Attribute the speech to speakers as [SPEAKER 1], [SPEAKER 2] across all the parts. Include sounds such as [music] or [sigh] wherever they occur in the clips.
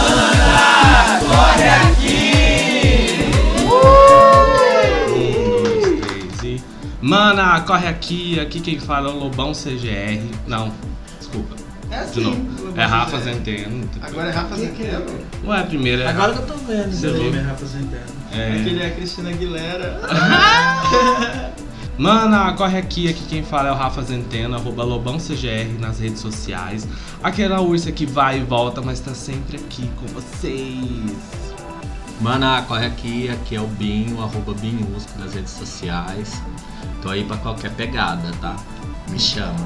[SPEAKER 1] Um, Mana, corre aqui, aqui quem fala é o Lobão CGR. Não, desculpa.
[SPEAKER 2] É
[SPEAKER 1] De
[SPEAKER 2] assim.
[SPEAKER 1] novo.
[SPEAKER 2] Lobão
[SPEAKER 1] É Rafa
[SPEAKER 2] CGR.
[SPEAKER 1] Zenteno.
[SPEAKER 2] Agora é Rafa
[SPEAKER 3] Que que é,
[SPEAKER 2] Zenteno.
[SPEAKER 1] Ué, primeiro é.
[SPEAKER 3] Agora que eu tô vendo
[SPEAKER 4] né?
[SPEAKER 1] Você
[SPEAKER 3] o
[SPEAKER 1] viu?
[SPEAKER 3] nome é Rafa Zenteno.
[SPEAKER 1] é...
[SPEAKER 2] Aquele é a Cristina Aguilera.
[SPEAKER 1] Mana, corre aqui, aqui quem fala é o Rafa Zenteno, arroba Lobão CGR nas redes sociais. Aquela ursa que vai e volta, mas tá sempre aqui com vocês.
[SPEAKER 4] Mana, corre aqui, aqui é o Binho, arroba Binhusco nas redes sociais. Tô aí pra qualquer pegada, tá? Me chama.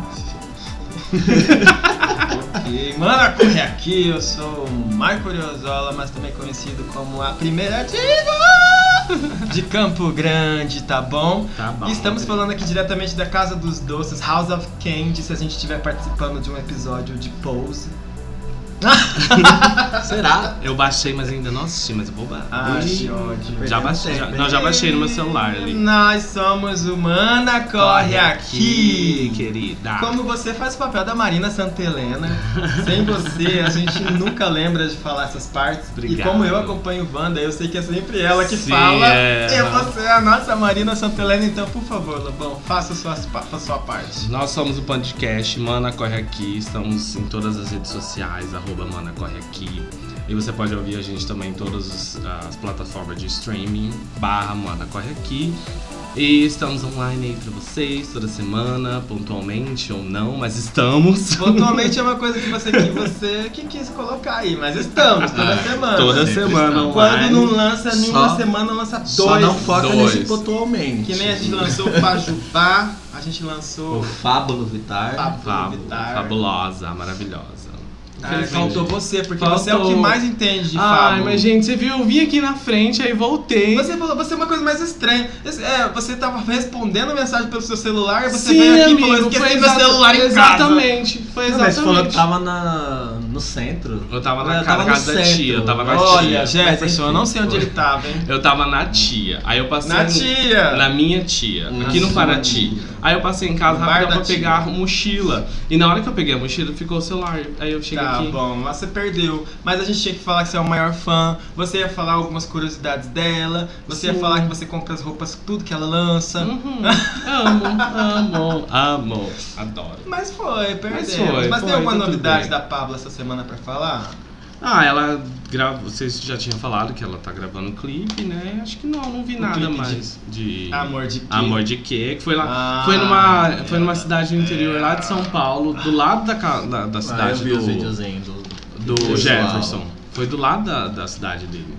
[SPEAKER 2] ok, mano, corre aqui. Eu sou o Marco Oriozola, mas também conhecido como a primeira diva de Campo Grande, tá bom?
[SPEAKER 1] Tá bom.
[SPEAKER 2] E Estamos falando aqui diretamente da Casa dos Doces, House of Candy, se a gente estiver participando de um episódio de Pose.
[SPEAKER 4] Será?
[SPEAKER 1] Eu baixei, mas ainda não assisti, mas eu vou ba-
[SPEAKER 2] Ai,
[SPEAKER 1] Ui.
[SPEAKER 2] que ódio.
[SPEAKER 1] Já baixei, já, não, já baixei no meu celular ali.
[SPEAKER 2] Nós somos Humana Corre Aqui.
[SPEAKER 1] querida.
[SPEAKER 2] Como você faz o papel da Marina Santelena, sem você a gente nunca lembra de falar essas partes. E
[SPEAKER 1] Obrigado.
[SPEAKER 2] como eu acompanho Wanda, eu sei que é sempre ela que
[SPEAKER 1] Sim,
[SPEAKER 2] fala.
[SPEAKER 1] é.
[SPEAKER 2] E você é a nossa Marina Santelena, então por favor, Lobão, faça suas pa- faça sua parte.
[SPEAKER 1] Nós somos o podcast Mana Corre Aqui, estamos em todas as redes sociais, arroba Mana Corre Aqui. E você pode ouvir a gente também em todas as- as plataformas de streaming, barra Mana Corre Aqui. E estamos online aí pra vocês toda semana, pontualmente ou não, mas [laughs] estamos.
[SPEAKER 2] Pontualmente é uma coisa que você, que você que quis colocar aí, mas estamos toda semana.
[SPEAKER 1] Ah, Toda
[SPEAKER 4] Sempre
[SPEAKER 1] semana
[SPEAKER 4] estamos.
[SPEAKER 2] Quando
[SPEAKER 1] online.
[SPEAKER 2] não lança nenhuma
[SPEAKER 4] Só-
[SPEAKER 2] semana, lança dois.
[SPEAKER 4] Só não foca
[SPEAKER 1] dois.
[SPEAKER 4] nesse pontualmente.
[SPEAKER 2] Que nem a gente lançou o Pajubá, a gente lançou
[SPEAKER 4] O
[SPEAKER 2] o
[SPEAKER 4] Fábulo Vitar.
[SPEAKER 2] Fábulo.
[SPEAKER 1] Fábula,
[SPEAKER 2] Vitar.
[SPEAKER 1] fabulosa, maravilhosa.
[SPEAKER 2] Ele faltou você, porque
[SPEAKER 1] Faltou.
[SPEAKER 2] você é o que mais entende de
[SPEAKER 1] Ai,
[SPEAKER 2] fábula.
[SPEAKER 1] mas gente, você viu? Eu vim aqui na frente, aí voltei.
[SPEAKER 2] Você falou, você é uma coisa mais estranha. Esse- É, você tava respondendo mensagem pelo seu celular, você
[SPEAKER 1] Sim,
[SPEAKER 2] veio aqui e falou,
[SPEAKER 1] amigo, foi
[SPEAKER 2] esqueci meu
[SPEAKER 1] exata-
[SPEAKER 2] celular em
[SPEAKER 1] Exatamente, foi
[SPEAKER 4] Não, mas você
[SPEAKER 1] exatamente.
[SPEAKER 4] falou que tava na, no centro.
[SPEAKER 1] Eu tava na
[SPEAKER 4] Eu
[SPEAKER 1] ca-
[SPEAKER 4] tava no
[SPEAKER 1] casa da
[SPEAKER 4] centro.
[SPEAKER 1] tia, eu tava na
[SPEAKER 2] casa. Olha,
[SPEAKER 1] tia.
[SPEAKER 2] Jefferson, eu não sei onde
[SPEAKER 1] Foi.
[SPEAKER 2] ele tava, hein.
[SPEAKER 1] Eu tava na tia. Aí eu passei.
[SPEAKER 2] Na
[SPEAKER 1] em-
[SPEAKER 2] tia!
[SPEAKER 1] Na minha tia,
[SPEAKER 4] Na
[SPEAKER 1] aqui no
[SPEAKER 4] sua
[SPEAKER 1] Paraty.
[SPEAKER 4] tia.
[SPEAKER 1] Aí eu passei em casa
[SPEAKER 2] No bar
[SPEAKER 1] rápido
[SPEAKER 2] da
[SPEAKER 1] pra
[SPEAKER 2] tia.
[SPEAKER 1] pegar a mochila. E na hora que eu peguei a mochila, ficou o celular. Aí eu cheguei
[SPEAKER 2] Tá
[SPEAKER 1] aqui.
[SPEAKER 2] bom, mas você perdeu. Mas a gente tinha que falar que você é o maior fã. Você ia falar algumas curiosidades dela. Você ia
[SPEAKER 1] Sim.
[SPEAKER 2] falar que você compra as roupas, tudo que ela lança.
[SPEAKER 1] Uhum. Amo, amo, amo. Adoro.
[SPEAKER 2] Mas foi, perdeu. Mas,
[SPEAKER 1] foi, foi,
[SPEAKER 2] tem alguma
[SPEAKER 1] tá tudo
[SPEAKER 2] novidade
[SPEAKER 1] bem.
[SPEAKER 2] da Pabla essa semana pra falar?
[SPEAKER 1] Ah, ela grava. Vocês já tinham falado que ela tá gravando um clipe, né? Acho que não, não vi
[SPEAKER 2] Um
[SPEAKER 1] nada
[SPEAKER 2] clipe de-
[SPEAKER 1] mais de.
[SPEAKER 2] Amor de quê?
[SPEAKER 1] Amor de quê? Que foi lá.
[SPEAKER 2] Ah,
[SPEAKER 1] foi, numa,
[SPEAKER 2] é.
[SPEAKER 1] foi numa cidade do interior lá de São Paulo, do lado da, ca- da, da
[SPEAKER 4] Ah, eu
[SPEAKER 1] cidade
[SPEAKER 4] vi os
[SPEAKER 1] do,
[SPEAKER 4] videozinhos do,
[SPEAKER 1] do
[SPEAKER 4] visual.
[SPEAKER 1] Jefferson. Foi do lado da, da cidade dele.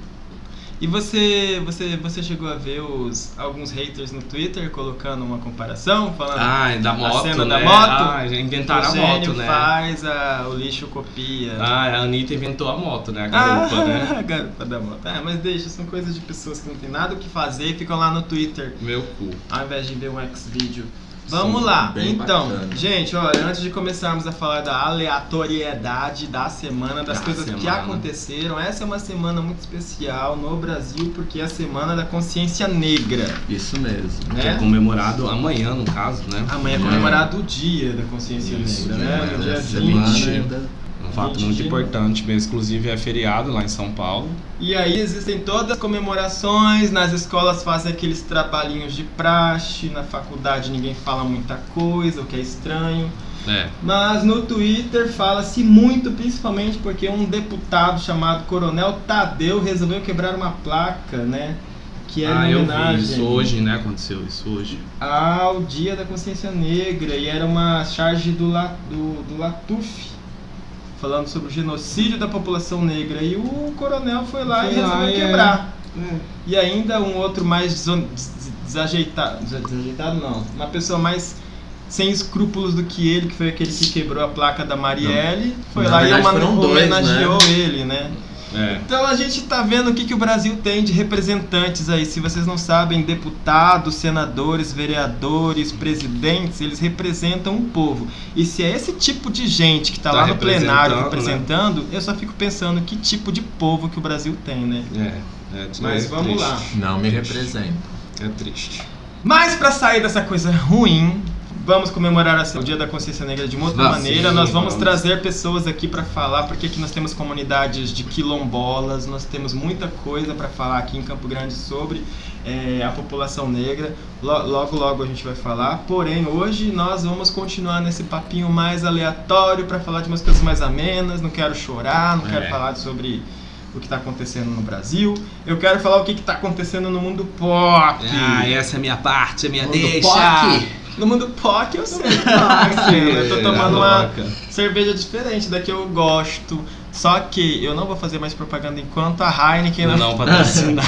[SPEAKER 2] E você, você, você chegou a ver os, alguns haters no Twitter colocando uma comparação, falando
[SPEAKER 1] Ai, da moto,
[SPEAKER 2] Ah, cena da
[SPEAKER 1] né?
[SPEAKER 2] moto?
[SPEAKER 1] Ah, já inventaram Ah, a
[SPEAKER 2] o gênio
[SPEAKER 1] moto, né?
[SPEAKER 2] faz, a, o lixo copia.
[SPEAKER 1] Ah, a Anitta inventou a moto, né? A garupa, né?
[SPEAKER 2] a [laughs] garupa da moto. É, mas deixa, são coisas de pessoas que não tem nada o que fazer e ficam lá no Twitter,
[SPEAKER 1] Meu cu.
[SPEAKER 2] ao invés de ver um X-Video. Vamos
[SPEAKER 4] Sim,
[SPEAKER 2] lá,
[SPEAKER 4] bem
[SPEAKER 2] então,
[SPEAKER 4] bacana.
[SPEAKER 2] gente, olha, antes de começarmos a falar da aleatoriedade da semana, das
[SPEAKER 1] Da
[SPEAKER 2] coisas que
[SPEAKER 1] semana.
[SPEAKER 2] aconteceram, essa é uma semana muito especial no Brasil, porque é a semana da consciência negra.
[SPEAKER 4] Isso mesmo.
[SPEAKER 1] Que é
[SPEAKER 2] né?
[SPEAKER 1] comemorado amanhã, no caso, né?
[SPEAKER 2] Amanhã é
[SPEAKER 4] Amanhã.
[SPEAKER 2] comemorado o Dia da Consciência
[SPEAKER 1] Isso,
[SPEAKER 2] Negra,
[SPEAKER 1] né?
[SPEAKER 2] né? No
[SPEAKER 4] Mas
[SPEAKER 2] dia
[SPEAKER 4] essa
[SPEAKER 2] 20.
[SPEAKER 4] semana ainda-
[SPEAKER 1] Um fato
[SPEAKER 2] Gente,
[SPEAKER 1] muito
[SPEAKER 2] que-
[SPEAKER 1] importante mesmo. Inclusive é feriado lá em São Paulo.
[SPEAKER 2] E aí existem todas as comemorações, nas escolas fazem aqueles trabalhinhos de praxe, na faculdade ninguém fala muita coisa, o que é estranho.
[SPEAKER 1] É.
[SPEAKER 2] Mas no Twitter fala-se muito, principalmente porque um deputado chamado Coronel Tadeu resolveu quebrar uma placa, né? Que é
[SPEAKER 1] ah,
[SPEAKER 2] em
[SPEAKER 1] eu vi
[SPEAKER 2] homenagem
[SPEAKER 1] isso hoje, né? Aconteceu isso hoje.
[SPEAKER 2] ao Dia da Consciência Negra e era uma charge do, La, do, do Latuf falando sobre o genocídio da população negra e o coronel foi lá
[SPEAKER 1] Foi
[SPEAKER 2] e
[SPEAKER 1] lá
[SPEAKER 2] resolveu
[SPEAKER 1] e é.
[SPEAKER 2] quebrar. E ainda um outro mais deson- des- des- desajeitado, desa- desajeitado não, uma pessoa mais sem escrúpulos do que ele, que foi aquele que quebrou a placa da Marielle, foi
[SPEAKER 4] Na
[SPEAKER 2] lá
[SPEAKER 4] verdade,
[SPEAKER 2] e
[SPEAKER 4] foram
[SPEAKER 2] homen-
[SPEAKER 4] dois,
[SPEAKER 2] homenageou ele, né?
[SPEAKER 1] É.
[SPEAKER 2] Então a gente tá vendo o que, que o Brasil tem de representantes aí. Se vocês não sabem, deputados, senadores, vereadores, presidentes, eles representam o povo. E se é esse tipo de gente que tá,
[SPEAKER 1] Tá
[SPEAKER 2] lá no plenário
[SPEAKER 1] representando,
[SPEAKER 2] representando, eu só fico pensando que tipo de povo que o Brasil tem, né?
[SPEAKER 1] É. é
[SPEAKER 2] Mas
[SPEAKER 1] é triste.
[SPEAKER 2] vamos lá.
[SPEAKER 4] Não me representa.
[SPEAKER 1] É triste.
[SPEAKER 2] Mas pra sair dessa coisa ruim, vamos comemorar assim, o Dia da Consciência Negra de uma outra
[SPEAKER 4] Ah,
[SPEAKER 2] maneira.
[SPEAKER 1] sim,
[SPEAKER 2] nós vamos,
[SPEAKER 1] vamos.
[SPEAKER 2] trazer pessoas aqui pra falar, porque aqui nós temos comunidades de quilombolas, nós temos muita coisa pra falar aqui em Campo Grande sobre. é, a população negra. Lo- Logo, logo a gente vai falar. Porém, hoje nós vamos continuar nesse papinho mais aleatório para falar de umas coisas mais amenas. Não quero chorar, não quero
[SPEAKER 1] É.
[SPEAKER 2] falar sobre o que está acontecendo no Brasil. Eu quero falar o que está acontecendo no mundo pop.
[SPEAKER 1] Ah, essa é a minha parte, a minha
[SPEAKER 4] Mundo
[SPEAKER 1] deixa.
[SPEAKER 4] pop.
[SPEAKER 2] No mundo POC eu sei. Poc, eu
[SPEAKER 4] É,
[SPEAKER 2] tô tomando uma
[SPEAKER 1] Louca.
[SPEAKER 2] cerveja diferente da que eu gosto. Só que eu não vou fazer mais propaganda enquanto a Heineken não,
[SPEAKER 1] Não patrocina.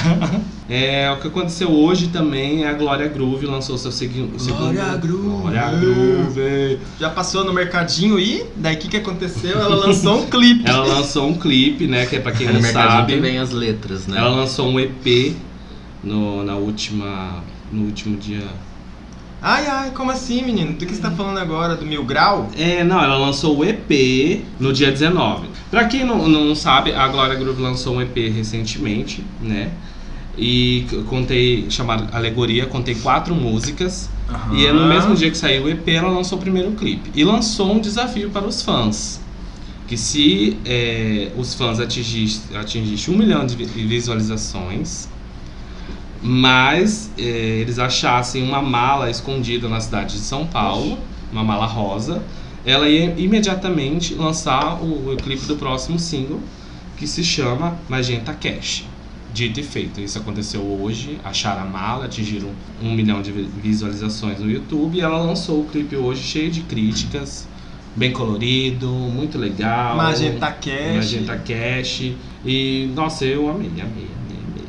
[SPEAKER 1] É, o que aconteceu hoje também é a Glória Groove lançou seu segui- segundo.
[SPEAKER 2] Glória Groove.
[SPEAKER 1] Glória Groove.
[SPEAKER 2] [laughs] já passou no mercadinho e daí o que, que aconteceu? Ela lançou um clipe.
[SPEAKER 1] [laughs] Ela lançou um clipe, né? Que é pra quem
[SPEAKER 4] É no
[SPEAKER 1] não
[SPEAKER 4] mercadinho
[SPEAKER 1] sabe.
[SPEAKER 4] que vem as letras, né?
[SPEAKER 1] Ela lançou um EP no, na última. No último dia.
[SPEAKER 2] Ai, ai, como assim, menino? Do que você tá falando agora? Do Mil Grau?
[SPEAKER 1] É, não, ela lançou o EP no dia 19. Pra quem não, não sabe, a Glória Groove lançou um EP recentemente, né? E c- contei, chamado Alegoria, contei quatro músicas. E é no mesmo dia que saiu o EP, ela lançou o primeiro clipe. E lançou um desafio para os fãs. Que se é, os fãs atingis- atingissem um milhão de vi- de visualizações, mas é, eles achassem uma mala escondida na cidade de São Paulo, uma mala rosa, ela ia imediatamente lançar o, o clipe do próximo single, que se chama Magenta Cash. Dito e feito, isso aconteceu hoje. Acharam a mala, atingiram um milhão de vi- visualizações no YouTube. E ela lançou o clipe hoje cheio de críticas, bem colorido, muito legal.
[SPEAKER 2] Magenta Cash.
[SPEAKER 1] Magenta tá Cash. E, nossa, eu amei, amei, amei, amei.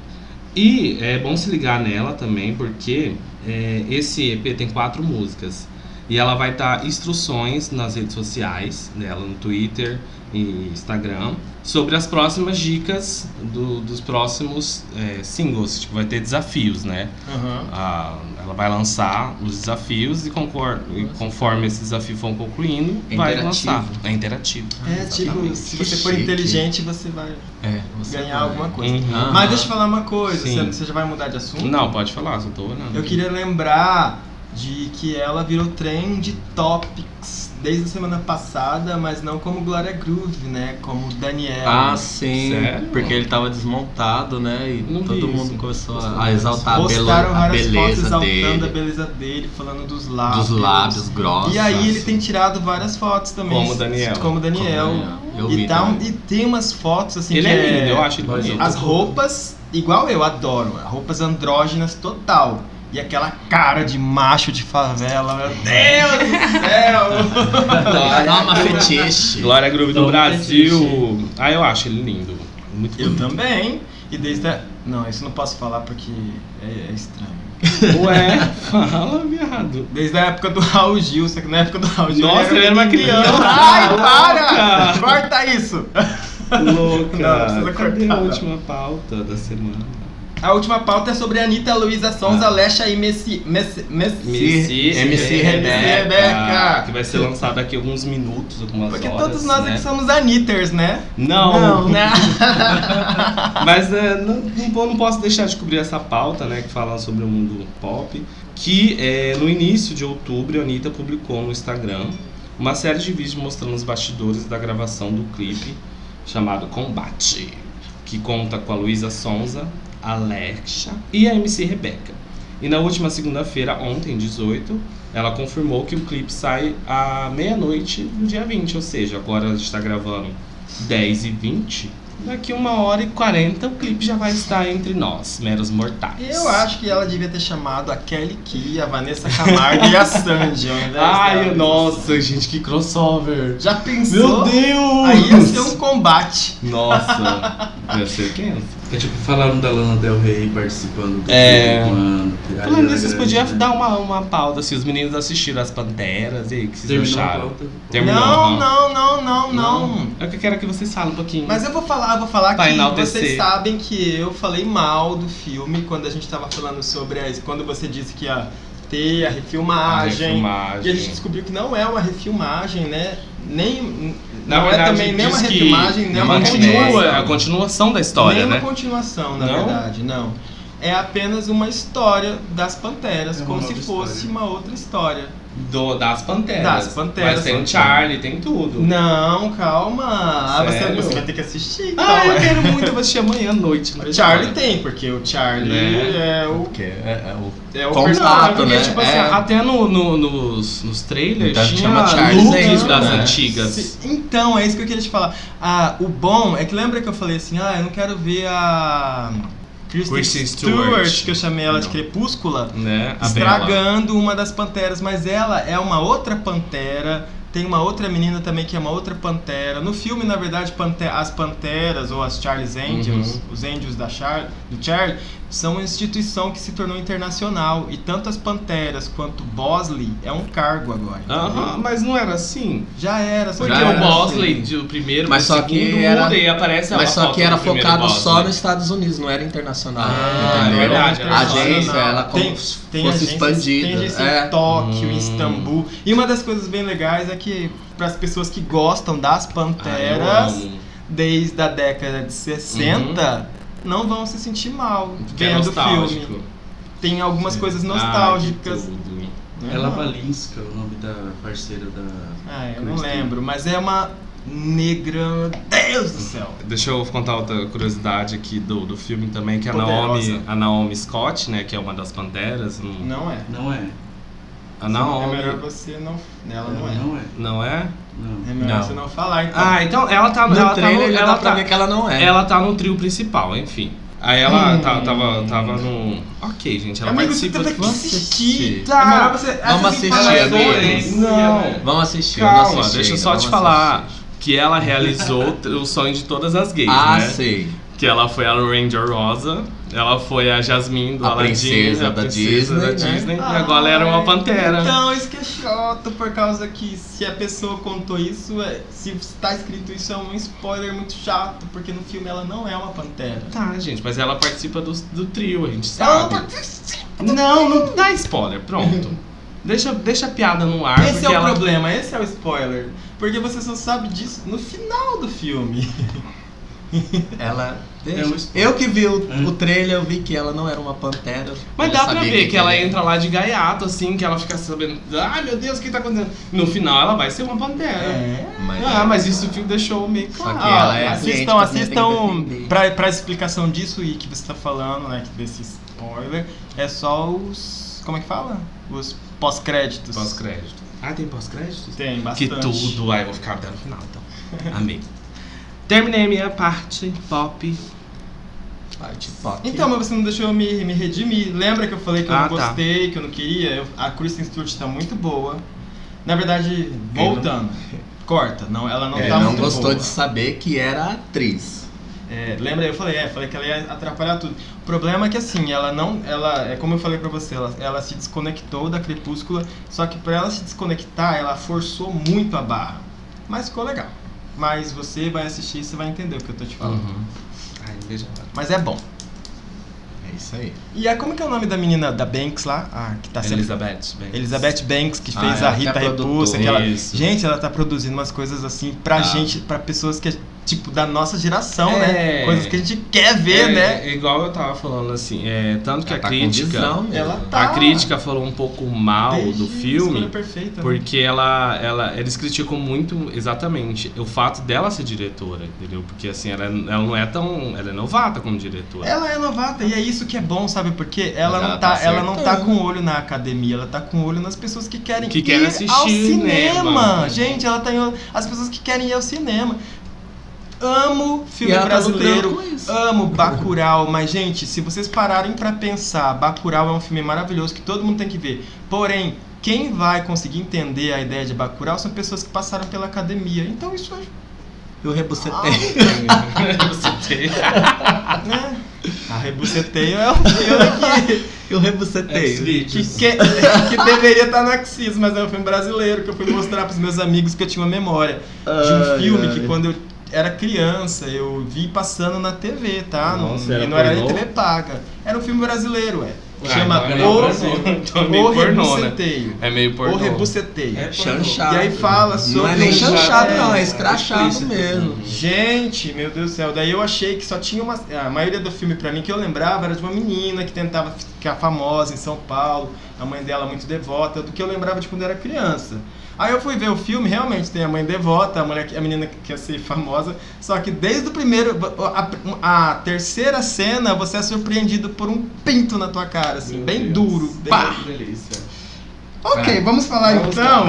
[SPEAKER 1] E é bom se ligar nela também, porque é, esse EP tem quatro músicas. E ela vai dar instruções nas redes sociais dela, no Twitter e Instagram, sobre as próximas dicas do- dos próximos é, singles. Tipo, vai ter desafios, né?
[SPEAKER 2] Aham.
[SPEAKER 1] A- ela vai lançar os desafios e, concor- e conforme esses desafios vão concluindo,
[SPEAKER 4] É
[SPEAKER 1] vai
[SPEAKER 4] interativo.
[SPEAKER 1] lançar. É interativo.
[SPEAKER 2] É, tipo,
[SPEAKER 4] Exatamente.
[SPEAKER 2] se
[SPEAKER 4] Que
[SPEAKER 2] você for
[SPEAKER 4] chique.
[SPEAKER 2] inteligente, você vai
[SPEAKER 4] É, você
[SPEAKER 2] ganhar
[SPEAKER 4] vai.
[SPEAKER 2] alguma coisa.
[SPEAKER 1] Uhum.
[SPEAKER 2] Mas deixa eu falar uma coisa,
[SPEAKER 1] Sim.
[SPEAKER 2] você, você já vai mudar de assunto?
[SPEAKER 1] Não, pode falar, só tô olhando.
[SPEAKER 2] Eu queria lembrar de que ela virou trend topics desde a semana passada, mas não como Glória Groove, né? Como Daniela.
[SPEAKER 4] Ah, sim.
[SPEAKER 1] Sério?
[SPEAKER 4] Porque ele tava desmontado, né? E
[SPEAKER 1] Não vi
[SPEAKER 4] todo mundo
[SPEAKER 1] isso.
[SPEAKER 4] começou
[SPEAKER 1] Postaram
[SPEAKER 4] a, a exaltar a,
[SPEAKER 2] Postaram
[SPEAKER 4] bela- a
[SPEAKER 2] várias fotos
[SPEAKER 4] beleza
[SPEAKER 2] exaltando
[SPEAKER 4] dele,
[SPEAKER 2] a beleza dele, falando dos lábios.
[SPEAKER 4] dos lábios grossos.
[SPEAKER 2] E aí ele tem tirado várias fotos também.
[SPEAKER 1] Como Daniel.
[SPEAKER 2] Como
[SPEAKER 4] Como
[SPEAKER 2] Daniel.
[SPEAKER 4] Daniel. Eu
[SPEAKER 2] E,
[SPEAKER 4] vi
[SPEAKER 2] tá um- [laughs]
[SPEAKER 4] também.
[SPEAKER 2] e tem umas fotos assim
[SPEAKER 1] Ele
[SPEAKER 2] que um
[SPEAKER 1] é lindo, eu acho ele
[SPEAKER 4] Mas
[SPEAKER 1] bonito.
[SPEAKER 2] As roupas, igual eu, adoro. né? Roupas andrógenas total. E aquela cara de macho de favela, meu Deus do
[SPEAKER 4] [laughs]
[SPEAKER 2] céu!
[SPEAKER 4] Dá uma fetiche.
[SPEAKER 1] Glória Groove do
[SPEAKER 2] então,
[SPEAKER 4] Toma
[SPEAKER 1] Brasil. Ah, eu acho ele lindo. Muito
[SPEAKER 2] Eu
[SPEAKER 1] bonito.
[SPEAKER 2] também. E desde a... Não, isso não posso falar porque é, é estranho.
[SPEAKER 1] Ué, [laughs] fala, viado.
[SPEAKER 2] Desde a época do Raul Gil, só que na época do Raul Gil.
[SPEAKER 1] Nossa, ele era uma criança.
[SPEAKER 2] [laughs] Ai, para! Corta isso!
[SPEAKER 1] Louca.
[SPEAKER 2] Não,
[SPEAKER 1] Cadê
[SPEAKER 2] precisa cortar,
[SPEAKER 1] a
[SPEAKER 2] não.
[SPEAKER 1] última pauta da semana?
[SPEAKER 2] A última pauta é sobre Anitta Luísa Sonza,
[SPEAKER 1] Ah.
[SPEAKER 2] Lecha e Messi. Messi. Messi.
[SPEAKER 4] MC Rebeca.
[SPEAKER 1] Que vai ser lançada daqui a alguns minutos, algumas
[SPEAKER 2] Porque
[SPEAKER 1] horas.
[SPEAKER 2] todos nós é
[SPEAKER 1] né?
[SPEAKER 2] aqui somos Anitters, né?
[SPEAKER 1] [laughs] Não,
[SPEAKER 2] Né?
[SPEAKER 1] mas né, não, não po- não posso deixar de cobrir essa pauta, né? Que fala sobre o mundo pop. Que é, no início de outubro, a Anitta publicou no Instagram uma série de vídeos mostrando os bastidores da gravação do clipe chamado Combate, que conta com a Luísa Sonza, a Alexa e a MC Rebeca. E na última segunda-feira, ontem, 18, ela confirmou que o clipe sai à meia-noite do dia 20, ou seja, agora a gente está gravando 10 e 20. Daqui uma hora e 40 o clipe já vai estar entre nós, meros mortais.
[SPEAKER 2] Eu acho que ela devia ter chamado a Kelly Key, a Vanessa Camargo e a Sandy, ao invés
[SPEAKER 1] Ai,
[SPEAKER 2] dela.
[SPEAKER 1] nossa, gente, que crossover.
[SPEAKER 2] Já pensou?
[SPEAKER 1] Meu Deus!
[SPEAKER 2] Aí ia ser um combate.
[SPEAKER 1] [laughs] Nossa, ia ser tenso.
[SPEAKER 3] É tipo, falaram da Lana Del Rey participando do
[SPEAKER 1] É.
[SPEAKER 3] clipe, mano. Ariana
[SPEAKER 1] Falando nisso, vocês
[SPEAKER 3] Grande,
[SPEAKER 1] podiam
[SPEAKER 3] né?
[SPEAKER 1] dar uma, uma pauta se os meninos assistiram as Panteras e aí, o que vocês
[SPEAKER 3] Terminou a
[SPEAKER 1] acharam.
[SPEAKER 3] pauta.
[SPEAKER 1] Terminou, hum.
[SPEAKER 2] não,
[SPEAKER 1] aham.
[SPEAKER 2] não, não, não, não,
[SPEAKER 1] É o que eu quero que vocês falem um pouquinho.
[SPEAKER 2] Mas eu vou falar, eu vou falar
[SPEAKER 1] Vai
[SPEAKER 2] que
[SPEAKER 1] enaltecer.
[SPEAKER 2] vocês sabem que eu falei mal do filme quando a gente tava falando sobre as, quando você disse que ia ter a
[SPEAKER 1] A
[SPEAKER 2] refilmagem. E a ah, gente
[SPEAKER 1] refilmagem.
[SPEAKER 2] descobriu que não é uma refilmagem, né? Nem
[SPEAKER 1] Na
[SPEAKER 2] não
[SPEAKER 1] verdade,
[SPEAKER 2] é também nem
[SPEAKER 1] diz
[SPEAKER 2] uma
[SPEAKER 1] que
[SPEAKER 2] refilmagem, nem
[SPEAKER 1] é
[SPEAKER 2] uma
[SPEAKER 1] continua-
[SPEAKER 2] continuação.
[SPEAKER 1] é a continuação da história,
[SPEAKER 2] nem
[SPEAKER 1] né?
[SPEAKER 2] uma continuação, na
[SPEAKER 1] Não?
[SPEAKER 2] verdade, não. É apenas uma história das Panteras,
[SPEAKER 3] É uma
[SPEAKER 2] como se
[SPEAKER 3] nova
[SPEAKER 2] fosse
[SPEAKER 3] história.
[SPEAKER 2] uma outra história.
[SPEAKER 1] do- das Panteras.
[SPEAKER 2] Das Panteras.
[SPEAKER 1] Mas tem o Charlie, tem tudo.
[SPEAKER 2] Não, calma. Ah, você,
[SPEAKER 1] Sério?
[SPEAKER 2] você vai ter que assistir. Então.
[SPEAKER 1] Ah, eu quero muito, eu vou assistir amanhã à noite. na
[SPEAKER 2] O Charlie
[SPEAKER 1] verdade.
[SPEAKER 2] tem, porque o Charlie
[SPEAKER 1] Né?
[SPEAKER 2] é o.
[SPEAKER 4] Porque é, é o
[SPEAKER 2] É o
[SPEAKER 1] Não,
[SPEAKER 2] personagem,
[SPEAKER 1] porque,
[SPEAKER 2] né?
[SPEAKER 1] tipo assim,
[SPEAKER 2] É.
[SPEAKER 1] até no, no- nos, nos trailers
[SPEAKER 4] Então,
[SPEAKER 1] tinha
[SPEAKER 4] chama Charles
[SPEAKER 1] looks
[SPEAKER 4] ainda,
[SPEAKER 1] das
[SPEAKER 4] né?
[SPEAKER 1] antigas.
[SPEAKER 2] Se- Então, é isso que eu queria te falar. Ah, o bom é que lembra que eu falei assim, ah, eu não quero ver a Kristen,
[SPEAKER 1] Kristen
[SPEAKER 2] Stewart,
[SPEAKER 1] Stewart,
[SPEAKER 2] que eu chamei ela de
[SPEAKER 1] Não.
[SPEAKER 2] Crepúscula,
[SPEAKER 1] Né? A Bella.
[SPEAKER 2] estragando uma das panteras, mas ela é uma outra pantera. Tem uma outra menina também que é uma outra pantera. No filme, na verdade, pante- as panteras ou as Charles Angels,
[SPEAKER 1] Uhum.
[SPEAKER 2] os Angels da Char- do Charlie, são uma instituição que se tornou internacional. E tanto as panteras quanto Bosley é um cargo agora.
[SPEAKER 1] Aham,
[SPEAKER 2] entendeu?
[SPEAKER 1] mas não era assim.
[SPEAKER 2] Já era, só
[SPEAKER 1] Porque
[SPEAKER 2] que
[SPEAKER 4] Já
[SPEAKER 1] o
[SPEAKER 2] era
[SPEAKER 1] Bosley,
[SPEAKER 2] assim.
[SPEAKER 1] de- o primeiro,
[SPEAKER 5] Mas
[SPEAKER 1] o
[SPEAKER 5] só que
[SPEAKER 1] segundo
[SPEAKER 5] era-
[SPEAKER 1] muda e aparece
[SPEAKER 5] Mas
[SPEAKER 1] a
[SPEAKER 5] só
[SPEAKER 1] foto
[SPEAKER 5] que era
[SPEAKER 1] do primeiro né?
[SPEAKER 5] focado
[SPEAKER 1] Bosley.
[SPEAKER 3] né?
[SPEAKER 5] só nos Estados Unidos, não era internacional.
[SPEAKER 1] Ah,
[SPEAKER 5] entendeu?
[SPEAKER 1] é verdade,
[SPEAKER 5] A
[SPEAKER 1] era só
[SPEAKER 5] agência,
[SPEAKER 2] nacional.
[SPEAKER 5] ela como
[SPEAKER 2] Tem-
[SPEAKER 5] se
[SPEAKER 2] Tem
[SPEAKER 5] fosse
[SPEAKER 2] agências- Tem
[SPEAKER 5] expandida.
[SPEAKER 2] agência em
[SPEAKER 5] é.
[SPEAKER 2] Tóquio, em
[SPEAKER 1] Hum.
[SPEAKER 2] Istambul. E uma das coisas bem legais é que, para as pessoas que gostam das
[SPEAKER 1] Ah, eu
[SPEAKER 2] panteras,
[SPEAKER 1] amo.
[SPEAKER 2] desde a década de 60, não vão se sentir mal
[SPEAKER 1] Uhum. Que é
[SPEAKER 2] vendo o
[SPEAKER 1] nostálgico.
[SPEAKER 2] filme. Tem algumas coisas
[SPEAKER 1] Ah,
[SPEAKER 2] nostálgicas.
[SPEAKER 1] que tudo.
[SPEAKER 2] Não é
[SPEAKER 3] Ela
[SPEAKER 2] não.
[SPEAKER 3] Valisca, o nome da parceira da.
[SPEAKER 2] Ah, eu não
[SPEAKER 3] Kristen.
[SPEAKER 2] lembro, mas é uma negra. Meu Deus do céu!
[SPEAKER 1] Deixa eu contar outra curiosidade aqui do, do filme também, que é a
[SPEAKER 2] Poderosa.
[SPEAKER 1] Naomi, a Naomi Scott, né, que é uma das Panteras. não-
[SPEAKER 2] Não é.
[SPEAKER 3] Não é.
[SPEAKER 1] A
[SPEAKER 2] É
[SPEAKER 1] Naomi...
[SPEAKER 2] melhor você não. Ela não é.
[SPEAKER 3] Não é.
[SPEAKER 1] Não é?
[SPEAKER 3] Não.
[SPEAKER 2] É melhor
[SPEAKER 4] Não.
[SPEAKER 2] você não falar, então.
[SPEAKER 1] Ah, então ela tá...
[SPEAKER 5] No
[SPEAKER 1] ela tá,
[SPEAKER 5] trailer
[SPEAKER 1] no-
[SPEAKER 5] já
[SPEAKER 1] ela
[SPEAKER 5] dá pra
[SPEAKER 1] tá-
[SPEAKER 5] ver que ela não é.
[SPEAKER 1] Ela tá no trio principal, enfim. Aí ela
[SPEAKER 2] Hum.
[SPEAKER 1] tá- tava, tava no. Ok, gente, ela
[SPEAKER 2] Amigo, você tá
[SPEAKER 1] participa
[SPEAKER 2] teve
[SPEAKER 1] do-
[SPEAKER 2] que assistir.
[SPEAKER 5] assistir.
[SPEAKER 2] Tá. É melhor você é
[SPEAKER 5] Vamos
[SPEAKER 2] assistir
[SPEAKER 5] assistir,
[SPEAKER 2] falar
[SPEAKER 5] amigo.
[SPEAKER 2] depois.
[SPEAKER 1] né? Não.
[SPEAKER 5] Vamos assistir, eu não
[SPEAKER 1] Calma,
[SPEAKER 5] assisti
[SPEAKER 1] deixa eu
[SPEAKER 5] ainda,
[SPEAKER 1] só
[SPEAKER 5] vamos
[SPEAKER 1] te falar
[SPEAKER 5] assistir.
[SPEAKER 1] que ela realizou o sonho de todas as gays,
[SPEAKER 5] Ah,
[SPEAKER 1] né?
[SPEAKER 5] sei.
[SPEAKER 1] Que ela foi a Ranger Rosa, ela foi a Jasmine do
[SPEAKER 5] A
[SPEAKER 1] Aladdin,
[SPEAKER 5] princesa
[SPEAKER 1] a
[SPEAKER 5] da
[SPEAKER 1] princesa da
[SPEAKER 5] Disney, né?
[SPEAKER 1] Disney, e agora ela era uma
[SPEAKER 2] Ai,
[SPEAKER 1] pantera.
[SPEAKER 2] Então, isso que é chato, por causa que se a pessoa contou isso, é- se está escrito isso, é um spoiler muito chato, porque no filme ela não é uma pantera.
[SPEAKER 1] Tá, gente, mas ela participa do, do trio, a gente
[SPEAKER 2] Ela não
[SPEAKER 1] sabe.
[SPEAKER 2] participa.
[SPEAKER 1] Não, não dá spoiler, pronto. Deixa, deixa a piada no ar,
[SPEAKER 2] Esse
[SPEAKER 1] Ah, porque
[SPEAKER 2] é o
[SPEAKER 1] ela
[SPEAKER 2] problema, esse é o spoiler. Porque você só sabe disso no final do filme.
[SPEAKER 5] Ela.
[SPEAKER 3] É um spoiler.
[SPEAKER 5] eu que vi o,
[SPEAKER 3] Hum.
[SPEAKER 5] o trailer, eu vi que ela não era uma pantera.
[SPEAKER 1] Mas
[SPEAKER 5] Eu
[SPEAKER 1] dá pra
[SPEAKER 5] sabia
[SPEAKER 1] ver que, ela
[SPEAKER 5] era.
[SPEAKER 1] entra lá de gaiato, assim, que ela fica sabendo. Ai meu Deus, o que tá acontecendo? No final ela vai ser uma pantera.
[SPEAKER 2] É.
[SPEAKER 5] Mas,
[SPEAKER 1] Ah, mas isso o filme deixou meio
[SPEAKER 5] Só
[SPEAKER 1] claro.
[SPEAKER 5] que ela é
[SPEAKER 2] Ah, assistam,
[SPEAKER 5] cliente, você tem que
[SPEAKER 2] assistam
[SPEAKER 5] defender.
[SPEAKER 2] pra, pra explicação disso e que você tá falando, né? que Desse spoiler, é só os. Como é que fala? Os pós-créditos.
[SPEAKER 1] Pós-crédito. Ah, tem pós-créditos?
[SPEAKER 2] Tem
[SPEAKER 1] Que
[SPEAKER 2] bastante.
[SPEAKER 1] tudo. Ai, eu vou ficar até no final, então. [laughs] Amei. Terminei a minha parte pop.
[SPEAKER 5] Parte pop.
[SPEAKER 2] Então, mas você não deixou eu me, me redimir. Lembra que eu falei que eu
[SPEAKER 1] Ah,
[SPEAKER 2] não
[SPEAKER 1] tá.
[SPEAKER 2] gostei, que eu não queria? Eu- a Kristen Stewart tá muito boa. Na verdade,
[SPEAKER 5] [laughs]
[SPEAKER 2] voltando. Corta. Não, ela não
[SPEAKER 5] É,
[SPEAKER 2] tá
[SPEAKER 5] não
[SPEAKER 2] muito
[SPEAKER 5] gostou
[SPEAKER 2] boa.
[SPEAKER 5] de saber que era atriz.
[SPEAKER 2] É, lembra, eu falei, é, falei que ela ia atrapalhar tudo. O problema é que assim, ela não, ela, é como eu falei pra você, ela, ela se desconectou da Crepúscula, só que pra ela se desconectar, ela forçou muito a barra. Mas ficou legal. Mas você vai assistir e você vai entender o que eu tô te falando.
[SPEAKER 5] Uhum.
[SPEAKER 1] Uhum. Ai, beijo.
[SPEAKER 2] Mas é bom.
[SPEAKER 5] É isso aí.
[SPEAKER 2] E é, como que é o nome da menina da Banks lá? Ah, que tá sempre
[SPEAKER 1] Elizabeth. bem.
[SPEAKER 2] Elizabeth Banks, que
[SPEAKER 5] Ah,
[SPEAKER 2] fez
[SPEAKER 5] ela
[SPEAKER 2] a
[SPEAKER 5] que é
[SPEAKER 2] Rita
[SPEAKER 5] produtora.
[SPEAKER 2] Repulsa. Que ela...
[SPEAKER 1] Isso.
[SPEAKER 2] Gente, ela tá produzindo umas coisas assim pra
[SPEAKER 5] Tá.
[SPEAKER 2] gente, pra pessoas que é tipo da nossa geração, né?
[SPEAKER 1] É.
[SPEAKER 2] Coisas que a gente quer ver,
[SPEAKER 1] É,
[SPEAKER 2] né?
[SPEAKER 1] Igual eu tava falando assim, é, tanto que
[SPEAKER 5] Ela
[SPEAKER 1] a
[SPEAKER 5] tá com
[SPEAKER 1] crítica.
[SPEAKER 5] visão mesmo.
[SPEAKER 2] Ela tá.
[SPEAKER 1] A crítica falou um pouco mal
[SPEAKER 2] Desde
[SPEAKER 1] do
[SPEAKER 2] Escolha
[SPEAKER 1] filme.
[SPEAKER 2] Perfeita, né?
[SPEAKER 1] Uhum. Porque ela, ela, eles criticam muito exatamente o fato dela ser diretora, entendeu? Porque assim, ela, ela não é tão. Ela é novata como diretora.
[SPEAKER 2] Ela é novata e é isso que é bom, sabe? Porque ela,
[SPEAKER 5] Mas ela
[SPEAKER 2] não, tá,
[SPEAKER 5] tá
[SPEAKER 2] ela não tá
[SPEAKER 5] acertando.
[SPEAKER 2] com o olho na academia, ela tá com o olho nas pessoas que querem
[SPEAKER 1] Que
[SPEAKER 2] ir
[SPEAKER 1] querem assistir
[SPEAKER 2] ao
[SPEAKER 1] o
[SPEAKER 2] cinema.
[SPEAKER 1] cinema.
[SPEAKER 2] Gente, ela tá em olho- as pessoas que querem ir ao cinema. Amo filme
[SPEAKER 5] e ela
[SPEAKER 2] é brasileiro.
[SPEAKER 5] tá lucrando com isso.
[SPEAKER 2] Amo Bacurau, mas gente, se vocês pararem pra pensar, Bacurau é um filme maravilhoso que todo mundo tem que ver. Porém, quem vai conseguir entender a ideia de Bacurau são pessoas que passaram pela academia. Então isso é,
[SPEAKER 5] Eu rebucetei.
[SPEAKER 1] É. [laughs] Você tem-
[SPEAKER 2] né? A Rebuceteio é um filme que
[SPEAKER 5] Eu rebucetei.
[SPEAKER 2] que, que- que deveria estar no Axis, mas é um filme brasileiro que eu fui mostrar pros meus amigos que eu tinha uma memória de um
[SPEAKER 5] Ai,
[SPEAKER 2] filme
[SPEAKER 5] ai.
[SPEAKER 2] que quando eu era criança eu vi passando na TV, tá? Não-
[SPEAKER 1] Nossa, era
[SPEAKER 2] e não era nem
[SPEAKER 1] pornô?
[SPEAKER 2] TV paga. Era um filme brasileiro, é. Chama
[SPEAKER 1] então é
[SPEAKER 2] o,
[SPEAKER 1] meio Brasil. [laughs] Então é meio
[SPEAKER 2] o
[SPEAKER 1] pornô, né?
[SPEAKER 2] rebuceteio.
[SPEAKER 1] É meio
[SPEAKER 2] O
[SPEAKER 1] pornô. tá.
[SPEAKER 2] rebuceteio.
[SPEAKER 3] É
[SPEAKER 5] Chanchado.
[SPEAKER 2] E aí fala sobre.
[SPEAKER 5] Não é nem chanchado,
[SPEAKER 2] É.
[SPEAKER 5] não, é escrachado
[SPEAKER 3] Explícito.
[SPEAKER 5] mesmo.
[SPEAKER 2] Gente, meu Deus do céu. Daí eu achei que só tinha uma. A maioria do filme pra mim que eu lembrava era de uma menina que tentava ficar famosa em São Paulo. A mãe dela muito devota, do que eu lembrava de quando era criança. Aí eu fui ver o filme, realmente tem a mãe devota, a, mulher, que- a menina que quer ser famosa. Só que desde o primeiro. A, a terceira cena você é surpreendido por um pinto na tua cara, assim,
[SPEAKER 3] Meu
[SPEAKER 2] bem
[SPEAKER 3] Deus.
[SPEAKER 2] duro. Pá!
[SPEAKER 1] Ah,
[SPEAKER 3] Que delícia.
[SPEAKER 2] Ok, vamos falar então.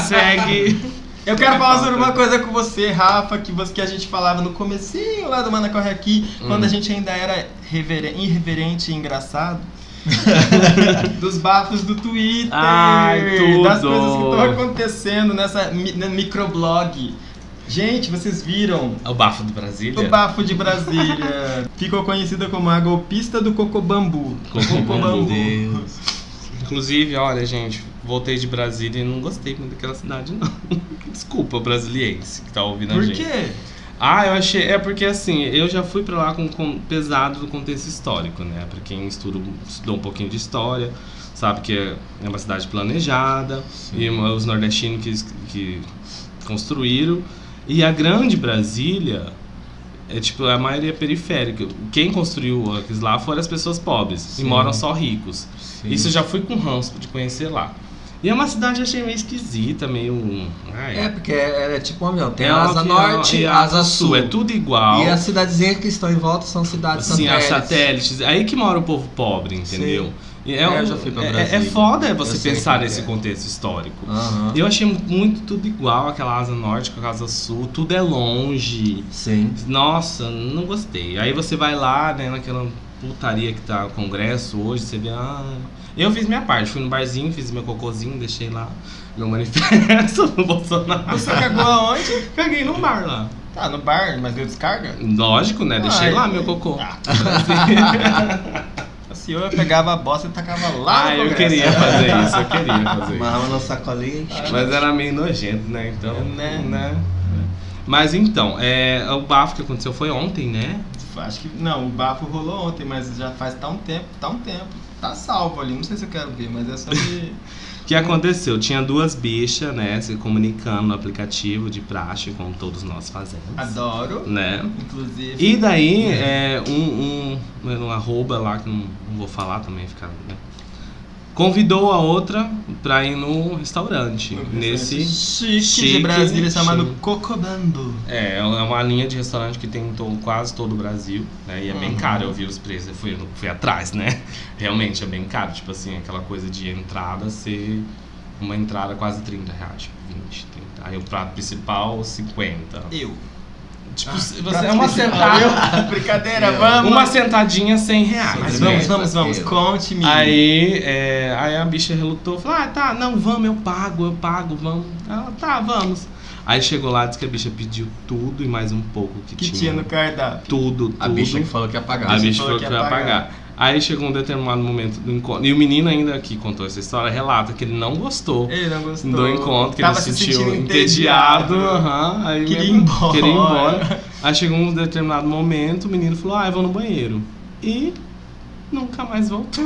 [SPEAKER 1] Se- [laughs] Segue.
[SPEAKER 2] Eu quero falar sobre uma coisa com você, Rafa, que, você, que a gente falava no comecinho lá do Mana Corre Aqui,
[SPEAKER 1] Uhum.
[SPEAKER 2] quando a gente ainda era reveren- irreverente e engraçado.
[SPEAKER 1] [laughs]
[SPEAKER 2] dos bafos do Twitter,
[SPEAKER 1] Ai, tudo.
[SPEAKER 2] das coisas que estão acontecendo nessa mi- na microblog. Gente, vocês viram
[SPEAKER 1] O bafo do Brasília.
[SPEAKER 2] o bafo
[SPEAKER 1] [laughs]
[SPEAKER 2] de Brasília. Ficou conhecida como a golpista do Cocobambu.
[SPEAKER 1] Cocobambu.
[SPEAKER 5] Deus.
[SPEAKER 1] Inclusive, olha, gente, voltei de Brasília e não gostei muito daquela cidade, não. [laughs] Desculpa, brasiliense que tá ouvindo a
[SPEAKER 2] Por
[SPEAKER 1] gente.
[SPEAKER 2] quê?
[SPEAKER 1] Ah, eu achei. É porque assim, eu já fui pra lá com, com pesado do contexto histórico, né? Pra quem estuda, estudou um pouquinho de história, sabe que é é uma cidade planejada e uma- os nordestinos que, es- que construíram. E a grande Brasília é tipo a maioria periférica. Quem construiu aqueles lá foram as pessoas pobres e moram só ricos.
[SPEAKER 4] Sim.
[SPEAKER 1] Isso eu já fui com ranço de conhecer lá. E é uma cidade eu achei meio esquisita, meio. Ai,
[SPEAKER 5] É, porque é, é tipo um avião. Tem
[SPEAKER 1] é
[SPEAKER 5] a
[SPEAKER 1] uma-
[SPEAKER 5] asa
[SPEAKER 1] é uma-
[SPEAKER 5] norte,
[SPEAKER 1] é
[SPEAKER 5] a asa sul.
[SPEAKER 1] É tudo igual.
[SPEAKER 5] E as cidadezinhas que estão em volta são cidades
[SPEAKER 1] Sim, as
[SPEAKER 5] satélites.
[SPEAKER 1] satélites. É Aí que mora o povo pobre, entendeu? E
[SPEAKER 5] É,
[SPEAKER 1] um-
[SPEAKER 5] eu já fui pra
[SPEAKER 1] é-
[SPEAKER 5] Brasília.
[SPEAKER 1] É foda você
[SPEAKER 5] Eu sei
[SPEAKER 1] pensar
[SPEAKER 5] como é.
[SPEAKER 1] nesse contexto histórico.
[SPEAKER 5] Aham.
[SPEAKER 1] Eu achei muito tudo igual, aquela asa norte com a asa sul, tudo é longe.
[SPEAKER 5] Sim.
[SPEAKER 1] Nossa, não gostei. Aí você vai lá, né, naquela putaria que tá o congresso hoje, você vê, ah... Eu fiz minha parte, fui no barzinho, fiz meu cocôzinho, deixei lá meu manifesto [laughs] no Bolsonaro.
[SPEAKER 2] Você cagou aonde?
[SPEAKER 1] Caguei no bar lá.
[SPEAKER 2] Tá, no bar, mas deu descarga?
[SPEAKER 1] Lógico, né? Deixei
[SPEAKER 2] Ai.
[SPEAKER 1] lá meu cocô.
[SPEAKER 2] Tá, Se Assim, eu pegava a bosta e tacava lá
[SPEAKER 1] ah,
[SPEAKER 2] no
[SPEAKER 1] eu
[SPEAKER 2] Congresso.
[SPEAKER 1] queria fazer isso, eu
[SPEAKER 2] [laughs]
[SPEAKER 1] queria fazer isso.
[SPEAKER 5] Amarrava na sacolinha.
[SPEAKER 1] Mas era meio nojento, né? Então,
[SPEAKER 2] É, né?
[SPEAKER 1] né? Mas então, é, o bafo que aconteceu foi ontem, né?
[SPEAKER 2] Acho que. Não, o bafo rolou ontem, mas já faz tá um tempo, tá um tempo. Tá salvo ali, não sei se eu quero ver, mas é
[SPEAKER 1] [laughs]
[SPEAKER 2] sobre.
[SPEAKER 1] O que aconteceu? Tinha duas bichas, né, se comunicando no aplicativo de praxe, como todos nós fazemos.
[SPEAKER 2] Adoro,
[SPEAKER 1] Né?
[SPEAKER 2] inclusive.
[SPEAKER 1] E daí, é, um, um, um arroba lá, que não, não vou falar também, ficar. né? Convidou a outra pra ir no restaurante. Nesse.
[SPEAKER 2] Chique, de
[SPEAKER 1] Chique,
[SPEAKER 2] Brasília
[SPEAKER 1] chique.
[SPEAKER 2] chamado Cocobambu.
[SPEAKER 1] É, é uma linha de restaurante que tem em todo- quase todo o Brasil, né? E é bem caro, eu vi os preços, eu fui, fui atrás, né? [laughs] Realmente é bem caro, tipo assim, aquela coisa de entrada ser uma entrada quase 30 reais, tipo 20, 30. Aí o prato principal, 50.
[SPEAKER 2] Eu.
[SPEAKER 1] Tipo, se
[SPEAKER 2] Pra
[SPEAKER 1] você, é uma
[SPEAKER 2] fechar,
[SPEAKER 1] sentada,
[SPEAKER 2] eu- [laughs] Brincadeira, vamos.
[SPEAKER 1] uma sentadinha 100 reais.
[SPEAKER 2] Mas
[SPEAKER 1] né?
[SPEAKER 2] vamos, vamos, vamos.
[SPEAKER 5] Eu.
[SPEAKER 2] Conte-me.
[SPEAKER 1] Aí, é, aí a bicha relutou, falou: Ah, tá, não, vamos, eu pago, eu pago, vamos. Ela, tá, vamos. Aí chegou lá, disse que a bicha pediu tudo e mais um pouco que,
[SPEAKER 2] Que tinha no cardápio.
[SPEAKER 1] Tudo, tudo.
[SPEAKER 5] A bicha que falou que ia pagar.
[SPEAKER 1] A bicha
[SPEAKER 2] falou
[SPEAKER 1] falou
[SPEAKER 2] que
[SPEAKER 1] que
[SPEAKER 2] ia
[SPEAKER 1] vai
[SPEAKER 2] pagar.
[SPEAKER 1] pagar. Aí chegou um determinado momento do encontro. E o menino ainda que contou essa história relata que ele não gostou
[SPEAKER 2] Ele não gostou.
[SPEAKER 1] do encontro, que
[SPEAKER 2] Tava
[SPEAKER 1] ele se
[SPEAKER 2] sentindo
[SPEAKER 1] sentiu entediado. aham, aí
[SPEAKER 2] Queria ir
[SPEAKER 1] mesmo-
[SPEAKER 2] embora.
[SPEAKER 1] Queria ir embora. Aí chegou um determinado momento, o menino falou, ah, eu vou no banheiro. E nunca mais voltou.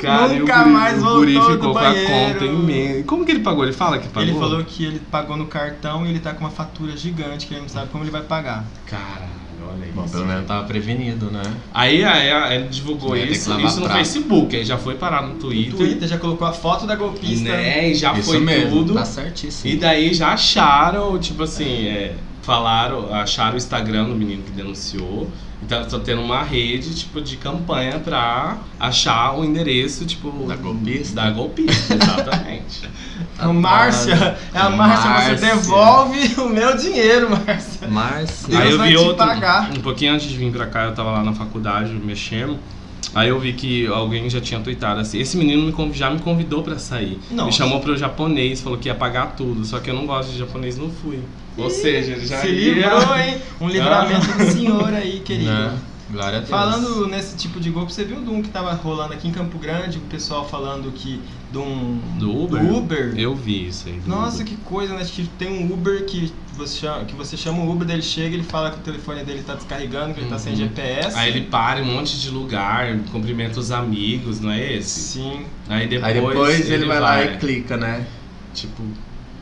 [SPEAKER 1] Cara, e o
[SPEAKER 2] Nunca
[SPEAKER 1] guri-
[SPEAKER 2] mais
[SPEAKER 1] o guri
[SPEAKER 2] voltou do
[SPEAKER 1] ficou com
[SPEAKER 2] banheiro.
[SPEAKER 1] a conta imensa. Como que ele pagou? Ele fala que pagou?
[SPEAKER 2] Ele falou que ele pagou no cartão e ele tá com uma fatura gigante que ele não sabe como ele vai pagar.
[SPEAKER 1] Caralho, olha isso.
[SPEAKER 5] Bom, pelo menos tava prevenido, né?
[SPEAKER 1] Aí, aí, aí ele divulgou
[SPEAKER 5] Vai ter que
[SPEAKER 1] isso,
[SPEAKER 5] lavar
[SPEAKER 1] isso no
[SPEAKER 5] prato.
[SPEAKER 1] Facebook, aí já foi parar no
[SPEAKER 2] O
[SPEAKER 1] Twitter.
[SPEAKER 2] Twitter já colocou a foto da golpista.
[SPEAKER 1] Né, e já
[SPEAKER 5] Isso
[SPEAKER 1] foi
[SPEAKER 5] mesmo,
[SPEAKER 1] tudo.
[SPEAKER 5] Tá certíssimo.
[SPEAKER 1] E daí já acharam, tipo assim, é, falaram, acharam o Instagram do menino que denunciou. Então tá tendo uma rede, tipo, de campanha pra achar o endereço, tipo.
[SPEAKER 5] Da golpista?
[SPEAKER 1] Da
[SPEAKER 2] [laughs]
[SPEAKER 1] golpista, exatamente.
[SPEAKER 2] A Márcia, é a Márcia, você
[SPEAKER 5] Márcia.
[SPEAKER 2] devolve [laughs] o meu dinheiro, Márcia.
[SPEAKER 5] Mas
[SPEAKER 2] Deus vai te pagar.
[SPEAKER 1] Um pouquinho antes de vir pra cá, eu tava lá na faculdade mexendo. Aí eu vi que alguém já tinha tweetado assim, esse menino me conv- já me convidou pra sair. Me
[SPEAKER 2] Nossa.
[SPEAKER 1] chamou pro japonês, falou que ia pagar tudo, só que eu não gosto de japonês, não fui. Ou seja, ele já
[SPEAKER 2] Se
[SPEAKER 1] ia-
[SPEAKER 2] livrou, hein? Um livramento do senhor aí, querido.
[SPEAKER 5] Né? Glória a Deus.
[SPEAKER 2] Falando nesse tipo de golpe, você viu de um que tava rolando aqui em Campo Grande, o pessoal falando que de um
[SPEAKER 1] Do Uber?
[SPEAKER 2] Uber.
[SPEAKER 1] Eu vi isso aí. do
[SPEAKER 2] Nossa,
[SPEAKER 1] Uber.
[SPEAKER 2] que coisa, né? Acho que tem um Uber que você chama, que você chama o Uber, ele chega, ele fala que o telefone dele tá descarregando, que ele tá sem
[SPEAKER 1] Uhum.
[SPEAKER 2] GPS.
[SPEAKER 1] Aí ele para em um monte de lugar, cumprimenta os amigos, não é esse?
[SPEAKER 2] Sim.
[SPEAKER 1] Aí depois,
[SPEAKER 5] Aí depois ele, vai lá e clica, né?
[SPEAKER 1] Tipo,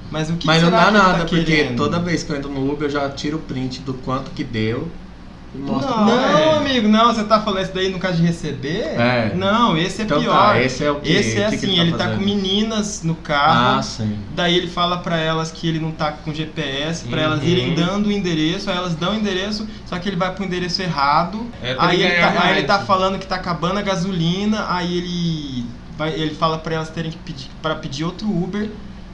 [SPEAKER 2] Mas o que
[SPEAKER 5] Mas não
[SPEAKER 2] será
[SPEAKER 5] dá
[SPEAKER 2] que ele tá
[SPEAKER 5] nada, porque
[SPEAKER 2] querendo?
[SPEAKER 5] toda vez que eu entro no Uber eu já tiro o print do quanto que deu e mostro.
[SPEAKER 2] Não,
[SPEAKER 5] pra ele.
[SPEAKER 2] amigo, não, você tá falando isso daí no caso de receber?
[SPEAKER 5] É.
[SPEAKER 2] Não, esse é
[SPEAKER 5] Então
[SPEAKER 2] pior.
[SPEAKER 5] tá, esse é o que
[SPEAKER 2] Esse é
[SPEAKER 5] o que
[SPEAKER 2] assim,
[SPEAKER 5] que
[SPEAKER 2] ele tá, com
[SPEAKER 5] fazendo?
[SPEAKER 2] meninas no carro,
[SPEAKER 5] Ah, sim.
[SPEAKER 2] daí ele fala pra elas que ele não tá com GPS, pra elas
[SPEAKER 1] Uhum.
[SPEAKER 2] irem dando o endereço, aí elas dão o endereço, só que ele vai pro endereço errado,
[SPEAKER 1] é pra
[SPEAKER 2] aí, ele
[SPEAKER 1] ganhar
[SPEAKER 2] tá, aí
[SPEAKER 1] mais.
[SPEAKER 2] ele tá falando que tá acabando a gasolina, aí ele vai, ele fala pra elas terem que pedir para pedir outro Uber,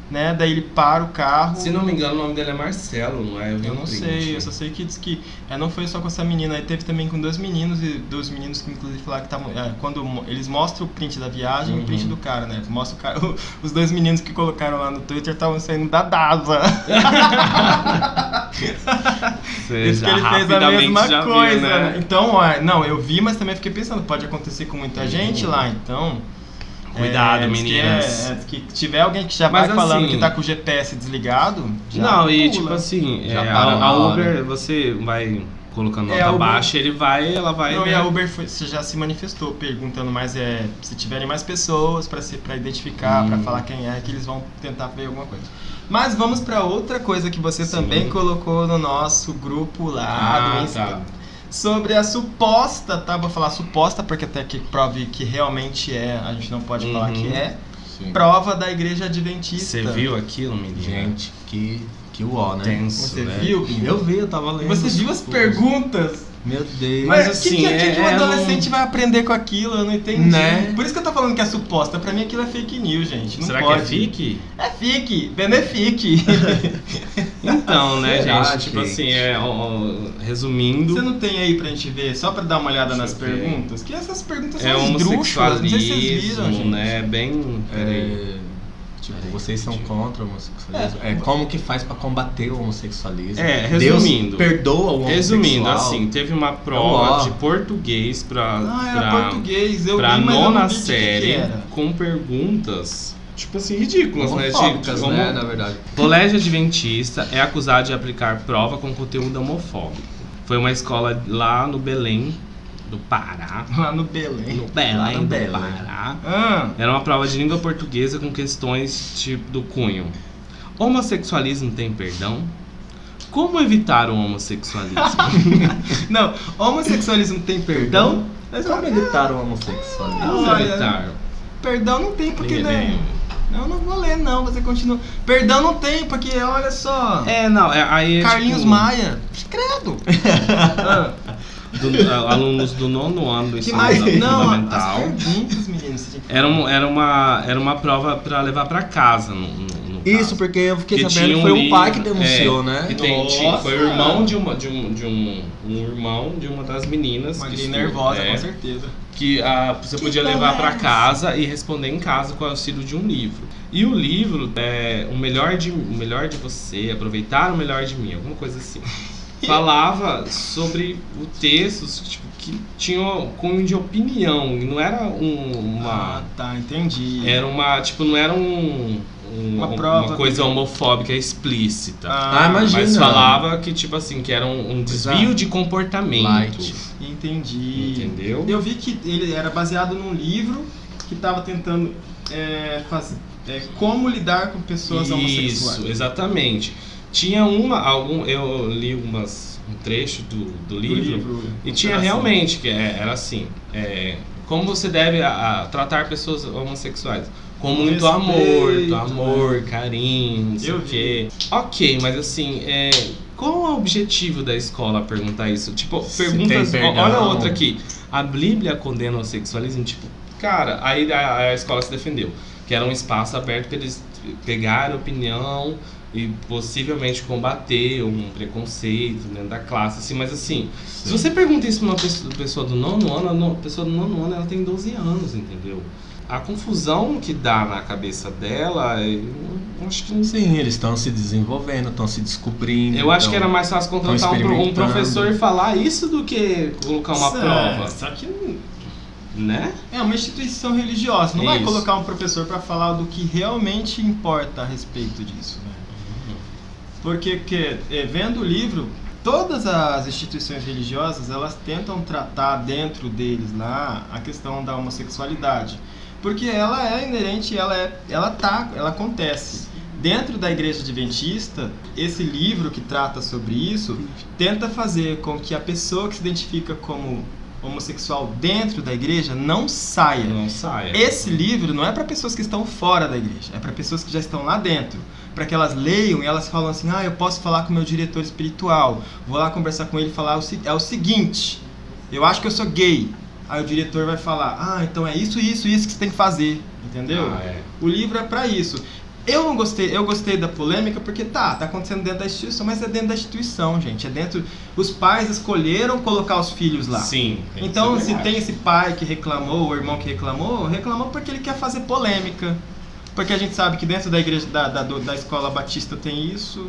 [SPEAKER 2] né? Daí ele para o carro.
[SPEAKER 1] Se não me engano, o nome dele é Marcelo, não é? vi
[SPEAKER 2] Eu
[SPEAKER 1] um
[SPEAKER 2] não
[SPEAKER 1] print.
[SPEAKER 2] sei, eu só sei que diz que é, não foi só com essa menina, aí teve também com dois meninos, e dois meninos que inclusive falaram que estavam. é, quando mo- eles mostram o print da viagem e o print
[SPEAKER 1] Uhum.
[SPEAKER 2] do cara, né? Mostra o cara, [laughs] os dois meninos que colocaram lá no Twitter estavam saindo da DASA.
[SPEAKER 1] Você
[SPEAKER 2] Isso que
[SPEAKER 1] já
[SPEAKER 2] ele fez a
[SPEAKER 1] rapidamente já
[SPEAKER 2] mesma
[SPEAKER 1] viu,
[SPEAKER 2] coisa.
[SPEAKER 1] né?
[SPEAKER 2] Então, ó, não, eu vi, mas também fiquei pensando, pode acontecer com muita gente lá, então.
[SPEAKER 1] Uhum. Cuidado,
[SPEAKER 2] é, diz que é-
[SPEAKER 1] meninas.
[SPEAKER 2] é, diz que tiver alguém que já
[SPEAKER 1] Mas
[SPEAKER 2] vai falando
[SPEAKER 1] assim-
[SPEAKER 2] que tá com o GPS desligado. já
[SPEAKER 1] não, e
[SPEAKER 2] pula.
[SPEAKER 1] tipo assim,
[SPEAKER 5] Já
[SPEAKER 1] é,
[SPEAKER 5] para
[SPEAKER 1] a,
[SPEAKER 5] na
[SPEAKER 1] a
[SPEAKER 5] hora.
[SPEAKER 1] Uber, você vai colocando
[SPEAKER 2] É,
[SPEAKER 1] nota
[SPEAKER 2] a Uber-
[SPEAKER 1] baixa, ele vai, ela vai.
[SPEAKER 2] Não,
[SPEAKER 1] né?
[SPEAKER 2] e a Uber foi- você já se manifestou perguntando mais é, se tiverem mais pessoas para se para identificar, pra para falar quem é, que eles vão tentar ver alguma coisa. Mas vamos para outra coisa que você
[SPEAKER 1] Sim.
[SPEAKER 2] também colocou no nosso grupo lá do
[SPEAKER 1] Ah,
[SPEAKER 2] Insta.
[SPEAKER 1] tá.
[SPEAKER 2] Sobre a suposta, tá? Vou falar suposta porque até que prove que realmente é, a gente não pode falar
[SPEAKER 1] Uhum.
[SPEAKER 2] que é.
[SPEAKER 5] Sim.
[SPEAKER 2] Prova da igreja adventista.
[SPEAKER 1] Você viu aquilo, menina?
[SPEAKER 5] Gente, que, que uó, né?
[SPEAKER 1] Tenso,
[SPEAKER 2] Você
[SPEAKER 1] né?
[SPEAKER 2] viu?
[SPEAKER 5] Eu vi, eu tava lendo.
[SPEAKER 2] Você viu as perguntas?
[SPEAKER 5] Meu Deus.
[SPEAKER 1] Mas
[SPEAKER 2] Mas o que,
[SPEAKER 1] assim,
[SPEAKER 2] que, que, que um
[SPEAKER 1] é- é
[SPEAKER 2] adolescente vai aprender com aquilo? Eu não entendi.
[SPEAKER 5] Né?
[SPEAKER 2] Por isso que eu tô falando que é suposta. Pra mim aquilo é fake news, gente. Não
[SPEAKER 1] Será que
[SPEAKER 2] pode.
[SPEAKER 1] é fique?
[SPEAKER 2] É fique.
[SPEAKER 1] [laughs]
[SPEAKER 2] Benefique. [laughs]
[SPEAKER 1] Então, né,
[SPEAKER 5] Será,
[SPEAKER 1] gente? Tipo
[SPEAKER 5] gente?
[SPEAKER 1] assim, é, ó, ó, resumindo.
[SPEAKER 2] Você não tem aí pra gente ver, só pra dar uma olhada
[SPEAKER 1] Deixa
[SPEAKER 2] nas
[SPEAKER 1] eu ver.
[SPEAKER 2] perguntas? Que essas perguntas
[SPEAKER 1] É
[SPEAKER 2] são esdrúxulas. Não sei se vocês viram,
[SPEAKER 1] homossexualismo,
[SPEAKER 2] gente.
[SPEAKER 1] né? Bem. Peraí.
[SPEAKER 5] É, tipo,
[SPEAKER 1] Peraí,
[SPEAKER 5] vocês são
[SPEAKER 1] gente.
[SPEAKER 5] contra o homossexualismo? É, como que faz pra combater o homossexualismo?
[SPEAKER 1] É,
[SPEAKER 5] Deus
[SPEAKER 1] resumindo.
[SPEAKER 5] perdoa o homossexual.
[SPEAKER 1] Resumindo, assim, teve uma prova
[SPEAKER 5] ó.
[SPEAKER 1] de português pra,
[SPEAKER 2] Ah, era
[SPEAKER 1] pra,
[SPEAKER 2] português. Eu
[SPEAKER 1] pra
[SPEAKER 2] vi, mas eu
[SPEAKER 1] nona
[SPEAKER 2] não vi de que que
[SPEAKER 1] série
[SPEAKER 2] era.
[SPEAKER 1] com perguntas, tipo assim, ridículas, né, gente?
[SPEAKER 5] Homofóbicas,
[SPEAKER 1] Homo-
[SPEAKER 5] né, na verdade.
[SPEAKER 1] Colégio Adventista é acusado de aplicar prova com conteúdo homofóbico. Foi uma escola lá no Belém, do Pará.
[SPEAKER 2] Lá no Belém.
[SPEAKER 1] No Belém,
[SPEAKER 5] Lá no
[SPEAKER 1] do
[SPEAKER 5] Belém.
[SPEAKER 1] Pará.
[SPEAKER 2] Ah,
[SPEAKER 1] Era uma prova de língua portuguesa com questões tipo do cunho. Homossexualismo tem perdão? Como evitar o
[SPEAKER 2] [laughs]
[SPEAKER 1] homossexualismo?
[SPEAKER 2] não, homossexualismo tem perdão?
[SPEAKER 5] Mas
[SPEAKER 1] é.
[SPEAKER 5] como evitar o homossexualismo?
[SPEAKER 1] Como
[SPEAKER 2] Olha,
[SPEAKER 1] evitar? né,
[SPEAKER 2] Perdão não tem porque
[SPEAKER 1] Ninguém-
[SPEAKER 2] não. é. Eu não vou ler, não. Você continua. Perdão não tem porque, olha só.
[SPEAKER 1] É, não, é, aí é
[SPEAKER 2] Carlinhos
[SPEAKER 1] tipo,
[SPEAKER 2] Maia. Credo. Ah,
[SPEAKER 1] do- a- alunos do nono ano do
[SPEAKER 2] [laughs] que
[SPEAKER 1] ensino
[SPEAKER 2] mais? Não, tá as
[SPEAKER 1] fundamental.
[SPEAKER 2] perguntas, meninos. você tinha que-
[SPEAKER 1] Era, um- era, uma, era uma prova pra levar pra casa, no, no- no
[SPEAKER 5] Isso,
[SPEAKER 1] caso.
[SPEAKER 5] porque eu fiquei
[SPEAKER 1] Que
[SPEAKER 5] sabendo
[SPEAKER 1] tinha
[SPEAKER 5] que
[SPEAKER 1] um
[SPEAKER 5] foi o pai que
[SPEAKER 1] livro, É.
[SPEAKER 5] denunciou,
[SPEAKER 1] Que
[SPEAKER 5] né?
[SPEAKER 1] tem,
[SPEAKER 2] Nossa!
[SPEAKER 1] tinha- foi o irmão de uma de um, de um, um irmão de uma das meninas
[SPEAKER 2] Uma
[SPEAKER 1] que
[SPEAKER 2] gay
[SPEAKER 1] estuda,
[SPEAKER 2] nervosa,
[SPEAKER 1] é,
[SPEAKER 2] com certeza.
[SPEAKER 1] que ah, você
[SPEAKER 2] Que
[SPEAKER 1] podia
[SPEAKER 2] porra
[SPEAKER 1] levar
[SPEAKER 2] é
[SPEAKER 1] pra
[SPEAKER 2] essa?
[SPEAKER 1] casa e responder em casa com o auxílio de um livro. E o livro é o melhor de o melhor de você, aproveitar o melhor de mim, alguma coisa
[SPEAKER 2] [laughs]
[SPEAKER 1] assim. Falava sobre o texto tipo, que tinha cunho de opinião, e não era um- uma
[SPEAKER 2] Ah, tá, entendi.
[SPEAKER 1] era uma, tipo, não era um, um-
[SPEAKER 2] Uma
[SPEAKER 1] uma,
[SPEAKER 2] prova.
[SPEAKER 1] coisa homofóbica explícita.
[SPEAKER 5] Ah, imagina.
[SPEAKER 1] Mas falava que, tipo assim, que era um, um
[SPEAKER 2] é.
[SPEAKER 1] desvio de comportamento.
[SPEAKER 5] Light.
[SPEAKER 2] Entendi.
[SPEAKER 1] Entendeu?
[SPEAKER 2] Eu vi que ele era baseado num livro que tava tentando é, fazer. é, como lidar com pessoas homossexuais.
[SPEAKER 1] Isso, exatamente. Tinha uma, algum, eu li umas, um trecho do, do
[SPEAKER 2] Do
[SPEAKER 1] livro, e tinha realmente, que é- era assim, é, como você deve a- a tratar pessoas homossexuais? Com muito
[SPEAKER 2] Respeito,
[SPEAKER 1] amor, do
[SPEAKER 2] né?
[SPEAKER 1] amor, carinho, não sei
[SPEAKER 2] Eu
[SPEAKER 1] o quê. Ok, mas assim, é, qual é o objetivo da escola perguntar isso? Tipo,
[SPEAKER 5] Se
[SPEAKER 1] perguntas.
[SPEAKER 5] tem
[SPEAKER 1] ó,
[SPEAKER 5] perdão.
[SPEAKER 1] Olha outra aqui. A Bíblia condena o sexualismo? Tipo, cara, aí a, a escola se defendeu. Que era um espaço aberto para eles pegarem opinião e possivelmente combater um preconceito dentro da classe, assim, mas assim. Se você pergunta isso pra uma pessoa, pessoa do nono ano, a no- pessoa do nono ano ela tem 12 anos, entendeu? A confusão que dá na cabeça dela, eu acho que não sei.
[SPEAKER 5] Sim, eles estão se desenvolvendo, estão se descobrindo.
[SPEAKER 1] Eu acho
[SPEAKER 5] tão-
[SPEAKER 1] que
[SPEAKER 2] então,
[SPEAKER 1] era mais fácil contratar um, pro- um
[SPEAKER 5] experimentando.
[SPEAKER 1] professor e falar isso do que colocar uma
[SPEAKER 2] Isso é,
[SPEAKER 1] prova.
[SPEAKER 2] Só que não-
[SPEAKER 1] Né?
[SPEAKER 2] É uma instituição religiosa, não vai
[SPEAKER 1] Isso.
[SPEAKER 2] colocar um professor para falar do que realmente importa a respeito disso, né? Porque que, eh, vendo o livro, todas as instituições religiosas, elas tentam tratar dentro deles lá a questão da homossexualidade, porque ela é inerente, ela é, ela tá, ela acontece. Dentro da igreja adventista, esse livro que trata sobre isso tenta fazer com que a pessoa que se identifica como homossexual dentro da igreja não saia.
[SPEAKER 1] Não saia.
[SPEAKER 2] Esse livro não é para pessoas que estão fora da igreja, é para pessoas que já estão lá dentro. Para que elas leiam e elas falam assim: ah, eu posso falar com meu diretor espiritual, vou lá conversar com ele e falar: o se- é o seguinte, eu acho que eu sou gay. Aí o diretor vai falar: ah, então é isso, isso, isso que você tem que fazer, entendeu?
[SPEAKER 1] Ah, é.
[SPEAKER 2] O livro é para isso. Eu não gostei, eu gostei da polêmica porque tá, tá acontecendo dentro da instituição, mas é dentro da instituição, gente. É dentro. Os pais escolheram colocar os filhos lá.
[SPEAKER 1] Sim. tem que
[SPEAKER 2] Então,
[SPEAKER 1] ser
[SPEAKER 2] se
[SPEAKER 1] verdade.
[SPEAKER 2] tem esse pai que reclamou, o irmão que reclamou, reclamou porque ele quer fazer polêmica. Porque a gente sabe que dentro da igreja da, da, do- da escola batista tem isso,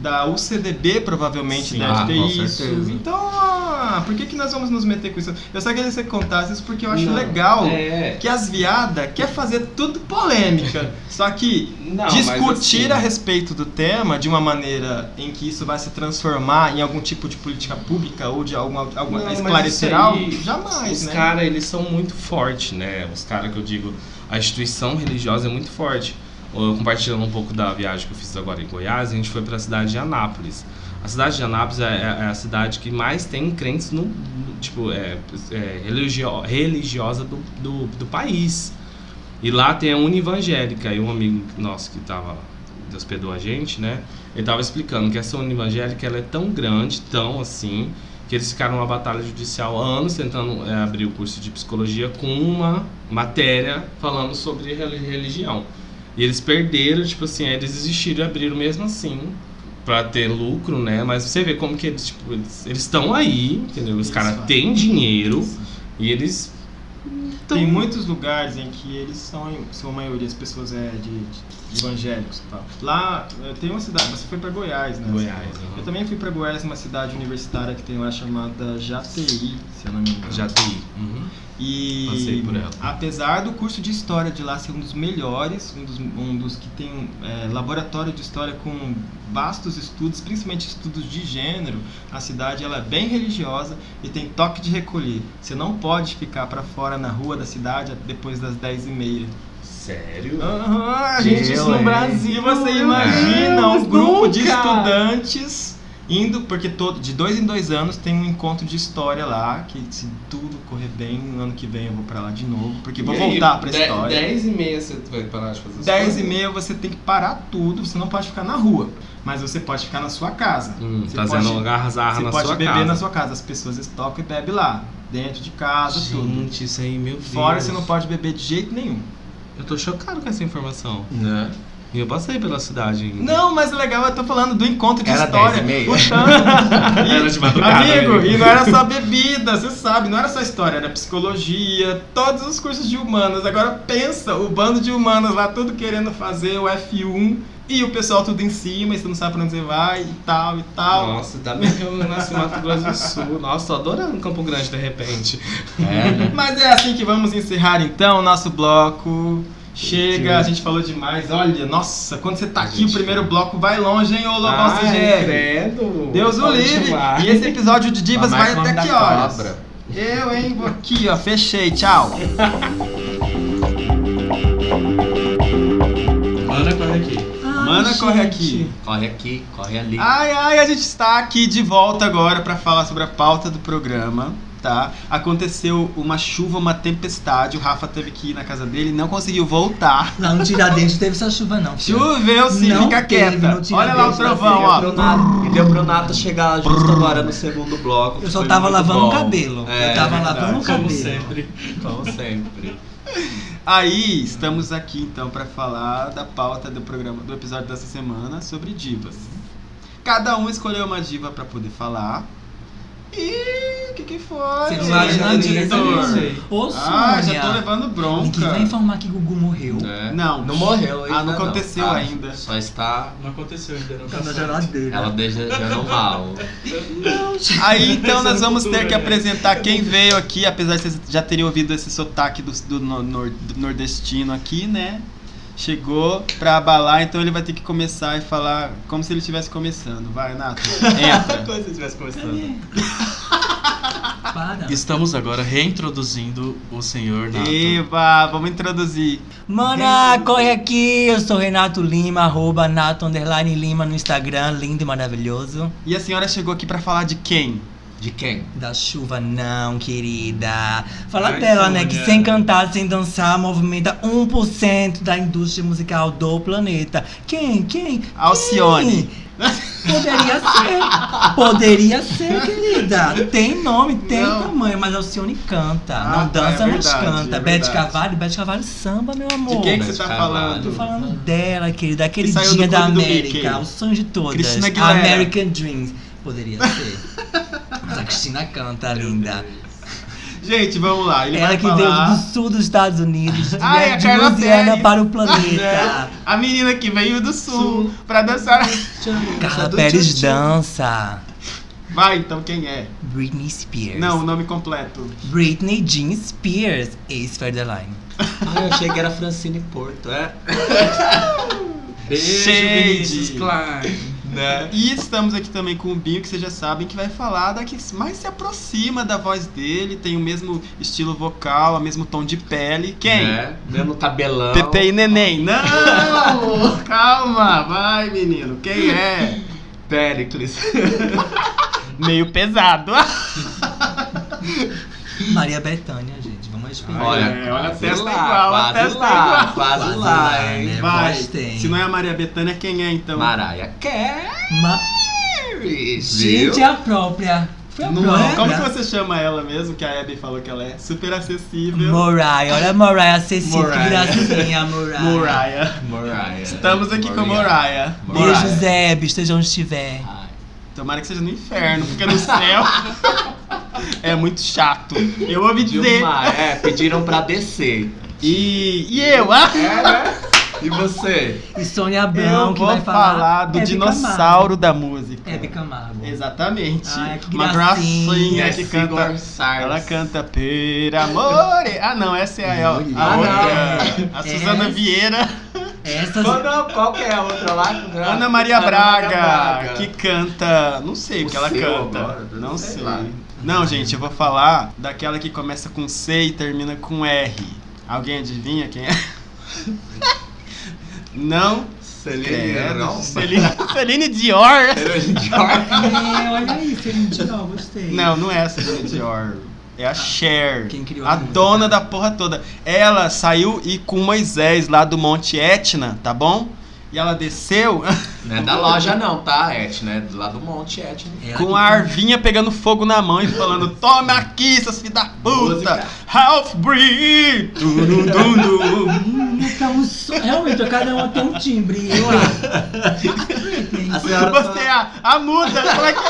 [SPEAKER 2] da UCDB provavelmente
[SPEAKER 1] Sim,
[SPEAKER 2] deve
[SPEAKER 1] ah,
[SPEAKER 2] ter
[SPEAKER 5] com
[SPEAKER 2] isso.
[SPEAKER 5] certeza.
[SPEAKER 2] Então, ah, por que, que nós vamos nos meter com isso? Eu só queria que você contasse isso porque eu acho legal
[SPEAKER 1] É.
[SPEAKER 2] que as viadas quer fazer tudo polêmica. só que
[SPEAKER 1] Não, mas
[SPEAKER 2] discutir
[SPEAKER 1] assim-
[SPEAKER 2] a respeito do tema de uma maneira em que isso vai se transformar em algum tipo de política pública ou de alguma, alguma
[SPEAKER 1] Não, mas
[SPEAKER 2] esclarecer
[SPEAKER 1] isso aí,
[SPEAKER 2] algo, jamais,
[SPEAKER 1] Os
[SPEAKER 2] né?
[SPEAKER 1] caras, eles são muito fortes, né? Os caras que eu digo, a instituição religiosa é muito forte. Eu, compartilhando um pouco da viagem que eu fiz agora em Goiás, a gente foi para a cidade de Anápolis. A cidade de Anápolis é, é- é a cidade que mais tem crentes no, no- tipo, é, é, religio- religiosa do, do, do país. E lá tem a Uni Evangélica. E um amigo nosso que tava, que hospedou a gente, né? Ele tava explicando que essa Uni Evangélica ela é tão grande, tão assim, que eles ficaram numa batalha judicial há anos tentando é, abrir o curso de psicologia com uma matéria falando sobre reli- religião. E eles perderam, tipo assim, aí eles desistiram e abriram mesmo assim. Pra ter lucro, né? Mas você vê como que eles, tipo, eles estão aí, entendeu? Os
[SPEAKER 2] Eles
[SPEAKER 1] caras
[SPEAKER 2] fazem.
[SPEAKER 1] têm dinheiro e eles. tão-
[SPEAKER 2] Tem muitos lugares em que eles são, são a maioria, as pessoas é de, de evangélicos e tal. Lá, eh, tem uma cidade, você foi pra Goiás, né?
[SPEAKER 1] Goiás,
[SPEAKER 2] Eu
[SPEAKER 1] né?
[SPEAKER 2] também fui pra Goiás, uma cidade universitária que tem lá chamada Jateí, se eu não me engano.
[SPEAKER 1] Já tem. Uhum.
[SPEAKER 2] E
[SPEAKER 1] Passei por ela.
[SPEAKER 2] apesar do curso de história de lá ser um dos melhores, um dos, um dos que tem é, laboratório de história com vastos estudos, principalmente estudos de gênero, a cidade ela é bem religiosa e tem toque de recolher. Você não pode ficar pra fora na rua da cidade depois das 10h30.
[SPEAKER 1] Sério?
[SPEAKER 2] Ah, gente, isso no
[SPEAKER 5] hein?
[SPEAKER 2] Brasil, você
[SPEAKER 1] Meu
[SPEAKER 2] imagina um
[SPEAKER 1] Deus,
[SPEAKER 2] grupo de
[SPEAKER 1] nunca!
[SPEAKER 2] estudantes indo, porque todo, de dois em dois anos tem um encontro de história lá, que se tudo correr bem, no ano que vem eu vou pra lá de novo, porque vou voltar pra história.
[SPEAKER 1] 10 e meia você vai parar de fazer
[SPEAKER 2] 10 e meia você tem que parar tudo, você não pode ficar na rua, mas você pode ficar na sua casa.
[SPEAKER 1] Hum,
[SPEAKER 2] Você
[SPEAKER 1] fazendo
[SPEAKER 2] pode-
[SPEAKER 1] algazarra
[SPEAKER 2] Você
[SPEAKER 1] na
[SPEAKER 2] pode
[SPEAKER 1] sua
[SPEAKER 2] beber
[SPEAKER 1] casa.
[SPEAKER 2] na sua casa, as pessoas estocam e bebem lá, dentro de casa, tudo.
[SPEAKER 1] Gente, isso aí, meu Deus.
[SPEAKER 2] Fora você não pode beber de jeito nenhum.
[SPEAKER 1] Eu tô chocado com essa informação.
[SPEAKER 5] Né?
[SPEAKER 1] E eu passei pela cidade ainda.
[SPEAKER 2] Não, mas o legal, é, eu tô falando do encontro de
[SPEAKER 5] Era
[SPEAKER 2] história.
[SPEAKER 5] 10h30.
[SPEAKER 2] O
[SPEAKER 1] [laughs]
[SPEAKER 2] tanto.
[SPEAKER 1] Era de madrugada
[SPEAKER 2] Amigo,
[SPEAKER 1] mesmo.
[SPEAKER 2] e não era só bebida, você sabe, não era só história, era psicologia, todos os cursos de humanas. Agora pensa, o bando de humanas lá, tudo querendo fazer o F1 e o pessoal tudo em cima, e você não sabe pra onde você vai e tal e tal.
[SPEAKER 1] Nossa, dá bem que eu nasci em Mato Grosso do Sul. Nossa, tô adorando Campo Grande de repente.
[SPEAKER 2] Mas é assim que vamos encerrar então o nosso bloco. Chega, a gente falou demais. Olha, nossa, quando você tá aqui, o
[SPEAKER 1] gente
[SPEAKER 2] primeiro bloco vai longe, hein, ô Lobão
[SPEAKER 1] Ai,
[SPEAKER 2] CGR?
[SPEAKER 1] credo.
[SPEAKER 2] Deus o
[SPEAKER 1] Pode
[SPEAKER 2] livre!
[SPEAKER 1] chamar. Tá
[SPEAKER 2] E esse episódio de
[SPEAKER 4] Tá
[SPEAKER 2] Divas vai
[SPEAKER 5] Mamar com
[SPEAKER 2] até
[SPEAKER 5] a
[SPEAKER 2] que
[SPEAKER 5] da
[SPEAKER 2] horas?
[SPEAKER 5] cobra.
[SPEAKER 2] Eu, hein? Vou aqui, ó. Fechei, tchau.
[SPEAKER 3] Ana corre aqui.
[SPEAKER 2] Mana, corre aqui.
[SPEAKER 4] [laughs] Corre aqui, corre ali.
[SPEAKER 2] Ai, ai, a gente está aqui de volta agora para falar sobre a pauta do programa, tá? Aconteceu uma chuva, uma tempestade. O Rafa teve que ir na casa dele, não conseguiu voltar.
[SPEAKER 6] Lá no Tiradentes teve essa chuva, não. filho.
[SPEAKER 2] Choveu sim,
[SPEAKER 6] Não
[SPEAKER 2] fica
[SPEAKER 6] teve
[SPEAKER 2] quieta.
[SPEAKER 6] no
[SPEAKER 2] Olha lá o
[SPEAKER 6] Tiradentes,
[SPEAKER 2] trovão,
[SPEAKER 6] né,
[SPEAKER 2] ó.
[SPEAKER 6] filho?
[SPEAKER 4] E deu pro Nato chegar justo agora no segundo bloco.
[SPEAKER 6] Eu só tava lavando o cabelo.
[SPEAKER 2] É,
[SPEAKER 6] eu tava lavando o cabelo.
[SPEAKER 4] Como [laughs] sempre.
[SPEAKER 2] Aí, estamos aqui então para falar da pauta do programa do episódio dessa semana sobre divas. Cada um escolheu uma diva para poder falar. Ih, o que que foi?
[SPEAKER 6] Você não imagina
[SPEAKER 2] Ele é
[SPEAKER 6] disso.
[SPEAKER 2] diretor.
[SPEAKER 6] Ô,
[SPEAKER 2] Ah,
[SPEAKER 6] Sônia.
[SPEAKER 2] já tô levando
[SPEAKER 6] Ninguém vai
[SPEAKER 2] bronca.
[SPEAKER 6] informar que Gugu morreu.
[SPEAKER 4] É.
[SPEAKER 2] Não,
[SPEAKER 4] Não morreu ainda.
[SPEAKER 2] Ah, não aconteceu
[SPEAKER 4] Ah,
[SPEAKER 2] ainda.
[SPEAKER 4] Só está.
[SPEAKER 3] Não aconteceu ainda, não
[SPEAKER 6] Tá na
[SPEAKER 3] aconteceu.
[SPEAKER 6] geladeira.
[SPEAKER 4] Ela deixa já no mal.
[SPEAKER 2] Aí então nós vamos ter que
[SPEAKER 3] Cultura, né?
[SPEAKER 2] apresentar quem veio aqui, apesar de vocês já terem ouvido esse sotaque do, do no- nor- do nordestino aqui, né? Chegou pra abalar, então ele vai ter que começar e falar como se ele estivesse começando. Vai, Nato, entra.
[SPEAKER 3] Quando você estivesse começando.
[SPEAKER 6] Para.
[SPEAKER 3] Estamos agora reintroduzindo o senhor Nato.
[SPEAKER 2] Eba, vamos introduzir.
[SPEAKER 6] Mana, corre aqui. Eu sou Renato Lima, arroba Nato Underline Lima no Instagram. Lindo e maravilhoso.
[SPEAKER 2] E a senhora chegou aqui pra falar de quem?
[SPEAKER 4] De quem?
[SPEAKER 6] Da chuva, não, querida. Fala
[SPEAKER 3] Ai,
[SPEAKER 6] dela, né? Que
[SPEAKER 3] Sônia.
[SPEAKER 6] sem cantar, sem dançar, movimenta 1% da indústria musical do planeta. Quem? Quem?
[SPEAKER 2] Alcione.
[SPEAKER 6] Quem? Poderia ser. Poderia ser, querida. Tem nome, tem
[SPEAKER 2] Não.
[SPEAKER 6] tamanho, mas Alcione canta.
[SPEAKER 2] Ah,
[SPEAKER 6] não
[SPEAKER 2] tá,
[SPEAKER 6] dança,
[SPEAKER 2] é
[SPEAKER 6] mas
[SPEAKER 2] verdade,
[SPEAKER 6] canta.
[SPEAKER 2] é
[SPEAKER 6] Bete
[SPEAKER 2] verdade.
[SPEAKER 6] Carvalho, Bete Carvalho samba, meu amor.
[SPEAKER 2] De quem que
[SPEAKER 4] Beth
[SPEAKER 2] você tá
[SPEAKER 4] Carvalho.
[SPEAKER 6] Tô
[SPEAKER 2] falando?
[SPEAKER 6] falando dela, querida, aquele
[SPEAKER 2] Que saiu
[SPEAKER 6] dia
[SPEAKER 2] do
[SPEAKER 6] da
[SPEAKER 2] clube do Mickey.
[SPEAKER 6] América, o sonho de todas.
[SPEAKER 2] Christina Aguilera.
[SPEAKER 6] American Dreams. Poderia
[SPEAKER 2] [laughs]
[SPEAKER 6] ser. Mas a Cristina canta, linda.
[SPEAKER 2] Gente, vamos lá. Ele
[SPEAKER 6] Ela
[SPEAKER 2] vai
[SPEAKER 6] que
[SPEAKER 2] falar...
[SPEAKER 6] veio do sul dos Estados Unidos, de,
[SPEAKER 2] [laughs] Ai, a
[SPEAKER 6] de
[SPEAKER 2] Carla
[SPEAKER 6] Louisiana
[SPEAKER 2] Pérez.
[SPEAKER 6] para o
[SPEAKER 2] né? [laughs]
[SPEAKER 6] planeta.
[SPEAKER 2] A menina que veio do sul, pra dançar. É.
[SPEAKER 6] Carla Pérez dança.
[SPEAKER 2] Vai, então quem é?
[SPEAKER 6] Britney Spears.
[SPEAKER 2] Não, o nome completo.
[SPEAKER 6] Britney Jean Spears, ex Federline.
[SPEAKER 4] Ah, eu achei que era Francine Porto. É.
[SPEAKER 3] Beijo,
[SPEAKER 2] Shade. [laughs]
[SPEAKER 3] Vinícius Klein.
[SPEAKER 2] né? E estamos aqui também com o Binho, que vocês já sabem que vai falar da que mais se aproxima da voz dele, tem o mesmo estilo vocal, o mesmo tom de pele. Quem?
[SPEAKER 3] Né?
[SPEAKER 4] É.
[SPEAKER 5] Mesmo cabelão.
[SPEAKER 2] Pepe e
[SPEAKER 3] [laughs]
[SPEAKER 2] Neném. Não! Calma, vai menino, quem é?
[SPEAKER 3] [laughs]
[SPEAKER 5] Péricles.
[SPEAKER 2] Meio pesado.
[SPEAKER 6] Maria Bethânia, gente, vamos respirar.
[SPEAKER 4] Olha,
[SPEAKER 2] é, olha a
[SPEAKER 4] quase
[SPEAKER 2] testa
[SPEAKER 4] lá,
[SPEAKER 2] igual, a
[SPEAKER 4] Tá quase
[SPEAKER 2] testa
[SPEAKER 4] lá,
[SPEAKER 2] igual.
[SPEAKER 4] Quase,
[SPEAKER 6] Quase
[SPEAKER 4] lá,
[SPEAKER 6] lá,
[SPEAKER 4] hein?
[SPEAKER 6] né?
[SPEAKER 2] Vai,
[SPEAKER 6] voz tem.
[SPEAKER 2] se não é a Maria Bethânia, quem é então?
[SPEAKER 4] Mariah Carey.
[SPEAKER 6] Ma- Gente, é a própria. Foi a
[SPEAKER 2] Não, é?
[SPEAKER 6] própria.
[SPEAKER 2] Como que você chama ela mesmo? Que a Abby falou que ela é super acessível.
[SPEAKER 6] Morai, olha a Morai acessível, que
[SPEAKER 2] Morai.
[SPEAKER 6] gracinha, Morai.
[SPEAKER 2] Moriah.
[SPEAKER 4] Mariah.
[SPEAKER 2] Estamos aqui com Moriah.
[SPEAKER 4] Mariah.
[SPEAKER 6] Beijo, Zeb, esteja onde estiver.
[SPEAKER 4] Ai.
[SPEAKER 2] Tomara que seja no inferno, porque no céu [laughs] é muito chato. Eu ouvi dizer.
[SPEAKER 4] Dilma, é, pediram pra descer.
[SPEAKER 2] E, e eu? Ah,
[SPEAKER 4] E você?
[SPEAKER 6] E Sônia Abrão,
[SPEAKER 2] eu
[SPEAKER 6] É que
[SPEAKER 2] vou
[SPEAKER 6] vai
[SPEAKER 2] falar,
[SPEAKER 6] falar, É
[SPEAKER 2] do
[SPEAKER 6] Hebe
[SPEAKER 2] dinossauro da música.
[SPEAKER 6] Camargo. Hebe Camargo.
[SPEAKER 2] Exatamente.
[SPEAKER 6] É Ai, que
[SPEAKER 2] Uma
[SPEAKER 6] gracinha.
[SPEAKER 2] gracinha
[SPEAKER 4] Sim,
[SPEAKER 2] que canta.
[SPEAKER 4] Gorsars.
[SPEAKER 2] Ela canta Per Amore. Ah, não, essa é a, a
[SPEAKER 4] Ah,
[SPEAKER 2] outra. A
[SPEAKER 6] É.
[SPEAKER 2] Suzana Vieira.
[SPEAKER 6] Essas.
[SPEAKER 4] Qual, não, qual que é a outra lá?
[SPEAKER 2] Ana Maria
[SPEAKER 4] Ana
[SPEAKER 2] Braga,
[SPEAKER 4] Maria Braga.
[SPEAKER 2] que canta. Não sei o,
[SPEAKER 4] O
[SPEAKER 2] que ela
[SPEAKER 4] seu
[SPEAKER 2] canta.
[SPEAKER 4] agora,
[SPEAKER 2] não
[SPEAKER 4] não
[SPEAKER 2] sei.
[SPEAKER 4] sei lá.
[SPEAKER 2] Não, gente, eu vou falar daquela que começa com C e termina com R. Alguém adivinha quem é? [laughs] Não? Credo. Celine, Celine Dior!
[SPEAKER 6] É, olha aí, Celine Dion, gostei.
[SPEAKER 2] Não, não é
[SPEAKER 4] [laughs]
[SPEAKER 2] a Celine Dior. É a Cher.
[SPEAKER 6] Quem criou a
[SPEAKER 2] a
[SPEAKER 6] música?
[SPEAKER 2] dona da porra toda. Ela saiu e com Moisés lá do Monte Etna, tá bom? E ela desceu
[SPEAKER 4] Não é da loja não, tá, Etna? É do lado do monte, Etna.
[SPEAKER 6] Ela que um
[SPEAKER 2] Com a arvinha pegando fogo na mão e falando: Toma aqui, seus filhos da puta!
[SPEAKER 4] Música.
[SPEAKER 2] Half breed! Turum, dum, dum.
[SPEAKER 6] canta- Tá um som- Realmente, cada uma tem um timbre, eu acho.
[SPEAKER 2] Assim,
[SPEAKER 4] A senhora tá-
[SPEAKER 2] Você é a, a muda! Ela que- é?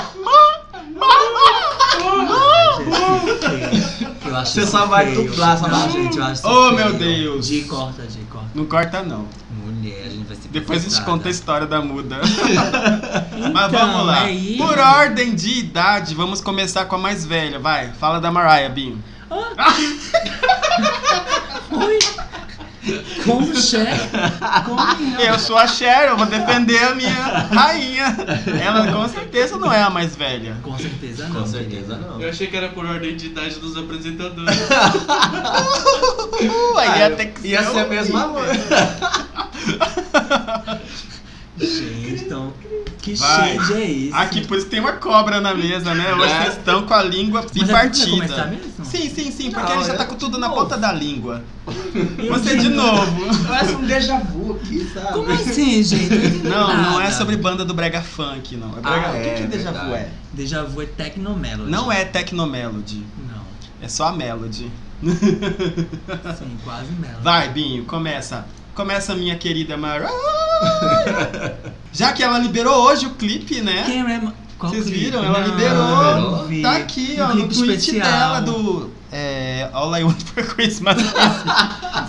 [SPEAKER 6] Eu acho
[SPEAKER 4] Você
[SPEAKER 6] isso
[SPEAKER 4] só vai
[SPEAKER 6] feio.
[SPEAKER 4] dublar essa
[SPEAKER 6] Não,
[SPEAKER 4] parte.
[SPEAKER 6] gente, eu acho isso
[SPEAKER 2] Oh,
[SPEAKER 6] feio.
[SPEAKER 2] meu Deus.
[SPEAKER 6] Gi, corta, Gi, corta.
[SPEAKER 2] Não corta, não.
[SPEAKER 6] Mulher, a gente vai ser
[SPEAKER 2] Depois a gente
[SPEAKER 6] processada.
[SPEAKER 2] conta a história da muda. Mas vamos lá.
[SPEAKER 6] é isso.
[SPEAKER 2] Por ordem de idade, vamos começar com a mais velha. Vai, fala da Mariah, Binho.
[SPEAKER 6] Oi? Como [laughs] chefe? Como não?
[SPEAKER 2] Eu sou a Cher, eu vou defender a minha rainha. Ela com certeza não é a mais velha.
[SPEAKER 6] Com certeza não.
[SPEAKER 4] Com certeza não.
[SPEAKER 3] Eu achei que era por ordem de idade dos apresentadores.
[SPEAKER 2] Uh, aí ia ter que
[SPEAKER 4] Ia ser a
[SPEAKER 2] o-
[SPEAKER 4] mesma loja.
[SPEAKER 6] Gente, então. Que
[SPEAKER 2] Vai.
[SPEAKER 6] shade é esse?
[SPEAKER 2] Aqui, por isso tem uma cobra na mesa, né? Hoje
[SPEAKER 4] É.
[SPEAKER 2] vocês estão com a língua
[SPEAKER 6] Mas É pra começar
[SPEAKER 2] bipartida.
[SPEAKER 6] mesmo?
[SPEAKER 2] Sim, sim, sim, porque
[SPEAKER 4] Não,
[SPEAKER 2] ele já
[SPEAKER 4] é
[SPEAKER 2] tá com tudo na
[SPEAKER 4] novo.
[SPEAKER 2] ponta da língua.
[SPEAKER 6] Eu
[SPEAKER 2] Você
[SPEAKER 6] digo-
[SPEAKER 2] de novo.
[SPEAKER 4] Parece um déjà vu aqui, sabe?
[SPEAKER 6] Como assim, gente? Eu entendi
[SPEAKER 2] Não, não é
[SPEAKER 6] nada.
[SPEAKER 2] sobre banda do Brega Funk, não. É brega...
[SPEAKER 4] Ah,
[SPEAKER 2] o que,
[SPEAKER 4] é,
[SPEAKER 2] que Deja Vu é?
[SPEAKER 4] verdade.
[SPEAKER 6] Deja vu é tecnomelody.
[SPEAKER 2] Não é Tecnomelody.
[SPEAKER 6] Não.
[SPEAKER 2] É só a Melody.
[SPEAKER 6] Sim, quase melody.
[SPEAKER 2] Vai, Binho, começa. Começa, minha
[SPEAKER 4] [laughs]
[SPEAKER 2] querida Mariah. Já que ela liberou hoje o clipe, né?
[SPEAKER 6] Quem é. Qual
[SPEAKER 2] Vocês
[SPEAKER 6] clipe?
[SPEAKER 2] viram? Ela
[SPEAKER 6] Não,
[SPEAKER 2] liberou.
[SPEAKER 6] não vi.
[SPEAKER 2] Tá aqui,
[SPEAKER 6] Um
[SPEAKER 2] ó, no
[SPEAKER 6] clipe
[SPEAKER 2] tweet
[SPEAKER 6] especial.
[SPEAKER 2] dela do. É. All I Want for Christmas.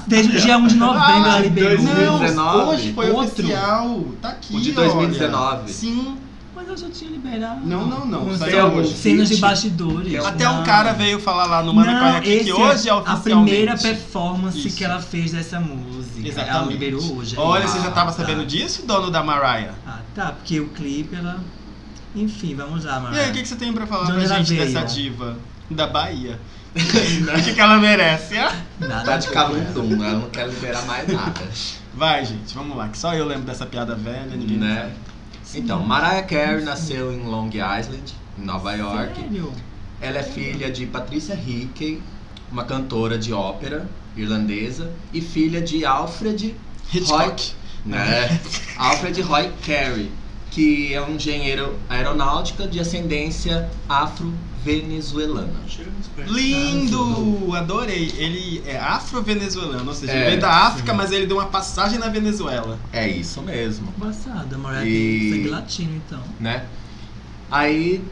[SPEAKER 6] Desde o dia 1 de novembro ela
[SPEAKER 2] Ah,
[SPEAKER 6] liberou.
[SPEAKER 2] não,
[SPEAKER 5] 2019?
[SPEAKER 2] hoje foi
[SPEAKER 6] Outro?
[SPEAKER 2] oficial. Tá aqui,
[SPEAKER 5] O de
[SPEAKER 2] olha.
[SPEAKER 5] 2019.
[SPEAKER 2] Sim.
[SPEAKER 6] Mas eu já tinha liberado.
[SPEAKER 2] Não, não, não.
[SPEAKER 6] Não
[SPEAKER 2] Saiu
[SPEAKER 6] sei,
[SPEAKER 2] hoje.
[SPEAKER 6] Cenas de
[SPEAKER 2] Gente,
[SPEAKER 6] bastidores.
[SPEAKER 2] Até
[SPEAKER 6] não.
[SPEAKER 2] um cara veio falar lá no Mana
[SPEAKER 6] Não,
[SPEAKER 2] Correia
[SPEAKER 6] esse
[SPEAKER 2] que hoje é
[SPEAKER 6] a
[SPEAKER 2] oficialmente.
[SPEAKER 6] primeira performance
[SPEAKER 2] Isso.
[SPEAKER 6] que ela fez dessa música. Ela
[SPEAKER 2] Exatamente.
[SPEAKER 6] liberou hoje. é
[SPEAKER 2] Olha,
[SPEAKER 6] isso.
[SPEAKER 2] você já tava
[SPEAKER 6] Ah,
[SPEAKER 2] sabendo
[SPEAKER 6] tá.
[SPEAKER 2] disso, dono da Mariah?
[SPEAKER 6] Ah, tá, porque o clipe ela. Enfim, vamos lá,
[SPEAKER 2] E
[SPEAKER 6] Mariah.
[SPEAKER 2] aí, o que, que você tem pra
[SPEAKER 6] De
[SPEAKER 2] falar
[SPEAKER 6] onde
[SPEAKER 2] pra
[SPEAKER 6] ela
[SPEAKER 2] gente
[SPEAKER 6] veio?
[SPEAKER 2] dessa diva da Bahia? o que, que ela merece? ah?
[SPEAKER 6] Nada
[SPEAKER 5] Tá de
[SPEAKER 6] contra ela.
[SPEAKER 5] calundum, ela não quer liberar mais nada.
[SPEAKER 2] Vai, gente, vamos lá, que só eu lembro dessa piada velha, ninguém
[SPEAKER 5] né? Então, Mariah Carey nasceu em Long Island, em Nova York.
[SPEAKER 6] Sério?
[SPEAKER 5] Ela é filha de Patricia Hickey, uma cantora de ópera irlandesa, e filha de Alfred
[SPEAKER 2] Hitchcock.
[SPEAKER 5] Roy, né? Alfred Roy Carey, que é um engenheiro aeronáutica de ascendência afro-venezuelana.
[SPEAKER 2] Lindo! Adorei. Ele é afro-venezuelano, ou seja,
[SPEAKER 5] É,
[SPEAKER 2] ele veio da África, mas ele deu uma passagem na Venezuela.
[SPEAKER 5] É isso mesmo,
[SPEAKER 6] Embaçada, Mariah
[SPEAKER 5] E-
[SPEAKER 6] tem sangue latino, então.
[SPEAKER 5] né? Aí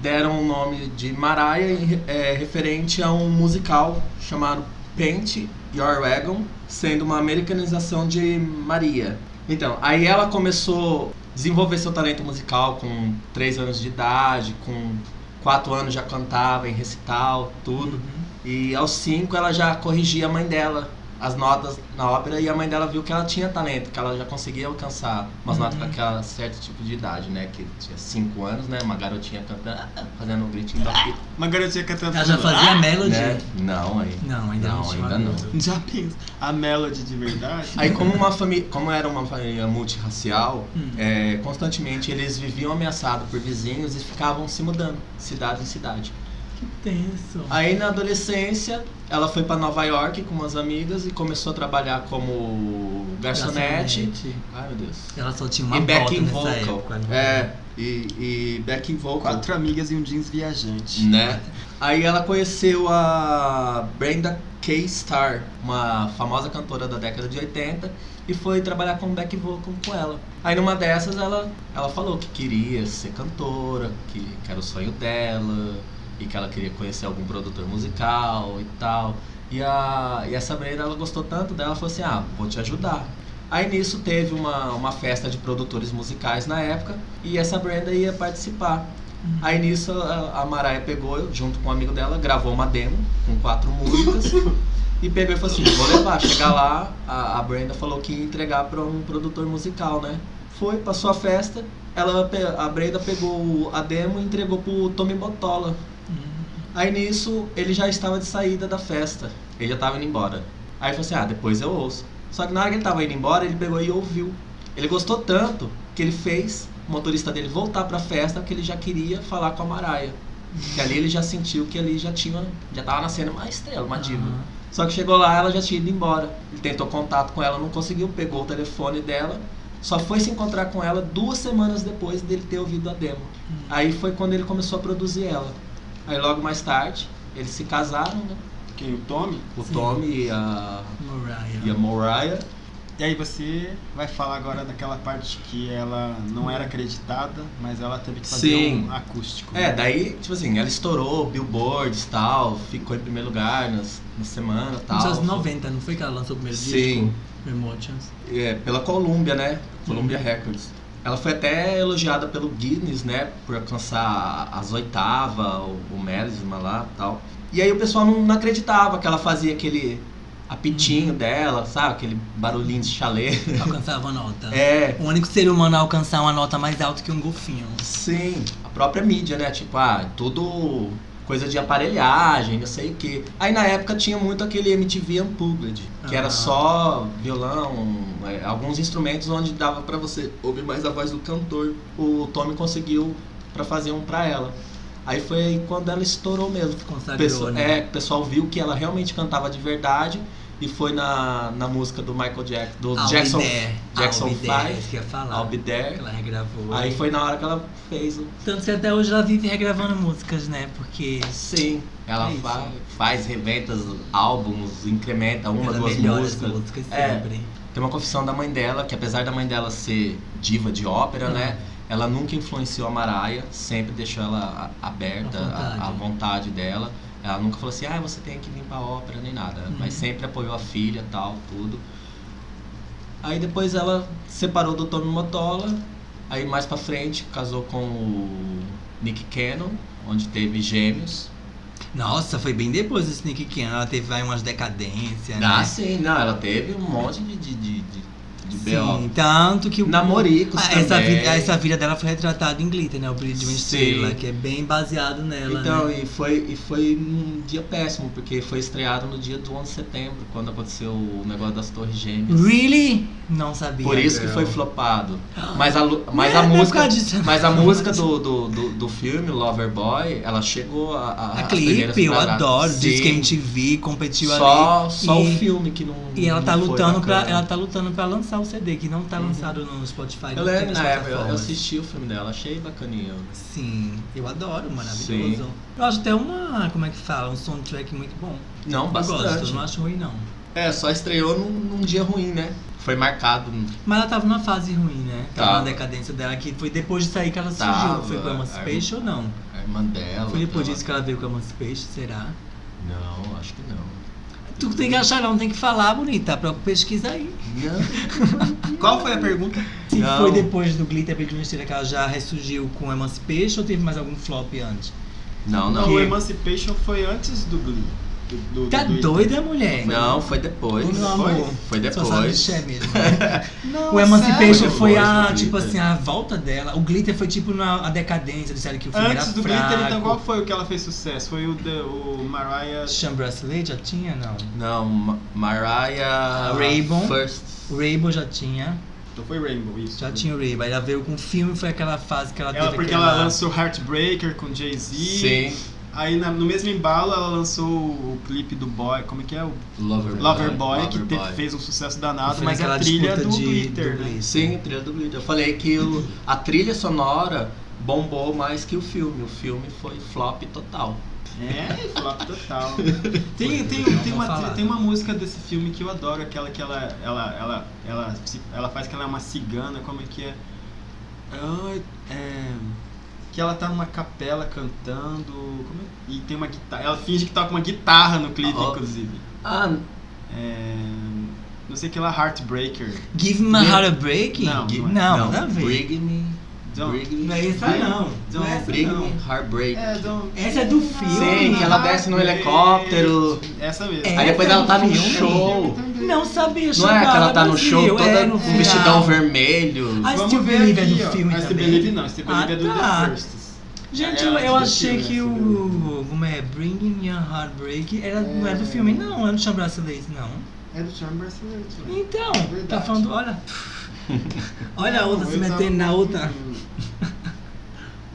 [SPEAKER 5] deram o nome de Mariah em- é, referente a um musical chamado Paint Your Wagon, sendo uma americanização de Maria. Então, aí ela começou a desenvolver seu talento musical com 3 anos de idade, com 4 anos já cantava em recital, tudo. E aos 5 ela já corrigia a mãe dela as notas na ópera e a mãe dela viu que ela tinha talento, que ela já conseguia alcançar umas notas
[SPEAKER 6] Uhum.
[SPEAKER 5] daquela certo tipo de idade, né? Que tinha 5 anos, né? Uma garotinha cantando, ah, fazendo um gritinho da pita,
[SPEAKER 2] Uma garotinha cantando.
[SPEAKER 6] Ela já fazia a melody.
[SPEAKER 5] né? Não, aí.
[SPEAKER 6] Não, ainda não,
[SPEAKER 5] Não,
[SPEAKER 6] tinha
[SPEAKER 5] ainda
[SPEAKER 6] uma
[SPEAKER 5] não.
[SPEAKER 6] melody.
[SPEAKER 2] Já pensa. Ah, A melody de verdade.
[SPEAKER 5] Aí como uma família, como era uma família multirracial,
[SPEAKER 6] Hum.
[SPEAKER 5] é, constantemente eles viviam ameaçados por vizinhos e ficavam se mudando, cidade em cidade.
[SPEAKER 6] Que tenso.
[SPEAKER 5] Aí na adolescência, ela foi pra Nova York com umas amigas e começou a trabalhar como garçonete.
[SPEAKER 6] Garçonete.
[SPEAKER 5] Ai meu Deus.
[SPEAKER 6] Ela só tinha uma
[SPEAKER 5] e
[SPEAKER 6] bota
[SPEAKER 5] backing
[SPEAKER 6] nessa
[SPEAKER 5] vocal.
[SPEAKER 6] época. né?
[SPEAKER 5] É, e, e backing vocal.
[SPEAKER 2] Quatro amigas e um jeans viajante.
[SPEAKER 5] Né? Aí ela conheceu a Brenda K. Starr, uma famosa cantora da década de 80, e foi trabalhar com back vocal com ela. Aí numa dessas ela, ela falou que queria ser cantora, que, que era o sonho dela, e que ela queria conhecer algum produtor musical e tal. E, a, e essa Brenda ela gostou tanto dela, ela falou assim: ah, vou te ajudar. Aí nisso teve uma, uma festa de produtores musicais na época, e essa Brenda ia participar. Aí nisso a, a Maraia pegou, junto com um amigo dela, gravou uma demo com quatro músicas e pegou e falou assim: vou levar. Chegar lá, a, a Brenda falou que ia entregar pra um produtor musical, né? Foi, passou a festa, ela, pe- a Brenda pegou o- a demo e entregou pro Tommy Botola.
[SPEAKER 6] Hum.
[SPEAKER 5] Aí nisso ele já estava de saída da festa, ele já estava indo embora. Aí falou assim: ah, depois eu ouço. Só que na hora que ele estava indo embora, ele pegou e ouviu. Ele gostou tanto que ele fez o motorista dele voltar pra festa porque ele já queria falar com a Maraia. Que ali ele já sentiu que ali já tinha, já tava nascendo uma estrela, uma diva.
[SPEAKER 6] Ah,
[SPEAKER 5] Só que chegou lá, ela já tinha ido embora. Ele tentou contato com ela, não conseguiu, pegou o telefone dela. Só foi se encontrar com ela duas semanas depois dele ter ouvido a demo.
[SPEAKER 6] Hum.
[SPEAKER 5] Aí foi quando ele começou a produzir ela. Aí logo mais tarde, eles se casaram, né?
[SPEAKER 2] Quem o Tommy?
[SPEAKER 5] O
[SPEAKER 6] Sim.
[SPEAKER 5] Tommy e a,
[SPEAKER 6] Mariah.
[SPEAKER 5] e a Mariah.
[SPEAKER 2] E aí você vai falar agora daquela parte que ela não era acreditada, mas ela teve que fazer
[SPEAKER 5] Sim.
[SPEAKER 2] um acústico.
[SPEAKER 5] É, daí, tipo assim, ela estourou billboards e tal, ficou em primeiro lugar nas, na semana e tal.
[SPEAKER 6] Nos anos 90, não foi que ela lançou o
[SPEAKER 5] né,
[SPEAKER 6] primeiro
[SPEAKER 5] Sim.
[SPEAKER 6] disco? Emotions.
[SPEAKER 5] É, pela Columbia, né? Columbia Records. Ela foi até elogiada pelo Guinness, né? Por alcançar as oitavas, o, o mésima lá e tal. E aí o pessoal não, não acreditava que ela fazia aquele apitinho dela, sabe? Aquele barulhinho de chalé.
[SPEAKER 6] Alcançava a nota.
[SPEAKER 5] É,
[SPEAKER 6] O Um único ser humano a alcançar uma nota mais alta que um golfinho.
[SPEAKER 5] sim. A própria mídia, né? Tipo, ah, tudo coisa de aparelhagem, não sei o quê. Aí na época tinha muito aquele MTV Unplugged, que
[SPEAKER 6] Ah.
[SPEAKER 5] era só violão, é, alguns instrumentos onde dava pra você ouvir mais a voz do cantor. O Tommy conseguiu pra fazer um pra ela. Aí foi aí quando ela estourou mesmo. O
[SPEAKER 6] Consagrou,
[SPEAKER 5] pessoal,
[SPEAKER 6] né?
[SPEAKER 5] é, o pessoal viu que ela realmente cantava de verdade e foi na, na música do Michael Jackson, do
[SPEAKER 6] I'll be
[SPEAKER 5] Jackson,
[SPEAKER 6] there,
[SPEAKER 5] Jackson
[SPEAKER 6] I'll be there, é isso
[SPEAKER 5] 5,
[SPEAKER 6] que eu ia falar.
[SPEAKER 5] I'll Be There.
[SPEAKER 6] Que ela regravou.
[SPEAKER 5] Aí foi na hora que ela fez o
[SPEAKER 6] Tanto que até hoje ela vive regravando músicas, né? Porque
[SPEAKER 5] Sim, ela
[SPEAKER 6] É isso.
[SPEAKER 5] fa- faz reventas, álbuns, incrementa uma,
[SPEAKER 6] ela
[SPEAKER 5] duas
[SPEAKER 6] melhora
[SPEAKER 5] músicas.
[SPEAKER 6] as músicas
[SPEAKER 5] É.
[SPEAKER 6] sempre. Uhum.
[SPEAKER 5] Tem uma confissão da mãe dela, que apesar da mãe dela ser diva de ópera, né? Ela nunca influenciou a Maraia, sempre deixou ela a- aberta
[SPEAKER 6] À vontade.
[SPEAKER 5] à à vontade dela. Ela nunca falou assim, ah, você tem que limpar a ópera, nem nada.
[SPEAKER 6] Uhum.
[SPEAKER 5] Mas sempre apoiou a filha, tal, tudo. Aí depois ela separou do Tommy Motola. Aí mais pra frente casou com o Nick Cannon, onde teve gêmeos.
[SPEAKER 6] Nossa, foi bem depois do Sneak Can. Ela teve aí umas decadências,
[SPEAKER 5] Ah,
[SPEAKER 6] né?
[SPEAKER 5] sim, não, ela teve um monte de, de, de, de, de B.O.
[SPEAKER 6] Sim, tanto que o.
[SPEAKER 5] Namoricos
[SPEAKER 6] Ah, essa,
[SPEAKER 5] também.
[SPEAKER 6] vida, essa vida dela foi retratada em Glitter, né? O Brilho de uma
[SPEAKER 5] Sim.
[SPEAKER 6] Estrela, que é bem baseado nela,
[SPEAKER 5] Então,
[SPEAKER 6] né?
[SPEAKER 5] e, foi, e foi um dia péssimo, porque foi estreado no dia do 11 de setembro, quando aconteceu o negócio das Torres Gêmeas.
[SPEAKER 6] Really? Não sabia.
[SPEAKER 5] Por isso que foi
[SPEAKER 6] [gasps]
[SPEAKER 5] flopado. Mas a, lu- mas a
[SPEAKER 6] Não é por
[SPEAKER 5] música,
[SPEAKER 6] causa disso.
[SPEAKER 5] mas a música do, do, do, do filme, Loverboy, ela chegou a. a-
[SPEAKER 6] A
[SPEAKER 5] as primeiras
[SPEAKER 6] clipe, eu
[SPEAKER 5] primeiras-
[SPEAKER 6] adoro. Diz
[SPEAKER 5] Sim.
[SPEAKER 6] que a MTV competiu ali.
[SPEAKER 5] só, só
[SPEAKER 6] E-
[SPEAKER 5] o filme que não.
[SPEAKER 6] E ela tá
[SPEAKER 5] não foi
[SPEAKER 6] lutando pra.
[SPEAKER 5] bacana. Uhum.
[SPEAKER 6] Ela tá lutando para lançar o CD, que não tá lançado no Spotify.
[SPEAKER 5] Eu
[SPEAKER 6] não tem
[SPEAKER 5] lembro
[SPEAKER 6] nas
[SPEAKER 5] na época, eu, eu
[SPEAKER 6] plataformas.
[SPEAKER 5] assisti o filme dela, achei bacaninha.
[SPEAKER 6] Sim, eu adoro, maravilhoso.
[SPEAKER 5] Sim.
[SPEAKER 6] Eu acho até uma, como é que fala, um soundtrack muito bom.
[SPEAKER 5] Não, bastante.
[SPEAKER 6] Eu gosto, não acho ruim não.
[SPEAKER 5] É, só estreou num, num dia ruim, né? Foi marcado. um
[SPEAKER 6] Mas ela tava numa fase ruim, né? Tava
[SPEAKER 5] Tava.
[SPEAKER 6] na decadência dela, que foi depois de sair que ela surgiu.
[SPEAKER 5] Tava.
[SPEAKER 6] Foi com a Emancipation ou não?
[SPEAKER 5] A irmã dela.
[SPEAKER 6] Foi depois
[SPEAKER 5] tá?
[SPEAKER 6] disso que ela veio com a Emancipation, será?
[SPEAKER 5] Não, acho que não.
[SPEAKER 6] Tu tem que achar não, tem que falar, bonita. Pra pesquisa aí.
[SPEAKER 5] Não. [laughs]
[SPEAKER 2] Qual foi a pergunta?
[SPEAKER 6] Se
[SPEAKER 5] Não.
[SPEAKER 6] foi depois do Glitter Big Mystery que ela já ressurgiu com a Emancipation ou teve mais algum flop antes?
[SPEAKER 5] Não,
[SPEAKER 2] Não,
[SPEAKER 5] não.
[SPEAKER 2] o Emancipation foi antes do Glee. Do, do-
[SPEAKER 6] Tá
[SPEAKER 2] do-
[SPEAKER 6] doida, mulher?
[SPEAKER 5] Não, foi depois.
[SPEAKER 6] Ô, meu amor.
[SPEAKER 5] Foi
[SPEAKER 6] Só sabe
[SPEAKER 5] depois.
[SPEAKER 6] de Cher
[SPEAKER 2] [laughs]
[SPEAKER 6] mesmo, né?
[SPEAKER 2] Não, é
[SPEAKER 6] O Emancipation
[SPEAKER 2] sério?
[SPEAKER 6] foi
[SPEAKER 5] Depois
[SPEAKER 6] a,
[SPEAKER 5] do
[SPEAKER 6] tipo
[SPEAKER 5] Glitter.
[SPEAKER 6] assim, a volta dela. O Glitter foi tipo na, a decadência, disseram que o filme
[SPEAKER 2] Antes
[SPEAKER 6] era
[SPEAKER 2] do
[SPEAKER 6] fraco.
[SPEAKER 2] Glitter, então qual foi o que ela fez sucesso? Foi o, The, o Mariah.
[SPEAKER 6] Sean Bracelet já tinha, não.
[SPEAKER 5] Não, Ma-
[SPEAKER 6] Ah,
[SPEAKER 5] Mariah.
[SPEAKER 6] Raybon.
[SPEAKER 5] First.
[SPEAKER 6] O Rainbow já tinha,
[SPEAKER 2] Não foi Rainbow, isso.
[SPEAKER 6] já tinha o Rainbow. Aí Ela veio com o filme, foi aquela fase que ela,
[SPEAKER 2] Ela,
[SPEAKER 6] teve
[SPEAKER 2] porque
[SPEAKER 6] aquela...
[SPEAKER 2] ela lançou Heartbreaker com Jay-Z.
[SPEAKER 5] Sim.
[SPEAKER 2] Aí na- no mesmo embalo ela lançou o clipe do Boy, como é que é? O
[SPEAKER 5] Loverboy.
[SPEAKER 6] É,
[SPEAKER 2] Loverboy, que te-
[SPEAKER 5] Loverboy.
[SPEAKER 2] fez um sucesso danado,
[SPEAKER 6] foi
[SPEAKER 2] mas
[SPEAKER 6] naquela
[SPEAKER 2] a trilha é do
[SPEAKER 6] disputa de-
[SPEAKER 2] Glitter,
[SPEAKER 6] do
[SPEAKER 2] né?
[SPEAKER 6] Glitter.
[SPEAKER 5] Sim, trilha do Glitter. Eu falei que o- a trilha sonora bombou mais que o filme. O filme foi flop total.
[SPEAKER 2] É, flop
[SPEAKER 6] [laughs]
[SPEAKER 2] total. Tem, tem,
[SPEAKER 6] Não
[SPEAKER 2] tem,
[SPEAKER 6] vou
[SPEAKER 2] uma,
[SPEAKER 6] falar.
[SPEAKER 2] tem uma música desse filme que eu adoro, aquela que ela, ela, ela, ela, se- ela faz que ela é uma cigana, como é que é? Ai, é, Que ela tá numa capela cantando. como é? E tem uma guitarra. Ela finge que tá com uma guitarra no clipe,
[SPEAKER 5] Ah, ó.
[SPEAKER 2] inclusive.
[SPEAKER 5] Ah,
[SPEAKER 2] É, não sei que lá, Heartbreaker.
[SPEAKER 6] Give Me a
[SPEAKER 5] Give-
[SPEAKER 6] Heartbreak?
[SPEAKER 2] Não,
[SPEAKER 6] Give-
[SPEAKER 2] não é.
[SPEAKER 6] não, nada a ver.
[SPEAKER 5] Bring Me.
[SPEAKER 2] Don't-
[SPEAKER 5] Bring Me.
[SPEAKER 6] Não é essa não. Não é essa
[SPEAKER 5] Bring
[SPEAKER 6] não.
[SPEAKER 5] Me Heartbreak.
[SPEAKER 2] É, don't-
[SPEAKER 6] Essa é do filme.
[SPEAKER 5] Sim, que ela desce no helicóptero.
[SPEAKER 2] Essa mesmo.
[SPEAKER 6] É.
[SPEAKER 5] Aí depois ela tá num
[SPEAKER 6] Sim.
[SPEAKER 5] show.
[SPEAKER 6] Não sabia,
[SPEAKER 5] Não é que ela tá no show toda
[SPEAKER 6] no
[SPEAKER 5] com
[SPEAKER 6] Ah.
[SPEAKER 5] vestidão vermelho.
[SPEAKER 6] Ai, I
[SPEAKER 2] Vamos
[SPEAKER 6] Still
[SPEAKER 2] ver
[SPEAKER 6] Believe é
[SPEAKER 2] aqui,
[SPEAKER 6] do
[SPEAKER 2] ó.
[SPEAKER 6] filme
[SPEAKER 2] I Still
[SPEAKER 6] também.
[SPEAKER 2] Believe não, I Still
[SPEAKER 6] Ah,
[SPEAKER 2] Believe é do
[SPEAKER 6] tá.
[SPEAKER 2] The Firsts.
[SPEAKER 6] Gente,
[SPEAKER 2] É,
[SPEAKER 6] eu,
[SPEAKER 2] antes
[SPEAKER 6] eu
[SPEAKER 2] do
[SPEAKER 6] achei
[SPEAKER 2] filme,
[SPEAKER 6] que
[SPEAKER 2] antes do
[SPEAKER 6] o. Como é? Bringing Me a Heartbreak era, não é do filme, não. É do Sean Bracelet, não.
[SPEAKER 2] É do Charme Brasileiro. né?
[SPEAKER 6] Então, tá
[SPEAKER 2] Verdade.
[SPEAKER 6] falando. Olha. Olha a outra
[SPEAKER 2] Não,
[SPEAKER 6] se
[SPEAKER 2] eu tava
[SPEAKER 6] metendo na outra.
[SPEAKER 2] confundindo. [laughs]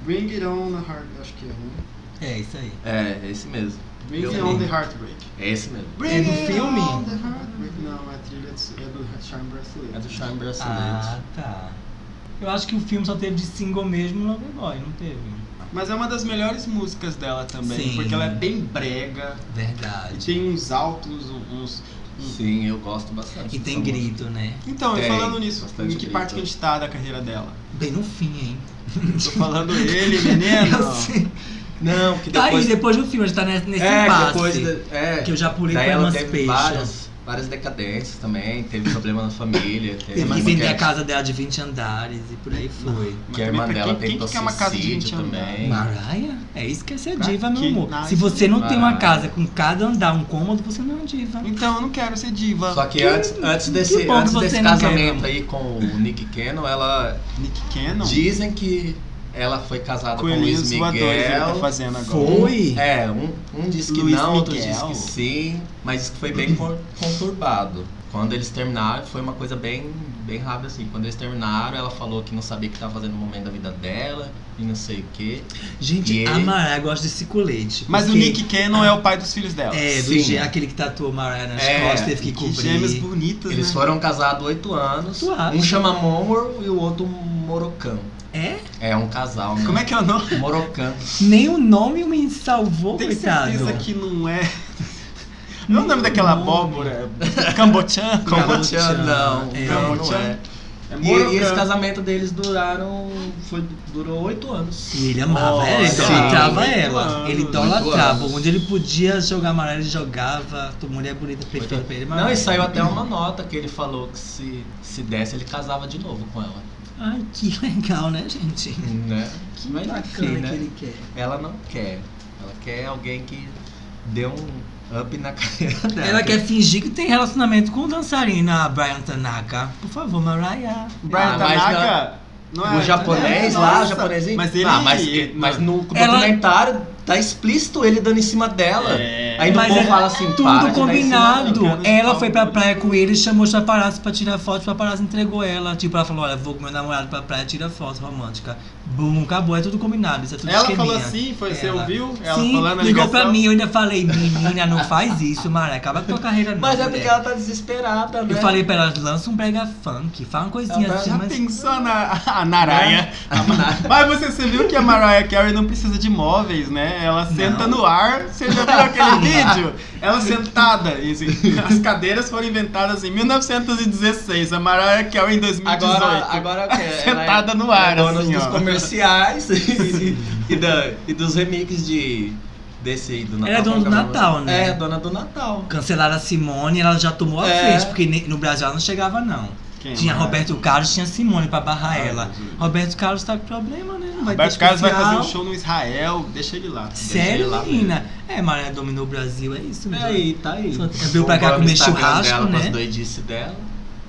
[SPEAKER 2] Bring it on the heart, acho que é, né?
[SPEAKER 6] É, isso aí.
[SPEAKER 5] É, esse mesmo.
[SPEAKER 2] Bring
[SPEAKER 5] Eu
[SPEAKER 2] it on the
[SPEAKER 5] vi.
[SPEAKER 2] heartbreak.
[SPEAKER 5] É esse mesmo.
[SPEAKER 6] É do filme?
[SPEAKER 2] on the heartbreak. Não, a trilha é do- é do Charme Brasileiro.
[SPEAKER 5] É do Charme Brasileiro.
[SPEAKER 6] Ah, tá. Eu acho que o filme só teve de single mesmo no Loverboy, não teve.
[SPEAKER 2] Mas é uma das melhores músicas dela também,
[SPEAKER 6] Sim.
[SPEAKER 2] porque ela é bem brega e
[SPEAKER 6] Verdade.
[SPEAKER 2] tem uns altos, uns.
[SPEAKER 5] Sim, eu gosto bastante.
[SPEAKER 6] E
[SPEAKER 5] dessa
[SPEAKER 6] tem
[SPEAKER 5] música.
[SPEAKER 6] grito, né?
[SPEAKER 2] Então, e
[SPEAKER 5] Tem,
[SPEAKER 2] falando nisso, em
[SPEAKER 5] bastante
[SPEAKER 2] que
[SPEAKER 5] grito.
[SPEAKER 2] parte que a gente tá da carreira dela?
[SPEAKER 6] Bem no fim, hein?
[SPEAKER 2] Tô falando ele, menino.
[SPEAKER 5] [laughs]
[SPEAKER 6] Eu sei.
[SPEAKER 5] Assim, Não, que
[SPEAKER 6] Tá
[SPEAKER 5] depois...
[SPEAKER 6] aí, depois do filme, a gente tá ne- nesse
[SPEAKER 5] é,
[SPEAKER 6] impasse.
[SPEAKER 5] depois... de- É,
[SPEAKER 6] Que eu já pulei
[SPEAKER 5] Daí
[SPEAKER 6] pra
[SPEAKER 5] ela teve
[SPEAKER 6] Emancipation.
[SPEAKER 5] várias, várias decadências também, teve problema na família. Teve
[SPEAKER 6] Teve que
[SPEAKER 5] uma
[SPEAKER 6] vender
[SPEAKER 5] mulher
[SPEAKER 6] a casa dela de 20 andares e por aí foi.
[SPEAKER 5] Que
[SPEAKER 2] Mas também
[SPEAKER 5] a irmã
[SPEAKER 2] pra
[SPEAKER 5] dela
[SPEAKER 2] quem-
[SPEAKER 5] tem
[SPEAKER 2] quem que quer uma casa de
[SPEAKER 5] toxicídio
[SPEAKER 2] 20 andares?
[SPEAKER 5] também.
[SPEAKER 6] Maraia? É isso que você é
[SPEAKER 2] Pra
[SPEAKER 6] diva, meu
[SPEAKER 2] que
[SPEAKER 6] amor.
[SPEAKER 2] nada
[SPEAKER 6] Se você não tem uma
[SPEAKER 5] Mariah?
[SPEAKER 6] casa com cada andar, um cômodo, você não é diva.
[SPEAKER 2] Então, eu não quero ser diva.
[SPEAKER 5] Só que, antes, antes desse,
[SPEAKER 6] bom Ah. que
[SPEAKER 5] antes
[SPEAKER 6] você
[SPEAKER 5] desse
[SPEAKER 6] não quer,
[SPEAKER 5] casamento
[SPEAKER 6] não.
[SPEAKER 5] aí com o Nick Cannon, ela
[SPEAKER 2] Nick Cannon?
[SPEAKER 5] dizem que ela foi casada com o Luiz
[SPEAKER 2] Coelhinhos voadores
[SPEAKER 6] né,
[SPEAKER 2] ele tá
[SPEAKER 5] Miguel.
[SPEAKER 2] fazendo agora.
[SPEAKER 6] Foi?
[SPEAKER 5] É, um, um diz que
[SPEAKER 2] Luiz
[SPEAKER 5] não, outro
[SPEAKER 2] Miguel.
[SPEAKER 5] diz que sim, mas isso que foi bem con- conturbado. Quando eles terminaram, foi uma coisa bem, bem rápida assim. Quando eles terminaram, ela falou que não sabia o que estava fazendo no momento da vida dela e não sei o quê.
[SPEAKER 6] Gente,
[SPEAKER 5] E ele-
[SPEAKER 6] a Mariah gosta desse colete.
[SPEAKER 2] Mas o
[SPEAKER 6] porque-
[SPEAKER 2] Nick Cannon é o pai dos filhos dela.
[SPEAKER 6] É, do
[SPEAKER 5] Sim.
[SPEAKER 6] G, aquele que tatuou Mariah nas
[SPEAKER 5] É,
[SPEAKER 6] costas, teve que
[SPEAKER 2] que
[SPEAKER 6] cobrir.
[SPEAKER 2] gêmeas bonitas,
[SPEAKER 5] Eles
[SPEAKER 2] né?
[SPEAKER 5] foram casados oito anos.
[SPEAKER 6] Tu acha?
[SPEAKER 5] Um chama Monroe e o outro Morocão.
[SPEAKER 6] É?
[SPEAKER 5] É um casal.
[SPEAKER 2] Como é que é o nome?
[SPEAKER 5] que... Morocão.
[SPEAKER 6] Nem o nome me salvou,
[SPEAKER 2] Tem
[SPEAKER 6] coitado.
[SPEAKER 2] certeza que não é... [laughs] Não é o nome daquela
[SPEAKER 6] Não.
[SPEAKER 2] abóbora? Cambochan?
[SPEAKER 5] [laughs] Cambochan,
[SPEAKER 6] Cambochan,
[SPEAKER 5] não.
[SPEAKER 6] é.
[SPEAKER 5] Não, não
[SPEAKER 2] Cambochan.
[SPEAKER 5] é.
[SPEAKER 2] É
[SPEAKER 5] E, e esse
[SPEAKER 2] Moroccan.
[SPEAKER 5] casamento deles duraram. Foi, durou oito anos.
[SPEAKER 6] E ele amava
[SPEAKER 2] Nossa,
[SPEAKER 6] ela, ele
[SPEAKER 2] muito anos, muito
[SPEAKER 6] idolatrava ela. Ele idolatrava. Onde ele podia jogar amarelo, ele jogava. Tu mulher bonita, perfeita pra ele, mas.
[SPEAKER 5] Não, e saiu até uma nota que ele falou que se, se desse ele casava de novo com ela.
[SPEAKER 6] Ai, que [laughs] legal, né, gente?
[SPEAKER 5] Né?
[SPEAKER 6] Que
[SPEAKER 5] Mas
[SPEAKER 6] bacana
[SPEAKER 5] enfim, né?
[SPEAKER 6] que ele quer.
[SPEAKER 5] Ela não quer. Ela quer alguém que dê um up na [laughs] carreira dela.
[SPEAKER 6] Ela quer fingir que tem relacionamento com o dançarino, a Brian Tanaka. Por favor, Mariah.
[SPEAKER 2] Brian
[SPEAKER 5] Ah, mas
[SPEAKER 2] Tanaka. Não é,
[SPEAKER 5] O japonês
[SPEAKER 2] é,
[SPEAKER 5] lá,
[SPEAKER 2] nossa.
[SPEAKER 5] o japonês
[SPEAKER 2] Mas ele.
[SPEAKER 5] Ah, mas, mas no
[SPEAKER 6] Ela-
[SPEAKER 5] documentário tá explícito ele dando em cima dela.
[SPEAKER 2] É.
[SPEAKER 5] Aí no
[SPEAKER 6] Mas
[SPEAKER 5] povo
[SPEAKER 6] era
[SPEAKER 5] fala assim, para
[SPEAKER 6] Tudo
[SPEAKER 5] de dar em cima
[SPEAKER 6] combinado.
[SPEAKER 5] dela.
[SPEAKER 2] cara, eles
[SPEAKER 6] Ela
[SPEAKER 2] falam
[SPEAKER 6] foi pra
[SPEAKER 2] muito.
[SPEAKER 6] praia com ele, chamou os paparazzi pra tirar foto, os paparazzi entregou ela. Tipo, ela falou, olha, vou com meu namorado pra praia, tira foto romântica. Bum, acabou, é tudo combinado, isso é tudo
[SPEAKER 2] Ela
[SPEAKER 6] esqueminha.
[SPEAKER 2] falou assim, foi, você
[SPEAKER 6] Ela.
[SPEAKER 2] ouviu? Ela
[SPEAKER 6] Sim,
[SPEAKER 2] falando na
[SPEAKER 6] ligou
[SPEAKER 2] ligação.
[SPEAKER 6] pra mim, eu ainda falei, menina, não faz isso, Maré, acaba com tua carreira não,
[SPEAKER 5] Mas é
[SPEAKER 6] mulher."
[SPEAKER 5] porque ela tá desesperada, né?
[SPEAKER 6] Eu falei pra ela, lança um brega funk, fala uma coisinha
[SPEAKER 5] Ela
[SPEAKER 6] assim,
[SPEAKER 2] Já
[SPEAKER 6] mas... É,
[SPEAKER 2] pensou na [laughs] a Naraya? [laughs] Mas você, você viu que a Mariah Carey não precisa de móveis, né? Ela senta no ar. Você já viu
[SPEAKER 6] [laughs]
[SPEAKER 2] aquele vídeo? Ela sentada. e assim, as cadeiras foram inventadas em 1916. A Mariah Carey em 2018.
[SPEAKER 5] Agora, agora [laughs] o quê? Ela é-
[SPEAKER 2] Sentada no ar,
[SPEAKER 5] é dona
[SPEAKER 2] assim,
[SPEAKER 5] dos
[SPEAKER 2] ó.
[SPEAKER 5] [laughs] comerciais e, e da- e dos remixes de, desse aí do Natal.
[SPEAKER 6] Ela é dona do
[SPEAKER 5] Como que o nome?
[SPEAKER 6] Natal, né?
[SPEAKER 5] É, dona do Natal.
[SPEAKER 6] Cancelaram a Simone, ela já tomou a
[SPEAKER 5] É.
[SPEAKER 6] frente, porque ne- no Brasil ela não chegava, não.
[SPEAKER 2] Quem,
[SPEAKER 6] tinha
[SPEAKER 2] Mariah?
[SPEAKER 6] Roberto Carlos, tinha Simone pra barrar ela. Roberto Carlos tá com problema, né? Não vai
[SPEAKER 2] Ah, Roberto
[SPEAKER 6] ter
[SPEAKER 2] Carlos vai fazer um
[SPEAKER 6] especial.
[SPEAKER 2] show no Israel. Deixa ele lá.
[SPEAKER 6] Sério, menina? É, Maria dominou o Brasil, é isso,
[SPEAKER 5] É
[SPEAKER 6] né?
[SPEAKER 5] aí, tá aí.
[SPEAKER 6] Só veio pra cá
[SPEAKER 5] Vou
[SPEAKER 6] comer
[SPEAKER 5] no Instagram
[SPEAKER 6] churrasco,
[SPEAKER 5] dela, Com
[SPEAKER 6] né?
[SPEAKER 5] as doidices dela.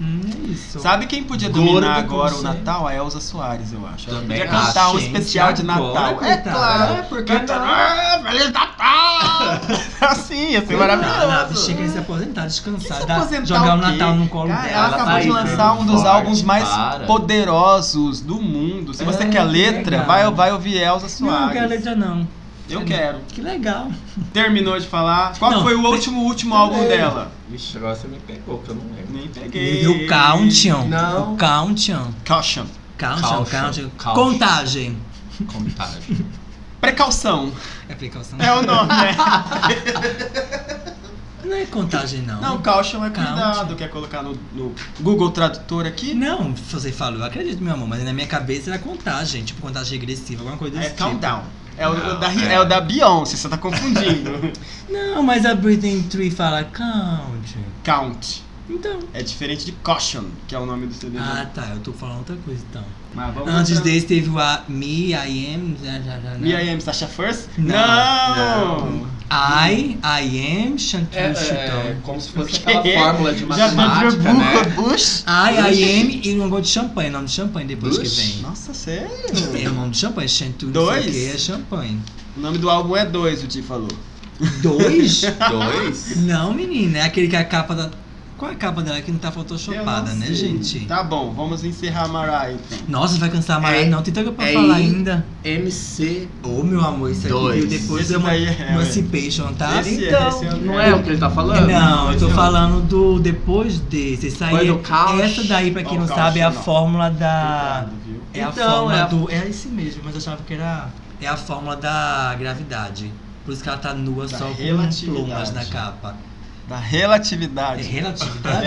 [SPEAKER 6] Hum, é isso.
[SPEAKER 2] Sabe quem podia
[SPEAKER 5] Gorda
[SPEAKER 2] dominar
[SPEAKER 5] do
[SPEAKER 2] agora o
[SPEAKER 5] conselho.
[SPEAKER 2] Natal? É A Elza Soares, eu acho. Ela
[SPEAKER 5] Também
[SPEAKER 2] podia cantar
[SPEAKER 5] acho,
[SPEAKER 2] um
[SPEAKER 6] gente,
[SPEAKER 2] especial de
[SPEAKER 6] agora,
[SPEAKER 2] Natal. é
[SPEAKER 6] coitada.
[SPEAKER 2] claro, é porque.
[SPEAKER 5] Canta-
[SPEAKER 2] Ah, Feliz Natal! [laughs] assim, ia ser
[SPEAKER 6] A nave
[SPEAKER 2] maravilhoso.
[SPEAKER 6] chega a se aposentar, descansar,
[SPEAKER 2] Se
[SPEAKER 6] dar-
[SPEAKER 2] aposentar
[SPEAKER 6] jogar o
[SPEAKER 2] quê?
[SPEAKER 6] Natal no colo
[SPEAKER 2] Cara,
[SPEAKER 6] dela.
[SPEAKER 2] Ela,
[SPEAKER 5] Ela
[SPEAKER 2] acabou
[SPEAKER 5] tá
[SPEAKER 2] de
[SPEAKER 5] aí,
[SPEAKER 2] lançar um
[SPEAKER 5] firme,
[SPEAKER 2] dos
[SPEAKER 5] forte,
[SPEAKER 2] álbuns mais
[SPEAKER 5] para.
[SPEAKER 2] poderosos do mundo. Se você
[SPEAKER 6] É,
[SPEAKER 2] quer letra,
[SPEAKER 6] legal.
[SPEAKER 2] vai, vai ouvir Elza
[SPEAKER 6] Não,
[SPEAKER 2] Soares.
[SPEAKER 6] não quero letra, não.
[SPEAKER 2] Eu quero.
[SPEAKER 6] Que legal.
[SPEAKER 2] Terminou de falar. Qual
[SPEAKER 6] Não, É.
[SPEAKER 2] foi o último, último álbum dela?
[SPEAKER 5] Vixe, agora você me pegou, que eu não lembro.
[SPEAKER 2] Nem peguei.
[SPEAKER 6] E o Countdown.
[SPEAKER 5] Não.
[SPEAKER 6] O Countdown.
[SPEAKER 2] Caution.
[SPEAKER 5] Caution,
[SPEAKER 6] Countdown, Countdown.
[SPEAKER 5] caution.
[SPEAKER 6] Contagem.
[SPEAKER 5] Contagem.
[SPEAKER 2] Precaução.
[SPEAKER 6] É precaução.
[SPEAKER 2] É o nome, né?
[SPEAKER 6] Não é contagem, não.
[SPEAKER 2] Não, caution é
[SPEAKER 6] Caution.
[SPEAKER 2] cuidado. Quer colocar no, no Google Tradutor aqui?
[SPEAKER 6] Não, você falou, eu acredito, meu amor, mas na minha cabeça era contagem, tipo contagem regressiva, alguma coisa
[SPEAKER 2] É
[SPEAKER 6] desse tipo.
[SPEAKER 2] countdown. É o,
[SPEAKER 5] Não,
[SPEAKER 2] da,
[SPEAKER 5] é.
[SPEAKER 2] é o da Beyoncé, você tá confundindo. [laughs]
[SPEAKER 6] Não, mas a Breathing Tree fala count.
[SPEAKER 2] Count.
[SPEAKER 6] Então.
[SPEAKER 2] É diferente de Caution, que é o nome do CD.
[SPEAKER 6] Ah,
[SPEAKER 2] dela.
[SPEAKER 6] tá, eu tô falando outra coisa então.
[SPEAKER 2] Mas vamos
[SPEAKER 6] Antes
[SPEAKER 2] entrar-
[SPEAKER 6] desse teve o a Me, I Am. já, já, já,
[SPEAKER 2] Me
[SPEAKER 6] né?
[SPEAKER 2] I am Sasha First?
[SPEAKER 6] Não.
[SPEAKER 2] Não!
[SPEAKER 6] I, I Am, Chantu,
[SPEAKER 5] É, é,
[SPEAKER 6] Chutão.
[SPEAKER 5] como se [laughs] fosse aquela fórmula de matemática,
[SPEAKER 2] pediu
[SPEAKER 5] né?
[SPEAKER 2] tá Bush?
[SPEAKER 6] I, I Am e um gol de champanhe, nome de champanhe depois
[SPEAKER 5] Bush?
[SPEAKER 6] que vem.
[SPEAKER 2] Nossa, sério?
[SPEAKER 6] É o nome de champanhe, Chantu, não
[SPEAKER 2] Dois?
[SPEAKER 6] sei o que, é champanhe.
[SPEAKER 2] O nome do álbum é dois, o Ti falou.
[SPEAKER 6] Dois? [laughs]
[SPEAKER 5] Dois?
[SPEAKER 6] não, menina, é aquele que a capa da... Qual é a capa dela que não tá photoshopada,
[SPEAKER 2] Eu não
[SPEAKER 6] né,
[SPEAKER 2] sei.
[SPEAKER 6] gente?
[SPEAKER 2] Tá bom, vamos encerrar a Mariah então.
[SPEAKER 6] Nossa, vai cansar a Mariah?
[SPEAKER 5] É-
[SPEAKER 6] não, tem tanta pra
[SPEAKER 5] é
[SPEAKER 6] falar
[SPEAKER 5] I-
[SPEAKER 6] ainda.
[SPEAKER 5] MC.
[SPEAKER 6] Ô, meu amor, isso aqui
[SPEAKER 5] Dois.
[SPEAKER 6] veio depois
[SPEAKER 2] Esse
[SPEAKER 6] da
[SPEAKER 2] daí é-
[SPEAKER 6] Emancipation, tá?
[SPEAKER 2] Esse é-
[SPEAKER 5] Então,
[SPEAKER 2] esse é o-
[SPEAKER 5] não é o que ele tá falando?
[SPEAKER 6] Não, eu
[SPEAKER 2] esse é
[SPEAKER 6] tô
[SPEAKER 2] o-
[SPEAKER 6] falando do depois desse. Isso aí
[SPEAKER 5] Foi do
[SPEAKER 6] é-
[SPEAKER 5] couch?
[SPEAKER 6] essa daí, pra quem
[SPEAKER 2] Ó,
[SPEAKER 6] não
[SPEAKER 2] couch
[SPEAKER 6] sabe, é a
[SPEAKER 2] não.
[SPEAKER 6] fórmula da.
[SPEAKER 2] Obrigado, viu?
[SPEAKER 6] É a
[SPEAKER 5] Então,
[SPEAKER 6] fórmula
[SPEAKER 5] é a-
[SPEAKER 6] do. É esse mesmo, mas eu achava que era. É a fórmula da gravidade. Por isso que ela tá nua
[SPEAKER 2] Da
[SPEAKER 6] só com
[SPEAKER 2] relatividade.
[SPEAKER 6] plumas na capa.
[SPEAKER 2] Da
[SPEAKER 6] É
[SPEAKER 2] relatividade. É.
[SPEAKER 6] relatividade?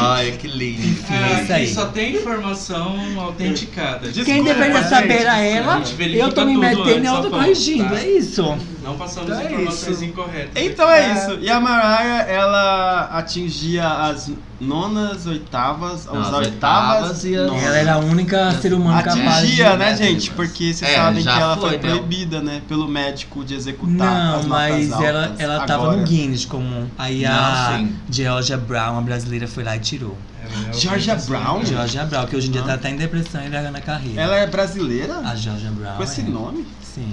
[SPEAKER 5] Olha, que lindo.
[SPEAKER 6] Enfim, é
[SPEAKER 2] Ah,
[SPEAKER 6] isso
[SPEAKER 3] aqui
[SPEAKER 6] aí.
[SPEAKER 3] só tem informação autenticada.
[SPEAKER 2] é
[SPEAKER 6] Quem
[SPEAKER 3] Desculpa,
[SPEAKER 6] deveria
[SPEAKER 3] gente,
[SPEAKER 6] saber era
[SPEAKER 3] a
[SPEAKER 6] ela,
[SPEAKER 3] gente verifica
[SPEAKER 6] eu tô me
[SPEAKER 3] tudo
[SPEAKER 6] metendo e
[SPEAKER 3] antes, só
[SPEAKER 6] ela tá
[SPEAKER 3] ponto,
[SPEAKER 6] corrigindo.
[SPEAKER 3] tá?
[SPEAKER 6] É isso.
[SPEAKER 3] Não passamos
[SPEAKER 2] Então é
[SPEAKER 3] informações
[SPEAKER 2] isso.
[SPEAKER 3] incorretas.
[SPEAKER 2] Então é isso. E a Mariah, ela atingia as nonas, oitavas,
[SPEAKER 5] Não,
[SPEAKER 2] as
[SPEAKER 5] as
[SPEAKER 2] oitavas
[SPEAKER 5] oitavas e as-
[SPEAKER 2] nonas.
[SPEAKER 6] Ela era a única ser humano capaz de. Tá,
[SPEAKER 2] Atingia, né,
[SPEAKER 5] né,
[SPEAKER 2] gente?
[SPEAKER 5] Felipe?
[SPEAKER 2] Porque vocês
[SPEAKER 5] É,
[SPEAKER 2] sabem que
[SPEAKER 5] já
[SPEAKER 2] ela foi,
[SPEAKER 5] foi, né?
[SPEAKER 2] proibida, né? Pelo médico de executar
[SPEAKER 6] Não,
[SPEAKER 2] Tá, as notas
[SPEAKER 6] mas
[SPEAKER 2] altas.
[SPEAKER 6] ela, ela tava
[SPEAKER 2] Agora.
[SPEAKER 6] no Guinness comum. Aí
[SPEAKER 5] Não,
[SPEAKER 6] a
[SPEAKER 5] sim.
[SPEAKER 6] Georgia Brown, a brasileira, foi lá e tirou.
[SPEAKER 3] É, é o
[SPEAKER 2] Georgia
[SPEAKER 3] que-
[SPEAKER 2] Brown?
[SPEAKER 6] Georgia Brown, que hoje em dia
[SPEAKER 2] Ah.
[SPEAKER 6] tá até em depressão e largando a carreira.
[SPEAKER 2] Ela é brasileira?
[SPEAKER 6] A Georgia Brown.
[SPEAKER 2] com esse
[SPEAKER 6] é.
[SPEAKER 2] nome?
[SPEAKER 6] Sim.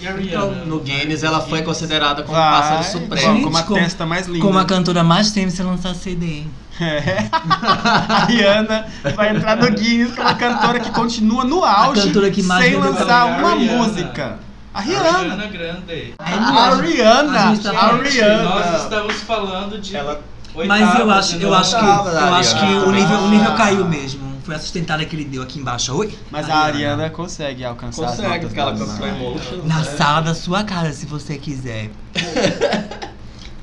[SPEAKER 3] E a Rihanna?
[SPEAKER 5] Então, no Guinness ela foi
[SPEAKER 6] É
[SPEAKER 5] considerada como
[SPEAKER 2] Vai,
[SPEAKER 5] pássaro
[SPEAKER 2] com-
[SPEAKER 5] supremo.
[SPEAKER 6] um Gente,
[SPEAKER 2] com uma
[SPEAKER 6] como-
[SPEAKER 2] testa mais linda.
[SPEAKER 6] Como a cantora mais tem se lançar CD.
[SPEAKER 2] É. [laughs] A Rihanna vai entrar no Guinness como a cantora que continua no auge
[SPEAKER 6] cantora que mais
[SPEAKER 2] sem
[SPEAKER 6] vendeu
[SPEAKER 2] lançar
[SPEAKER 3] também é a
[SPEAKER 2] uma
[SPEAKER 3] Rihanna.
[SPEAKER 2] música. A Rihanna.
[SPEAKER 3] Ariana Grande.
[SPEAKER 2] Ah,
[SPEAKER 6] Aí não é.
[SPEAKER 2] A
[SPEAKER 6] acho-
[SPEAKER 2] Rihanna.
[SPEAKER 6] a gente tá-
[SPEAKER 3] Gente,
[SPEAKER 2] A
[SPEAKER 3] Nós
[SPEAKER 2] Rihanna.
[SPEAKER 3] estamos falando de.
[SPEAKER 5] Ela-
[SPEAKER 6] Mas eu
[SPEAKER 3] oitavas,
[SPEAKER 6] acho, eu
[SPEAKER 3] né?
[SPEAKER 6] acho que,
[SPEAKER 5] tava na
[SPEAKER 6] eu acho que
[SPEAKER 5] Ariana.
[SPEAKER 6] o nível, o nível
[SPEAKER 2] Ah.
[SPEAKER 6] caiu mesmo. Foi a sustentada que ele deu aqui embaixo. Oi?
[SPEAKER 2] Mas a Ariana consegue alcançar as
[SPEAKER 5] Consegue,
[SPEAKER 2] notas
[SPEAKER 5] porque ela
[SPEAKER 2] da
[SPEAKER 5] cantou
[SPEAKER 2] Mariah.
[SPEAKER 5] Emotion.
[SPEAKER 6] Na
[SPEAKER 5] né?
[SPEAKER 6] sala da sua casa, se você quiser.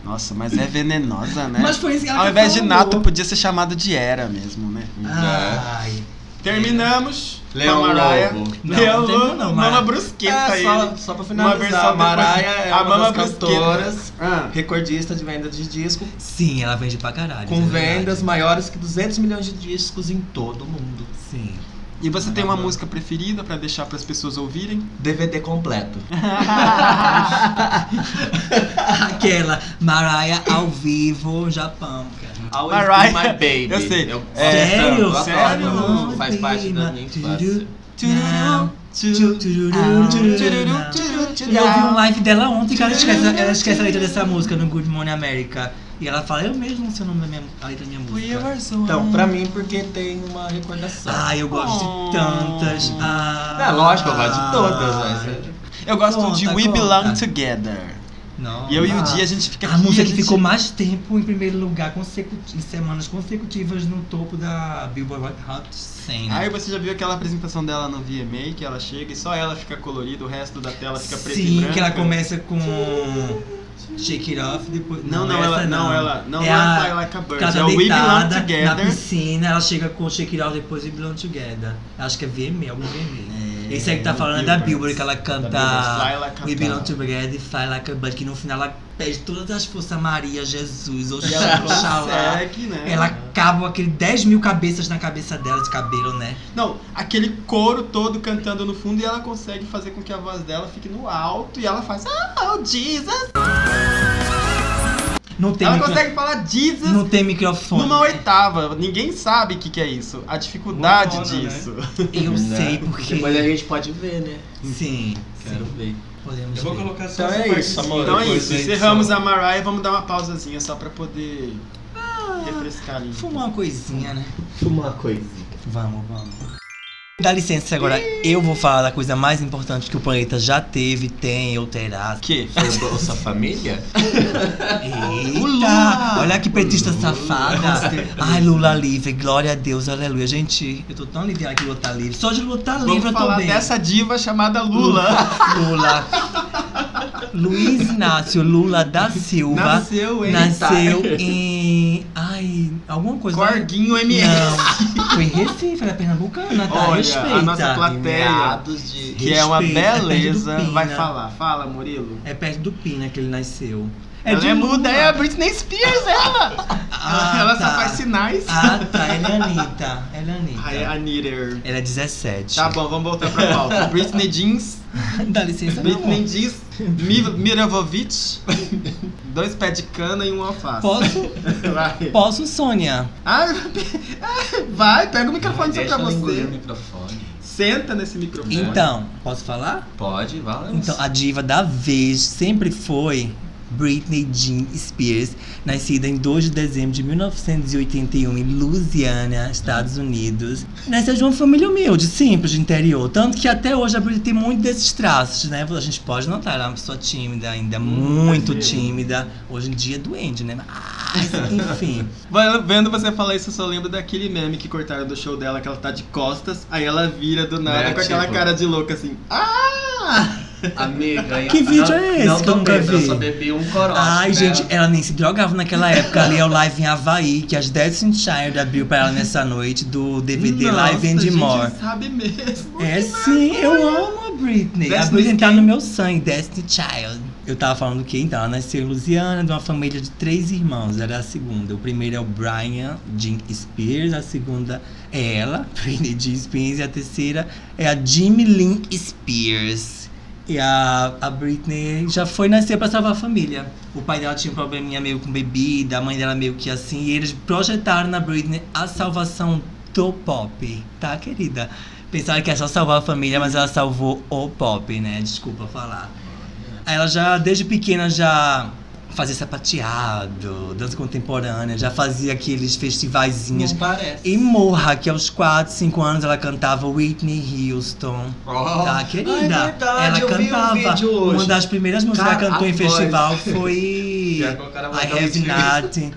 [SPEAKER 7] Nossa, mas é venenosa, né?
[SPEAKER 6] Mas foi isso que ela
[SPEAKER 7] Ao invés de
[SPEAKER 6] falou.
[SPEAKER 7] nato, podia ser chamado de era mesmo, né?
[SPEAKER 2] É.
[SPEAKER 6] Ai.
[SPEAKER 2] Terminamos.
[SPEAKER 5] Leão
[SPEAKER 2] com a Mariah.
[SPEAKER 5] Lobo.
[SPEAKER 6] Não,
[SPEAKER 2] Leão
[SPEAKER 6] não tem
[SPEAKER 2] Lobo,
[SPEAKER 6] não, Mariah.
[SPEAKER 2] Mama Brusqueta tá aí.
[SPEAKER 5] É, só, só pra finalizar,
[SPEAKER 2] Uma versão
[SPEAKER 5] a Mariah é
[SPEAKER 2] depois-
[SPEAKER 5] uma
[SPEAKER 2] a Mama
[SPEAKER 5] das
[SPEAKER 2] Brusqueta.
[SPEAKER 5] cantoras,
[SPEAKER 7] Ah,
[SPEAKER 5] recordista de venda de disco,
[SPEAKER 6] Sim, ela vende pra caralho.
[SPEAKER 5] com
[SPEAKER 6] isso é verdade.
[SPEAKER 5] vendas maiores que 200 milhões de discos em todo o mundo.
[SPEAKER 6] Sim.
[SPEAKER 2] E você tem uma música preferida pra deixar pras pessoas ouvirem?
[SPEAKER 5] DVD
[SPEAKER 2] [laughs]
[SPEAKER 5] completo.
[SPEAKER 6] [laughs] Aquela Mariah ao vivo, Japão. cara.
[SPEAKER 5] Always
[SPEAKER 2] Mariah.
[SPEAKER 5] Be My Baby.
[SPEAKER 2] Eu sei.
[SPEAKER 5] Eu,
[SPEAKER 2] É,
[SPEAKER 6] sério?
[SPEAKER 5] eu
[SPEAKER 2] sério?
[SPEAKER 5] adoro, faz parte da minha infância.
[SPEAKER 6] Now, tchu, tchururu, tchururu, now. Eu vi um live dela ontem que ela esquece, ela esquece a letra dessa música no Good Morning America. E ela fala, eu mesmo não sei o nome da minha, a letra da minha música.
[SPEAKER 5] Então, pra mim, porque tem uma recordação.
[SPEAKER 6] Ah, eu gosto de tantas. Ah,
[SPEAKER 5] É lógico, eu gosto de todas,
[SPEAKER 6] né?
[SPEAKER 5] mas...
[SPEAKER 7] eu gosto de
[SPEAKER 6] Conta,
[SPEAKER 7] We
[SPEAKER 6] conta.
[SPEAKER 7] Belong Together.
[SPEAKER 6] Não,
[SPEAKER 7] E eu e o
[SPEAKER 6] ah,
[SPEAKER 7] Dia a gente fica
[SPEAKER 6] A
[SPEAKER 7] aqui,
[SPEAKER 6] música que
[SPEAKER 7] gente-
[SPEAKER 6] ficou mais tempo em primeiro lugar consecuti- em semanas consecutivas no topo da Billboard Hot 100. né?
[SPEAKER 2] Aí você já viu aquela apresentação dela no VMA, que ela chega e só ela fica colorida, o resto da tela fica preto e
[SPEAKER 6] Sim,
[SPEAKER 2] branco.
[SPEAKER 6] que ela começa com Shake It Off, depois.
[SPEAKER 2] Não, não, ela,
[SPEAKER 6] essa
[SPEAKER 2] não, ela, não,
[SPEAKER 6] é
[SPEAKER 2] ela
[SPEAKER 6] a-
[SPEAKER 2] fly like a bird.
[SPEAKER 6] Casa
[SPEAKER 2] é o We Belong
[SPEAKER 6] deitada na
[SPEAKER 2] Together.
[SPEAKER 6] piscina, ela chega com Shake It Off depois e Belong Together. Acho que é VMA, algum VMA. Esse aí que tá falando é da Billboard, que ela
[SPEAKER 2] Fly
[SPEAKER 6] canta
[SPEAKER 2] like a
[SPEAKER 6] We
[SPEAKER 2] bird.
[SPEAKER 6] Belong Together e Fly Like a Bird, que no final ela pede todas as forças a Maria, Jesus,
[SPEAKER 2] [laughs] E ela
[SPEAKER 6] Oxalá, Oxalá.
[SPEAKER 2] consegue, né?
[SPEAKER 6] Ela acaba aquele 10 mil cabeças na cabeça dela de cabelo, né?
[SPEAKER 2] Não, aquele coro todo cantando no fundo e ela consegue fazer com que a voz dela fique no alto e ela faz Ah, oh, Jesus!
[SPEAKER 6] Não tem,
[SPEAKER 2] ela
[SPEAKER 6] micro-
[SPEAKER 2] consegue falar Jesus
[SPEAKER 6] não tem microfone.
[SPEAKER 2] numa oitava. Ninguém sabe o que, que é isso. A dificuldade
[SPEAKER 3] Monotona, né?
[SPEAKER 2] disso.
[SPEAKER 6] Eu sei porque.
[SPEAKER 5] Depois é a gente pode ver, né?
[SPEAKER 6] Sim,
[SPEAKER 5] Quero ver.
[SPEAKER 6] podemos
[SPEAKER 3] Eu vou
[SPEAKER 6] ver.
[SPEAKER 3] colocar só
[SPEAKER 5] Então
[SPEAKER 3] essa
[SPEAKER 5] é
[SPEAKER 3] parte
[SPEAKER 5] isso,
[SPEAKER 3] assim,
[SPEAKER 5] amor.
[SPEAKER 2] Então é
[SPEAKER 5] Depois
[SPEAKER 2] isso.
[SPEAKER 5] da edição.
[SPEAKER 2] Encerramos a Mariah e vamos dar uma pausazinha só pra poder refrescar ali.
[SPEAKER 6] Fumar uma coisinha, né?
[SPEAKER 5] Fumar coisinha.
[SPEAKER 6] Vamos, vamos. Dá licença, agora eu vou falar da coisa mais importante que o planeta já teve, tem ou terá.
[SPEAKER 5] Que? Foi o Bolsa Família?
[SPEAKER 6] Eita! Olha que petista safada. Ai, Lula livre, glória a Deus, aleluia. Gente, eu tô tão aliviada que o Lula tá livre. Só de Lula tá livre
[SPEAKER 2] Vamos
[SPEAKER 6] eu tô
[SPEAKER 2] falar
[SPEAKER 6] bem.
[SPEAKER 2] dessa diva chamada Lula.
[SPEAKER 6] Lula. Luiz Inácio Lula da Silva
[SPEAKER 2] Nasceu em
[SPEAKER 6] nasceu em. Ai, alguma coisa. né?
[SPEAKER 2] Corguinho MS.
[SPEAKER 6] Não, foi em Recife, era pernambucana, tá?
[SPEAKER 2] [laughs] Olha,
[SPEAKER 6] Respeita.
[SPEAKER 2] a nossa plateia,
[SPEAKER 5] Meados de...
[SPEAKER 2] que é uma
[SPEAKER 6] Respeita,
[SPEAKER 2] beleza,
[SPEAKER 6] perto do
[SPEAKER 2] vai
[SPEAKER 6] Pina.
[SPEAKER 2] falar. Fala, Murilo.
[SPEAKER 6] É perto do Pina que ele nasceu.
[SPEAKER 2] ela
[SPEAKER 6] de
[SPEAKER 2] é
[SPEAKER 6] Lula.
[SPEAKER 2] muda, é a Britney Spears, ela!
[SPEAKER 6] Ah,
[SPEAKER 2] ela
[SPEAKER 6] tá.
[SPEAKER 2] só faz sinais.
[SPEAKER 6] Ah, tá, ela é Anitta. Ela é
[SPEAKER 2] Ah, é
[SPEAKER 6] Anitta.
[SPEAKER 2] a Nitter.
[SPEAKER 6] Ela é 17.
[SPEAKER 2] Tá bom, vamos voltar pra pauta. Britney Jeans,
[SPEAKER 6] [laughs] Dá licença, meu
[SPEAKER 2] Britney
[SPEAKER 6] amor.
[SPEAKER 2] Jeans, Mi- Mirovovic, dois pés de cana e um alface.
[SPEAKER 6] Posso?
[SPEAKER 2] Vai.
[SPEAKER 6] Posso, Sônia?
[SPEAKER 2] Ah, [laughs] ah, vai, pega o microfone só pra
[SPEAKER 5] ela engolir o
[SPEAKER 2] você.
[SPEAKER 5] microfone.
[SPEAKER 2] Senta nesse microfone.
[SPEAKER 6] Então, posso falar?
[SPEAKER 5] Pode, vai. lá.
[SPEAKER 6] Então, a diva da vez sempre foi Britney Jean Spears, nascida em 2 de dezembro de 1981 em Louisiana, Estados Unidos. Nasceu de uma família humilde, simples, de interior. Tanto que até hoje a Britney tem muito desses traços, né? A gente pode notar, ela é uma pessoa tímida ainda, muito tímida. Hoje em dia é doente, né?
[SPEAKER 2] [laughs]
[SPEAKER 6] Mas, enfim.
[SPEAKER 2] Vai- Vendo você falar isso, eu só lembro daquele meme que cortaram do show dela, que ela tá de costas, aí ela vira do nada
[SPEAKER 5] Né,
[SPEAKER 2] com aquela
[SPEAKER 5] tipo-
[SPEAKER 2] cara de louca assim. Ah!
[SPEAKER 5] [laughs] Amiga...
[SPEAKER 6] Que
[SPEAKER 5] não-
[SPEAKER 6] vídeo é esse
[SPEAKER 5] Não
[SPEAKER 6] que
[SPEAKER 5] tô
[SPEAKER 6] eu nunca
[SPEAKER 5] bêbado, eu
[SPEAKER 6] vi?
[SPEAKER 5] só bebi um corote.
[SPEAKER 6] Ai,
[SPEAKER 5] né?
[SPEAKER 6] gente, ela nem se drogava naquela época. Ali é o live em Havaí, que as Destiny Child abriu pra ela nessa noite do DVD Live and
[SPEAKER 2] Nossa, gente,
[SPEAKER 6] More.
[SPEAKER 2] sabe mesmo.
[SPEAKER 6] É sim, eu amo a Britney. a
[SPEAKER 2] Destiny's
[SPEAKER 6] Britney tá
[SPEAKER 2] Child.
[SPEAKER 6] no meu sangue, Destiny Child. Eu tava falando que então, ela nasceu em Louisiana, de uma família de três irmãos. Era a segunda. O primeiro é o Brian Jean Spears, a segunda é ela, [laughs] Britney Jean Spears, e a terceira é a Jimmy Lynn Spears. E a, a Britney já foi nascer pra salvar a família. O pai dela tinha um probleminha meio com bebida, a mãe dela meio que assim. E eles projetaram na Britney a salvação do pop, tá, querida? Pensaram que é só salvar a família, mas ela salvou o pop, né? Desculpa falar. Aí Ela já, desde pequena, já fazia sapateado, dança contemporânea, já fazia aqueles festivaizinhos.
[SPEAKER 5] Não parece.
[SPEAKER 6] E Morra, que aos 4, 5 anos ela cantava Whitney Houston.
[SPEAKER 5] Oh.
[SPEAKER 6] Tá, querida.
[SPEAKER 5] Ai, verdade,
[SPEAKER 6] ela
[SPEAKER 5] eu vi um
[SPEAKER 6] cantava.
[SPEAKER 5] vídeo hoje.
[SPEAKER 6] Uma das primeiras músicas que
[SPEAKER 5] Cara,
[SPEAKER 6] ela cantou
[SPEAKER 5] a
[SPEAKER 6] em
[SPEAKER 5] voz.
[SPEAKER 6] festival foi.
[SPEAKER 5] Já é colocaram a voz
[SPEAKER 6] I
[SPEAKER 5] da
[SPEAKER 6] Have
[SPEAKER 5] Whitney.
[SPEAKER 6] Nothing.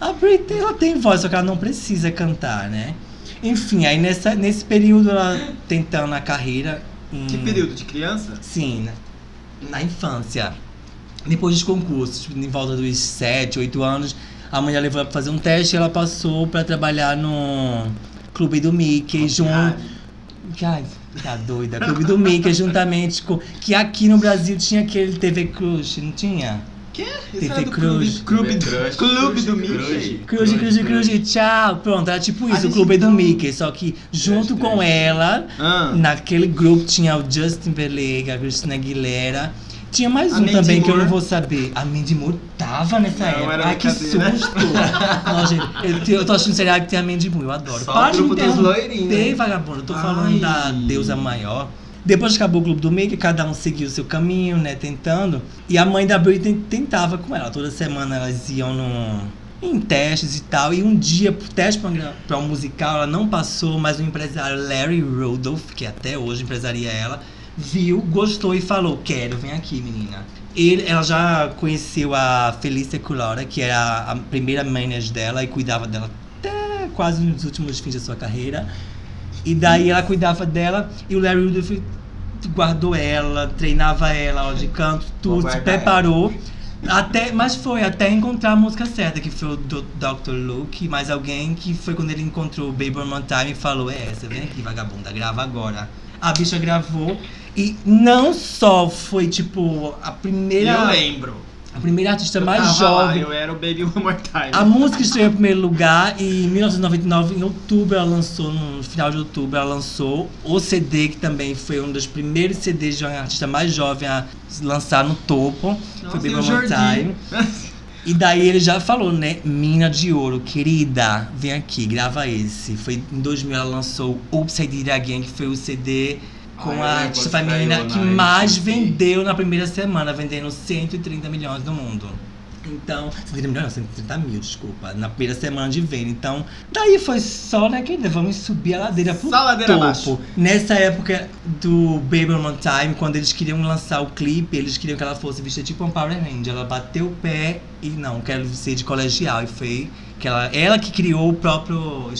[SPEAKER 6] A Britney, ela tem voz, só que ela não precisa cantar, né? Enfim, aí nessa, nesse período ela tentando a carreira. em-
[SPEAKER 2] Que período de criança?
[SPEAKER 6] Sim, na, na infância. Depois dos concursos, tipo, em volta dos 7, 8 anos, a mulher levou ela pra fazer um teste e ela passou pra trabalhar no Clube do Mickey, junto. Que, Ai, tá doida. Clube do Mickey, juntamente com. Que aqui no Brasil tinha aquele TV Cruz, não tinha?
[SPEAKER 2] Isso
[SPEAKER 6] TV
[SPEAKER 2] é do
[SPEAKER 6] Cruz.
[SPEAKER 2] Clube, clube,
[SPEAKER 4] Cruz,
[SPEAKER 2] do, clube do
[SPEAKER 4] Cruz,
[SPEAKER 2] Mickey.
[SPEAKER 6] Cruz, Cruz, Cruz, tchau. Pronto, era tipo isso, o
[SPEAKER 2] gente,
[SPEAKER 6] Clube do
[SPEAKER 2] então-
[SPEAKER 6] Mickey. Só que junto
[SPEAKER 4] Cruz,
[SPEAKER 6] com
[SPEAKER 4] Cruz.
[SPEAKER 6] ela,
[SPEAKER 2] Ah,
[SPEAKER 6] naquele grupo tinha o Justin Timberlake, a Christina Aguilera. Tinha mais
[SPEAKER 2] A
[SPEAKER 6] um
[SPEAKER 2] Mandy
[SPEAKER 6] também que eu
[SPEAKER 2] Moore.
[SPEAKER 6] não vou saber. A Mandy Moore tava nessa
[SPEAKER 2] Não,
[SPEAKER 6] época.
[SPEAKER 2] era
[SPEAKER 6] Ai, que
[SPEAKER 2] brincadeira.
[SPEAKER 6] susto. Não, gente, eu, te- eu tô achando seriado que tem a Mandy Moore, eu adoro.
[SPEAKER 5] Só
[SPEAKER 6] Para
[SPEAKER 5] o grupo
[SPEAKER 6] de
[SPEAKER 5] dos
[SPEAKER 6] interromper,
[SPEAKER 5] loirinhos. né?
[SPEAKER 6] vagabundo. Eu tô falando
[SPEAKER 2] Ai.
[SPEAKER 6] da deusa maior. Depois que acabou o Clube do Mickey, cada um seguiu o seu caminho, né? Tentando. E a mãe da Britney tentava com ela. Toda semana elas iam no... Em testes e tal, e um dia, pro teste para um musical, ela não passou, mas o empresário Larry Rudolph, que até hoje empresaria ela, viu, gostou e falou: Quero, vem aqui, menina. Ele, ela já conheceu a Felícia Culora, que era a- a primeira manager dela e cuidava dela até quase nos últimos fins da sua carreira. E daí ela cuidava dela e o Larry Rudolph guardou ela, treinava ela, aula de canto,
[SPEAKER 5] Vou
[SPEAKER 6] tudo, se
[SPEAKER 5] guardar
[SPEAKER 6] preparou. Até, mas foi até encontrar a música certa, que foi o Do- Dr. Luke, mas alguém que foi quando ele encontrou o Baby One More Time e falou: É essa, vem aqui, vagabunda, grava agora. A bicha gravou e não só foi, tipo, a
[SPEAKER 2] eu
[SPEAKER 6] primeira,
[SPEAKER 2] lembro.
[SPEAKER 6] a primeira artista
[SPEAKER 2] Eu
[SPEAKER 6] mais
[SPEAKER 2] tava lá,
[SPEAKER 6] jovem
[SPEAKER 2] eu era o Baby One More Time.
[SPEAKER 6] a música estreou em primeiro lugar e em 1999, em outubro, ela lançou, no final de outubro, ela lançou o CD, que também foi um dos primeiros CDs de uma artista mais jovem a se lançar no topo.
[SPEAKER 2] Nossa,
[SPEAKER 6] foi
[SPEAKER 2] e
[SPEAKER 6] Baby
[SPEAKER 2] o
[SPEAKER 6] One More Time. E daí ele já falou, né? Mina de Ouro, querida, vem aqui, grava esse. Foi em 2000 ela lançou Oops, I Did It Again, que foi o CD com
[SPEAKER 3] Ah, eu
[SPEAKER 6] a
[SPEAKER 3] lembro
[SPEAKER 6] artista
[SPEAKER 3] quando saiu
[SPEAKER 6] feminina
[SPEAKER 3] na
[SPEAKER 6] que mais
[SPEAKER 3] MTV.
[SPEAKER 6] vendeu na primeira semana, vendendo 130 milhões no mundo. Então, 130 milhões, não, 130 mil, desculpa, na primeira semana de venda. Então, daí foi só, né, querida, vamos subir a ladeira pro
[SPEAKER 2] Só ladeira
[SPEAKER 6] topo.
[SPEAKER 2] abaixo.
[SPEAKER 6] Nessa época do Baby One More Time, quando eles queriam lançar o clipe, eles queriam que ela fosse vestida tipo um Power Ranger. Ela bateu o pé e não, quero ser de colegial. E foi que ela, ela que criou o próprio.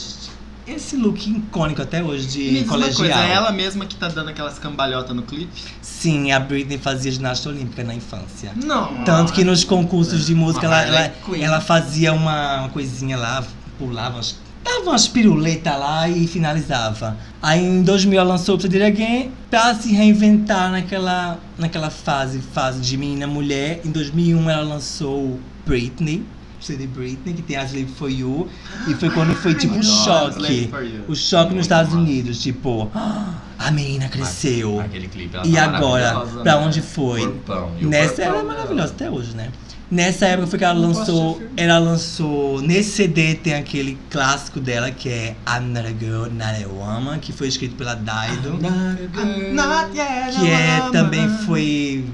[SPEAKER 6] Esse look icônico até hoje de
[SPEAKER 2] Me diz uma
[SPEAKER 6] colegial.
[SPEAKER 2] coisa, é ela mesma que tá dando aquelas cambalhotas no clipe?
[SPEAKER 6] Sim, a Britney fazia ginástica olímpica na infância.
[SPEAKER 2] Não.
[SPEAKER 6] Tanto que nos concursos de música
[SPEAKER 5] Uma
[SPEAKER 6] ela,
[SPEAKER 5] Harley
[SPEAKER 6] ela,
[SPEAKER 5] Quinn.
[SPEAKER 6] ela fazia uma, uma coisinha lá, pulava, umas- dava umas piruletas lá e finalizava. Aí em 2000 ela lançou o Did Again pra se reinventar naquela, naquela fase, fase de menina mulher. Em 2001 ela lançou Britney, o CD Britney, que tem a Slave For You. E foi quando foi tipo um choque. O choque nos Estados Unidos, tipo, [gasps] "Ah, a menina cresceu.
[SPEAKER 4] Aquele clipe. ela
[SPEAKER 6] E
[SPEAKER 4] tá
[SPEAKER 6] agora,
[SPEAKER 4] maravilhosa,
[SPEAKER 6] pra
[SPEAKER 4] né?
[SPEAKER 6] onde foi?
[SPEAKER 4] Corpão. E o
[SPEAKER 6] Nessa
[SPEAKER 4] corpão
[SPEAKER 6] ela é
[SPEAKER 4] dela.
[SPEAKER 6] maravilhosa até hoje, né? Nessa época foi que ela lançou. Ela lançou. Nesse CD tem aquele clássico dela que é I'm Not a Girl, Not a Woman, que foi escrito pela Dido.
[SPEAKER 2] Not yet,
[SPEAKER 6] Que é
[SPEAKER 2] I'm
[SPEAKER 6] também
[SPEAKER 2] a-
[SPEAKER 6] foi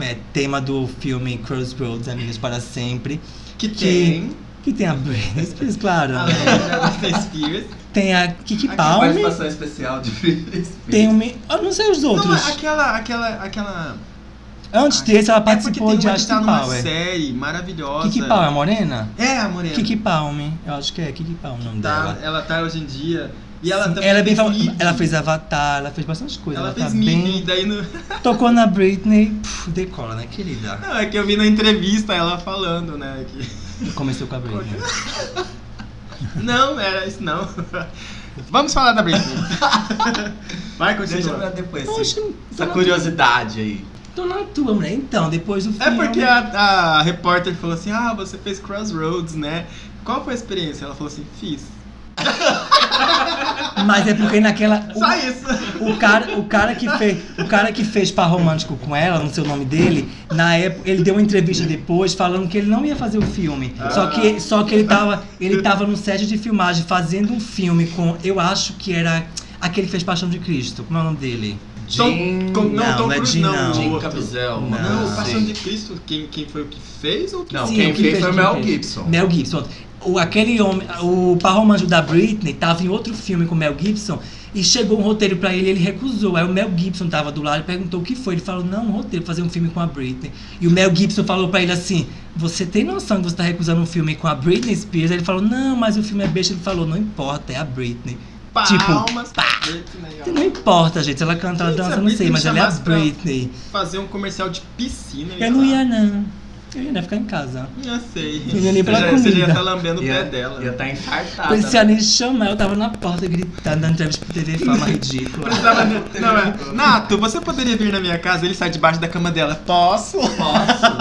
[SPEAKER 6] é, tema do filme Crossroads, Amigas para Sempre.
[SPEAKER 2] Que
[SPEAKER 6] que-
[SPEAKER 2] tem.
[SPEAKER 6] Que tem a Britney Spears, claro.
[SPEAKER 2] A
[SPEAKER 6] né?
[SPEAKER 2] Lena Spears.
[SPEAKER 6] Tem a Kiki
[SPEAKER 2] Ah, é. Aqui
[SPEAKER 6] Palmer.
[SPEAKER 5] Participação especial de Britney Spears.
[SPEAKER 6] Tem o. Me... Eu não sei os
[SPEAKER 2] Não,
[SPEAKER 6] outros.
[SPEAKER 2] aquela, aquela, aquela.
[SPEAKER 6] Antes desse, ela
[SPEAKER 2] é
[SPEAKER 6] participou
[SPEAKER 2] porque tem
[SPEAKER 6] de
[SPEAKER 2] uma que tá
[SPEAKER 6] Austin
[SPEAKER 2] numa
[SPEAKER 6] Power.
[SPEAKER 2] série maravilhosa.
[SPEAKER 6] Kiki Palmer, morena?
[SPEAKER 2] É, a Morena.
[SPEAKER 6] Kiki Palme, eu acho que é Kiki Palme o nome
[SPEAKER 2] tá,
[SPEAKER 6] dela.
[SPEAKER 2] ela tá hoje em dia. E ela
[SPEAKER 6] é? Sim,
[SPEAKER 2] também.
[SPEAKER 6] é bem
[SPEAKER 2] fez
[SPEAKER 6] famosa.
[SPEAKER 2] Mickey.
[SPEAKER 6] Ela fez Avatar, ela fez bastante coisa.
[SPEAKER 2] Ela,
[SPEAKER 6] Ela,
[SPEAKER 2] fez
[SPEAKER 6] tá
[SPEAKER 2] Mickey,
[SPEAKER 6] bem.
[SPEAKER 2] e daí no. [laughs]
[SPEAKER 6] Tocou na Britney, puf, decola, né, querida?
[SPEAKER 2] Não, é que eu vi na entrevista ela falando, né? que- [laughs]
[SPEAKER 6] Começou né? com a Britney.
[SPEAKER 2] Não, era isso não. [laughs] Vamos falar da
[SPEAKER 6] [laughs]
[SPEAKER 2] Britney. Vai,
[SPEAKER 5] Deixa pra
[SPEAKER 2] continua.
[SPEAKER 5] depois.
[SPEAKER 2] assim.
[SPEAKER 5] sim.
[SPEAKER 6] Poxa, tô
[SPEAKER 2] Tá
[SPEAKER 5] Essa
[SPEAKER 6] na,
[SPEAKER 5] curiosidade aí.
[SPEAKER 6] tô na tua, mulher. Então, depois do
[SPEAKER 2] É
[SPEAKER 6] filme.
[SPEAKER 2] porque a, a repórter falou assim: Ah, você fez Crossroads, né? Qual foi a experiência? Ela falou assim: Fiz.
[SPEAKER 6] Mas é porque naquela.
[SPEAKER 2] Só isso.
[SPEAKER 6] O cara, o cara que fez, o cara que fez par romântico com ela, não sei o nome dele, na época ele deu uma entrevista depois falando que ele não ia fazer o filme. Só que só que ele tava, ele tava no set de filmagem fazendo um filme com, eu acho que era aquele que fez Paixão de Cristo. Como é o nome dele?
[SPEAKER 2] Tom, Então, com- não,
[SPEAKER 6] não,
[SPEAKER 2] Tom
[SPEAKER 6] não é
[SPEAKER 2] Cruise
[SPEAKER 6] Jim,
[SPEAKER 2] não.
[SPEAKER 6] não.
[SPEAKER 2] o
[SPEAKER 6] Jim
[SPEAKER 2] outro.
[SPEAKER 4] Capizel,
[SPEAKER 6] Não,
[SPEAKER 4] mano.
[SPEAKER 2] Não, o
[SPEAKER 4] Sim.
[SPEAKER 2] Paixão de Cristo, quem, quem foi o que fez ou
[SPEAKER 4] Não,
[SPEAKER 6] Sim,
[SPEAKER 4] quem
[SPEAKER 6] o que
[SPEAKER 4] fez
[SPEAKER 6] fez
[SPEAKER 4] foi o
[SPEAKER 6] quem
[SPEAKER 4] Mel
[SPEAKER 6] fez.
[SPEAKER 4] Gibson.
[SPEAKER 6] Mel Gibson. O, aquele homem, o par romântico da Britney tava em outro filme com o Mel Gibson e chegou um roteiro pra ele, ele recusou. Aí o Mel Gibson tava do lado e perguntou o que foi. Ele falou: "Não, um roteiro fazer um filme com a Britney". E o Mel Gibson falou pra ele assim: "Você tem noção que você tá recusando um filme com a Britney Spears?". Aí ele falou: "Não, mas o filme é besta". Ele falou: "Não importa, é a Britney".
[SPEAKER 2] palmas. né,
[SPEAKER 6] Não importa, gente. Ela canta, ela
[SPEAKER 2] Gente,
[SPEAKER 6] dança,
[SPEAKER 2] a
[SPEAKER 6] eu não sei,
[SPEAKER 2] Britney
[SPEAKER 6] mas ela é a
[SPEAKER 2] chamasse pra-
[SPEAKER 6] Britney.
[SPEAKER 2] Fazer um comercial de piscina.
[SPEAKER 6] Eu não ia, não. Eu ia né, ficar em casa.
[SPEAKER 2] Não sei.
[SPEAKER 6] Eu ia nem pela
[SPEAKER 2] Você já- Você já
[SPEAKER 6] comida.
[SPEAKER 2] tá lambendo o
[SPEAKER 5] Ia-
[SPEAKER 2] pé dela.
[SPEAKER 5] Ia
[SPEAKER 2] né?
[SPEAKER 5] estar infartada.
[SPEAKER 6] Quando
[SPEAKER 2] tá.
[SPEAKER 6] esse anime chamar, eu tava na porta gritando, dando entrevista pro TV
[SPEAKER 2] [laughs]
[SPEAKER 6] Fama ridícula.
[SPEAKER 2] Precisava de- Tá Não, é. Nato, você poderia vir na minha casa? Ele sai debaixo da cama dela. Posso?
[SPEAKER 5] Posso,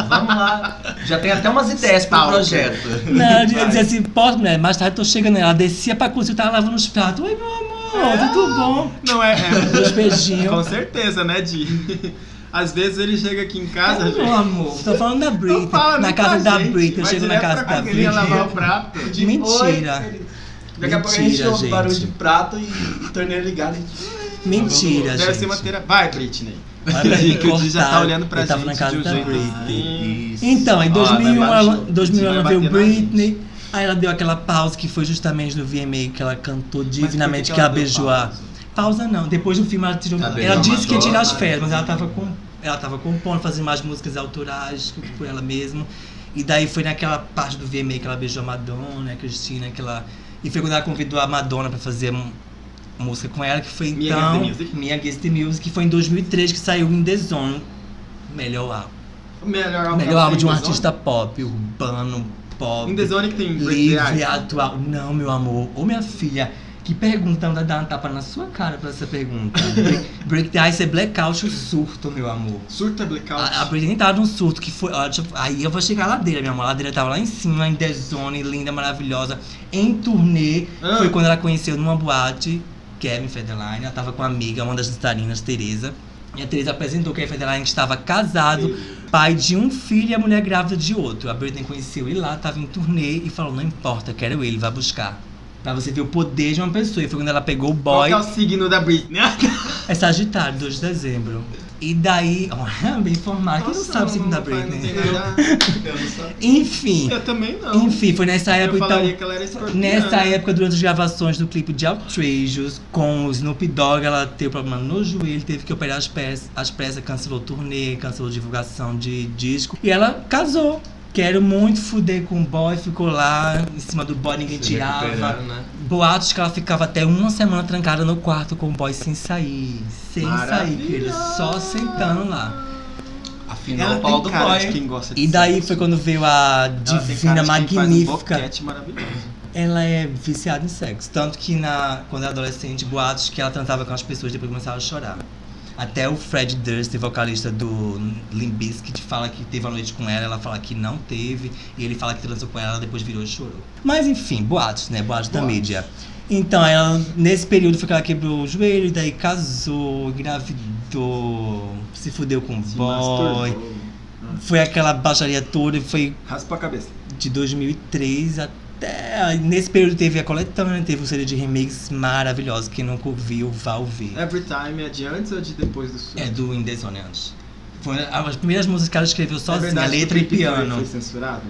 [SPEAKER 5] vamos lá. Já tem até umas ideias para o projeto.
[SPEAKER 6] Não, eu ia dizer assim, posso, mulher, mais tarde tô chegando. Ela descia pra cozinha, eu tava lavando os pratos. Oi, meu amor, tudo bom?
[SPEAKER 2] Não é. é.
[SPEAKER 6] Dois beijinhos.
[SPEAKER 2] Com certeza, né, Di? [laughs] Às vezes ele chega aqui em casa,
[SPEAKER 6] Não,
[SPEAKER 2] gente.
[SPEAKER 6] Meu amor, tô falando da Britney.
[SPEAKER 2] Não fala
[SPEAKER 6] na
[SPEAKER 2] nem
[SPEAKER 6] casa
[SPEAKER 2] pra
[SPEAKER 6] da
[SPEAKER 2] gente,
[SPEAKER 6] Britney, eu
[SPEAKER 2] vai
[SPEAKER 6] chego na
[SPEAKER 2] direto
[SPEAKER 6] casa
[SPEAKER 2] pra
[SPEAKER 6] da
[SPEAKER 2] cozinha lavar o
[SPEAKER 6] Britney.
[SPEAKER 2] prato.
[SPEAKER 6] Mentira.
[SPEAKER 3] Oi,
[SPEAKER 6] Daqui a pouco a gente Mentira, ouve gente. barulho de
[SPEAKER 3] prato e torneio ligado.
[SPEAKER 6] Mentira,
[SPEAKER 2] Deve ser
[SPEAKER 6] gente.
[SPEAKER 2] uma terapia. Vai, Britney.
[SPEAKER 6] Olha
[SPEAKER 2] [laughs]
[SPEAKER 6] aí,
[SPEAKER 2] Que o Di já tá
[SPEAKER 6] cortaram.
[SPEAKER 2] olhando pra
[SPEAKER 6] Eu tava
[SPEAKER 2] gente
[SPEAKER 6] na casa
[SPEAKER 2] de um
[SPEAKER 6] da
[SPEAKER 2] jeito
[SPEAKER 6] Britney.
[SPEAKER 2] assim.
[SPEAKER 6] Então, em
[SPEAKER 2] Ó,
[SPEAKER 6] 2001,
[SPEAKER 2] vai
[SPEAKER 6] ela,
[SPEAKER 2] baixando.
[SPEAKER 6] 2001 ela
[SPEAKER 2] Vai
[SPEAKER 6] veio
[SPEAKER 2] bater na
[SPEAKER 6] Britney, aí ela deu aquela pausa que foi justamente no VMA que ela cantou divinamente que, ela
[SPEAKER 2] deu
[SPEAKER 6] beijou a.
[SPEAKER 2] pausa?
[SPEAKER 6] Pausa não, depois do filme ela tirou.
[SPEAKER 4] Ela
[SPEAKER 6] ela
[SPEAKER 4] beijou a
[SPEAKER 6] disse que ia tirar as
[SPEAKER 4] Madonna.
[SPEAKER 6] férias, mas
[SPEAKER 2] né?
[SPEAKER 6] ela tava, com, ela tava compondo, fazendo mais músicas autorais por ela mesma. E daí foi naquela parte do VMA que ela beijou a Madonna, a Cristina, aquela. E foi quando ela convidou a Madonna pra fazer um- música com ela, que foi
[SPEAKER 2] Mia
[SPEAKER 6] então.
[SPEAKER 2] Against the Music?
[SPEAKER 6] Minha Against the Music, que foi em 2003 que saiu em The Zone. Melhor álbum.
[SPEAKER 2] Melhor álbum.
[SPEAKER 6] Melhor álbum de um
[SPEAKER 2] Indezone?
[SPEAKER 6] artista pop, urbano, pop,
[SPEAKER 2] Indezone que tem
[SPEAKER 6] livre,
[SPEAKER 2] Britney.
[SPEAKER 6] atual. Não, meu amor. Ô, minha filha, que pergunta anda dar uma tapa na sua cara pra essa pergunta. Break- [laughs] Break the Ice é blackout, o surto, meu amor.
[SPEAKER 2] Surta blackout.
[SPEAKER 6] A, a Britney tava num surto que foi. ó, deixa eu- aí eu vou chegar à ladeira, minha amor. A ladeira tava lá em cima, em Dezone, linda, maravilhosa, em turnê.
[SPEAKER 2] Ah.
[SPEAKER 6] Foi quando ela conheceu numa boate Kevin Federline. Ela tava com uma amiga, uma das dançarinas, Tereza. E a Tereza apresentou que a Federline estava casado, pai de um filho e a mulher grávida de outro. A Britney conheceu ele lá, tava em turnê e falou: Não importa, quero ele, vai buscar. Pra você ver o poder de uma pessoa. E foi quando ela pegou o
[SPEAKER 2] Qual
[SPEAKER 6] boy.
[SPEAKER 2] que é o signo da Britney?
[SPEAKER 6] É Sagitário, 2 de dezembro. E daí, [laughs] ó, bem formado, quem não
[SPEAKER 2] Nossa,
[SPEAKER 6] sabe o signo da
[SPEAKER 2] faz- não
[SPEAKER 6] Britney?
[SPEAKER 2] tem nada.
[SPEAKER 6] [laughs] Enfim,
[SPEAKER 2] Eu também não.
[SPEAKER 6] enfim, foi nessa
[SPEAKER 2] Eu
[SPEAKER 6] época então.
[SPEAKER 2] falaria que ela era escorpiana.
[SPEAKER 6] Nessa época, durante as gravações do clipe de Outrageous, com o Snoop Dogg, ela teve um problema no joelho, teve que operar as peças, as peças cancelou turnê, cancelou divulgação de disco. E ela casou. Quero muito fuder com o boy, ficou lá em cima do boy, ninguém tirava.
[SPEAKER 5] né?
[SPEAKER 6] Boatos que ela ficava até uma semana trancada no quarto com o boy sem sair. Sem sair,
[SPEAKER 2] Maravilha!
[SPEAKER 6] querido, só sentando lá.
[SPEAKER 5] Afinal,
[SPEAKER 2] Ela
[SPEAKER 5] o pau
[SPEAKER 2] tem
[SPEAKER 5] do
[SPEAKER 2] cara
[SPEAKER 5] boy.
[SPEAKER 2] de quem gosta de
[SPEAKER 6] E daí foi quando veio a
[SPEAKER 2] Ela tem cara de
[SPEAKER 6] Divina
[SPEAKER 2] quem faz um
[SPEAKER 6] Magnífica.
[SPEAKER 2] boquete maravilhoso.
[SPEAKER 6] Ela é viciada em sexo. Tanto que na, quando era adolescente, boatos que ela transava com as pessoas e depois começava a chorar. Até o Fred Durst, vocalista do Limbiskit, fala que teve uma noite com ela, ela fala que não teve, e ele fala que transou com ela, ela depois virou e chorou. Mas enfim, boatos, né? Boatos, da mídia. Então, ela, nesse período foi que ela quebrou o joelho, e daí casou, engravidou, se fudeu com o boy.
[SPEAKER 2] Masturbou.
[SPEAKER 6] Foi aquela baixaria toda e foi
[SPEAKER 2] Raspa a cabeça.
[SPEAKER 6] de 2003 até. Nesse período teve a coletânea, teve um CD de remix maravilhoso. Quem nunca ouviu, vá ouvir.
[SPEAKER 2] Every time é de antes ou de depois do surto?
[SPEAKER 6] É do In The Zone antes. Foi as primeiras músicas que ela escreveu
[SPEAKER 2] É
[SPEAKER 6] sozinha,
[SPEAKER 2] verdade que o
[SPEAKER 6] letra e
[SPEAKER 2] clipe foi-
[SPEAKER 6] piano.
[SPEAKER 2] Foi censurado?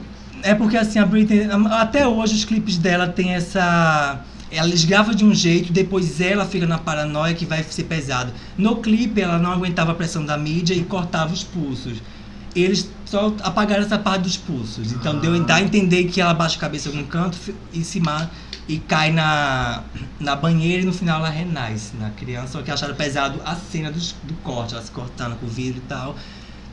[SPEAKER 6] É porque assim, a Britney. Até hoje os clipes dela tem essa. Ela esgrava de um jeito, depois ela fica na paranoia que vai ser pesado. No clipe, ela não aguentava a pressão da mídia e cortava os pulsos. Eles só apagaram essa parte dos pulsos. Então deu, dá a entender que ela baixa a cabeça em algum canto fi- e se mata e cai na, na banheira e no final ela renasce na criança. Só que acharam pesado a cena dos- do corte, ela se cortando com o vidro e tal.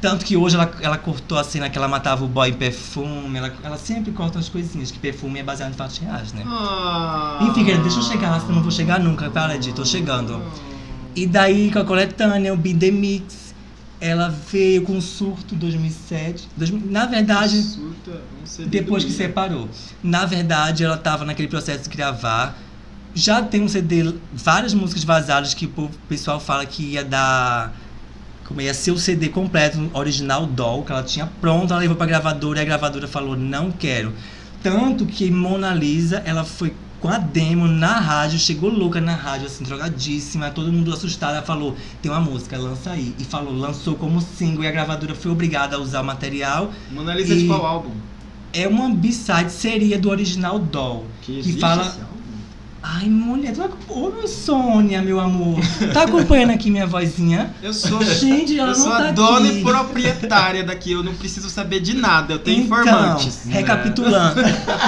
[SPEAKER 6] Tanto que hoje ela, ela cortou a cena que ela matava o boy em perfume. Ela, ela sempre corta umas coisinhas, que perfume é baseado em fatos reais, né?
[SPEAKER 2] Ah.
[SPEAKER 6] Enfim, querida, deixa eu chegar lá, senão eu não vou chegar nunca. Para de, tô chegando.
[SPEAKER 2] Ah.
[SPEAKER 6] E daí, com a coletânea, o Beat The Mix, ela veio com um surto 2007. 2000 na verdade,
[SPEAKER 2] Surta, um CD
[SPEAKER 6] depois
[SPEAKER 2] do
[SPEAKER 6] que
[SPEAKER 2] Mia.
[SPEAKER 6] separou. Na verdade, ela tava naquele processo de gravar. Já tem um CD, várias músicas vazadas que o po- pessoal fala que ia dar. Como ia ser o CD completo, um original doll, que ela tinha pronto, ela levou pra gravadora e a gravadora falou: não quero. Tanto que Mona Lisa, ela foi com a demo na rádio, chegou louca na rádio, assim, drogadíssima, todo mundo assustado. Ela falou: tem uma música, lança aí. E falou: lançou como single e a gravadora foi obrigada a usar o material.
[SPEAKER 2] Mona Lisa de
[SPEAKER 6] E-
[SPEAKER 2] qual álbum?
[SPEAKER 6] É uma B-side, seria do original Doll.
[SPEAKER 2] Que existe
[SPEAKER 6] fala-
[SPEAKER 2] esse álbum?
[SPEAKER 6] Ai, mulher, tu... ac- ô meu Sônia, meu amor. Tá acompanhando aqui minha vozinha?
[SPEAKER 2] [laughs] Eu sou.
[SPEAKER 6] [laughs] Gente, ela
[SPEAKER 2] Eu
[SPEAKER 6] não
[SPEAKER 2] sou
[SPEAKER 6] tá
[SPEAKER 2] a dona
[SPEAKER 6] aqui.
[SPEAKER 2] e proprietária daqui, eu não preciso saber de nada, eu tenho
[SPEAKER 6] Então,
[SPEAKER 2] informantes. né?
[SPEAKER 6] recapitulando,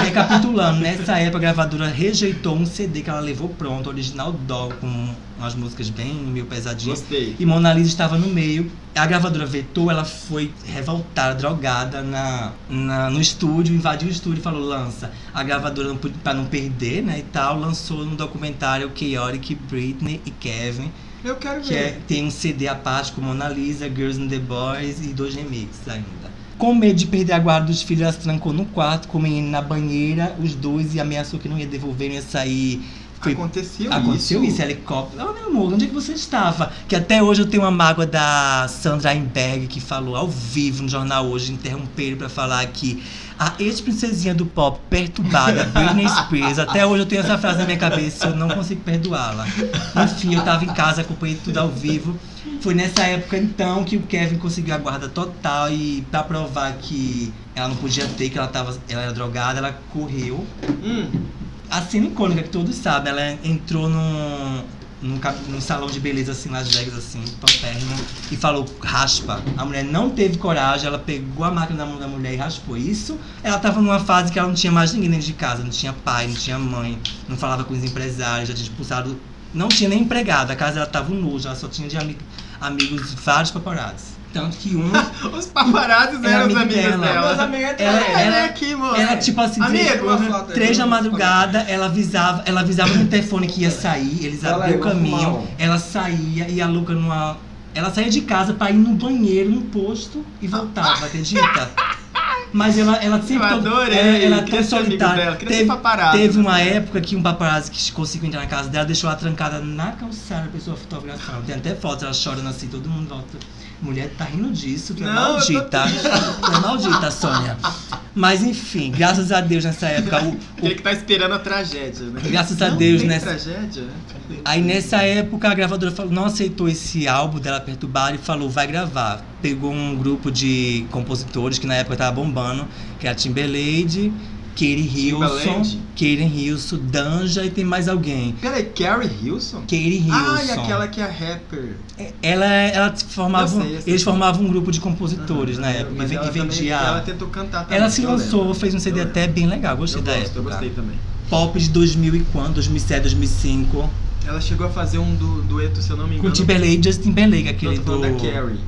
[SPEAKER 6] recapitulando, nessa época a gravadora rejeitou um CD que ela levou pronto, original dó, com umas músicas bem meio pesadinhas.
[SPEAKER 2] Gostei.
[SPEAKER 6] E Mona Lisa estava no meio. A gravadora vetou, ela foi revoltada, drogada na, na- no estúdio, invadiu o estúdio e falou: lança. A gravadora, para não perder, né, e tal, lançou um documentário Chaotic Britney e Kevin,
[SPEAKER 2] Eu quero
[SPEAKER 6] que
[SPEAKER 2] ver.
[SPEAKER 6] é, tem um CD apático com Mona Lisa, Girls and the Boys e dois remixes ainda. Com medo de perder a guarda dos filhos, ela se trancou no quarto com o menino na banheira, os dois, e ameaçou que não ia devolver, não ia sair. é, Foi
[SPEAKER 2] Aconteceu,
[SPEAKER 6] Aconteceu isso, helicóptero. Ah, meu amor, onde é que você estava? Que até hoje eu tenho uma mágoa da Sandra Einberg, que falou ao vivo no jornal hoje, interromperam pra falar que a ex-princesinha do pop perturbada, Britney Spears, até hoje eu tenho essa frase na minha cabeça, eu não consigo perdoá-la. Enfim, eu tava em casa, acompanhei tudo ao vivo. Foi nessa época, então, que o Kevin conseguiu a guarda total e pra provar que ela não podia ter, que ela, tava, ela era drogada, ela correu
[SPEAKER 2] Hum,
[SPEAKER 6] a cena icônica que todos sabem, ela entrou num, num, cap- num salão de beleza assim, Las Vegas, assim, pampérrimo, e falou, raspa. A mulher não teve coragem, ela pegou a máquina da mão da mulher e raspou isso. Ela tava numa fase que ela não tinha mais ninguém dentro de casa, não tinha pai, não tinha mãe, não falava com os empresários, já tinha expulsado, não tinha nem empregada, a casa ela tava um nojo, ela só tinha de ami- amigos vários paparazzi. Tanto que um
[SPEAKER 2] os paparazzi
[SPEAKER 6] É
[SPEAKER 2] eram os
[SPEAKER 6] amigo
[SPEAKER 2] amigos
[SPEAKER 6] dela.
[SPEAKER 2] dela.
[SPEAKER 6] Meus
[SPEAKER 2] amigos
[SPEAKER 6] dela. Ela-
[SPEAKER 2] Ela é
[SPEAKER 6] ela-
[SPEAKER 2] aqui, moço.
[SPEAKER 6] Ela, tipo assim, três,
[SPEAKER 2] Amigo,
[SPEAKER 3] uma foto aí,
[SPEAKER 6] três da
[SPEAKER 3] uma foto.
[SPEAKER 6] madrugada, ela avisava, ela avisava no telefone que ia sair, eles
[SPEAKER 3] Fala
[SPEAKER 6] abriam
[SPEAKER 3] aí,
[SPEAKER 6] o
[SPEAKER 3] vamos fumar
[SPEAKER 6] caminho,
[SPEAKER 3] um.
[SPEAKER 6] ela saía e a Luca numa. Ela saía de casa pra ir no banheiro, no posto e voltava, acredita? Mas ela, ela
[SPEAKER 2] eu
[SPEAKER 6] sempre.
[SPEAKER 2] adorei.
[SPEAKER 6] Ela, ela é
[SPEAKER 2] queria
[SPEAKER 6] tão
[SPEAKER 2] ser amigo dela,
[SPEAKER 6] solitária.
[SPEAKER 2] queria ser
[SPEAKER 6] Teve-
[SPEAKER 2] paparazzi. né?
[SPEAKER 6] Teve uma época que um paparazzi que conseguiu entrar na casa dela deixou ela trancada na calçada, a pessoa fotografando. Tem até foto, ela chorando assim, todo mundo volta. Mulher, tá rindo disso, tu é
[SPEAKER 2] Não, eu tô
[SPEAKER 6] maldita. Tu é maldita, Sônia. Mas enfim, graças a Deus nessa época. o-
[SPEAKER 2] Aquele que tá esperando a tragédia, né?
[SPEAKER 6] Graças a
[SPEAKER 2] Não
[SPEAKER 6] Deus,
[SPEAKER 2] tem
[SPEAKER 6] né?
[SPEAKER 2] tragédia? né?
[SPEAKER 6] Aí nessa época a gravadora falou, não aceitou esse álbum dela perturbada e falou, vai gravar. Pegou um grupo de compositores que na época tava bombando, que era Timberlade, Katie Hilson,
[SPEAKER 2] Timbaland?
[SPEAKER 6] Katie Hilson, Danja e tem mais alguém.
[SPEAKER 2] Peraí, Carrie Hilson?
[SPEAKER 6] Katie Hilson.
[SPEAKER 2] Ah, e aquela que é rapper.
[SPEAKER 6] Ela, ela formava,
[SPEAKER 2] Eu sei, eu sei.
[SPEAKER 6] eles formavam um grupo de compositores na
[SPEAKER 2] Aham,
[SPEAKER 6] época e
[SPEAKER 2] mas
[SPEAKER 6] ven-
[SPEAKER 2] ela
[SPEAKER 6] e
[SPEAKER 2] também-
[SPEAKER 6] vendia.
[SPEAKER 2] Ela
[SPEAKER 6] Ela,
[SPEAKER 2] tentou cantar também.
[SPEAKER 6] se
[SPEAKER 2] eu lembro.
[SPEAKER 6] lançou, fez um CD
[SPEAKER 2] Eu
[SPEAKER 6] até bem legal, gostei
[SPEAKER 2] Eu
[SPEAKER 6] da
[SPEAKER 2] gosto, eu
[SPEAKER 6] época.
[SPEAKER 2] gostei também.
[SPEAKER 6] Pop de 2000 e quando? 2007, 2005.
[SPEAKER 2] Ela chegou a fazer um du- dueto, se eu não me
[SPEAKER 6] Com
[SPEAKER 2] engano.
[SPEAKER 6] o Timberlake e Justin Timberlake, aquele
[SPEAKER 2] Não, tô
[SPEAKER 6] do...
[SPEAKER 2] falando da Carrie.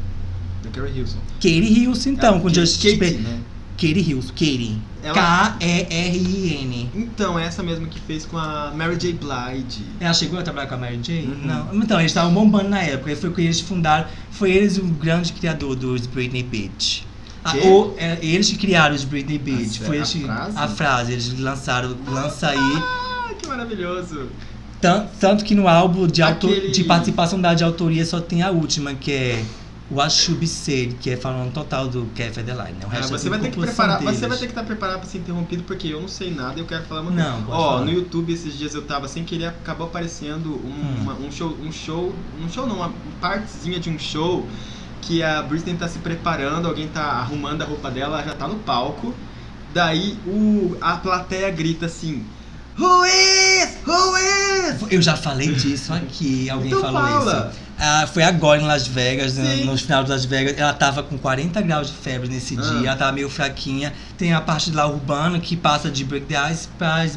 [SPEAKER 2] Da Carrie Hilson.
[SPEAKER 6] Katie Hilson, então, com
[SPEAKER 2] Kate-
[SPEAKER 6] Justin
[SPEAKER 2] Kate,
[SPEAKER 6] Timberlake.
[SPEAKER 2] né?
[SPEAKER 6] Katie Hilson, Katie.
[SPEAKER 2] É, Ela-
[SPEAKER 6] K-E-R-I-N.
[SPEAKER 2] Então, é essa mesma que fez com a Mary J. Blige.
[SPEAKER 6] Ela chegou a trabalhar com a Mary Jane?
[SPEAKER 2] Uhum.
[SPEAKER 6] Não. Então, eles estavam bombando na época. Aí foi que eles fundaram. Foi eles o grande criador dos Britney Beach. Ah,
[SPEAKER 2] Quê?
[SPEAKER 6] ou, é, eles que criaram os Britney Beach.
[SPEAKER 2] Nossa,
[SPEAKER 6] foi
[SPEAKER 2] a
[SPEAKER 6] eles que-
[SPEAKER 2] frase?
[SPEAKER 6] a frase. Eles lançaram, lança aí.
[SPEAKER 2] Ah, que maravilhoso.
[SPEAKER 6] Tan- Tanto, que no álbum de, auto-
[SPEAKER 2] Aquele-
[SPEAKER 6] de participação da de autoria só tem a última, que é o Ashub Sale, que é falando total do Kevin Adeline. Né? O
[SPEAKER 2] Ah,
[SPEAKER 6] resto é
[SPEAKER 2] você
[SPEAKER 6] tudo
[SPEAKER 2] vai ter que
[SPEAKER 6] composição
[SPEAKER 2] preparar, você
[SPEAKER 6] deles.
[SPEAKER 2] vai ter que estar preparado para ser interrompido porque eu não sei nada e eu quero falar uma coisa.
[SPEAKER 6] Não, pode
[SPEAKER 2] Ó,
[SPEAKER 6] falar.
[SPEAKER 2] no YouTube esses dias eu tava sem querer acabou aparecendo um,
[SPEAKER 6] Hum.
[SPEAKER 2] uma- um show, um show, um show não, uma partezinha de um show que a Britney tá se preparando, alguém tá arrumando a roupa dela, ela já tá no palco. Daí o a plateia grita assim: "Who is? Who is?"
[SPEAKER 6] É, Eu já falei
[SPEAKER 2] [laughs]
[SPEAKER 6] disso aqui, alguém
[SPEAKER 2] Então
[SPEAKER 6] falou
[SPEAKER 2] fala.
[SPEAKER 6] isso. Ah, foi agora em Las Vegas, né,
[SPEAKER 2] Sim.
[SPEAKER 6] no, no final de Las Vegas. Ela tava com 40 graus de febre nesse
[SPEAKER 2] Ah.
[SPEAKER 6] dia, ela tava meio fraquinha. Tem a parte lá urbana que passa de Break the Ice pra.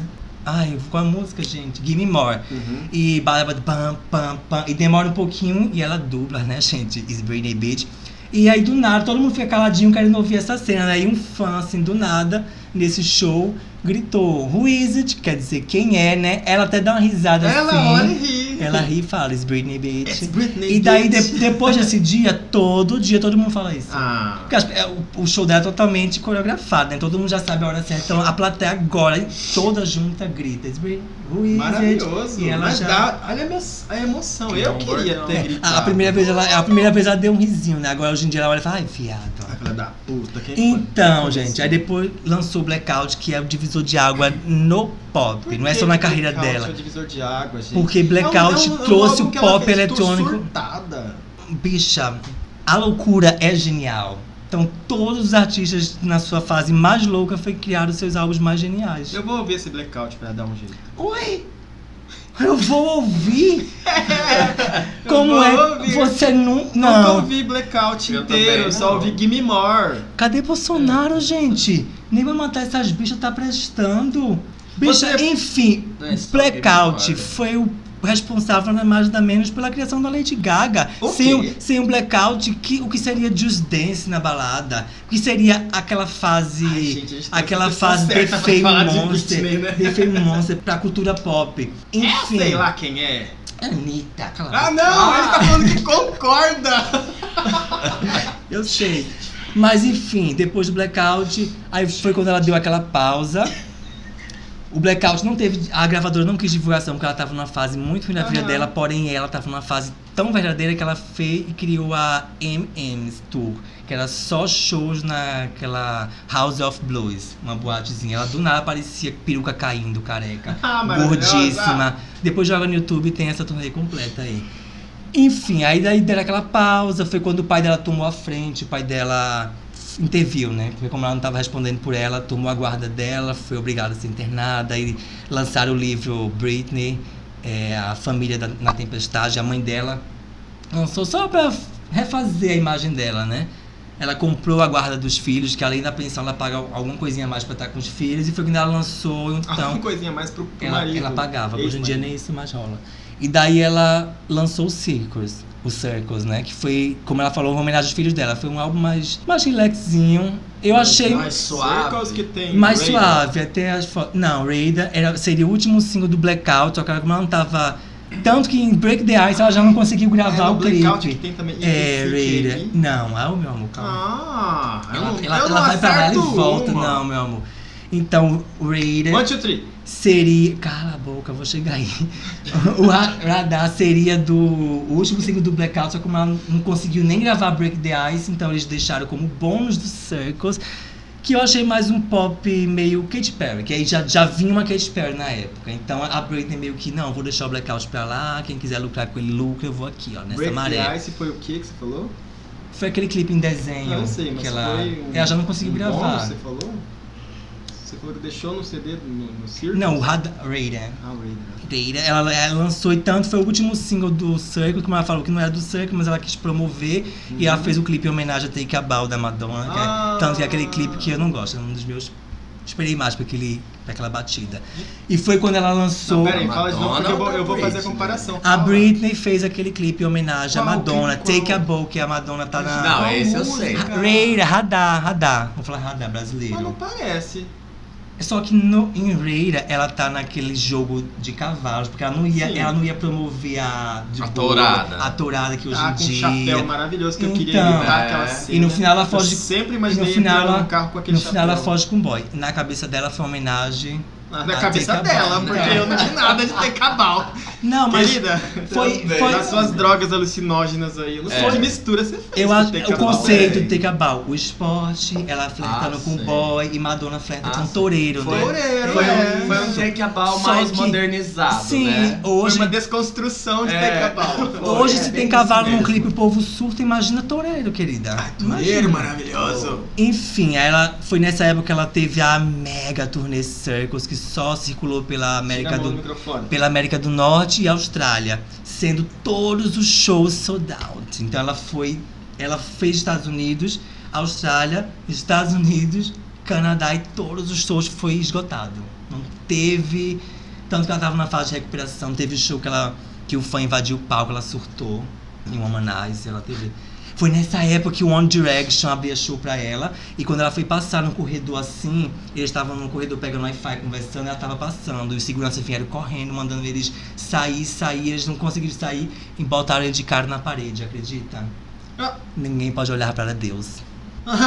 [SPEAKER 6] Ai, com a música, gente. Give me more.
[SPEAKER 2] Uhum.
[SPEAKER 6] E balaba pam, pam, pam. E demora um pouquinho e ela dubla, né, gente? Is Britney Beach. E aí, do nada, todo mundo fica caladinho querendo ouvir essa cena. Aí, um fã, assim, do nada, nesse show, gritou: Who is it? Quer dizer, quem é, né? Ela até dá uma risada
[SPEAKER 2] Ela
[SPEAKER 6] assim.
[SPEAKER 2] olha e ri.
[SPEAKER 6] Ela ri e fala: Is Britney Beach.
[SPEAKER 2] It's Britney
[SPEAKER 6] E daí,
[SPEAKER 2] Beach.
[SPEAKER 6] de- depois
[SPEAKER 2] [laughs]
[SPEAKER 6] desse dia, todo dia, todo mundo fala isso.
[SPEAKER 2] Ah,
[SPEAKER 6] Porque as- é, o, o show dela é totalmente coreografado, né? Todo mundo já sabe a hora certa. Então a plateia agora, toda junta, grita. "It's Britney- Who is it?
[SPEAKER 2] maravilhoso.
[SPEAKER 6] E ela
[SPEAKER 2] Mas
[SPEAKER 6] já-
[SPEAKER 2] dá, olha a, emo- a emoção. Eu queria ter gritado.
[SPEAKER 6] É, Ah, A primeira, vez ela, a primeira vez ela deu um risinho, né? Agora hoje em dia ela olha e fala, ai,
[SPEAKER 2] Ai,
[SPEAKER 6] viado.
[SPEAKER 2] Filha da puta, quem
[SPEAKER 6] Então,
[SPEAKER 2] quem é foi
[SPEAKER 6] gente,
[SPEAKER 2] isso?
[SPEAKER 6] aí depois lançou o Blackout, que é o divisor de água no
[SPEAKER 2] Por
[SPEAKER 6] pop. Não é
[SPEAKER 2] que
[SPEAKER 6] só na
[SPEAKER 2] que
[SPEAKER 6] carreira
[SPEAKER 2] Blackout
[SPEAKER 6] dela.
[SPEAKER 2] É o divisor de água, gente.
[SPEAKER 6] Porque Blackout
[SPEAKER 2] É um- é um- é um
[SPEAKER 6] trouxe
[SPEAKER 2] álbum
[SPEAKER 6] o
[SPEAKER 2] que ela
[SPEAKER 6] pop
[SPEAKER 2] fez, tô
[SPEAKER 6] eletrônico.
[SPEAKER 2] surtada.
[SPEAKER 6] Bicha, a loucura é genial. Então todos os artistas na sua fase mais louca foi criar os seus álbuns mais geniais.
[SPEAKER 2] Eu vou ouvir esse blackout pra dar um jeito.
[SPEAKER 6] Oi! Eu vou
[SPEAKER 2] [laughs]
[SPEAKER 6] ouvir? Como
[SPEAKER 2] vou
[SPEAKER 6] é?
[SPEAKER 2] ouvir.
[SPEAKER 6] Você não.
[SPEAKER 2] Nunca
[SPEAKER 6] Não.
[SPEAKER 2] ouvi Blackout
[SPEAKER 4] Eu
[SPEAKER 2] inteiro,
[SPEAKER 4] também
[SPEAKER 2] só
[SPEAKER 4] não.
[SPEAKER 2] ouvi Gimme More.
[SPEAKER 6] Cadê
[SPEAKER 2] É.
[SPEAKER 6] Bolsonaro, gente? Nem pra matar essas bichas tá prestando. Bicha,
[SPEAKER 2] Você-
[SPEAKER 6] enfim,
[SPEAKER 4] Não é só
[SPEAKER 6] Blackout
[SPEAKER 4] Game Boy.
[SPEAKER 6] foi o responsável, nada mais nada menos, pela criação da Lady Gaga.
[SPEAKER 2] O
[SPEAKER 6] sem, o,
[SPEAKER 2] quê?
[SPEAKER 6] sem o Blackout, que, o que seria Just Dance na balada? O que seria aquela fase.
[SPEAKER 2] Ai, gente, a gente tá
[SPEAKER 6] aquela
[SPEAKER 2] com a pessoa
[SPEAKER 6] fase
[SPEAKER 2] certa pra
[SPEAKER 6] Perfeito
[SPEAKER 2] falar de Britney, né? É,
[SPEAKER 6] Monster. Perfeito Monster pra cultura pop. Enfim.
[SPEAKER 2] Sei lá quem é.
[SPEAKER 6] Anitta, cala a
[SPEAKER 2] Ah,
[SPEAKER 6] boca.
[SPEAKER 2] não, ele tá falando que concorda.
[SPEAKER 6] Eu sei. Mas enfim, depois do blackout, aí foi quando ela deu aquela pausa. O blackout não teve. A gravadora não quis divulgação, porque ela tava numa fase muito ruim da vida
[SPEAKER 2] Aham.
[SPEAKER 6] dela, porém ela tava numa fase tão verdadeira que ela fez e criou a MM's Tour, que era só shows naquela House of Blues, uma boatezinha. Ela do nada parecia peruca caindo, careca.
[SPEAKER 2] Ah, maravilhosa.
[SPEAKER 6] gordíssima. Depois joga no YouTube e tem essa turnê completa aí. Enfim, aí daí deram aquela pausa, foi quando o pai dela tomou a frente, o pai dela interviu, né? Porque como ela não estava respondendo por ela, tomou a guarda dela, foi obrigada a ser internada, aí lançaram o livro Britney, é, a família da- na tempestade, a mãe dela lançou só para refazer a imagem dela, né? Ela comprou a guarda dos filhos, que além da pensão ela paga alguma coisinha a mais para estar com os filhos, e foi quando ela lançou, [laughs] então,
[SPEAKER 2] Alguma Ah, coisinha mais pro, pro
[SPEAKER 6] ela,
[SPEAKER 2] marido.
[SPEAKER 6] ela pagava, hoje em dia
[SPEAKER 2] Ex-marido.
[SPEAKER 6] nem isso mais rola. E daí ela lançou o Circus, o Circus, né? Que foi, como ela falou, uma homenagem aos filhos dela. Foi um álbum mais, mais relaxinho. Eu achei
[SPEAKER 3] mais suave.
[SPEAKER 2] Circles que tem.
[SPEAKER 6] mais
[SPEAKER 2] Ray.
[SPEAKER 6] suave, até as fotos. Não, Raida era, seria o último single do Blackout, só que ela- como ela não tava. Tanto que em Break the Ice ela já não conseguiu
[SPEAKER 2] Ah,
[SPEAKER 6] gravar
[SPEAKER 2] no
[SPEAKER 6] o
[SPEAKER 2] Blackout que
[SPEAKER 6] clipe.
[SPEAKER 2] tem também.
[SPEAKER 6] É,
[SPEAKER 2] Esse
[SPEAKER 6] Raida.
[SPEAKER 2] que-
[SPEAKER 6] Não, ah, o meu amor, calma.
[SPEAKER 2] Ah, eu
[SPEAKER 6] ela
[SPEAKER 2] não-
[SPEAKER 6] ela,
[SPEAKER 2] eu
[SPEAKER 6] ela
[SPEAKER 2] não
[SPEAKER 6] vai pra lá e
[SPEAKER 2] acerto
[SPEAKER 6] volta,
[SPEAKER 2] uma.
[SPEAKER 6] não, meu amor. Então, Raida.
[SPEAKER 2] One, two, three.
[SPEAKER 6] seria. Cala a boca, eu vou chegar aí. [laughs] o Ra- radar seria do o último single do Blackout, só que como ela não conseguiu nem gravar Break the Ice, então eles deixaram como bônus do Circles. Que eu achei mais um pop meio Katy Perry, que aí já, já vinha uma Katy Perry na época. Então a Britney meio que, não, vou deixar o Blackout pra lá, quem quiser lucrar com ele lucra, eu vou aqui, ó, nessa
[SPEAKER 2] Break
[SPEAKER 6] maré.
[SPEAKER 2] the Ice foi o que que você falou?
[SPEAKER 6] Foi aquele clipe em desenho.
[SPEAKER 2] Eu não sei, mas
[SPEAKER 6] que ela,
[SPEAKER 2] foi um-
[SPEAKER 6] ela já não conseguiu
[SPEAKER 2] um bônus,
[SPEAKER 6] gravar.
[SPEAKER 2] Você falou? Você falou que deixou no CD, no, no Circus?
[SPEAKER 6] Não, o Radar. Raiden.
[SPEAKER 2] Ah, Raida.
[SPEAKER 6] Pereira, ela, ela lançou e tanto foi o último single do Circle, como ela falou que não era do Circle, mas ela quis promover e ela fez o clipe em homenagem a Take a Bow da Madonna, que é-
[SPEAKER 2] Ah.
[SPEAKER 6] tanto que é aquele clipe que eu não gosto, é um dos meus esperei mais para aquele pra aquela batida. E foi quando ela lançou
[SPEAKER 2] Não, peraí, fala de novo porque eu vou,
[SPEAKER 4] Madonna
[SPEAKER 2] eu vou
[SPEAKER 4] ou
[SPEAKER 2] fazer a
[SPEAKER 4] Britney?
[SPEAKER 2] comparação.
[SPEAKER 6] a
[SPEAKER 2] Fala.
[SPEAKER 6] Britney fez aquele clipe em homenagem à
[SPEAKER 2] Qual
[SPEAKER 6] Madonna,
[SPEAKER 2] clipe? Qual?
[SPEAKER 6] Take a Bow, que a Madonna tá na
[SPEAKER 4] Não, esse eu
[SPEAKER 2] Qual
[SPEAKER 4] sei.
[SPEAKER 2] música?
[SPEAKER 6] Reira, radar, radar. Vou falar radar
[SPEAKER 2] Mas não
[SPEAKER 6] brasileiro.
[SPEAKER 2] parece.
[SPEAKER 6] Só que no, em Reira ela tá naquele jogo de cavalos, porque ela não ia,
[SPEAKER 2] Sim.
[SPEAKER 6] ela não ia promover a de
[SPEAKER 4] A
[SPEAKER 6] boa,
[SPEAKER 4] tourada.
[SPEAKER 6] a tourada que hoje
[SPEAKER 2] ah,
[SPEAKER 6] em
[SPEAKER 2] com um
[SPEAKER 6] dia.
[SPEAKER 2] chapéu maravilhoso que eu queria
[SPEAKER 6] Então,
[SPEAKER 2] imitar
[SPEAKER 4] é.
[SPEAKER 2] aquela
[SPEAKER 4] E
[SPEAKER 2] cena.
[SPEAKER 6] no final ela foge-
[SPEAKER 2] Eu sempre imaginei
[SPEAKER 6] no final
[SPEAKER 2] entrando
[SPEAKER 6] ela-
[SPEAKER 2] num carro com aquele
[SPEAKER 6] No final ela
[SPEAKER 2] chapéu.
[SPEAKER 6] foge com o boy. Na cabeça dela foi uma homenagem.
[SPEAKER 2] Ah, Na
[SPEAKER 6] Ah,
[SPEAKER 2] cabeça
[SPEAKER 6] tem que acabar,
[SPEAKER 2] dela,
[SPEAKER 6] né?
[SPEAKER 2] porque eu não vi nada de ter cabal.
[SPEAKER 6] Não, mas
[SPEAKER 2] Querida,
[SPEAKER 6] foi.
[SPEAKER 2] foi,
[SPEAKER 6] foi
[SPEAKER 2] as suas drogas alucinógenas aí. Eu não sei
[SPEAKER 4] É.
[SPEAKER 2] que mistura você fez.
[SPEAKER 6] eu
[SPEAKER 2] com
[SPEAKER 6] acho
[SPEAKER 2] Take
[SPEAKER 6] o
[SPEAKER 2] a Bow.
[SPEAKER 6] conceito
[SPEAKER 4] hein?
[SPEAKER 6] de Take a Bow, o esporte, ela flertando
[SPEAKER 4] Ah,
[SPEAKER 6] com o
[SPEAKER 4] sei.
[SPEAKER 6] boy e Madonna flerta
[SPEAKER 4] Ah,
[SPEAKER 6] com o
[SPEAKER 4] sei.
[SPEAKER 6] toureiro,
[SPEAKER 2] Foi,
[SPEAKER 6] né?
[SPEAKER 2] Toureiro,
[SPEAKER 4] Foi
[SPEAKER 2] é.
[SPEAKER 4] um, foi um take a ball
[SPEAKER 6] Só
[SPEAKER 4] mais
[SPEAKER 6] que-
[SPEAKER 4] modernizado,
[SPEAKER 6] Sim,
[SPEAKER 4] né?
[SPEAKER 2] Foi
[SPEAKER 6] hoje.
[SPEAKER 2] uma desconstrução de
[SPEAKER 4] É.
[SPEAKER 2] ter cabal.
[SPEAKER 6] Hoje,
[SPEAKER 4] é
[SPEAKER 6] se
[SPEAKER 4] bem
[SPEAKER 6] tem
[SPEAKER 4] isso
[SPEAKER 6] cavalo num
[SPEAKER 4] mesmo.
[SPEAKER 6] clipe, o povo surta, imagina toureiro, querida.
[SPEAKER 2] Dinheiro
[SPEAKER 6] Imagina.
[SPEAKER 2] maravilhoso.
[SPEAKER 6] Enfim, aí ela foi nessa época que ela teve a mega turnê Circles, que só circulou pela América
[SPEAKER 2] Tira a mão
[SPEAKER 6] do
[SPEAKER 2] do microfone.
[SPEAKER 6] pela América do Norte e Austrália, sendo todos os shows sold out. Então ela foi, ela fez Estados Unidos, Austrália, Estados Unidos, Canadá e todos os shows foi esgotado. Não teve, tanto que ela estava na fase de recuperação, teve show que ela que o fã invadiu o palco, ela surtou em Womanize, ela teve foi nessa época que o One Direction abria show pra ela. E quando ela foi passar no corredor assim, eles estavam no corredor pegando Wi-Fi, conversando, ela tava passando. E os seguranças vieram correndo, mandando eles sair, sair. Eles não conseguiram sair e botaram ele de cara na parede, acredita?
[SPEAKER 2] Ah.
[SPEAKER 6] Ninguém pode olhar pra ela, é Deus.
[SPEAKER 2] [laughs]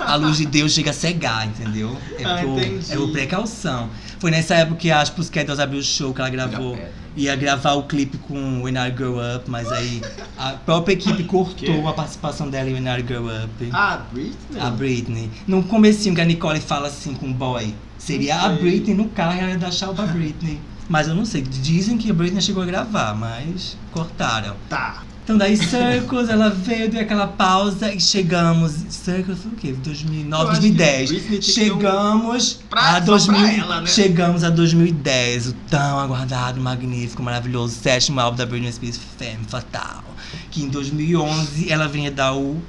[SPEAKER 6] A luz de Deus chega a cegar, entendeu? É,
[SPEAKER 2] Ah,
[SPEAKER 6] por,
[SPEAKER 2] entendi.
[SPEAKER 6] é por precaução. Foi nessa época que a Pussycat Dolls abriu o show que ela gravou. Ia gravar o clipe com When I Grow Up, mas aí a própria equipe cortou a participação dela em When I Grow Up.
[SPEAKER 2] Ah, Britney?
[SPEAKER 6] A Britney. No comecinho que a Nicole fala assim com o boy. Seria a
[SPEAKER 2] Não sei.
[SPEAKER 6] Britney no carro e ela ia dar tchau pra Britney. Mas eu não sei. Dizem que a Britney chegou a gravar, mas cortaram.
[SPEAKER 2] Tá.
[SPEAKER 6] Então daí Circles, ela veio, deu aquela pausa e chegamos. Circles foi o quê? 2009,
[SPEAKER 2] Eu acho que
[SPEAKER 6] 2010.
[SPEAKER 2] Britney tinha que ter um
[SPEAKER 6] Chegamos
[SPEAKER 2] pra- só
[SPEAKER 6] a
[SPEAKER 2] pra
[SPEAKER 6] 2000,
[SPEAKER 2] ela, né?
[SPEAKER 6] chegamos a 2010, o tão aguardado, magnífico, maravilhoso sétimo álbum da Britney Spears, Femme Fatal, que em 2011 ela vinha dar o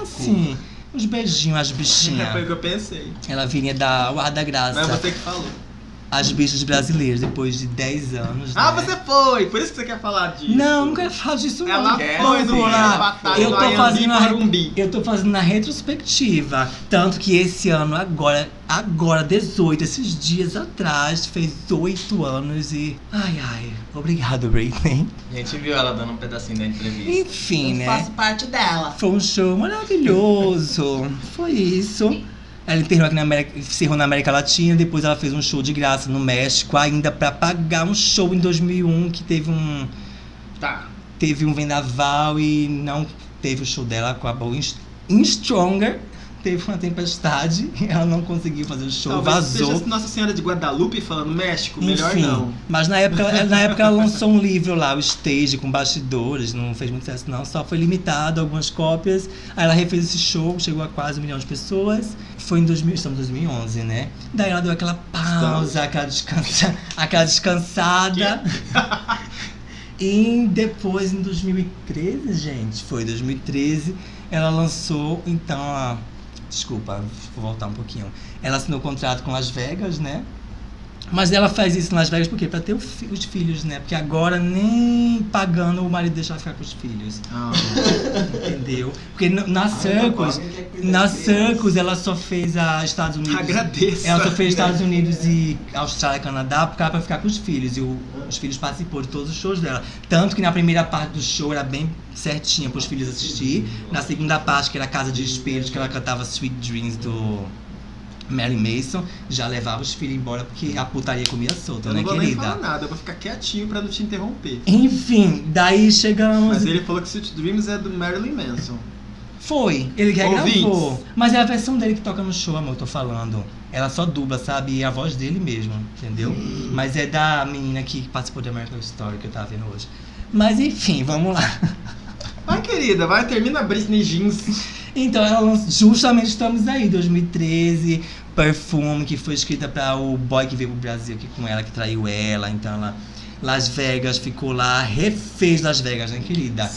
[SPEAKER 6] assim, uns beijinhos às
[SPEAKER 2] [laughs] Foi o
[SPEAKER 6] bichinhas.
[SPEAKER 2] que eu pensei.
[SPEAKER 6] Ela vinha dar o ar da
[SPEAKER 2] Mas
[SPEAKER 6] graça
[SPEAKER 2] você que falou.
[SPEAKER 6] às bichas brasileiras depois de 10 anos.
[SPEAKER 2] Ah,
[SPEAKER 6] né?
[SPEAKER 2] você foi! Por isso que você quer falar disso.
[SPEAKER 6] Não, nunca falar disso não.
[SPEAKER 2] Ela
[SPEAKER 6] Não,
[SPEAKER 2] foi no
[SPEAKER 6] Bruna.
[SPEAKER 2] é batalha
[SPEAKER 6] Eu
[SPEAKER 2] do
[SPEAKER 6] tô
[SPEAKER 2] Ayambi
[SPEAKER 6] fazendo a
[SPEAKER 2] Morumbi.
[SPEAKER 6] eu tô fazendo na retrospectiva. Tanto que esse ano, agora, agora, 18, esses dias atrás, fez 8 anos e. Ai, ai. Obrigado, Britney.
[SPEAKER 5] A gente viu ela dando um pedacinho da entrevista.
[SPEAKER 6] Enfim, né?
[SPEAKER 3] parte dela.
[SPEAKER 6] Foi um show maravilhoso. Foi isso. Ela enterrou aqui na América, encerrou na América Latina, depois ela fez um show de graça no México, ainda pra pagar um show em 2001 que teve um
[SPEAKER 2] Tá.
[SPEAKER 6] teve um vendaval e não teve o show dela com a Bow in Stronger. Teve uma tempestade, [laughs] ela não conseguiu fazer o show,
[SPEAKER 2] Talvez
[SPEAKER 6] vazou.
[SPEAKER 2] seja Nossa Senhora de Guadalupe falando México, melhor
[SPEAKER 6] Enfim,
[SPEAKER 2] não.
[SPEAKER 6] mas na época, ela- na época ela lançou um livro lá, o Stage, com bastidores, não fez muito sucesso não, só foi limitado, algumas cópias. Aí ela refez esse show, chegou a quase um milhão de pessoas. Foi em 2000, estamos em 2011, né? Daí ela deu aquela pausa, aquela, descansa, aquela descansada. e depois, em 2013, gente, foi 2013, ela lançou, então, a... Desculpa, vou voltar um pouquinho. Ela assinou o contrato com Las Vegas, né? Mas ela faz isso em Las Vegas por quê? Pra ter o fi- os filhos, né? Porque agora nem pagando o marido deixa ela ficar com os filhos. Entendeu? Porque no- na Circus, na Circus ela só fez a Estados Unidos.
[SPEAKER 2] Agradeço.
[SPEAKER 6] Ela só fez Estados Unidos e Austrália e Canadá porque ela pra ficar com os filhos. E o- os filhos participou de todos os shows dela. Tanto que na primeira parte do show era bem certinha pros filhos assistir. Na segunda parte, que era a Casa de Espelhos, que ela cantava Sweet Dreams do Mary Mason, já levava os filhos embora porque a putaria comia solta,
[SPEAKER 2] Eu
[SPEAKER 6] né,
[SPEAKER 2] não vou nem falar
[SPEAKER 6] querida?
[SPEAKER 2] nada, eu vou ficar quietinho pra não te interromper.
[SPEAKER 6] Enfim, daí chegamos.
[SPEAKER 2] Mas ele falou que Sweet Dreams é do Marilyn Manson.
[SPEAKER 6] Foi, ele que
[SPEAKER 2] Ouvintes.
[SPEAKER 6] gravou. Mas é a versão dele que toca no show, amor, eu tô falando. Ela só dubla, sabe? E é a voz dele mesmo, entendeu? Mas é da menina que participou de American Story que eu tava vendo hoje. Mas enfim, vamos lá. [laughs]
[SPEAKER 2] Vai, querida, vai, termina a Britney Jeans.
[SPEAKER 6] [laughs] Então, ela lançou, justamente estamos aí, 2013, Perfume, que foi escrita para o boy que veio pro Brasil aqui com ela, que traiu ela, então ela... Las Vegas ficou lá, refez Las Vegas, né, querida?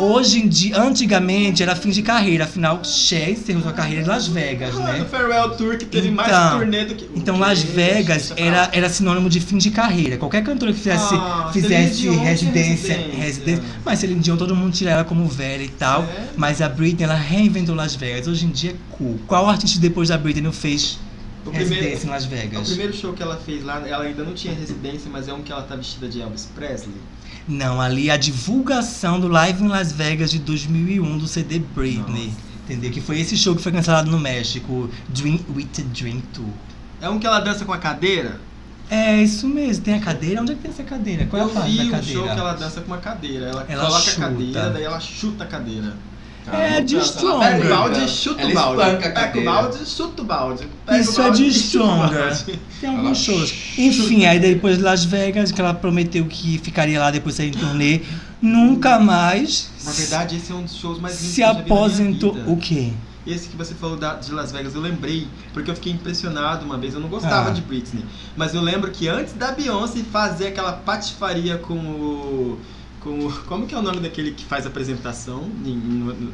[SPEAKER 6] Hoje em dia, antigamente, era fim de carreira, afinal, Cher encerrou sua carreira em Las Vegas,
[SPEAKER 2] Ah,
[SPEAKER 6] né?
[SPEAKER 2] no Farewell Tour que teve mais
[SPEAKER 6] Então,
[SPEAKER 2] turnê do que. é O
[SPEAKER 6] Então
[SPEAKER 2] quê?
[SPEAKER 6] Las Vegas
[SPEAKER 2] Deixa pra lá.
[SPEAKER 6] era, era sinônimo de fim de carreira. Qualquer cantora que fizesse,
[SPEAKER 2] Ah,
[SPEAKER 6] fizesse
[SPEAKER 2] Celine Dion tinha
[SPEAKER 6] residência,
[SPEAKER 2] residência.
[SPEAKER 6] residência. Mas Celine Dion, todo mundo tira ela como velha e tal.
[SPEAKER 2] É.
[SPEAKER 6] Mas a Britney, ela reinventou Las Vegas. Hoje em dia é cool. Qual artista depois da Britney não fez
[SPEAKER 2] O
[SPEAKER 6] residência
[SPEAKER 2] primeiro,
[SPEAKER 6] em Las
[SPEAKER 2] é o
[SPEAKER 6] Vegas?
[SPEAKER 2] primeiro show que ela fez lá, ela ainda não tinha residência, mas é um que ela tá vestida de Elvis Presley.
[SPEAKER 6] Não, ali a divulgação do Live em Las Vegas de 2001 do CD Britney. Entendeu? Que foi esse show que foi cancelado no México. Dream with a Dream Tour.
[SPEAKER 2] É um que ela dança com a cadeira?
[SPEAKER 6] É isso mesmo. Tem a cadeira? Onde é que tem essa cadeira? Qual é a
[SPEAKER 2] eu
[SPEAKER 6] parte
[SPEAKER 2] vi
[SPEAKER 6] da
[SPEAKER 2] um
[SPEAKER 6] cadeira?
[SPEAKER 2] show que ela dança com uma cadeira. Ela,
[SPEAKER 6] Ela
[SPEAKER 2] coloca
[SPEAKER 6] chuta.
[SPEAKER 2] a cadeira, daí ela chuta a cadeira.
[SPEAKER 6] É de
[SPEAKER 2] Pega o
[SPEAKER 6] Stronger.
[SPEAKER 2] balde e chuta o balde.
[SPEAKER 5] espanca a
[SPEAKER 2] Pega o
[SPEAKER 5] cadeira.
[SPEAKER 2] balde e chuta o balde. Pega
[SPEAKER 6] Isso
[SPEAKER 2] o
[SPEAKER 6] é
[SPEAKER 2] balde
[SPEAKER 6] de
[SPEAKER 2] e chuta o
[SPEAKER 6] Stronger.
[SPEAKER 2] balde.
[SPEAKER 6] Tem alguns shows. Enfim, aí depois de Las Vegas, que ela prometeu que ficaria lá depois de sair em turnê, nunca mais
[SPEAKER 2] Na verdade, esse é um dos shows mais lindos
[SPEAKER 6] se
[SPEAKER 2] que eu já vi na minha
[SPEAKER 6] aposentou.
[SPEAKER 2] vida.
[SPEAKER 6] O quê?
[SPEAKER 2] Esse que você falou da- de Las Vegas, eu lembrei, porque eu fiquei impressionado uma vez, eu não gostava
[SPEAKER 6] Ah.
[SPEAKER 2] de Britney. Mas eu lembro que antes da Beyoncé fazer aquela patifaria com o. com o- Como que é o nome daquele que faz apresentação em, no, no-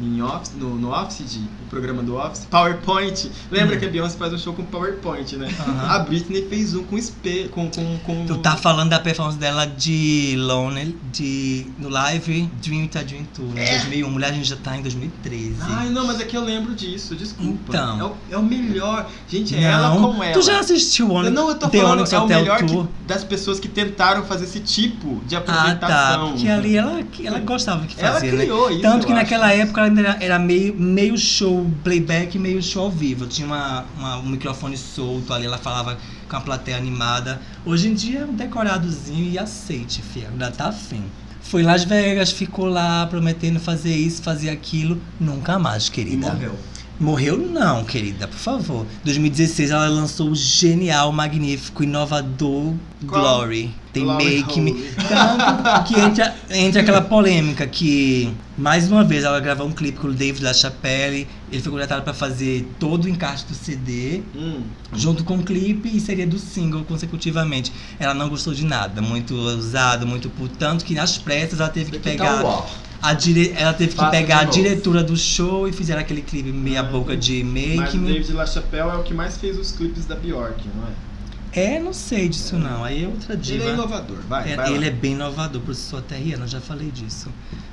[SPEAKER 2] em office, no, no Office, de, no programa do Office? PowerPoint. Lembra
[SPEAKER 6] Hum.
[SPEAKER 2] que a Beyoncé faz um show com PowerPoint, né?
[SPEAKER 6] Aham.
[SPEAKER 2] A Britney fez um com espelho. Com, com, com...
[SPEAKER 6] Tu tá falando da performance dela de Lonely, de, no live Dream With a Dream Tour, né? 2001. Mulher, a gente já tá em 2013.
[SPEAKER 2] É. Ai, não, mas é que eu lembro disso, desculpa.
[SPEAKER 6] Então.
[SPEAKER 2] É o, é o melhor. Gente, é
[SPEAKER 6] Não.
[SPEAKER 2] ela com ela.
[SPEAKER 6] Tu já assistiu
[SPEAKER 2] Eu
[SPEAKER 6] One,
[SPEAKER 2] não, eu tô
[SPEAKER 6] The
[SPEAKER 2] falando
[SPEAKER 6] Onyx
[SPEAKER 2] é o
[SPEAKER 6] Hotel
[SPEAKER 2] melhor que-
[SPEAKER 6] Tour?
[SPEAKER 2] das pessoas que tentaram fazer esse tipo de
[SPEAKER 6] Ah, tá.
[SPEAKER 2] apresentação.
[SPEAKER 6] Porque ali ela, ela gostava do que
[SPEAKER 2] ela
[SPEAKER 6] fazia, né?
[SPEAKER 2] criou isso.
[SPEAKER 6] Tanto que
[SPEAKER 2] eu
[SPEAKER 6] naquela
[SPEAKER 2] acho.
[SPEAKER 6] época ela ainda era, era meio, meio show playback e meio show ao vivo. Tinha uma, uma- um microfone solto ali, ela falava com a plateia animada. Hoje em dia é um decoradozinho e aceite, filha. Ainda tá afim. Foi em Las Vegas, ficou lá prometendo fazer isso, fazer aquilo. Nunca mais,
[SPEAKER 5] E
[SPEAKER 6] querida.
[SPEAKER 5] morreu.
[SPEAKER 6] Morreu não, querida, por favor. 2016 ela lançou o genial, magnífico, inovador
[SPEAKER 2] Qual?
[SPEAKER 6] Glory. Tem
[SPEAKER 2] Glory
[SPEAKER 6] Make Me.
[SPEAKER 2] Hole.
[SPEAKER 6] Tanto Então, que entra, entra aquela polêmica que, mais uma vez, ela gravou um clipe com o David LaChapelle. Ele foi contratado pra fazer todo o encaixe do CD,
[SPEAKER 2] Hum.
[SPEAKER 6] junto com o clipe e seria do single consecutivamente. Ela não gostou de nada, muito usado, muito por tanto que nas pressas ela teve que
[SPEAKER 5] Daqui
[SPEAKER 6] pegar
[SPEAKER 5] tá o ó.
[SPEAKER 6] a dire... Ela teve que
[SPEAKER 5] Faça
[SPEAKER 6] pegar a
[SPEAKER 5] de novo.
[SPEAKER 6] diretora do show e fizeram aquele clipe meia
[SPEAKER 2] Ah,
[SPEAKER 6] boca de
[SPEAKER 2] Mas
[SPEAKER 6] make
[SPEAKER 2] o
[SPEAKER 6] me.
[SPEAKER 2] David LaChapelle é o que mais fez os clipes da Bjork, não é?
[SPEAKER 6] É, não sei disso não. Aí é outra
[SPEAKER 2] Ele é
[SPEAKER 6] diva.
[SPEAKER 2] inovador, vai,
[SPEAKER 6] É,
[SPEAKER 2] vai lá.
[SPEAKER 6] ele é bem inovador, por sua até Rihanna, já falei disso.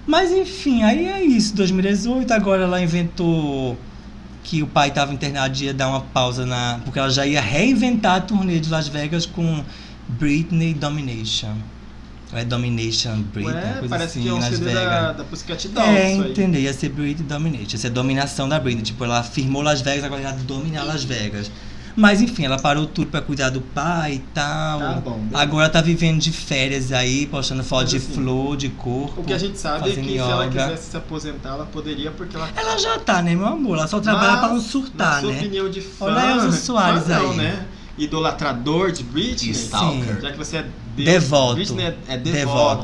[SPEAKER 6] Mas enfim, aí é isso. 2018, agora ela inventou que o pai estava internado e ia dar uma pausa na. Porque ela já ia reinventar a turnê de Las Vegas com Britney Domination. Ou é Domination Britney,
[SPEAKER 2] Ué,
[SPEAKER 6] coisa
[SPEAKER 2] parece
[SPEAKER 6] assim,
[SPEAKER 2] que é um
[SPEAKER 6] Las
[SPEAKER 2] CD
[SPEAKER 6] Vegas.
[SPEAKER 2] da, da Pussycat Dolls,
[SPEAKER 6] é,
[SPEAKER 2] isso aí.
[SPEAKER 6] entender, ia ser Britney Domination, ia ser dominação da Britney. Tipo, ela firmou Las Vegas, agora ela ia dominar Las Vegas. Mas enfim, ela parou tudo pra cuidar do pai e tal.
[SPEAKER 2] Tá bom.
[SPEAKER 6] Agora tá vivendo de férias aí, postando foto
[SPEAKER 2] Mas
[SPEAKER 6] de
[SPEAKER 2] assim,
[SPEAKER 6] flor, de corpo.
[SPEAKER 2] O que a gente sabe é que
[SPEAKER 6] fazendo
[SPEAKER 2] se ela
[SPEAKER 6] yoga.
[SPEAKER 2] quisesse se aposentar, ela poderia, porque ela...
[SPEAKER 6] Ela já tá, né, meu amor? Ela só trabalha
[SPEAKER 2] Mas,
[SPEAKER 6] pra não
[SPEAKER 2] na
[SPEAKER 6] surtar,
[SPEAKER 2] sua
[SPEAKER 6] né?
[SPEAKER 2] opinião de fã...
[SPEAKER 6] Olha a Elza Soares
[SPEAKER 2] fã não,
[SPEAKER 6] aí.
[SPEAKER 2] né? Idolatrador de Britney.
[SPEAKER 6] Stalker.
[SPEAKER 2] Já que você é... de-
[SPEAKER 6] Devoto.
[SPEAKER 2] Britney é, é devoto.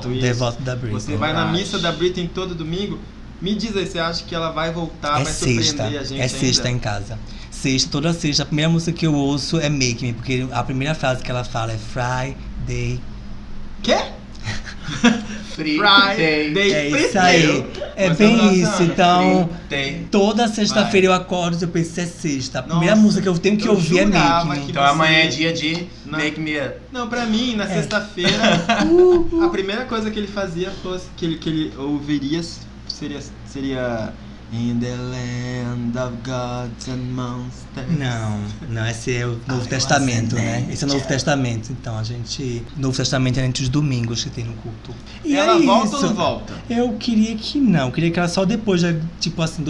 [SPEAKER 6] Devoto,
[SPEAKER 2] isso.
[SPEAKER 6] devoto da Britney.
[SPEAKER 2] Você vai na
[SPEAKER 4] Verdade.
[SPEAKER 2] missa da Britney todo domingo. Me diz aí, você acha que ela vai voltar,
[SPEAKER 6] É
[SPEAKER 2] vai
[SPEAKER 6] sexta,
[SPEAKER 2] surpreender a gente
[SPEAKER 6] é sexta
[SPEAKER 2] ainda?
[SPEAKER 6] em casa. Sexta, toda sexta, a primeira música que eu ouço é Make Me, porque a primeira frase que ela fala é Friday.
[SPEAKER 2] Quê?
[SPEAKER 5] Friday.
[SPEAKER 6] É isso aí. É
[SPEAKER 2] Mas
[SPEAKER 6] bem
[SPEAKER 2] ela tá
[SPEAKER 6] isso.
[SPEAKER 2] usando.
[SPEAKER 6] Então,
[SPEAKER 5] Tem.
[SPEAKER 6] toda sexta-feira eu acordo e eu penso, é sexta. A primeira
[SPEAKER 2] Nossa,
[SPEAKER 6] música que eu tenho que
[SPEAKER 2] eu
[SPEAKER 6] ouvir é
[SPEAKER 2] jurava
[SPEAKER 6] Make Me.
[SPEAKER 2] que-
[SPEAKER 5] Então amanhã é
[SPEAKER 2] Sim.
[SPEAKER 5] dia de
[SPEAKER 2] Não.
[SPEAKER 5] Make Me Up.
[SPEAKER 2] Não, pra mim, na
[SPEAKER 6] É.
[SPEAKER 2] sexta-feira,
[SPEAKER 6] [laughs]
[SPEAKER 2] a primeira coisa que ele fazia fosse que ele, que ele ouviria seria seria In the land of gods and monsters.
[SPEAKER 6] Não, não, esse é o
[SPEAKER 2] Ah,
[SPEAKER 6] Novo
[SPEAKER 5] was
[SPEAKER 6] Testamento,
[SPEAKER 5] an
[SPEAKER 6] né? Esse é o Novo Testamento. Então a gente. Novo Testamento é entre os domingos que tem no culto. E
[SPEAKER 2] ela
[SPEAKER 6] é
[SPEAKER 2] volta
[SPEAKER 6] isso.
[SPEAKER 2] ou não volta?
[SPEAKER 6] Eu queria que não, eu queria que ela só depois, já, tipo assim,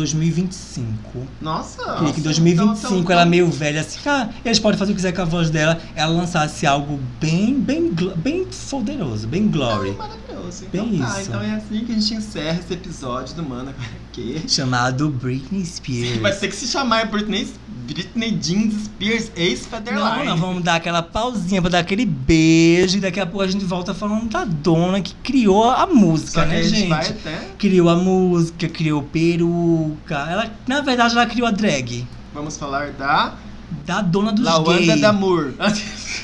[SPEAKER 6] 2025.
[SPEAKER 2] Nossa.
[SPEAKER 6] Queria que em
[SPEAKER 2] então-
[SPEAKER 6] 2025
[SPEAKER 2] então-
[SPEAKER 6] ela meio velha, assim, ah, eles podem fazer o que quiser com a voz dela, ela lançasse algo bem, bem, glo- bem poderoso, bem glory.
[SPEAKER 2] Maravilhoso. Então
[SPEAKER 6] Bem
[SPEAKER 2] tá,
[SPEAKER 6] isso.
[SPEAKER 2] então é assim que a gente encerra esse episódio do Mana Que
[SPEAKER 6] Chamado Britney Spears.
[SPEAKER 2] vai ter que se chamar Britney, Britney Jeans Spears
[SPEAKER 6] Não,
[SPEAKER 2] ex-Federline.
[SPEAKER 6] nós vamos dar aquela pausinha pra dar aquele beijo e daqui a pouco a gente volta falando da dona que criou a
[SPEAKER 2] Só
[SPEAKER 6] música,
[SPEAKER 2] que
[SPEAKER 6] né,
[SPEAKER 2] a gente,
[SPEAKER 6] gente?
[SPEAKER 2] vai até.
[SPEAKER 6] Criou a música, criou peruca. Ela, na verdade, ela criou a drag.
[SPEAKER 2] Vamos falar da
[SPEAKER 6] Da dona dos
[SPEAKER 2] Lawanda
[SPEAKER 6] gays.
[SPEAKER 2] Damour.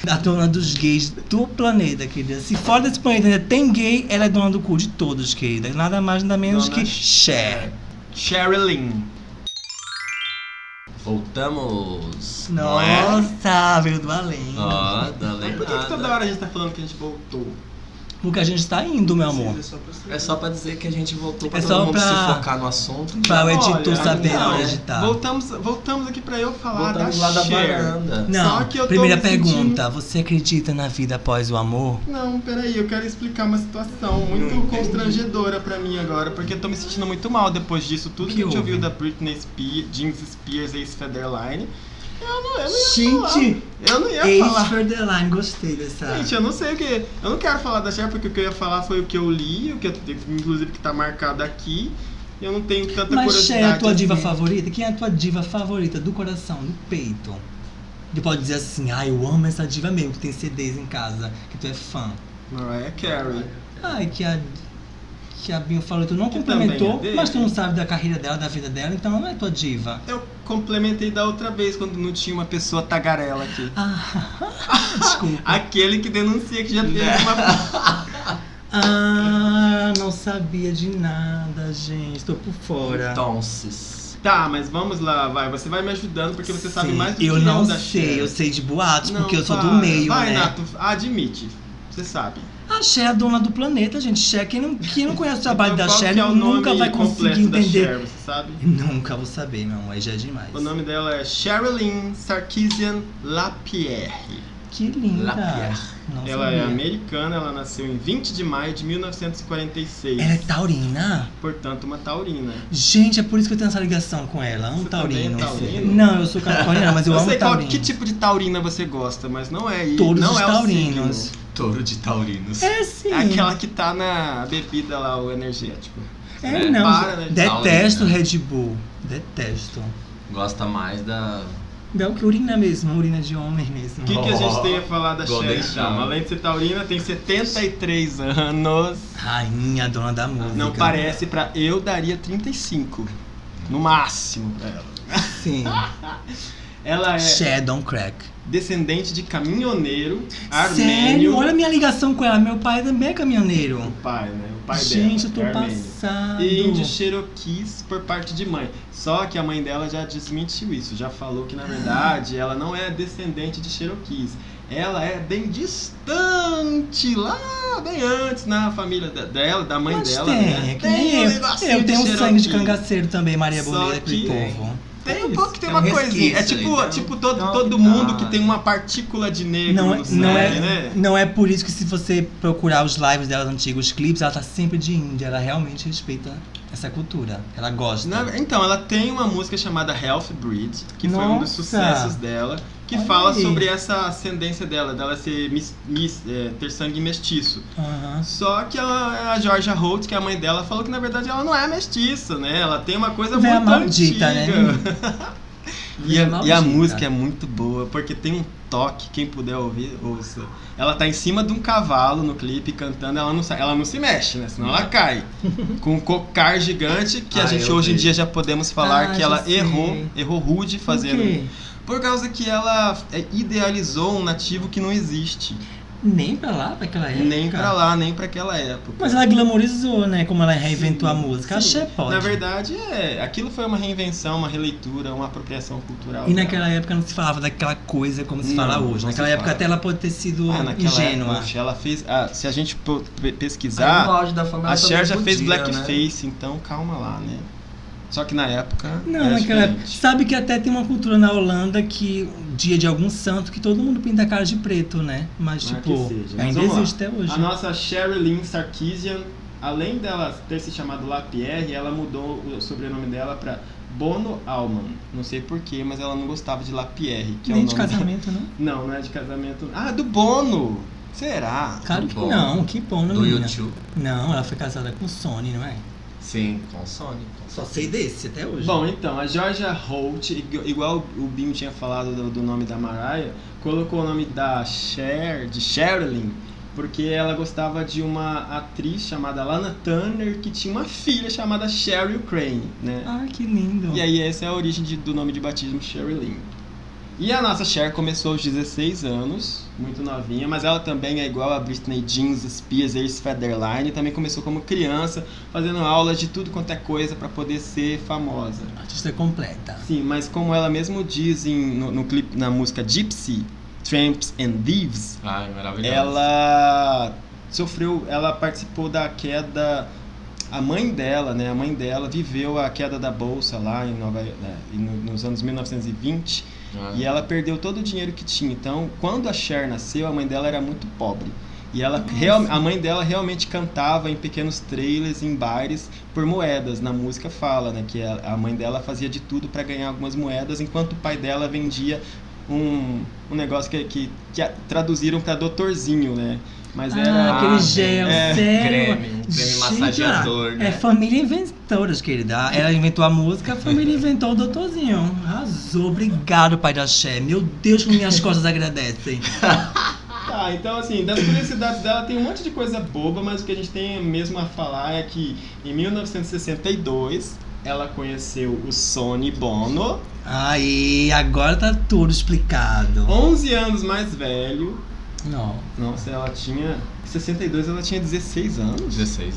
[SPEAKER 6] Da dona dos gays do planeta, querida. Se fora desse planeta ainda tem gay, ela é dona do cu de todos, querida. Nada mais, nada menos
[SPEAKER 2] Dona
[SPEAKER 6] que Cher.
[SPEAKER 2] Sherilyn.
[SPEAKER 5] Voltamos. Não é?
[SPEAKER 6] Nossa, veio do além.
[SPEAKER 5] Ó, da
[SPEAKER 2] Mas por
[SPEAKER 1] Ah,
[SPEAKER 2] que, que toda hora a gente tá falando que a gente voltou?
[SPEAKER 6] Porque a gente tá indo, meu amor.
[SPEAKER 2] É só pra você-
[SPEAKER 5] É só pra dizer que a gente voltou pra
[SPEAKER 6] É só
[SPEAKER 5] todo mundo
[SPEAKER 6] pra-
[SPEAKER 5] se focar no assunto.
[SPEAKER 6] Pra o editor
[SPEAKER 2] Olha,
[SPEAKER 6] é saber
[SPEAKER 2] não, é
[SPEAKER 6] onde tá.
[SPEAKER 2] Voltamos, voltamos aqui pra eu falar
[SPEAKER 5] Voltamos
[SPEAKER 2] da
[SPEAKER 5] lá da
[SPEAKER 2] Cher.
[SPEAKER 5] varanda.
[SPEAKER 6] Não,
[SPEAKER 2] Só que eu tô
[SPEAKER 6] primeira
[SPEAKER 2] me sentindo-
[SPEAKER 6] pergunta. Você acredita na vida após o amor?
[SPEAKER 2] Não, peraí, eu quero explicar uma situação muito constrangedora pra mim agora, porque eu tô me sentindo muito mal depois disso. Tudo que,
[SPEAKER 6] Que
[SPEAKER 2] a gente
[SPEAKER 6] houve?
[SPEAKER 2] ouviu da Britney Spears, Jeans Spears, ex-Federline.
[SPEAKER 6] Gente,
[SPEAKER 2] Eu não ia falar.
[SPEAKER 6] ex-Ferdeline, gostei dessa.
[SPEAKER 2] Gente, eu não sei o que. Eu não quero falar da Cher, porque o que eu ia falar foi o que eu li, o que eu, inclusive que tá marcado aqui. e Eu não tenho tanta
[SPEAKER 6] Mas
[SPEAKER 2] curiosidade.
[SPEAKER 6] Cher é a tua diva
[SPEAKER 2] assim.
[SPEAKER 6] favorita? Quem é a tua diva favorita do coração, do peito? Tu pode dizer assim, ah, eu amo essa diva mesmo, que tem CDs em casa, que tu é fã.
[SPEAKER 2] Mariah Carey.
[SPEAKER 6] Ai, que a, que a Binho falou, tu não
[SPEAKER 2] Que
[SPEAKER 6] complementou,
[SPEAKER 2] também é
[SPEAKER 6] mas tu não sabe da carreira dela, da vida dela, então ela não é tua diva.
[SPEAKER 2] Eu complementei da outra vez, quando não tinha uma pessoa tagarela aqui.
[SPEAKER 6] Ah, [laughs]
[SPEAKER 2] [laughs]
[SPEAKER 6] desculpa.
[SPEAKER 2] Aquele que denuncia que já teve
[SPEAKER 6] Né.
[SPEAKER 2] uma.
[SPEAKER 6] Ah, não sabia de nada, gente, tô por fora.
[SPEAKER 5] Então, Tonses.
[SPEAKER 2] Tá, mas vamos lá, vai. Você vai me ajudando porque você sabe
[SPEAKER 6] Sim,
[SPEAKER 2] mais do que
[SPEAKER 6] Eu não
[SPEAKER 2] da Cher.
[SPEAKER 6] sei, eu sei de boatos,
[SPEAKER 2] Não,
[SPEAKER 6] porque eu sou do
[SPEAKER 2] para.
[SPEAKER 6] meio,
[SPEAKER 2] Vai,
[SPEAKER 6] né?
[SPEAKER 2] Nato, admite. Você sabe.
[SPEAKER 6] A Cher é a dona do planeta, gente. Cher, quem não, quem não conhece o trabalho
[SPEAKER 2] Então,
[SPEAKER 6] da
[SPEAKER 2] qual
[SPEAKER 6] Cher
[SPEAKER 2] que é o
[SPEAKER 6] nunca
[SPEAKER 2] nome
[SPEAKER 6] vai
[SPEAKER 2] completo
[SPEAKER 6] conseguir
[SPEAKER 2] Da
[SPEAKER 6] entender.
[SPEAKER 2] Cher, você sabe?
[SPEAKER 6] Nunca vou saber, meu amor. Aí já é demais.
[SPEAKER 2] O nome dela é Sherilyn Sarkisian Lapierre.
[SPEAKER 6] Que linda.
[SPEAKER 5] Lapierre.
[SPEAKER 6] Não
[SPEAKER 2] Ela
[SPEAKER 6] sabia.
[SPEAKER 2] é americana, ela nasceu em 20 de maio de 1946.
[SPEAKER 6] Ela é taurina?
[SPEAKER 2] Portanto, uma taurina.
[SPEAKER 6] Gente, é por isso que eu tenho essa ligação com ela. Amo
[SPEAKER 2] Você também
[SPEAKER 6] taurino.
[SPEAKER 2] é taurino?
[SPEAKER 6] Não, eu sou capricorniana,
[SPEAKER 2] [laughs]
[SPEAKER 6] mas eu, amo
[SPEAKER 2] sei qual,
[SPEAKER 6] taurino.
[SPEAKER 2] que tipo de taurina você gosta, mas não é isso.
[SPEAKER 6] Todos
[SPEAKER 2] não
[SPEAKER 6] os
[SPEAKER 2] é o
[SPEAKER 6] taurinos.
[SPEAKER 2] signo.
[SPEAKER 5] Touro de taurinos.
[SPEAKER 6] É sim.
[SPEAKER 2] É aquela que tá na bebida lá, o energético.
[SPEAKER 6] É não.
[SPEAKER 2] Para, né, de
[SPEAKER 6] Detesto
[SPEAKER 5] taurina.
[SPEAKER 6] Red Bull. Detesto.
[SPEAKER 5] Gosta mais da.
[SPEAKER 6] Não, que urina mesmo, urina de homem mesmo.
[SPEAKER 2] O que, que a
[SPEAKER 6] Oh,
[SPEAKER 2] gente tem a falar da Cher,
[SPEAKER 5] Golden
[SPEAKER 2] então?
[SPEAKER 5] Shower.
[SPEAKER 2] Além de ser taurina, tem 73 anos.
[SPEAKER 6] Rainha, dona da música.
[SPEAKER 2] Não parece pra... Eu daria 35. No máximo pra ela.
[SPEAKER 6] Sim.
[SPEAKER 2] Ela Ah, é
[SPEAKER 6] Shadow Crack.
[SPEAKER 2] descendente de caminhoneiro
[SPEAKER 6] Sério?
[SPEAKER 2] armênio.
[SPEAKER 6] Olha a minha ligação com ela. Meu pai também é caminhoneiro.
[SPEAKER 2] O pai, né? O pai
[SPEAKER 6] Gente,
[SPEAKER 2] dela.
[SPEAKER 6] eu tô
[SPEAKER 2] é armênio.
[SPEAKER 6] passado.
[SPEAKER 2] E índio Cherokees por parte de mãe. Só que a mãe dela já desmentiu isso, já falou que na verdade ela não é descendente de Cherokees. Ela é bem distante, lá bem antes na família da- dela, da mãe
[SPEAKER 6] Mas
[SPEAKER 2] dela.
[SPEAKER 6] tem,
[SPEAKER 2] né?
[SPEAKER 6] é que nem eu.
[SPEAKER 2] negocinho
[SPEAKER 6] Eu tenho
[SPEAKER 2] Cherokee.
[SPEAKER 6] sangue de cangaceiro também, Maria
[SPEAKER 2] Só
[SPEAKER 6] Bonita, aquele
[SPEAKER 2] que-
[SPEAKER 6] povo.
[SPEAKER 2] Tem um
[SPEAKER 5] Isso,
[SPEAKER 2] pouco, tem
[SPEAKER 5] tem
[SPEAKER 2] uma
[SPEAKER 5] um
[SPEAKER 2] coisinha. É
[SPEAKER 5] resquício
[SPEAKER 2] tipo,
[SPEAKER 5] aí,
[SPEAKER 6] então.
[SPEAKER 5] né?
[SPEAKER 2] tipo todo,
[SPEAKER 5] Não,
[SPEAKER 2] todo
[SPEAKER 5] tá.
[SPEAKER 2] mundo que tem uma partícula de negro
[SPEAKER 6] Não é,
[SPEAKER 2] no
[SPEAKER 6] não,
[SPEAKER 2] sangue,
[SPEAKER 6] é,
[SPEAKER 2] né?
[SPEAKER 6] não é por isso que se você procurar os lives dela, os antigos clipes, ela tá sempre de índia. Ela realmente respeita essa cultura. Ela gosta.
[SPEAKER 2] Na- então, ela tem uma música chamada Health Breed, que foi um dos
[SPEAKER 6] Nossa!
[SPEAKER 2] sucessos dela, que
[SPEAKER 6] Olha
[SPEAKER 2] fala
[SPEAKER 6] aí.
[SPEAKER 2] sobre essa ascendência dela, dela ser mis- mis- é, ter sangue mestiço.
[SPEAKER 6] Aham.
[SPEAKER 2] Só que a, a Georgia Holt, que é a mãe dela, falou que na verdade ela não é mestiça, né? Ela tem uma coisa
[SPEAKER 6] Véia
[SPEAKER 2] muito
[SPEAKER 6] é maldita,
[SPEAKER 2] antiga.
[SPEAKER 6] né?
[SPEAKER 2] E
[SPEAKER 6] Véia
[SPEAKER 2] a, e a
[SPEAKER 6] maldita.
[SPEAKER 2] música é muito boa, porque tem um toque, quem puder ouvir, ouça. Ela tá em cima de um cavalo no clipe cantando, ela não, sa- ela não se mexe, né? Senão ela
[SPEAKER 6] [laughs]
[SPEAKER 2] cai. Com um cocar gigante, que a
[SPEAKER 4] Ah,
[SPEAKER 2] gente
[SPEAKER 4] eu
[SPEAKER 2] hoje em
[SPEAKER 4] vi.
[SPEAKER 2] dia já podemos falar
[SPEAKER 6] Ah,
[SPEAKER 2] que
[SPEAKER 6] já
[SPEAKER 2] ela
[SPEAKER 6] sei.
[SPEAKER 2] errou, errou rude fazendo.
[SPEAKER 6] Por quê?
[SPEAKER 2] Por causa que ela é, idealizou um nativo que não existe.
[SPEAKER 6] Nem pra lá, pra aquela época.
[SPEAKER 2] Nem pra lá, nem pra aquela época.
[SPEAKER 6] É, Mas ela glamorizou, né? Como ela reinventou a música.
[SPEAKER 2] Sim.
[SPEAKER 6] Achei pode.
[SPEAKER 2] Na verdade, é. Aquilo foi uma reinvenção, uma releitura, uma apropriação cultural.
[SPEAKER 6] E
[SPEAKER 2] dela.
[SPEAKER 6] naquela época não se falava daquela coisa como se
[SPEAKER 2] Não,
[SPEAKER 6] fala hoje.
[SPEAKER 2] não
[SPEAKER 6] Naquela
[SPEAKER 2] se
[SPEAKER 6] época
[SPEAKER 2] fala.
[SPEAKER 6] até ela pode ter sido
[SPEAKER 2] Ah, naquela
[SPEAKER 6] Hum, ingênua.
[SPEAKER 2] época, ela fez. ah, se a gente pô- pe-
[SPEAKER 5] Aí no
[SPEAKER 2] pesquisar,
[SPEAKER 5] auge da fama
[SPEAKER 2] a
[SPEAKER 5] ela
[SPEAKER 2] Cher
[SPEAKER 5] também
[SPEAKER 2] já fez
[SPEAKER 5] podia,
[SPEAKER 6] né?
[SPEAKER 5] né?
[SPEAKER 2] blackface, então calma lá, né? Só que na época.
[SPEAKER 6] Não,
[SPEAKER 2] era
[SPEAKER 6] naquela época.
[SPEAKER 2] é diferente.
[SPEAKER 6] Sabe que até tem uma cultura na Holanda que dia de algum santo que todo mundo pinta a cara de preto, né? Mas,
[SPEAKER 2] Mas
[SPEAKER 6] tipo,
[SPEAKER 2] é que seja. Mas
[SPEAKER 6] ainda
[SPEAKER 2] vamos lá. Ah,
[SPEAKER 6] existe até hoje.
[SPEAKER 2] A nossa Sherilyn Sarkisian, além dela ter se chamado Lapierre, ela mudou o sobrenome dela pra Bono Alman. Não sei porquê, mas ela não gostava de Lapierre, que é
[SPEAKER 6] Nem
[SPEAKER 2] o
[SPEAKER 6] de
[SPEAKER 2] nome-
[SPEAKER 6] casamento, não?
[SPEAKER 2] Não, não é de casamento. Ah, do Bono! Será?
[SPEAKER 6] Claro que
[SPEAKER 4] bom.
[SPEAKER 6] não, que bom, né,
[SPEAKER 4] Do
[SPEAKER 6] menina?
[SPEAKER 4] YouTube.
[SPEAKER 6] Não, ela foi casada com o Sony, não é?
[SPEAKER 5] Sim, com Sony.
[SPEAKER 6] Só sei desse até hoje.
[SPEAKER 2] Bom, então, a Georgia Holt, igu- igual o Binho tinha falado do, do nome da Mariah, colocou o nome da Cher, de Sherilyn, porque ela gostava de uma atriz chamada Lana Turner, que tinha uma filha chamada Sheryl Crane, né?
[SPEAKER 6] Ah, que lindo.
[SPEAKER 2] E aí essa é a origem de- do nome de batismo Sherilyn. E a nossa Cher começou aos 16 anos, muito novinha, mas ela também é igual a Britney Jeans, Spears, Ace Federline, também começou como criança, fazendo aulas de tudo quanto é coisa para poder ser famosa.
[SPEAKER 6] Artista completa.
[SPEAKER 2] Sim, mas como ela mesmo diz em- no, no clipe, na música Gypsy, Tramps and Thieves,
[SPEAKER 5] Ai, maravilhoso.
[SPEAKER 2] ela sofreu, ela participou da queda. A mãe dela, né? A mãe dela viveu a queda da bolsa lá em Nova, né, e no- nos anos 1920
[SPEAKER 5] Ah.
[SPEAKER 2] e ela perdeu todo o dinheiro que tinha. Então, quando a Cher nasceu, a mãe dela era muito pobre. E ela real, a mãe dela realmente cantava em pequenos trailers, em bares, por moedas. Na música fala, né? Que a, a mãe dela fazia de tudo para ganhar algumas moedas, enquanto o pai dela vendia um, um negócio que, que, que a- traduziram para doutorzinho, né? Mas era.
[SPEAKER 6] Ah, aquele gel,
[SPEAKER 2] é,
[SPEAKER 6] sério.
[SPEAKER 5] Creme, um creme
[SPEAKER 6] Gente,
[SPEAKER 5] massageador,
[SPEAKER 6] É
[SPEAKER 5] né?
[SPEAKER 6] família inventora, querida. Ela inventou a música, a família inventou o doutorzinho. Arrasou. Obrigado, pai da Xé. Meu Deus, como minhas costas agradecem.
[SPEAKER 2] Tá, então assim, das curiosidades dela tem um monte de coisa boba, mas o que a gente tem mesmo a falar é que em 1962 ela conheceu o Sonny Bono,
[SPEAKER 6] Aí, agora tá tudo explicado.
[SPEAKER 2] 11 anos mais velho.
[SPEAKER 6] Não.
[SPEAKER 2] Nossa, ela tinha. Em 62 ela tinha 16 anos.
[SPEAKER 5] 16.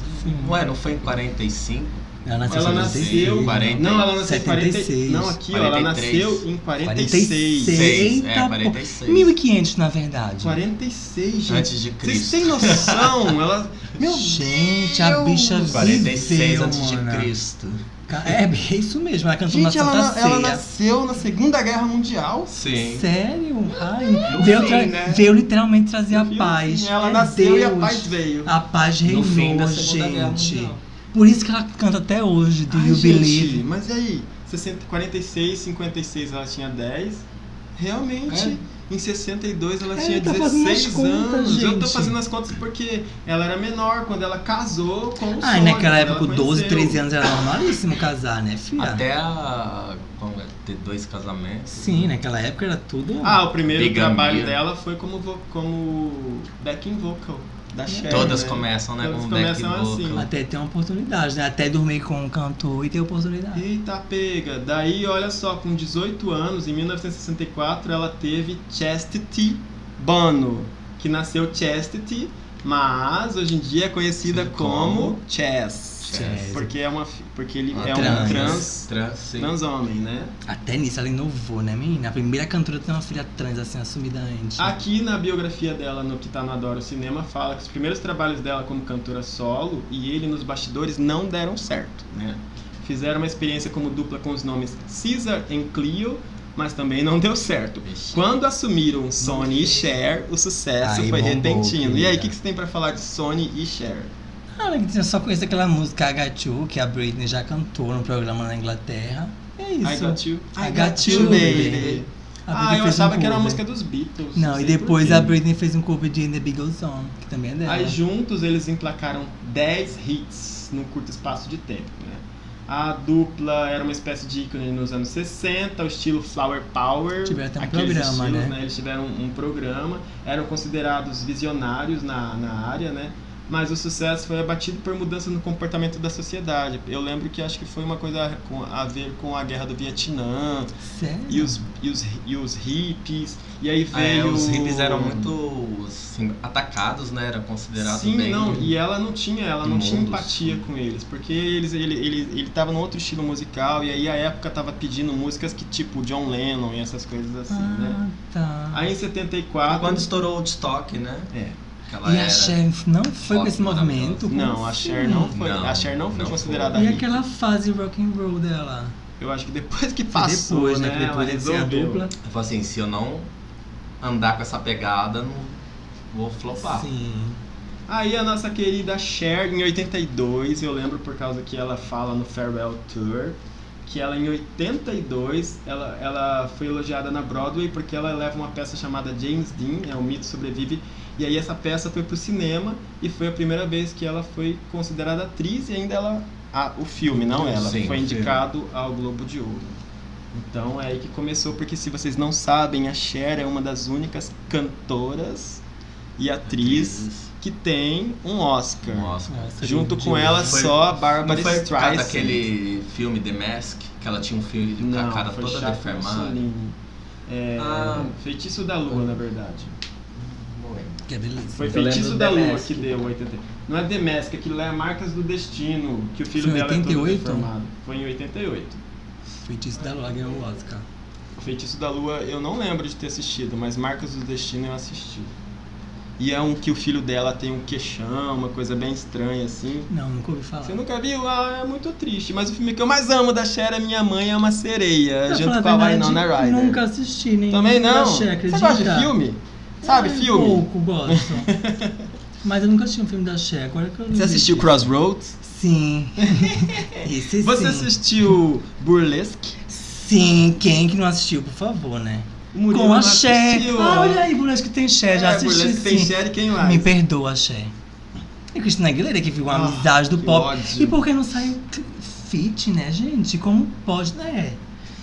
[SPEAKER 5] Ué, não foi em 45?
[SPEAKER 6] Ela nasceu
[SPEAKER 2] Ela
[SPEAKER 6] em
[SPEAKER 2] nasceu.
[SPEAKER 5] 46.
[SPEAKER 2] Não, ela nasceu em 46.
[SPEAKER 6] 76.
[SPEAKER 2] Não, aqui, ó, ela
[SPEAKER 5] 43.
[SPEAKER 2] nasceu em 46.
[SPEAKER 6] 46. Eita,
[SPEAKER 5] é,
[SPEAKER 6] pô.
[SPEAKER 5] 46.
[SPEAKER 6] 1500, na verdade.
[SPEAKER 2] 46, gente.
[SPEAKER 5] Antes de
[SPEAKER 2] Vocês
[SPEAKER 5] Cristo.
[SPEAKER 2] têm noção?
[SPEAKER 6] [laughs]
[SPEAKER 2] Ela. Meu
[SPEAKER 6] Gente, a bicha viveu,
[SPEAKER 5] 46 antes de
[SPEAKER 6] mana.
[SPEAKER 5] Cristo.
[SPEAKER 6] Ca- É, é isso mesmo. Ela cantou
[SPEAKER 2] Gente,
[SPEAKER 6] na
[SPEAKER 2] ela, na-
[SPEAKER 6] Santa
[SPEAKER 2] ela
[SPEAKER 6] Ceia.
[SPEAKER 2] nasceu na Segunda Guerra Mundial. assim,
[SPEAKER 5] Sim.
[SPEAKER 6] Sério? Ai, veio, tra-
[SPEAKER 2] né?
[SPEAKER 6] veio literalmente trazer a
[SPEAKER 2] Viu?
[SPEAKER 6] paz.
[SPEAKER 2] Sim, Ela
[SPEAKER 6] Meu
[SPEAKER 2] nasceu e a
[SPEAKER 6] Deus.
[SPEAKER 2] paz veio.
[SPEAKER 6] A paz
[SPEAKER 5] No fim
[SPEAKER 6] reinou,
[SPEAKER 5] da Segunda Guerra
[SPEAKER 6] gente.
[SPEAKER 5] Mundial.
[SPEAKER 6] Por isso que ela canta até hoje, do
[SPEAKER 2] Ai,
[SPEAKER 6] You
[SPEAKER 2] gente,
[SPEAKER 6] Believe.
[SPEAKER 2] Mas e aí? 60, 46, 56 ela tinha 10. Realmente. Em 62 ela
[SPEAKER 6] É,
[SPEAKER 2] tinha
[SPEAKER 6] tá fazendo as
[SPEAKER 2] 16
[SPEAKER 6] contas,
[SPEAKER 2] anos. Eu tô
[SPEAKER 6] gente.
[SPEAKER 2] fazendo as contas porque ela era menor quando ela casou com o
[SPEAKER 6] Ah,
[SPEAKER 2] Sônia,
[SPEAKER 6] e naquela
[SPEAKER 2] quando
[SPEAKER 6] época,
[SPEAKER 2] ela
[SPEAKER 6] 12,
[SPEAKER 2] conheceu.
[SPEAKER 6] 13 anos era normalíssimo casar, né, filha?
[SPEAKER 5] Até a. Como é? Ter dois casamentos.
[SPEAKER 6] Sim, naquela época era tudo.
[SPEAKER 2] Ah, o primeiro
[SPEAKER 4] Bigamia.
[SPEAKER 2] trabalho dela foi como, vo- como backing vocal da Cher.
[SPEAKER 5] Todas
[SPEAKER 2] né?
[SPEAKER 5] começam, né?
[SPEAKER 2] Todas
[SPEAKER 5] com back
[SPEAKER 2] começam
[SPEAKER 5] vocal.
[SPEAKER 2] assim.
[SPEAKER 6] Até ter uma oportunidade, né? Até dormir com um cantor e ter oportunidade.
[SPEAKER 2] Eita, pega! Daí, olha só, com 18 anos, em 1964, ela teve Chastity Bono, que nasceu Chastity, mas hoje em dia é conhecida como, Chess.
[SPEAKER 6] Chess.
[SPEAKER 2] Porque, é uma, fi- porque ele
[SPEAKER 6] Uma
[SPEAKER 2] é um
[SPEAKER 6] trans.
[SPEAKER 2] trans,
[SPEAKER 4] Trans, sim.
[SPEAKER 2] trans homem, né?
[SPEAKER 6] Até nisso ela inovou, né, menina? A primeira cantora a ter uma filha trans assim assumidamente.
[SPEAKER 2] Aqui na biografia dela, no Que Tá No Adoro Cinema, fala que os primeiros trabalhos dela como cantora solo e ele nos bastidores não deram certo, né? Fizeram uma experiência como dupla com os nomes Caesar e Clio, mas também não deu certo. Quando assumiram Sony e Cher, o sucesso
[SPEAKER 6] Aí
[SPEAKER 2] foi
[SPEAKER 6] bombou,
[SPEAKER 2] repentino. E aí, o
[SPEAKER 6] querida.
[SPEAKER 2] que, que você tem pra falar de Sony e Cher?
[SPEAKER 6] Ah, eu só conheço aquela música H2 que a Britney já cantou no programa na Inglaterra. E é
[SPEAKER 2] I
[SPEAKER 6] isso.
[SPEAKER 2] Got You.
[SPEAKER 6] I got you, baby. A
[SPEAKER 2] Ah,
[SPEAKER 6] Britney
[SPEAKER 2] eu
[SPEAKER 6] fez um
[SPEAKER 2] achava que era uma
[SPEAKER 6] cover.
[SPEAKER 2] música dos Beatles.
[SPEAKER 6] Não,
[SPEAKER 2] sei
[SPEAKER 6] e depois
[SPEAKER 2] por
[SPEAKER 6] a
[SPEAKER 2] quê.
[SPEAKER 6] Britney fez um cover de In The Big Old Song, que também é dela.
[SPEAKER 2] Aí juntos eles emplacaram 10 hits num curto espaço de tempo, né? A dupla era uma espécie de ícone nos anos 60, o estilo Flower Power.
[SPEAKER 6] Tiveram até um
[SPEAKER 2] aqueles
[SPEAKER 6] programa, né?
[SPEAKER 2] Eles tiveram um programa, eram considerados visionários na, na área, né? Mas o sucesso foi abatido por mudanças no comportamento da sociedade. Eu lembro que acho que foi uma coisa com- a ver com a guerra do Vietnã
[SPEAKER 6] Sério?
[SPEAKER 2] e os, e os, e os hippies. E aí
[SPEAKER 5] Ah, é,
[SPEAKER 2] veio.
[SPEAKER 5] os hippies eram muito assim, atacados, né? Era considerado
[SPEAKER 2] Sim,
[SPEAKER 5] bem.
[SPEAKER 2] não,
[SPEAKER 1] né?
[SPEAKER 2] e ela não tinha, ela não tinha
[SPEAKER 5] imundos.
[SPEAKER 2] empatia com eles, porque eles, ele, ele, ele tava num outro estilo musical, e aí a época tava pedindo músicas que tipo John Lennon e essas coisas assim, né?
[SPEAKER 6] Ah, tá.
[SPEAKER 2] Aí em 74.
[SPEAKER 5] Quando estourou o Woodstock, né?
[SPEAKER 2] É.
[SPEAKER 5] Aquela
[SPEAKER 6] e
[SPEAKER 5] era.
[SPEAKER 6] a Cher não foi pra esse
[SPEAKER 5] Ótimo,
[SPEAKER 6] movimento? Como
[SPEAKER 2] Não, a Cher
[SPEAKER 6] assim?
[SPEAKER 2] não foi.
[SPEAKER 5] Não,
[SPEAKER 2] a Cher não foi
[SPEAKER 5] não
[SPEAKER 2] considerada
[SPEAKER 6] E
[SPEAKER 2] hit.
[SPEAKER 6] aquela fase rock and roll dela?
[SPEAKER 2] Eu acho que depois que
[SPEAKER 6] Foi
[SPEAKER 2] passou,
[SPEAKER 6] depois,
[SPEAKER 2] né?
[SPEAKER 6] né? que
[SPEAKER 2] ela
[SPEAKER 6] Depois de ser a
[SPEAKER 2] resolveu.
[SPEAKER 6] dupla.
[SPEAKER 5] Eu falei assim, se eu não andar com essa pegada, não vou flopar.
[SPEAKER 6] Sim.
[SPEAKER 2] Aí a nossa querida Cher, em 82, eu lembro por causa que ela fala no Farewell Tour, que ela em 82, ela, ela foi elogiada na Broadway porque ela leva uma peça chamada James Dean, é o mito sobrevive, e aí essa peça foi pro cinema e foi a primeira vez que ela foi considerada atriz e ainda ela... ah, o filme, não ela,
[SPEAKER 5] Sim,
[SPEAKER 2] foi
[SPEAKER 5] o filme.
[SPEAKER 2] indicado ao Globo de Ouro. Então é aí que começou, porque se vocês não sabem, a Cher é uma das únicas cantoras e atriz que tem um Oscar.
[SPEAKER 5] Nossa.
[SPEAKER 6] Nossa,
[SPEAKER 2] Junto
[SPEAKER 6] gente,
[SPEAKER 2] com ela
[SPEAKER 5] Foi-
[SPEAKER 2] só a Barbara
[SPEAKER 5] Não foi por causa
[SPEAKER 2] Streisand.
[SPEAKER 5] daquele filme The Mask, que ela tinha um filme com
[SPEAKER 2] Não,
[SPEAKER 5] a cara
[SPEAKER 2] foi
[SPEAKER 5] toda
[SPEAKER 2] Chaplin
[SPEAKER 5] deformada.
[SPEAKER 2] Mussolini. É,
[SPEAKER 5] Ah.
[SPEAKER 2] Feitiço da Lua, na verdade.
[SPEAKER 6] Que é beleza.
[SPEAKER 2] Foi
[SPEAKER 5] Eu
[SPEAKER 2] Feitiço
[SPEAKER 5] lembro
[SPEAKER 2] da
[SPEAKER 5] do
[SPEAKER 2] Lua
[SPEAKER 5] The Mask.
[SPEAKER 2] que deu 83. Não é The Mask, aquilo lá é Marcas do Destino, que o filho
[SPEAKER 6] Foi em
[SPEAKER 2] dela é todo
[SPEAKER 6] 88?
[SPEAKER 2] deformado. Foi em 88.
[SPEAKER 6] Feitiço da Lua ganhou o Oscar.
[SPEAKER 2] O Feitiço da Lua eu não lembro de ter assistido, mas Marcas do Destino eu assisti. E é um que o filho dela tem um queixão, uma coisa bem estranha assim.
[SPEAKER 6] Não, nunca ouvi falar.
[SPEAKER 2] Você nunca viu? Ah, é muito triste. Mas o filme que eu mais amo da Cher é Minha Mãe é uma Sereia,
[SPEAKER 6] Pra falar
[SPEAKER 2] junto com a
[SPEAKER 6] Tá verdade,
[SPEAKER 2] Winona Ryder.
[SPEAKER 6] Nunca um assisti nem
[SPEAKER 2] Também não?
[SPEAKER 6] achei,
[SPEAKER 2] Você
[SPEAKER 6] acredita?
[SPEAKER 2] gosta de filme? Sabe,
[SPEAKER 6] Ah,
[SPEAKER 2] filme? [laughs]
[SPEAKER 6] Pouco, gosto. Mas eu nunca assisti um filme da Cher. Agora que eu
[SPEAKER 2] Você
[SPEAKER 6] lembrei
[SPEAKER 2] assistiu
[SPEAKER 6] disso.
[SPEAKER 2] Crossroads? [laughs]
[SPEAKER 6] Sim. Esse
[SPEAKER 2] Você
[SPEAKER 6] sim.
[SPEAKER 2] assistiu Burlesque?
[SPEAKER 6] Sim, quem que não assistiu, por favor, né?
[SPEAKER 2] O Murilo
[SPEAKER 6] Com a
[SPEAKER 2] não
[SPEAKER 6] Cher.
[SPEAKER 2] assistiu.
[SPEAKER 6] Ah, olha aí, Burlesque tem Cher, já
[SPEAKER 2] É,
[SPEAKER 6] assisti
[SPEAKER 2] Burlesque tem
[SPEAKER 6] sim.
[SPEAKER 2] Cher e quem mais?
[SPEAKER 6] Me perdoa, Cher. E Cristina Aguilera, que ficou uma
[SPEAKER 2] Ah,
[SPEAKER 6] amizade do
[SPEAKER 2] que
[SPEAKER 6] pop.
[SPEAKER 2] ódio.
[SPEAKER 6] E por que não saiu fit, né, gente? Como pode, né?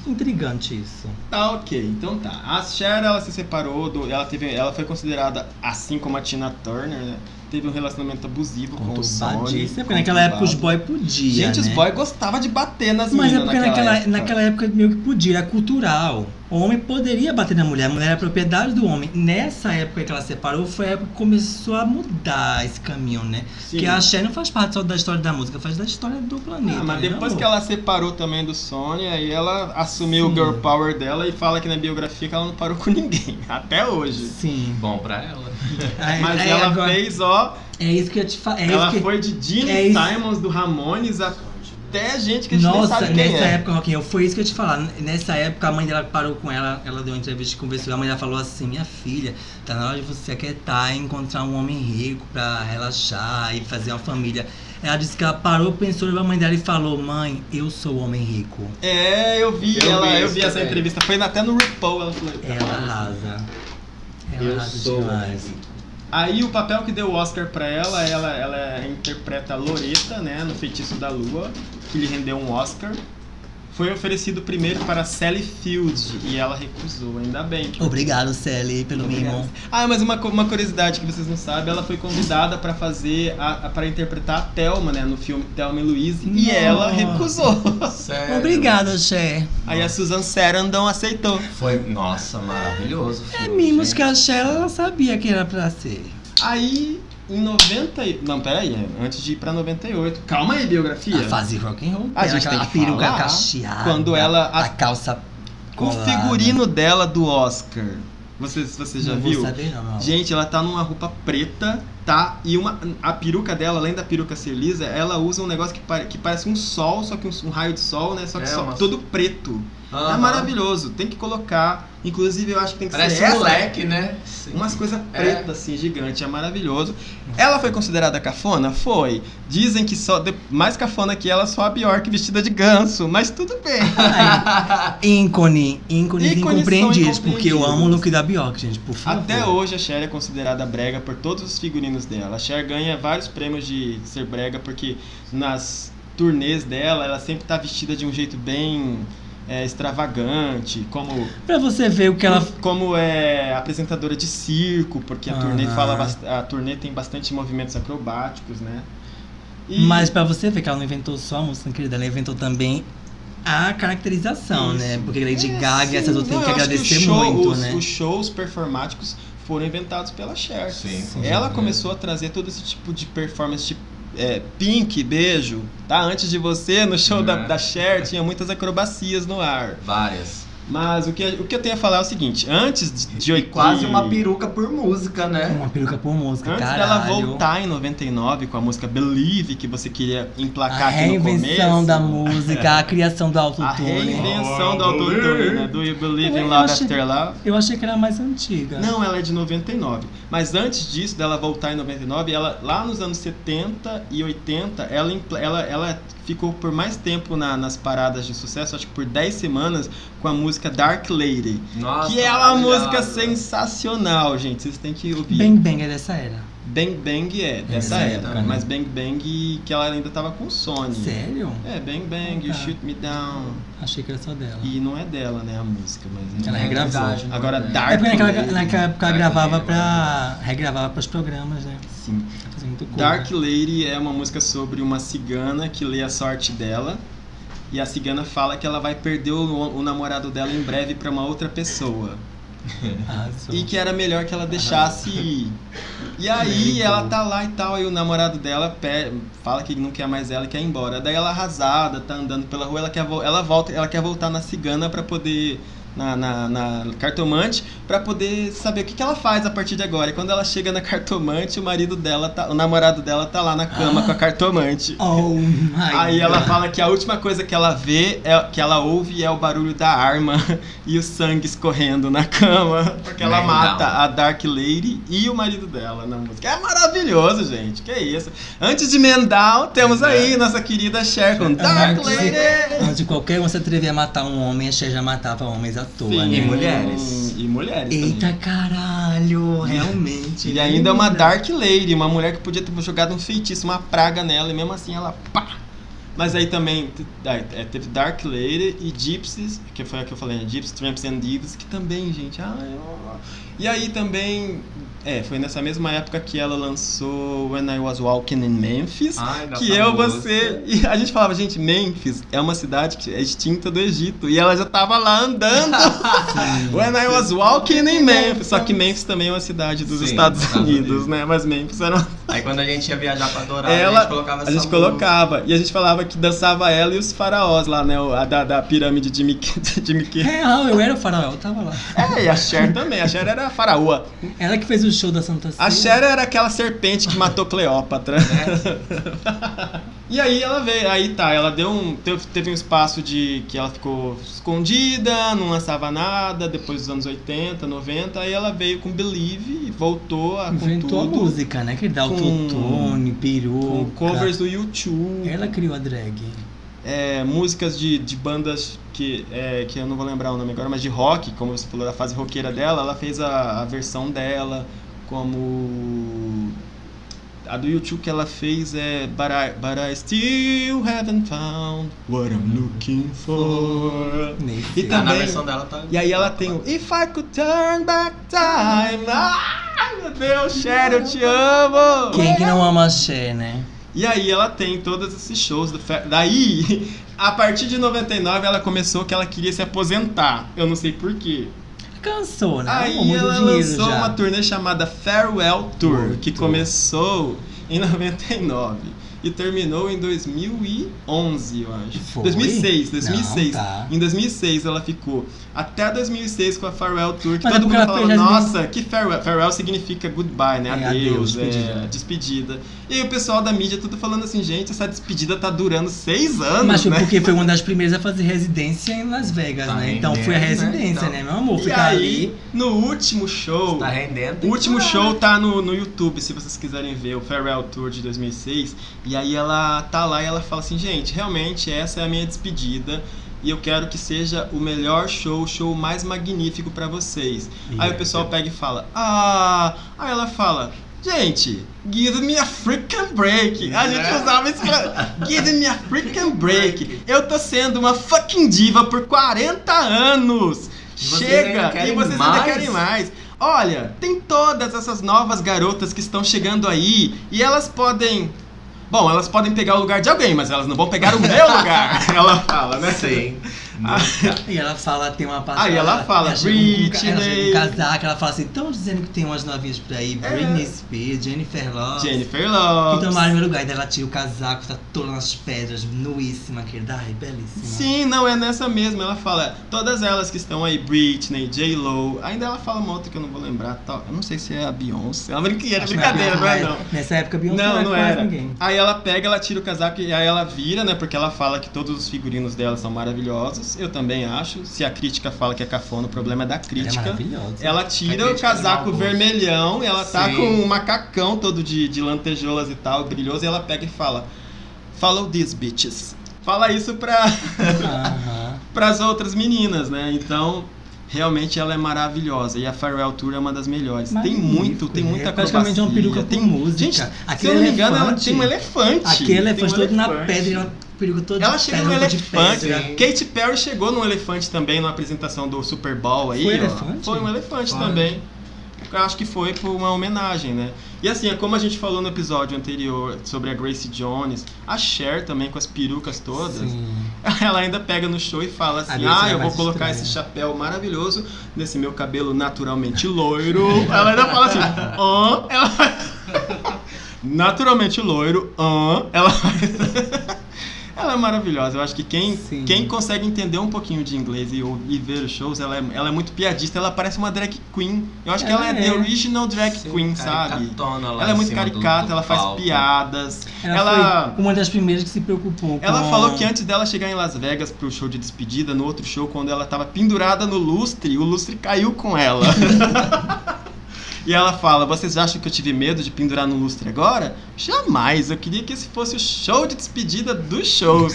[SPEAKER 6] Intrigante isso.
[SPEAKER 2] Tá, ok. Então tá. A Cher, ela se separou, do, ela, teve, ela foi considerada, assim como a Tina Turner, né? Teve um relacionamento abusivo com o Sony.
[SPEAKER 6] Conturbadíssimo. Porque naquela época os
[SPEAKER 2] conturbado.
[SPEAKER 6] boy podia,
[SPEAKER 2] Gente, os
[SPEAKER 6] né?
[SPEAKER 2] boys gostavam de bater nas
[SPEAKER 6] Mas é
[SPEAKER 2] meninas
[SPEAKER 6] porque naquela, naquela época meio que podia, era cultural. O homem poderia bater na mulher, a mulher era propriedade do homem. Nessa época que ela separou, foi a época que começou a mudar esse caminho, né?
[SPEAKER 2] Sim.
[SPEAKER 6] Porque a Cher não faz parte só da história da música, faz da história do planeta.
[SPEAKER 2] Ah, mas
[SPEAKER 6] né,
[SPEAKER 2] depois
[SPEAKER 6] amor?
[SPEAKER 2] que ela separou também do Sony, aí ela assumiu o
[SPEAKER 6] Sim.
[SPEAKER 2] girl power dela e fala que na biografia que ela não parou com [laughs] ninguém, até hoje.
[SPEAKER 6] Sim.
[SPEAKER 5] Bom pra ela.
[SPEAKER 6] Aí-
[SPEAKER 2] Mas
[SPEAKER 6] aí
[SPEAKER 2] ela
[SPEAKER 6] É, agora-
[SPEAKER 2] fez, ó,
[SPEAKER 6] É isso que eu te falo. É
[SPEAKER 2] ela
[SPEAKER 6] isso que...
[SPEAKER 2] foi de Gene
[SPEAKER 6] é isso.
[SPEAKER 2] Simons do Ramones até gente que a gente nem
[SPEAKER 6] Nossa,
[SPEAKER 2] sabe quem
[SPEAKER 6] nessa
[SPEAKER 2] é.
[SPEAKER 6] época, Roquinho, foi isso que eu te falar. Nessa época, a mãe dela parou com ela, ela deu uma entrevista e conversou. A mãe dela falou assim: Minha filha, tá na hora de você aquietar e encontrar um homem rico pra relaxar e fazer uma família. Ela disse que ela parou, pensou na mãe dela e falou: Mãe, eu sou o homem rico.
[SPEAKER 2] É, eu vi
[SPEAKER 5] Eu
[SPEAKER 2] ela,
[SPEAKER 5] vi
[SPEAKER 2] eu
[SPEAKER 5] isso
[SPEAKER 2] vi essa
[SPEAKER 5] também.
[SPEAKER 2] entrevista, foi na- até no RuPaul, ela falou.
[SPEAKER 6] Ela arrasa. Ela
[SPEAKER 3] Eu
[SPEAKER 6] arrasa
[SPEAKER 3] sou.
[SPEAKER 6] demais.
[SPEAKER 2] Aí o papel que deu o Oscar pra ela, ela, ela interpreta a Loreta, né, no Feitiço da Lua, que lhe rendeu um Oscar. Foi oferecido primeiro para Sally Field e ela recusou, ainda bem.
[SPEAKER 6] Obrigado, Sally, pelo mimo.
[SPEAKER 2] Ah, mas uma, co- uma curiosidade que vocês não sabem, ela foi convidada pra fazer a, para interpretar a Thelma, né, no filme Thelma e Louise, e
[SPEAKER 6] Nossa.
[SPEAKER 2] ela recusou.
[SPEAKER 5] Sério.
[SPEAKER 6] Obrigada, Xé.
[SPEAKER 2] Aí a Susan Sarandon aceitou.
[SPEAKER 5] Foi, nossa, maravilhoso.
[SPEAKER 6] É
[SPEAKER 5] filho,
[SPEAKER 6] mimos
[SPEAKER 5] gente.
[SPEAKER 6] que a Xé, ela sabia que era pra ser.
[SPEAKER 2] Aí em 90, e- não, peraí, é, antes de ir pra 98. Calma aí, biografia.
[SPEAKER 6] A fase rock and roll.
[SPEAKER 2] A
[SPEAKER 6] Era
[SPEAKER 2] gente
[SPEAKER 6] aquela
[SPEAKER 2] tem que
[SPEAKER 6] peruca
[SPEAKER 2] falar
[SPEAKER 6] cacheada.
[SPEAKER 2] quando ela-
[SPEAKER 6] A, calça
[SPEAKER 2] O
[SPEAKER 6] colada.
[SPEAKER 2] figurino dela do Oscar. Você, você já
[SPEAKER 6] não
[SPEAKER 2] viu?
[SPEAKER 6] Vou saber, não, não.
[SPEAKER 2] Gente, ela tá numa roupa preta, tá? E uma, a peruca dela, além da peruca ser lisa, ela usa um negócio que, pare- que parece um sol, só que um, um raio de sol, né? Só que
[SPEAKER 5] É,
[SPEAKER 2] só-
[SPEAKER 5] uma-
[SPEAKER 2] todo preto. É
[SPEAKER 5] Aham.
[SPEAKER 2] maravilhoso. Tem que colocar. Inclusive, eu acho que tem que
[SPEAKER 5] Parece
[SPEAKER 2] ser
[SPEAKER 5] um
[SPEAKER 2] essa.
[SPEAKER 5] moleque, né? Sim.
[SPEAKER 2] Umas coisas
[SPEAKER 5] É.
[SPEAKER 2] pretas, assim, gigante, é maravilhoso. Ela foi considerada cafona? Foi. Dizem que só de- mais cafona que ela, só a Bjork vestida de ganso, mas tudo bem.
[SPEAKER 6] Ícone,
[SPEAKER 2] Ícones
[SPEAKER 6] ícones
[SPEAKER 2] são
[SPEAKER 6] incompreendidos, porque eu amo o
[SPEAKER 2] incompreendidos.
[SPEAKER 6] look da Bjork, gente, por favor.
[SPEAKER 2] Até hoje a Cher é considerada brega por todos os figurinos dela. A Cher ganha vários prêmios de ser brega porque nas turnês dela ela sempre tá vestida de um jeito bem é, extravagante, como
[SPEAKER 6] Pra você ver o que ela...
[SPEAKER 2] como é apresentadora de circo, porque a
[SPEAKER 6] Ah.
[SPEAKER 2] turnê fala bast- a turnê tem bastante movimentos acrobáticos, né? E-
[SPEAKER 6] Mas pra você ver que ela não inventou só a música, querida, ela inventou também a caracterização, né? Porque Lady
[SPEAKER 2] É,
[SPEAKER 6] Gaga e essas
[SPEAKER 2] sim,
[SPEAKER 6] outras tem
[SPEAKER 2] não,
[SPEAKER 6] que
[SPEAKER 2] eu acho
[SPEAKER 6] agradecer
[SPEAKER 2] os shows-
[SPEAKER 6] muito,
[SPEAKER 2] os,
[SPEAKER 6] né?
[SPEAKER 2] Os shows performáticos foram inventados pela Cher.
[SPEAKER 4] Sim, com
[SPEAKER 2] Ela
[SPEAKER 4] certeza.
[SPEAKER 2] começou a trazer todo esse tipo de performance tipo, é, Pink, beijo, tá? Antes de você, no show da,
[SPEAKER 4] Né?
[SPEAKER 2] da Cher, tinha muitas acrobacias no ar.
[SPEAKER 4] Várias.
[SPEAKER 2] Mas o que, o que eu tenho a falar é o seguinte, antes de... de
[SPEAKER 3] Quase
[SPEAKER 2] de-
[SPEAKER 3] uma peruca por música, né?
[SPEAKER 6] Uma peruca por música,
[SPEAKER 2] Antes dela
[SPEAKER 6] caralho.
[SPEAKER 2] voltar em 99 com a música Believe, que você queria
[SPEAKER 6] a
[SPEAKER 2] emplacar aqui no
[SPEAKER 6] reinvenção
[SPEAKER 2] começo.
[SPEAKER 6] da música, a criação
[SPEAKER 2] [laughs]
[SPEAKER 6] do
[SPEAKER 2] A
[SPEAKER 6] autotune.
[SPEAKER 2] reinvenção do autotune, né? Do You Believe in
[SPEAKER 6] Eu
[SPEAKER 2] Love
[SPEAKER 6] acho-
[SPEAKER 2] After Love.
[SPEAKER 6] Eu achei que era mais antiga.
[SPEAKER 2] Não, ela é de 99. Mas antes disso, dela voltar em 99, ela lá nos anos 70 e 80, ela, impl- ela, ela ficou por mais tempo na- nas paradas de sucesso, acho que por 10 semanas, com a música Dark Lady.
[SPEAKER 5] Nossa,
[SPEAKER 2] que é uma
[SPEAKER 5] maravilhosa.
[SPEAKER 2] música sensacional, gente. Vocês têm que ouvir.
[SPEAKER 6] Bang Bang é dessa era.
[SPEAKER 2] Bang Bang é, dessa
[SPEAKER 6] Dessa
[SPEAKER 2] época.
[SPEAKER 6] época, né?
[SPEAKER 2] Mas Bang Bang que ela ainda tava com Sony.
[SPEAKER 6] Sério?
[SPEAKER 2] É, Bang Bang, You
[SPEAKER 6] Tá.
[SPEAKER 2] Shoot Me Down.
[SPEAKER 6] Achei que era só dela.
[SPEAKER 2] E não é dela, né, a música, mas.
[SPEAKER 6] Ela regravou.
[SPEAKER 5] verdade,
[SPEAKER 2] Agora,
[SPEAKER 5] né?
[SPEAKER 2] Dark
[SPEAKER 6] É porque naquela,
[SPEAKER 2] Lady.
[SPEAKER 6] naquela época
[SPEAKER 5] Dark
[SPEAKER 6] ela gravava
[SPEAKER 5] Lady,
[SPEAKER 6] pra. regravava pros programas, né?
[SPEAKER 2] Sim.
[SPEAKER 6] Fazia muito cover.
[SPEAKER 2] Dark Lady é uma música sobre uma cigana que lê a sorte dela. E a cigana fala que ela vai perder o, o namorado dela em breve pra uma outra pessoa.
[SPEAKER 6] Arrasou.
[SPEAKER 2] E que era melhor que ela deixasse ir. E aí ela tá lá e tal, aí o namorado dela pe- fala que não quer mais ela e quer ir embora. Daí ela arrasada, tá andando pela rua, ela quer, vo- ela volta, ela quer voltar na cigana pra poder. Na, na, na cartomante pra poder saber o que, que ela faz a partir de agora. E quando ela chega na [laughs] cartomante, o marido dela tá. O namorado dela tá lá na cama com a cartomante.
[SPEAKER 6] Oh my
[SPEAKER 2] Aí ela fala que a última coisa que ela vê, é, que ela ouve, é o barulho da arma [laughs] e o sangue escorrendo na cama. Porque ela
[SPEAKER 4] Legal.
[SPEAKER 2] mata a Dark Lady e o marido dela na música. É maravilhoso, gente. Que isso. Antes de Mendal, temos aí nossa querida Cher com Dark
[SPEAKER 6] Dark
[SPEAKER 2] Lady.
[SPEAKER 6] Antes de qualquer um se atrever a matar um homem, a Cher já matava homens à toa,
[SPEAKER 2] Sim,
[SPEAKER 6] né?
[SPEAKER 3] E mulheres.
[SPEAKER 2] E mulheres também.
[SPEAKER 6] Eita caralho, realmente.
[SPEAKER 2] E ainda é uma
[SPEAKER 6] linda.
[SPEAKER 2] Dark Lady, uma mulher que podia ter jogado um feitiço, uma praga nela, e mesmo assim ela pá! Mas aí também t- aí, é, teve Dark Lady e Gypsies, que foi a que eu falei, né? Gypsies, Tramps and Divas, que também, gente. Ah, eu- E aí também, é, foi nessa mesma época que ela lançou When I Was Walking in Memphis.
[SPEAKER 5] Ai, nossa,
[SPEAKER 2] Que eu,
[SPEAKER 5] tá música.
[SPEAKER 2] você. E a gente falava, gente, Memphis é uma cidade que é extinta do Egito. E ela já tava lá andando. [laughs] When I was walking in Memphis. Só que Memphis também é uma cidade dos
[SPEAKER 4] Sim,
[SPEAKER 2] Estados
[SPEAKER 4] Estados
[SPEAKER 2] Unidos,
[SPEAKER 4] Unidos.
[SPEAKER 2] né? Mas Memphis era uma...
[SPEAKER 5] Aí quando a gente ia viajar pra Dourada,
[SPEAKER 2] Ela-
[SPEAKER 5] a gente colocava
[SPEAKER 2] A
[SPEAKER 5] essa
[SPEAKER 2] gente
[SPEAKER 5] música.
[SPEAKER 2] colocava. E a gente falava que dançava ela e os faraós lá, né? O- A da, da pirâmide de Mique. [laughs] De Mique.
[SPEAKER 6] Real, eu era o faraó, eu tava lá.
[SPEAKER 2] É, e a Cher também. A Cher era a faraoa.
[SPEAKER 6] Ela que fez o show da Santa Ceia.
[SPEAKER 2] A Cher era aquela serpente que matou Cleópatra. e aí ela veio, aí tá, ela deu um. Teve, teve um espaço de que ela ficou escondida, não lançava nada, depois dos anos 80, 90, aí ela veio com Believe e voltou a, com
[SPEAKER 6] inventou a
[SPEAKER 2] tudo.
[SPEAKER 6] música, né? Que dá
[SPEAKER 2] Com-
[SPEAKER 6] autotune, peruca. é
[SPEAKER 2] Com covers do YouTube.
[SPEAKER 6] Ela criou a drag.
[SPEAKER 2] é, músicas de, de bandas que, é, que eu não vou lembrar o nome agora, mas de rock, como você falou da fase roqueira dela, ela fez a, a versão dela, como a do YouTube que ela fez é But I, But I Still Haven't Found What I'm Looking For.
[SPEAKER 6] Nem
[SPEAKER 2] E
[SPEAKER 6] sei.
[SPEAKER 5] Ah, na
[SPEAKER 2] também-
[SPEAKER 5] versão dela tá.
[SPEAKER 2] E aí ela tem o If I Could Turn Back Time. Ai meu Deus, Cher, eu te amo!
[SPEAKER 6] Quem que não ama Xé, né?
[SPEAKER 2] E aí ela tem todos esses shows do fe... Daí, [laughs] a partir de 99, ela começou que ela queria se aposentar. Eu não sei porquê.
[SPEAKER 6] Cansou, né? Arrumou
[SPEAKER 2] Aí
[SPEAKER 6] muito
[SPEAKER 2] ela
[SPEAKER 6] dinheiro
[SPEAKER 2] lançou
[SPEAKER 6] já.
[SPEAKER 2] uma turnê chamada Farewell Tour, que começou em [laughs] 99 e terminou em 2011, eu acho.
[SPEAKER 6] Foi?
[SPEAKER 2] 2006, 2006.
[SPEAKER 6] Não, tá.
[SPEAKER 2] Em 2006 ela ficou até 2006 com a Farewell Tour, que
[SPEAKER 6] Mas é
[SPEAKER 2] todo
[SPEAKER 6] porque
[SPEAKER 2] mundo
[SPEAKER 6] ela
[SPEAKER 2] fala,
[SPEAKER 6] fez as
[SPEAKER 2] nossa, que farewell. Farewell significa goodbye, né?
[SPEAKER 6] É,
[SPEAKER 2] adeus,
[SPEAKER 6] adeus,
[SPEAKER 2] é,
[SPEAKER 6] despedida.
[SPEAKER 2] despedida. E aí o pessoal da mídia tudo falando assim, gente, essa despedida tá durando seis anos,
[SPEAKER 6] Mas foi
[SPEAKER 2] né?
[SPEAKER 6] porque foi uma das primeiras a fazer residência em Las Vegas,
[SPEAKER 5] Tá
[SPEAKER 6] né? Então
[SPEAKER 5] rendendo,
[SPEAKER 6] foi a
[SPEAKER 5] né?
[SPEAKER 6] residência,
[SPEAKER 5] Então.
[SPEAKER 6] né, meu amor?
[SPEAKER 2] E
[SPEAKER 6] Ficar ali.
[SPEAKER 2] aí, no último show,
[SPEAKER 5] Tá rendendo.
[SPEAKER 2] O último show tá no, no YouTube, se vocês quiserem ver, o Farewell Tour de 2006. E aí ela tá lá e ela fala assim, gente, realmente essa é a minha despedida e eu quero que seja o melhor show, o show mais magnífico pra vocês. aí o
[SPEAKER 5] é.
[SPEAKER 2] pessoal pega e fala, ah, aí ela fala, gente, give me a freaking break. A gente
[SPEAKER 5] É.
[SPEAKER 2] usava esse cara,
[SPEAKER 5] [laughs]
[SPEAKER 2] give me a freaking break. Eu tô sendo uma fucking diva por 40 anos.
[SPEAKER 5] Vocês
[SPEAKER 2] Chega!
[SPEAKER 5] ainda querem
[SPEAKER 2] e vocês ainda
[SPEAKER 5] mais?
[SPEAKER 2] querem mais. Olha, tem todas essas novas garotas que estão chegando aí e elas podem. Bom, elas podem pegar o lugar de alguém, mas elas não vão pegar o
[SPEAKER 5] [laughs]
[SPEAKER 2] meu lugar. Ela fala, né?
[SPEAKER 5] Sim.
[SPEAKER 6] E ela fala, tem uma
[SPEAKER 2] Aí ela fala,
[SPEAKER 6] ela chega com um ca-
[SPEAKER 2] Britney.
[SPEAKER 6] ela
[SPEAKER 2] É.
[SPEAKER 6] chega com um casaco, ela fala assim, estão dizendo que tem umas novinhas por aí, Britney Spears, Jennifer Love.
[SPEAKER 2] Jennifer
[SPEAKER 6] Que
[SPEAKER 2] Lopes.
[SPEAKER 6] tomaram meu lugar, e daí ela tira o casaco, tá toda nas pedras, nuíssima, querida. Ai, belíssima.
[SPEAKER 2] Sim, não é nessa mesma. Ela fala, todas elas que estão aí, Britney, J-Lo. Ainda ela fala uma outra que eu não vou lembrar. Tal. Eu não sei se é a Beyoncé. É uma brincadeira,
[SPEAKER 6] Acho que
[SPEAKER 2] brincadeira,
[SPEAKER 6] na-
[SPEAKER 2] não é não.
[SPEAKER 6] Nessa época, Beyoncé
[SPEAKER 2] Não, não
[SPEAKER 6] com mais
[SPEAKER 2] era.
[SPEAKER 6] ninguém.
[SPEAKER 2] Aí ela pega, ela tira o casaco e aí ela vira, né? Porque ela fala que todos os figurinos dela são maravilhosos. Eu também acho. Se a crítica fala que é cafona, o problema é da
[SPEAKER 6] Ela é
[SPEAKER 2] crítica.
[SPEAKER 6] maravilhosa.
[SPEAKER 2] Ela tira
[SPEAKER 5] A
[SPEAKER 2] o
[SPEAKER 5] crítica é
[SPEAKER 2] casaco
[SPEAKER 5] maldosa.
[SPEAKER 2] vermelhão, ela tá
[SPEAKER 5] Sim.
[SPEAKER 2] com um macacão todo de, de lantejoulas e tal, brilhoso, e ela pega e fala: Follow these bitches. Fala isso pra, [laughs]
[SPEAKER 6] Aham.
[SPEAKER 2] pras outras meninas, né? Então, realmente ela é maravilhosa. E a Farewell Tour é uma das melhores. tem
[SPEAKER 6] Magnífico,
[SPEAKER 2] muito, tem
[SPEAKER 6] né?
[SPEAKER 2] muita
[SPEAKER 6] É praticamente uma
[SPEAKER 2] acrobacia,
[SPEAKER 6] peruca
[SPEAKER 2] tem
[SPEAKER 6] com música. é
[SPEAKER 2] Gente,
[SPEAKER 6] Aquele
[SPEAKER 2] se eu não me engano, ela
[SPEAKER 6] elefante-
[SPEAKER 2] tem um elefante.
[SPEAKER 6] Aquele elefante
[SPEAKER 2] Tem um
[SPEAKER 6] todo é na
[SPEAKER 2] elefante.
[SPEAKER 6] pedra, e ela peruca toda
[SPEAKER 2] Ela
[SPEAKER 6] de
[SPEAKER 2] chega
[SPEAKER 6] pedra,
[SPEAKER 2] num
[SPEAKER 6] roupa de
[SPEAKER 2] elefante. né?
[SPEAKER 6] pedra.
[SPEAKER 2] Katy Perry chegou num elefante também na apresentação do Super Bowl aí.
[SPEAKER 6] Foi
[SPEAKER 2] ó.
[SPEAKER 6] elefante?
[SPEAKER 2] Foi um elefante
[SPEAKER 6] Olha.
[SPEAKER 2] também. Eu acho que foi por uma homenagem, né? E assim, é como a gente falou no episódio anterior sobre a Grace Jones, a Cher também com as perucas todas,
[SPEAKER 6] Sim.
[SPEAKER 2] [laughs] ela ainda pega no show e fala
[SPEAKER 6] A
[SPEAKER 2] assim:
[SPEAKER 6] Grace
[SPEAKER 2] "Ah,
[SPEAKER 6] era
[SPEAKER 2] eu vou
[SPEAKER 6] mais
[SPEAKER 2] colocar
[SPEAKER 6] estranha."
[SPEAKER 2] esse chapéu maravilhoso nesse meu cabelo naturalmente loiro". [laughs] ela ainda fala assim: "Hã?" Ela [laughs] Naturalmente loiro, hã? Ela [laughs] Ela é maravilhosa. Eu acho que quem,
[SPEAKER 6] Sim.
[SPEAKER 2] quem consegue entender um pouquinho de inglês e, ou- e ver os shows, ela é, ela é muito piadista. Ela parece uma drag queen. Eu acho que ela
[SPEAKER 6] Ela
[SPEAKER 2] é,
[SPEAKER 6] é.
[SPEAKER 2] the original drag queen, sabe? Ela é muito caricata, ela faz piadas.
[SPEAKER 6] Ela,
[SPEAKER 2] Ela-
[SPEAKER 6] foi uma das primeiras que se preocupou com...
[SPEAKER 2] Ela falou
[SPEAKER 6] [laughs]
[SPEAKER 2] que antes dela chegar em Las Vegas pro show de despedida, no outro show, quando ela tava pendurada no lustre, o lustre caiu com ela. e ela fala: Vocês acham que eu tive medo de pendurar no lustre agora? Jamais! Eu queria que esse fosse o show de despedida dos shows.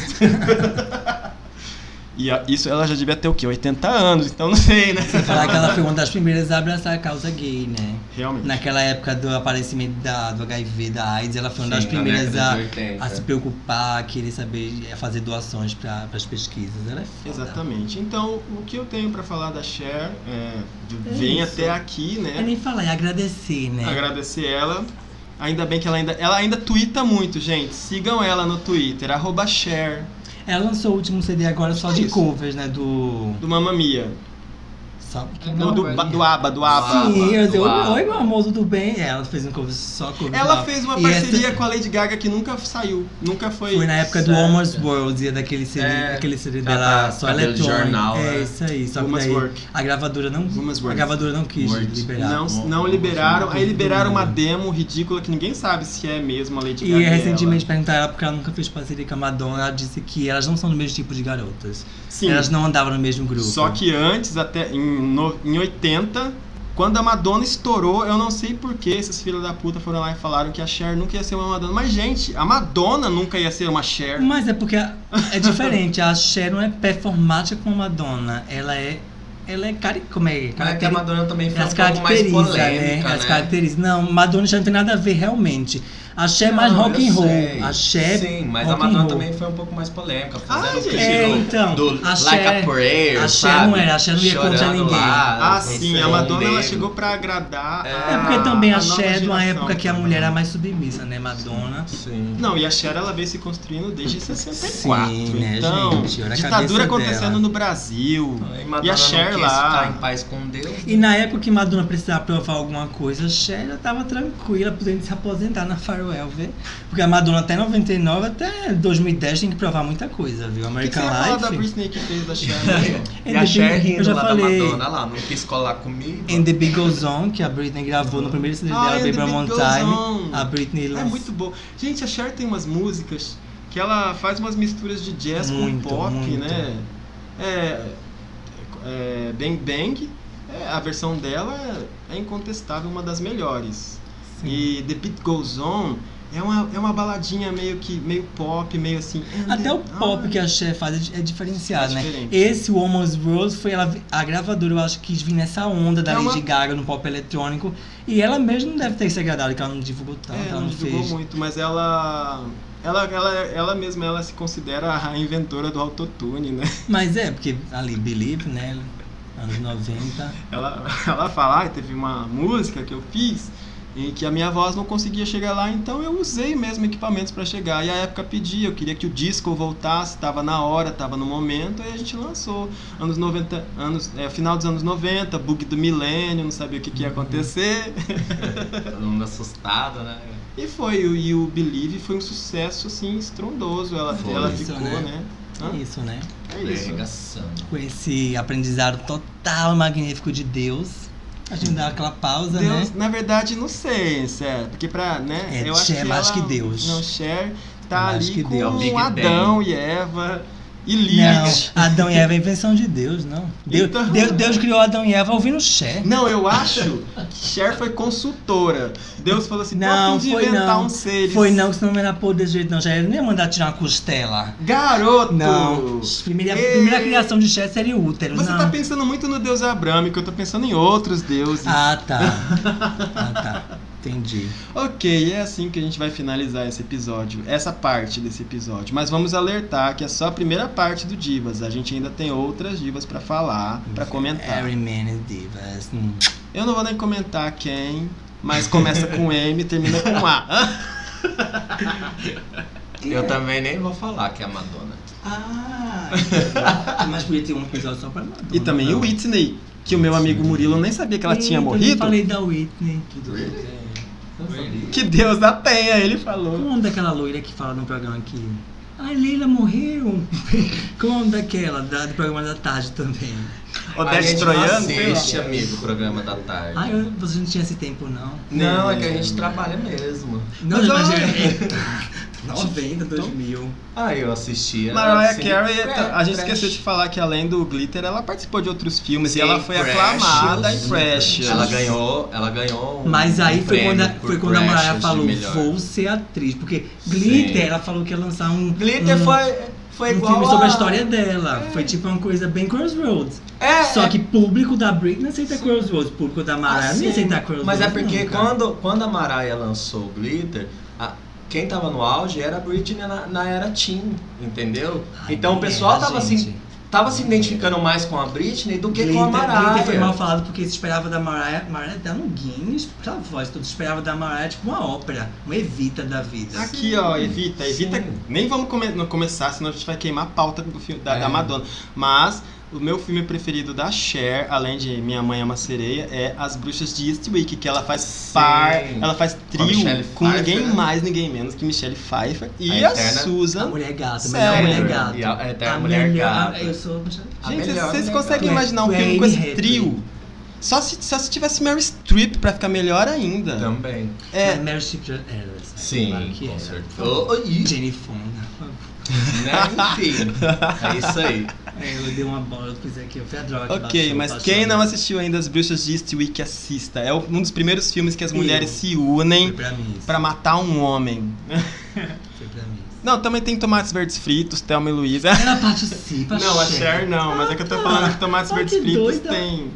[SPEAKER 2] e a- isso ela já devia ter o quê? 80 anos, então não sei, né?
[SPEAKER 6] Falar que ela foi uma das primeiras a abraçar a causa gay, né?
[SPEAKER 2] Realmente.
[SPEAKER 6] Naquela época do aparecimento da, do HIV, da AIDS, ela foi uma das primeiras a, a se preocupar, a querer saber, a fazer doações para as pesquisas. Ela é foda.
[SPEAKER 2] Exatamente. Então, o que eu tenho pra falar da Cher é, vem
[SPEAKER 6] isso.
[SPEAKER 2] até aqui, né?
[SPEAKER 6] É nem falar, é agradecer, né?
[SPEAKER 2] agradecer ela. Ainda bem que ela ainda, ela ainda twita muito, gente. Sigam ela no Twitter, arroba share
[SPEAKER 6] Ela lançou o último CD agora só de
[SPEAKER 2] É Isso.
[SPEAKER 6] covers, né? Do...
[SPEAKER 2] do Mamamia.
[SPEAKER 6] Só...
[SPEAKER 2] Do, do, ba- do Aba, do Aba.
[SPEAKER 6] Sim, eu dei, um
[SPEAKER 5] Uau.
[SPEAKER 6] oi meu amor, tudo bem? Ela fez um cover só cover.
[SPEAKER 2] Ela fez uma
[SPEAKER 6] E essa-
[SPEAKER 2] parceria com a Lady Gaga que nunca saiu. Nunca foi.
[SPEAKER 6] Foi na época do
[SPEAKER 5] Certo.
[SPEAKER 6] Almost World, e daquele CD,
[SPEAKER 5] É,
[SPEAKER 6] aquele CD
[SPEAKER 5] já
[SPEAKER 6] dela
[SPEAKER 5] tá
[SPEAKER 6] só
[SPEAKER 5] cabelo de
[SPEAKER 6] eletrônico.
[SPEAKER 5] jornal,
[SPEAKER 6] é
[SPEAKER 5] né?
[SPEAKER 6] isso aí, só que
[SPEAKER 2] Woman's
[SPEAKER 6] daí
[SPEAKER 2] Work.
[SPEAKER 6] a gravadora não,
[SPEAKER 2] Woman's
[SPEAKER 6] a
[SPEAKER 2] Work.
[SPEAKER 6] gravadora não quis
[SPEAKER 5] Work.
[SPEAKER 6] liberar.
[SPEAKER 2] Não,
[SPEAKER 5] Bom,
[SPEAKER 2] não
[SPEAKER 5] bom,
[SPEAKER 2] liberaram.
[SPEAKER 6] né? bom,
[SPEAKER 2] Aí
[SPEAKER 6] bom.
[SPEAKER 2] liberaram uma demo ridícula que ninguém sabe se é mesmo a Lady
[SPEAKER 6] E
[SPEAKER 2] Gaga.
[SPEAKER 6] recentemente perguntaram ela porque ela nunca fez parceria com a Madonna, ela disse que elas não são do mesmo tipo de garotas.
[SPEAKER 2] Sim.
[SPEAKER 6] Elas não andavam no mesmo grupo.
[SPEAKER 2] Só que antes, até em, no- em 80, Quando a Madonna estourou, eu não sei por que esses filhos da puta foram lá e falaram que a Cher nunca ia ser uma Madonna. Mas, gente, a Madonna nunca ia ser uma Cher.
[SPEAKER 6] Mas é porque a- é diferente. A Cher não é performática como a Madonna. Ela é. Ela é. Cari, como é?
[SPEAKER 5] Cara, que a
[SPEAKER 6] Caracteri-
[SPEAKER 5] Madonna também foi
[SPEAKER 6] As
[SPEAKER 5] um pouco mais
[SPEAKER 6] caracteriza,
[SPEAKER 5] polêmica, É.
[SPEAKER 6] né? As caracteriza. Não, Madonna já não tem nada a ver realmente. A Cher é mais
[SPEAKER 5] Não,
[SPEAKER 6] rock
[SPEAKER 5] eu
[SPEAKER 6] and
[SPEAKER 5] sei.
[SPEAKER 6] roll. A Cher é
[SPEAKER 5] Sim, mas a
[SPEAKER 6] rock and
[SPEAKER 5] Madonna
[SPEAKER 6] roll.
[SPEAKER 5] também foi um pouco mais polêmica.
[SPEAKER 2] Ah,
[SPEAKER 5] Fazendo um
[SPEAKER 2] gente.
[SPEAKER 6] É,
[SPEAKER 5] clipe
[SPEAKER 6] então.
[SPEAKER 5] do
[SPEAKER 6] a
[SPEAKER 5] Like a
[SPEAKER 6] Cher-
[SPEAKER 5] Prayer,
[SPEAKER 6] a Cher
[SPEAKER 5] sabe?
[SPEAKER 6] não era, a Cher não ia contra
[SPEAKER 5] Chorando
[SPEAKER 6] ninguém.
[SPEAKER 5] lá,
[SPEAKER 2] Ah, sim, a
[SPEAKER 5] com
[SPEAKER 2] Madonna ela
[SPEAKER 5] dedo.
[SPEAKER 2] chegou pra agradar.
[SPEAKER 5] um É.
[SPEAKER 6] É porque também a,
[SPEAKER 2] a nova
[SPEAKER 6] Cher é de uma
[SPEAKER 2] geração
[SPEAKER 6] época que a
[SPEAKER 2] também.
[SPEAKER 6] mulher era mais submissa, né? Madonna.
[SPEAKER 5] Sim.
[SPEAKER 2] Não, e a Cher ela veio se construindo desde 64.
[SPEAKER 6] Sim, né,
[SPEAKER 2] então,
[SPEAKER 6] gente? Olha a
[SPEAKER 2] ditadura
[SPEAKER 6] cabeça
[SPEAKER 2] acontecendo
[SPEAKER 6] dela.
[SPEAKER 2] no Brasil.
[SPEAKER 5] E, Madonna
[SPEAKER 2] E a
[SPEAKER 5] não
[SPEAKER 2] Cher
[SPEAKER 5] quis
[SPEAKER 2] lá.
[SPEAKER 5] ficar em paz com Deus.
[SPEAKER 6] E na época que Madonna precisava provar alguma coisa, a Cher já tava tranquila, podendo se aposentar na Farewell, vê? Porque a Madonna até 99, até 2010 tem que provar muita coisa, viu?
[SPEAKER 2] O que, que você
[SPEAKER 6] American
[SPEAKER 2] ia falar da
[SPEAKER 6] Life.
[SPEAKER 2] Britney que fez
[SPEAKER 6] [laughs]
[SPEAKER 2] da Cher? né?
[SPEAKER 5] E a Cher
[SPEAKER 6] eu
[SPEAKER 5] rindo
[SPEAKER 6] já
[SPEAKER 5] lá
[SPEAKER 6] falei.
[SPEAKER 5] da Madonna Tá lá, não quis colar comigo.
[SPEAKER 6] And the Big Goes On, que a Britney gravou no primeiro CD
[SPEAKER 2] Ah,
[SPEAKER 6] dela,
[SPEAKER 2] And the
[SPEAKER 6] Baby
[SPEAKER 2] Big
[SPEAKER 6] One More
[SPEAKER 2] Goes On.
[SPEAKER 6] Time. A Britney
[SPEAKER 2] é
[SPEAKER 6] lançou.
[SPEAKER 2] muito bom. Gente, a Cher tem umas músicas que ela faz umas misturas de jazz
[SPEAKER 6] Muito,
[SPEAKER 2] com pop,
[SPEAKER 6] muito.
[SPEAKER 2] né? É, é, Bang Bang, é, a versão dela é incontestável, uma das melhores.
[SPEAKER 6] Sim.
[SPEAKER 2] E The Beat Goes On é uma, é uma baladinha meio que meio pop, meio assim.
[SPEAKER 6] Até o pop
[SPEAKER 2] Ah,
[SPEAKER 6] que a Cher faz é di- é diferenciado,
[SPEAKER 2] É
[SPEAKER 6] né?
[SPEAKER 2] diferente.
[SPEAKER 6] Esse Woman's Rose foi ela, a gravadora, eu acho que quis vir nessa onda da
[SPEAKER 2] É uma-
[SPEAKER 6] Lady Gaga no pop eletrônico. E ela mesma não deve ter se agradado, que ela não divulgou tanto,
[SPEAKER 2] É,
[SPEAKER 6] tá, ela
[SPEAKER 2] não
[SPEAKER 6] não
[SPEAKER 2] divulgou
[SPEAKER 6] fez.
[SPEAKER 2] muito, mas ela, ela, ela, ela mesma ela se considera a inventora do autotune, né?
[SPEAKER 6] Mas é, porque ali, Believe, né? Anos 90.
[SPEAKER 2] Ela, [laughs] ela fala, ah, teve uma música que eu fiz e que a minha voz não conseguia chegar lá, então eu usei mesmo equipamentos para chegar. E a época pedia, eu queria que o disco voltasse, estava na hora, estava no momento, aí a gente lançou. Anos 90, anos, é, final dos anos 90, bug do milênio, não sabia o que, que ia acontecer.
[SPEAKER 5] Todo mundo assustado, né?
[SPEAKER 2] E foi, e o Believe foi um sucesso assim estrondoso, ela,
[SPEAKER 6] Foi
[SPEAKER 2] ela
[SPEAKER 6] isso,
[SPEAKER 2] ficou,
[SPEAKER 6] né?
[SPEAKER 2] né? Hã?
[SPEAKER 6] Isso, né?
[SPEAKER 2] É isso.
[SPEAKER 5] Arregaçando.
[SPEAKER 6] Com esse aprendizado total magnífico de Deus. A gente dá aquela pausa,
[SPEAKER 2] Deus,
[SPEAKER 6] né?
[SPEAKER 2] na verdade, não sei, sério. Porque pra, né?
[SPEAKER 6] É,
[SPEAKER 2] eu acho
[SPEAKER 6] Cher
[SPEAKER 2] que
[SPEAKER 6] mais
[SPEAKER 2] ela-
[SPEAKER 6] que Deus.
[SPEAKER 2] Não, Cher tá
[SPEAKER 6] Mais
[SPEAKER 2] ali
[SPEAKER 6] que
[SPEAKER 2] com
[SPEAKER 6] Deus.
[SPEAKER 5] É o Big
[SPEAKER 2] Adão e Eva e Lilith.
[SPEAKER 6] Não, Adão e Eva é invenção de Deus, não. Deus,
[SPEAKER 2] Então-
[SPEAKER 6] Deus, Deus criou Adão e Eva ouvindo Cher.
[SPEAKER 2] Não, eu acho que Cher foi consultora. Deus falou assim,
[SPEAKER 6] Não,
[SPEAKER 2] tô a fim de
[SPEAKER 6] foi
[SPEAKER 2] inventar
[SPEAKER 6] não.
[SPEAKER 2] uns seres.
[SPEAKER 6] Foi não, que senão não era pôr desse jeito, não. Já ia nem mandar tirar uma costela.
[SPEAKER 2] Garoto!
[SPEAKER 6] Não. Primeira,
[SPEAKER 2] Ei.
[SPEAKER 6] primeira criação de Cher seria o útero,
[SPEAKER 2] Você
[SPEAKER 6] não.
[SPEAKER 2] tá pensando muito no deus abrâmico, eu tô pensando em outros deuses.
[SPEAKER 6] Ah,
[SPEAKER 2] [laughs]
[SPEAKER 6] tá. Ah, tá. Entendi.
[SPEAKER 2] Ok, é assim que a gente vai finalizar esse episódio, essa parte desse episódio. Mas vamos alertar que é só a primeira parte do Divas. A gente ainda tem outras divas pra falar, pra
[SPEAKER 5] É.
[SPEAKER 2] comentar.
[SPEAKER 6] Every Man is Divas. Hum.
[SPEAKER 2] Eu não vou nem comentar quem, mas começa com
[SPEAKER 5] [laughs]
[SPEAKER 2] M e termina com A. é?
[SPEAKER 5] Eu também nem vou falar que é a Madonna.
[SPEAKER 2] [laughs]
[SPEAKER 6] Ah! Mas podia ter um episódio só pra Madonna.
[SPEAKER 2] E também o Whitney, que o meu amigo Murilo nem sabia que ela tinha
[SPEAKER 6] Eita, Eu
[SPEAKER 2] morrido.
[SPEAKER 6] falei da Whitney. Tudo bem.
[SPEAKER 2] Que Deus da tenha, ele falou.
[SPEAKER 6] Como daquela loira que fala no programa aqui? Ai, Leila morreu. [laughs] Como daquela, da, do programa da tarde também.
[SPEAKER 5] a
[SPEAKER 2] Odete
[SPEAKER 5] gente
[SPEAKER 2] Troiano,
[SPEAKER 5] não
[SPEAKER 2] sei lá.
[SPEAKER 5] assiste, amigo, o programa da
[SPEAKER 2] É.
[SPEAKER 5] tarde.
[SPEAKER 6] Ai, eu, você não tinha esse tempo, não.
[SPEAKER 5] Não, é que a gente trabalha mesmo.
[SPEAKER 6] Não,
[SPEAKER 2] Mas
[SPEAKER 6] mas
[SPEAKER 2] olha- [laughs] Então,
[SPEAKER 6] é. 90, 2000.
[SPEAKER 5] Ah, eu assistia.
[SPEAKER 2] Mariah
[SPEAKER 5] assim,
[SPEAKER 2] Carey,
[SPEAKER 5] cra-
[SPEAKER 2] é a gente
[SPEAKER 5] crash.
[SPEAKER 2] esqueceu de falar que além do Glitter, ela participou de outros filmes
[SPEAKER 5] Sim,
[SPEAKER 2] e ela foi
[SPEAKER 5] Precious.
[SPEAKER 2] aclamada em Precious.
[SPEAKER 5] Ela ganhou, ela ganhou. um-
[SPEAKER 6] Mas aí
[SPEAKER 5] um
[SPEAKER 6] foi
[SPEAKER 5] prêmio
[SPEAKER 6] quando, a,
[SPEAKER 5] por
[SPEAKER 6] foi quando a Mariah
[SPEAKER 5] Precious de
[SPEAKER 6] falou,
[SPEAKER 5] melhor.
[SPEAKER 6] vou ser atriz. Porque Glitter, ela falou que ia lançar um...
[SPEAKER 5] Glitter
[SPEAKER 6] um,
[SPEAKER 5] foi, foi
[SPEAKER 6] um
[SPEAKER 5] igual.
[SPEAKER 6] filme sobre a
[SPEAKER 5] a-
[SPEAKER 6] história dela. Foi tipo uma coisa bem Crossroads.
[SPEAKER 5] É,
[SPEAKER 6] Só
[SPEAKER 5] é,
[SPEAKER 6] que público da Britney aceita Crossroads, público da Mariah
[SPEAKER 5] assim,
[SPEAKER 6] nem aceita Crossroads.
[SPEAKER 5] Mas é porque
[SPEAKER 6] nunca.
[SPEAKER 5] quando, quando a Mariah lançou o Glitter, a- quem tava no auge era a Britney na, na era Teen, entendeu?
[SPEAKER 6] Ai,
[SPEAKER 5] então o
[SPEAKER 6] mulher,
[SPEAKER 5] pessoal tava,
[SPEAKER 6] gente.
[SPEAKER 5] se, tava se identificando mais com a Britney do que com a
[SPEAKER 6] Glitter- Glitter foi mal
[SPEAKER 5] Mariah.
[SPEAKER 6] falado porque se esperava da Mariah. Mariah dá um Guinness pra voz, tudo se esperava da Mariah tipo uma ópera, uma evita da vida.
[SPEAKER 2] Aqui, ó, evita, evita.
[SPEAKER 5] Sim.
[SPEAKER 2] Nem vamos come- não começar, senão a gente vai queimar a pauta do filme,
[SPEAKER 5] É.
[SPEAKER 2] da, da Madonna. Mas o meu filme preferido da Cher, além de Minha Mãe é uma Sereia, é As Bruxas de Eastwick, que ela faz par, ela faz trio
[SPEAKER 5] Michelle
[SPEAKER 2] com,
[SPEAKER 5] Pfeiffer,
[SPEAKER 2] ninguém
[SPEAKER 5] né?
[SPEAKER 2] mais, ninguém menos que Michelle Pfeiffer
[SPEAKER 5] A
[SPEAKER 2] e a,
[SPEAKER 5] eterna-
[SPEAKER 6] a
[SPEAKER 2] Susan.
[SPEAKER 6] mulher gata, a
[SPEAKER 2] Sério?
[SPEAKER 6] mulher gata.
[SPEAKER 5] E a- é, tá,
[SPEAKER 6] a
[SPEAKER 5] mulher
[SPEAKER 6] melhor-
[SPEAKER 3] é
[SPEAKER 5] gata.
[SPEAKER 6] Eu sou.
[SPEAKER 5] A
[SPEAKER 2] Gente,
[SPEAKER 5] melhor,
[SPEAKER 2] vocês
[SPEAKER 5] né,
[SPEAKER 2] conseguem
[SPEAKER 6] cara?
[SPEAKER 2] imaginar um
[SPEAKER 6] Tu é
[SPEAKER 2] filme com esse
[SPEAKER 6] Anne Hathaway.
[SPEAKER 2] trio? Só se, só se tivesse Mary Streep pra ficar melhor ainda.
[SPEAKER 6] Então,
[SPEAKER 5] Também.
[SPEAKER 2] É,
[SPEAKER 6] Meryl Streep já era. sabe? Claro
[SPEAKER 5] Sim,
[SPEAKER 6] que
[SPEAKER 5] com
[SPEAKER 6] era. Então,
[SPEAKER 5] certeza. Oh, oh, ih,
[SPEAKER 6] Jenny Fonda.
[SPEAKER 5] né? Enfim, é isso aí.
[SPEAKER 6] É, eu dei uma bola, eu fiz aqui, eu fui a droga. que
[SPEAKER 2] Ok,
[SPEAKER 6] baixou,
[SPEAKER 2] mas
[SPEAKER 6] baixou,
[SPEAKER 2] quem não
[SPEAKER 6] né?
[SPEAKER 2] assistiu ainda As Bruxas de Eastwick, assista. É um dos primeiros filmes que as mulheres se unem
[SPEAKER 6] Foi pra mim isso.
[SPEAKER 2] pra matar um homem.
[SPEAKER 6] Foi pra mim isso.
[SPEAKER 2] Não, também tem Tomates Verdes Fritos, Thelma e Luísa.
[SPEAKER 6] Ela participa,
[SPEAKER 2] Não, a
[SPEAKER 6] Cher.
[SPEAKER 2] Cher não, mas é que eu tô falando que Tomates
[SPEAKER 6] Tá ah,
[SPEAKER 2] Verdes
[SPEAKER 6] que
[SPEAKER 2] Fritos
[SPEAKER 6] doida.
[SPEAKER 2] tem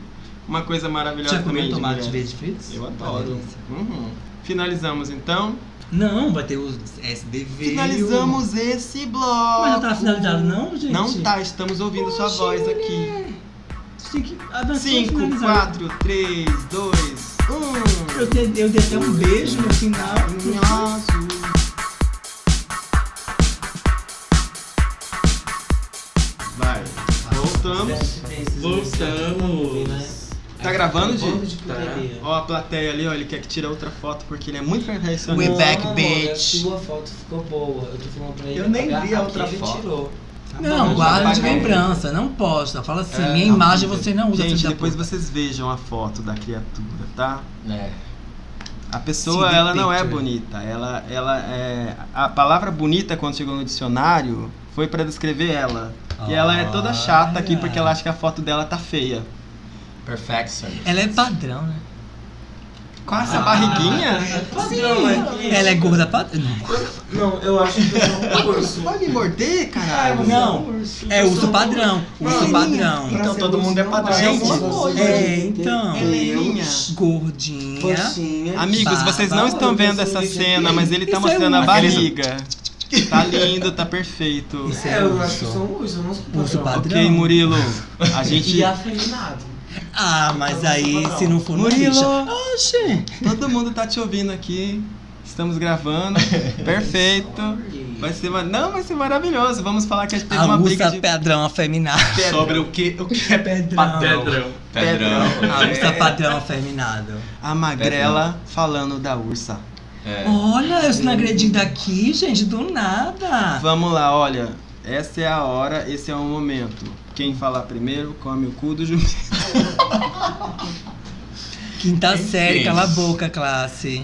[SPEAKER 2] uma coisa maravilhosa
[SPEAKER 6] Já comeu
[SPEAKER 2] também.
[SPEAKER 6] tomate de
[SPEAKER 2] mulher.
[SPEAKER 6] verde fritos?
[SPEAKER 2] Eu
[SPEAKER 6] Uma
[SPEAKER 2] adoro.
[SPEAKER 6] delícia.
[SPEAKER 2] Uhum. Finalizamos então.
[SPEAKER 6] Não, vai ter os SDV.
[SPEAKER 2] Finalizamos esse bloco.
[SPEAKER 6] Mas não tá finalizado, não, gente?
[SPEAKER 2] Não tá, estamos ouvindo sua
[SPEAKER 6] Poxa,
[SPEAKER 2] voz
[SPEAKER 6] mulher.
[SPEAKER 2] aqui.
[SPEAKER 6] Tem que- ah, não, foi
[SPEAKER 2] 5,
[SPEAKER 6] finalizado.
[SPEAKER 2] 4, 3, 2, 1.
[SPEAKER 6] Eu dei, eu dei até um beijo no final.
[SPEAKER 2] Vai. Voltamos.
[SPEAKER 6] Voltamos.
[SPEAKER 2] Tá gravando,
[SPEAKER 3] Bando
[SPEAKER 2] Di?
[SPEAKER 3] de
[SPEAKER 6] tá?
[SPEAKER 3] putaria.
[SPEAKER 2] Ó, a plateia ali, ó, ele quer que tire outra foto porque ele é muito perfeccionista.
[SPEAKER 7] We back,
[SPEAKER 3] Não, amor, A
[SPEAKER 7] bitch.
[SPEAKER 3] sua foto ficou boa. Eu tô falando pra ele.
[SPEAKER 5] Eu nem
[SPEAKER 3] apagar
[SPEAKER 5] vi a
[SPEAKER 3] que
[SPEAKER 5] outra
[SPEAKER 3] ele
[SPEAKER 5] foto.
[SPEAKER 3] tirou.
[SPEAKER 6] Não,
[SPEAKER 3] bom,
[SPEAKER 6] guarda de
[SPEAKER 3] apaga aí.
[SPEAKER 6] lembrança, não posta. Fala assim,
[SPEAKER 2] É,
[SPEAKER 6] minha
[SPEAKER 2] não,
[SPEAKER 6] imagem você não usa.
[SPEAKER 2] Gente,
[SPEAKER 6] filho da
[SPEAKER 2] depois
[SPEAKER 6] puta.
[SPEAKER 2] vocês vejam a foto da criatura, tá?
[SPEAKER 3] É.
[SPEAKER 2] A pessoa,
[SPEAKER 6] See the
[SPEAKER 2] ela não é
[SPEAKER 6] picture.
[SPEAKER 2] bonita. Ela, ela é... A palavra bonita, quando chegou no dicionário, foi pra descrever ela. E ela é
[SPEAKER 6] Ah,
[SPEAKER 2] toda chata aqui
[SPEAKER 6] Olha.
[SPEAKER 2] porque ela acha que a foto dela tá feia.
[SPEAKER 5] Perfection.
[SPEAKER 6] Ela é padrão, né?
[SPEAKER 2] Com essa barriguinha...
[SPEAKER 6] Ah. Ela é gorda padrão.
[SPEAKER 3] Não, eu acho que eu [laughs] sou um urso.
[SPEAKER 2] Vai me morder,
[SPEAKER 6] Ah,
[SPEAKER 2] caralho.
[SPEAKER 6] Não, é uso padrão. Uso padrão.
[SPEAKER 2] Então todo mundo é padrão.
[SPEAKER 6] Gente, é, então.
[SPEAKER 2] Heleninha.
[SPEAKER 5] é
[SPEAKER 6] Gordinha.
[SPEAKER 2] Amigos, vocês não
[SPEAKER 6] Barba.
[SPEAKER 2] estão vendo essa cena, mas ele tá
[SPEAKER 6] Tá Isso é
[SPEAKER 2] mostrando a
[SPEAKER 6] um-
[SPEAKER 2] barriga. Tá lindo, tá perfeito.
[SPEAKER 6] Isso
[SPEAKER 3] É,
[SPEAKER 6] é
[SPEAKER 3] eu acho que eu sou
[SPEAKER 6] urso.
[SPEAKER 3] um urso. Eu não sou um
[SPEAKER 6] Urso
[SPEAKER 3] padrão.
[SPEAKER 6] padrão.
[SPEAKER 2] Ok, Murilo. A gente.
[SPEAKER 3] E afeminado.
[SPEAKER 6] Ah, mas aí se não for no
[SPEAKER 2] Murilo!
[SPEAKER 6] ficha. Oxê.
[SPEAKER 2] Todo mundo tá te ouvindo aqui. Estamos gravando. Perfeito. Vai ser ma- Não, vai ser maravilhoso. Vamos falar que a gente teve
[SPEAKER 6] A
[SPEAKER 2] uma briga
[SPEAKER 6] ursa
[SPEAKER 2] de
[SPEAKER 6] padrão afeminada.
[SPEAKER 2] pedra.
[SPEAKER 5] o que, o que é
[SPEAKER 6] Pedrão.
[SPEAKER 4] Pedrão.
[SPEAKER 6] A ursa
[SPEAKER 2] É.
[SPEAKER 6] padrão afeminado.
[SPEAKER 2] A magrela falando da ursa.
[SPEAKER 6] Olha, eu sendo agredida aqui, gente, do nada.
[SPEAKER 2] Vamos lá, olha. Essa é a hora, esse é o momento. Quem falar primeiro come o cu do jumento.
[SPEAKER 6] Quinta série, cala a boca, classe.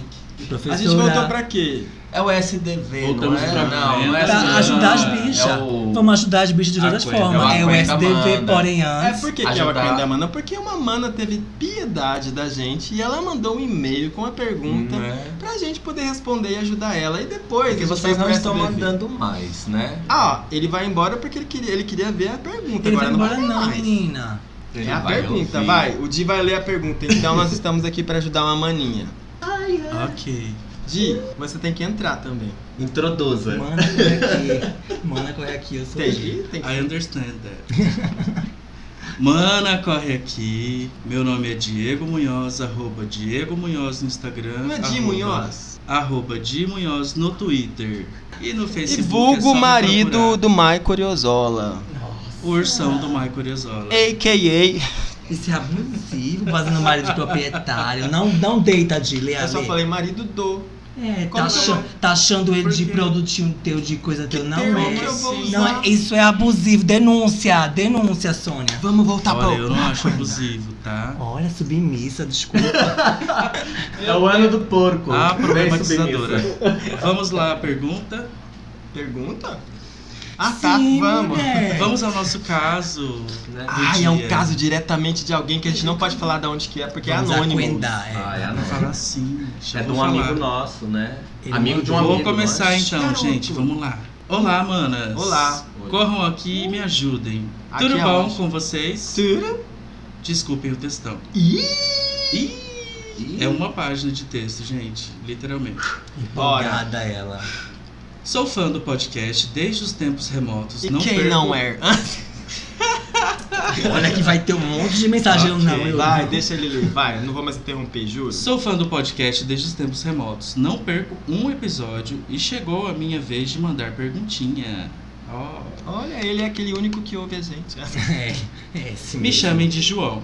[SPEAKER 6] Professora.
[SPEAKER 2] A gente voltou pra quê?
[SPEAKER 5] É o SDV,
[SPEAKER 4] Voltamos
[SPEAKER 5] não é?
[SPEAKER 4] pra
[SPEAKER 5] não, não é
[SPEAKER 4] frente.
[SPEAKER 6] Pra
[SPEAKER 5] SDV,
[SPEAKER 6] ajudar as
[SPEAKER 5] não.
[SPEAKER 6] bichas.
[SPEAKER 5] É o-
[SPEAKER 6] Vamos ajudar as bichas de todas as
[SPEAKER 4] Aguenta,
[SPEAKER 6] formas. É o
[SPEAKER 5] aguenta,
[SPEAKER 6] SDV,
[SPEAKER 5] Amanda.
[SPEAKER 6] porém
[SPEAKER 2] É,
[SPEAKER 6] antes.
[SPEAKER 2] por que, que ela
[SPEAKER 5] ajudar.
[SPEAKER 2] aprendeu a Mana? Porque uma Mana teve piedade da gente e ela mandou um e-mail com uma pergunta
[SPEAKER 5] Não é?
[SPEAKER 2] pra gente poder responder e ajudar ela. E depois.
[SPEAKER 5] Porque
[SPEAKER 2] a gente
[SPEAKER 5] vocês
[SPEAKER 2] vai
[SPEAKER 5] não
[SPEAKER 2] pro
[SPEAKER 5] estão
[SPEAKER 2] SBV.
[SPEAKER 5] mandando mais, né?
[SPEAKER 2] Ah, ele vai embora porque ele queria, ele queria ver a pergunta.
[SPEAKER 6] Ele
[SPEAKER 2] agora
[SPEAKER 6] vai embora
[SPEAKER 2] não, vai
[SPEAKER 6] não,
[SPEAKER 2] mais.
[SPEAKER 6] menina.
[SPEAKER 2] É a
[SPEAKER 4] Vai
[SPEAKER 2] pergunta,
[SPEAKER 4] ouvir.
[SPEAKER 2] vai. O Di vai ler a pergunta. Então nós estamos aqui pra ajudar uma maninha.
[SPEAKER 6] Ok.
[SPEAKER 2] Di, você tem que entrar também.
[SPEAKER 4] Introduza.
[SPEAKER 6] Mana, corre aqui. Mana, corre aqui, eu sou
[SPEAKER 2] Tem
[SPEAKER 6] eu.
[SPEAKER 2] que, tem que.
[SPEAKER 8] I understand that.
[SPEAKER 2] [laughs]
[SPEAKER 8] Mana, corre aqui. Meu nome é Diego Munhoz, arroba Diego Munhoz no Instagram.
[SPEAKER 2] Não é Di
[SPEAKER 8] arroba-
[SPEAKER 2] Munhoz?
[SPEAKER 8] Arroba Di Munhoz no Twitter. E no
[SPEAKER 2] E
[SPEAKER 8] Facebook. é só
[SPEAKER 2] vulgo
[SPEAKER 8] me
[SPEAKER 2] marido
[SPEAKER 8] procurar.
[SPEAKER 2] do Maico Oriozola.
[SPEAKER 8] O ursão do Michael Oriozola.
[SPEAKER 2] A.K.A.
[SPEAKER 6] Isso é abusivo, fazendo marido de proprietário. Não, não deita de ler a
[SPEAKER 2] Eu só
[SPEAKER 6] ler.
[SPEAKER 2] falei marido do.
[SPEAKER 6] É,
[SPEAKER 2] Como
[SPEAKER 6] tá,
[SPEAKER 2] que eu
[SPEAKER 6] achan- tá achando ele de
[SPEAKER 2] Porque-
[SPEAKER 6] produtinho teu, de coisa teu. Não
[SPEAKER 2] termo
[SPEAKER 6] é.
[SPEAKER 2] que eu vou
[SPEAKER 6] Não
[SPEAKER 2] usar?
[SPEAKER 6] é. Isso é abusivo. Denúncia, denúncia, Sônia.
[SPEAKER 2] Vamos voltar
[SPEAKER 8] Olha,
[SPEAKER 2] pra
[SPEAKER 8] eu não acho abusivo, tá?
[SPEAKER 6] Olha, submissa, desculpa.
[SPEAKER 4] É o ano do porco.
[SPEAKER 2] é
[SPEAKER 8] Ah, problematizadora.
[SPEAKER 4] problematizadora.
[SPEAKER 8] Vamos lá, a pergunta.
[SPEAKER 2] Pergunta? Ah, tá,
[SPEAKER 6] Sim,
[SPEAKER 2] vamos.
[SPEAKER 6] mulher.
[SPEAKER 8] Vamos ao nosso caso. né, do
[SPEAKER 2] Ai, é um
[SPEAKER 8] dia.
[SPEAKER 2] caso diretamente de alguém que a gente não pode falar de onde que é, porque
[SPEAKER 6] Vamos
[SPEAKER 2] é anônimo.
[SPEAKER 6] acuendar, é.
[SPEAKER 4] Ah, é
[SPEAKER 8] Não fala assim.
[SPEAKER 4] É
[SPEAKER 8] eu
[SPEAKER 4] de
[SPEAKER 8] vou
[SPEAKER 4] um amigo
[SPEAKER 8] falar.
[SPEAKER 4] nosso, né?
[SPEAKER 6] Ele
[SPEAKER 4] amigo de um
[SPEAKER 8] Vou
[SPEAKER 4] amigo.
[SPEAKER 8] começar então,
[SPEAKER 2] Garoto.
[SPEAKER 8] gente. Vamos lá. Olá, manas.
[SPEAKER 2] Olá.
[SPEAKER 8] Corram aqui e me ajudem.
[SPEAKER 2] Aqui
[SPEAKER 8] Tudo
[SPEAKER 2] é
[SPEAKER 8] bom
[SPEAKER 2] onde?
[SPEAKER 8] com vocês?
[SPEAKER 2] Tira.
[SPEAKER 8] Desculpem o textão. Ih! É uma página de texto, gente. Literalmente.
[SPEAKER 6] Empolgada ela.
[SPEAKER 8] Sou fã do podcast desde os tempos remotos.
[SPEAKER 2] E
[SPEAKER 8] não
[SPEAKER 2] quem
[SPEAKER 8] perco...
[SPEAKER 2] não é?
[SPEAKER 6] Olha que vai ter um monte de mensagem. eu Não, eu
[SPEAKER 2] Vai, deixa ele ler. Vai, eu não vou mais interromper, juro.
[SPEAKER 8] Sou fã do podcast desde os tempos remotos. Não perco um episódio e chegou a minha vez de mandar perguntinha. Ó.
[SPEAKER 2] Olha, ele é aquele único que ouve a gente.
[SPEAKER 6] [laughs] É, é esse
[SPEAKER 8] Me
[SPEAKER 6] mesmo.
[SPEAKER 8] chamem de João.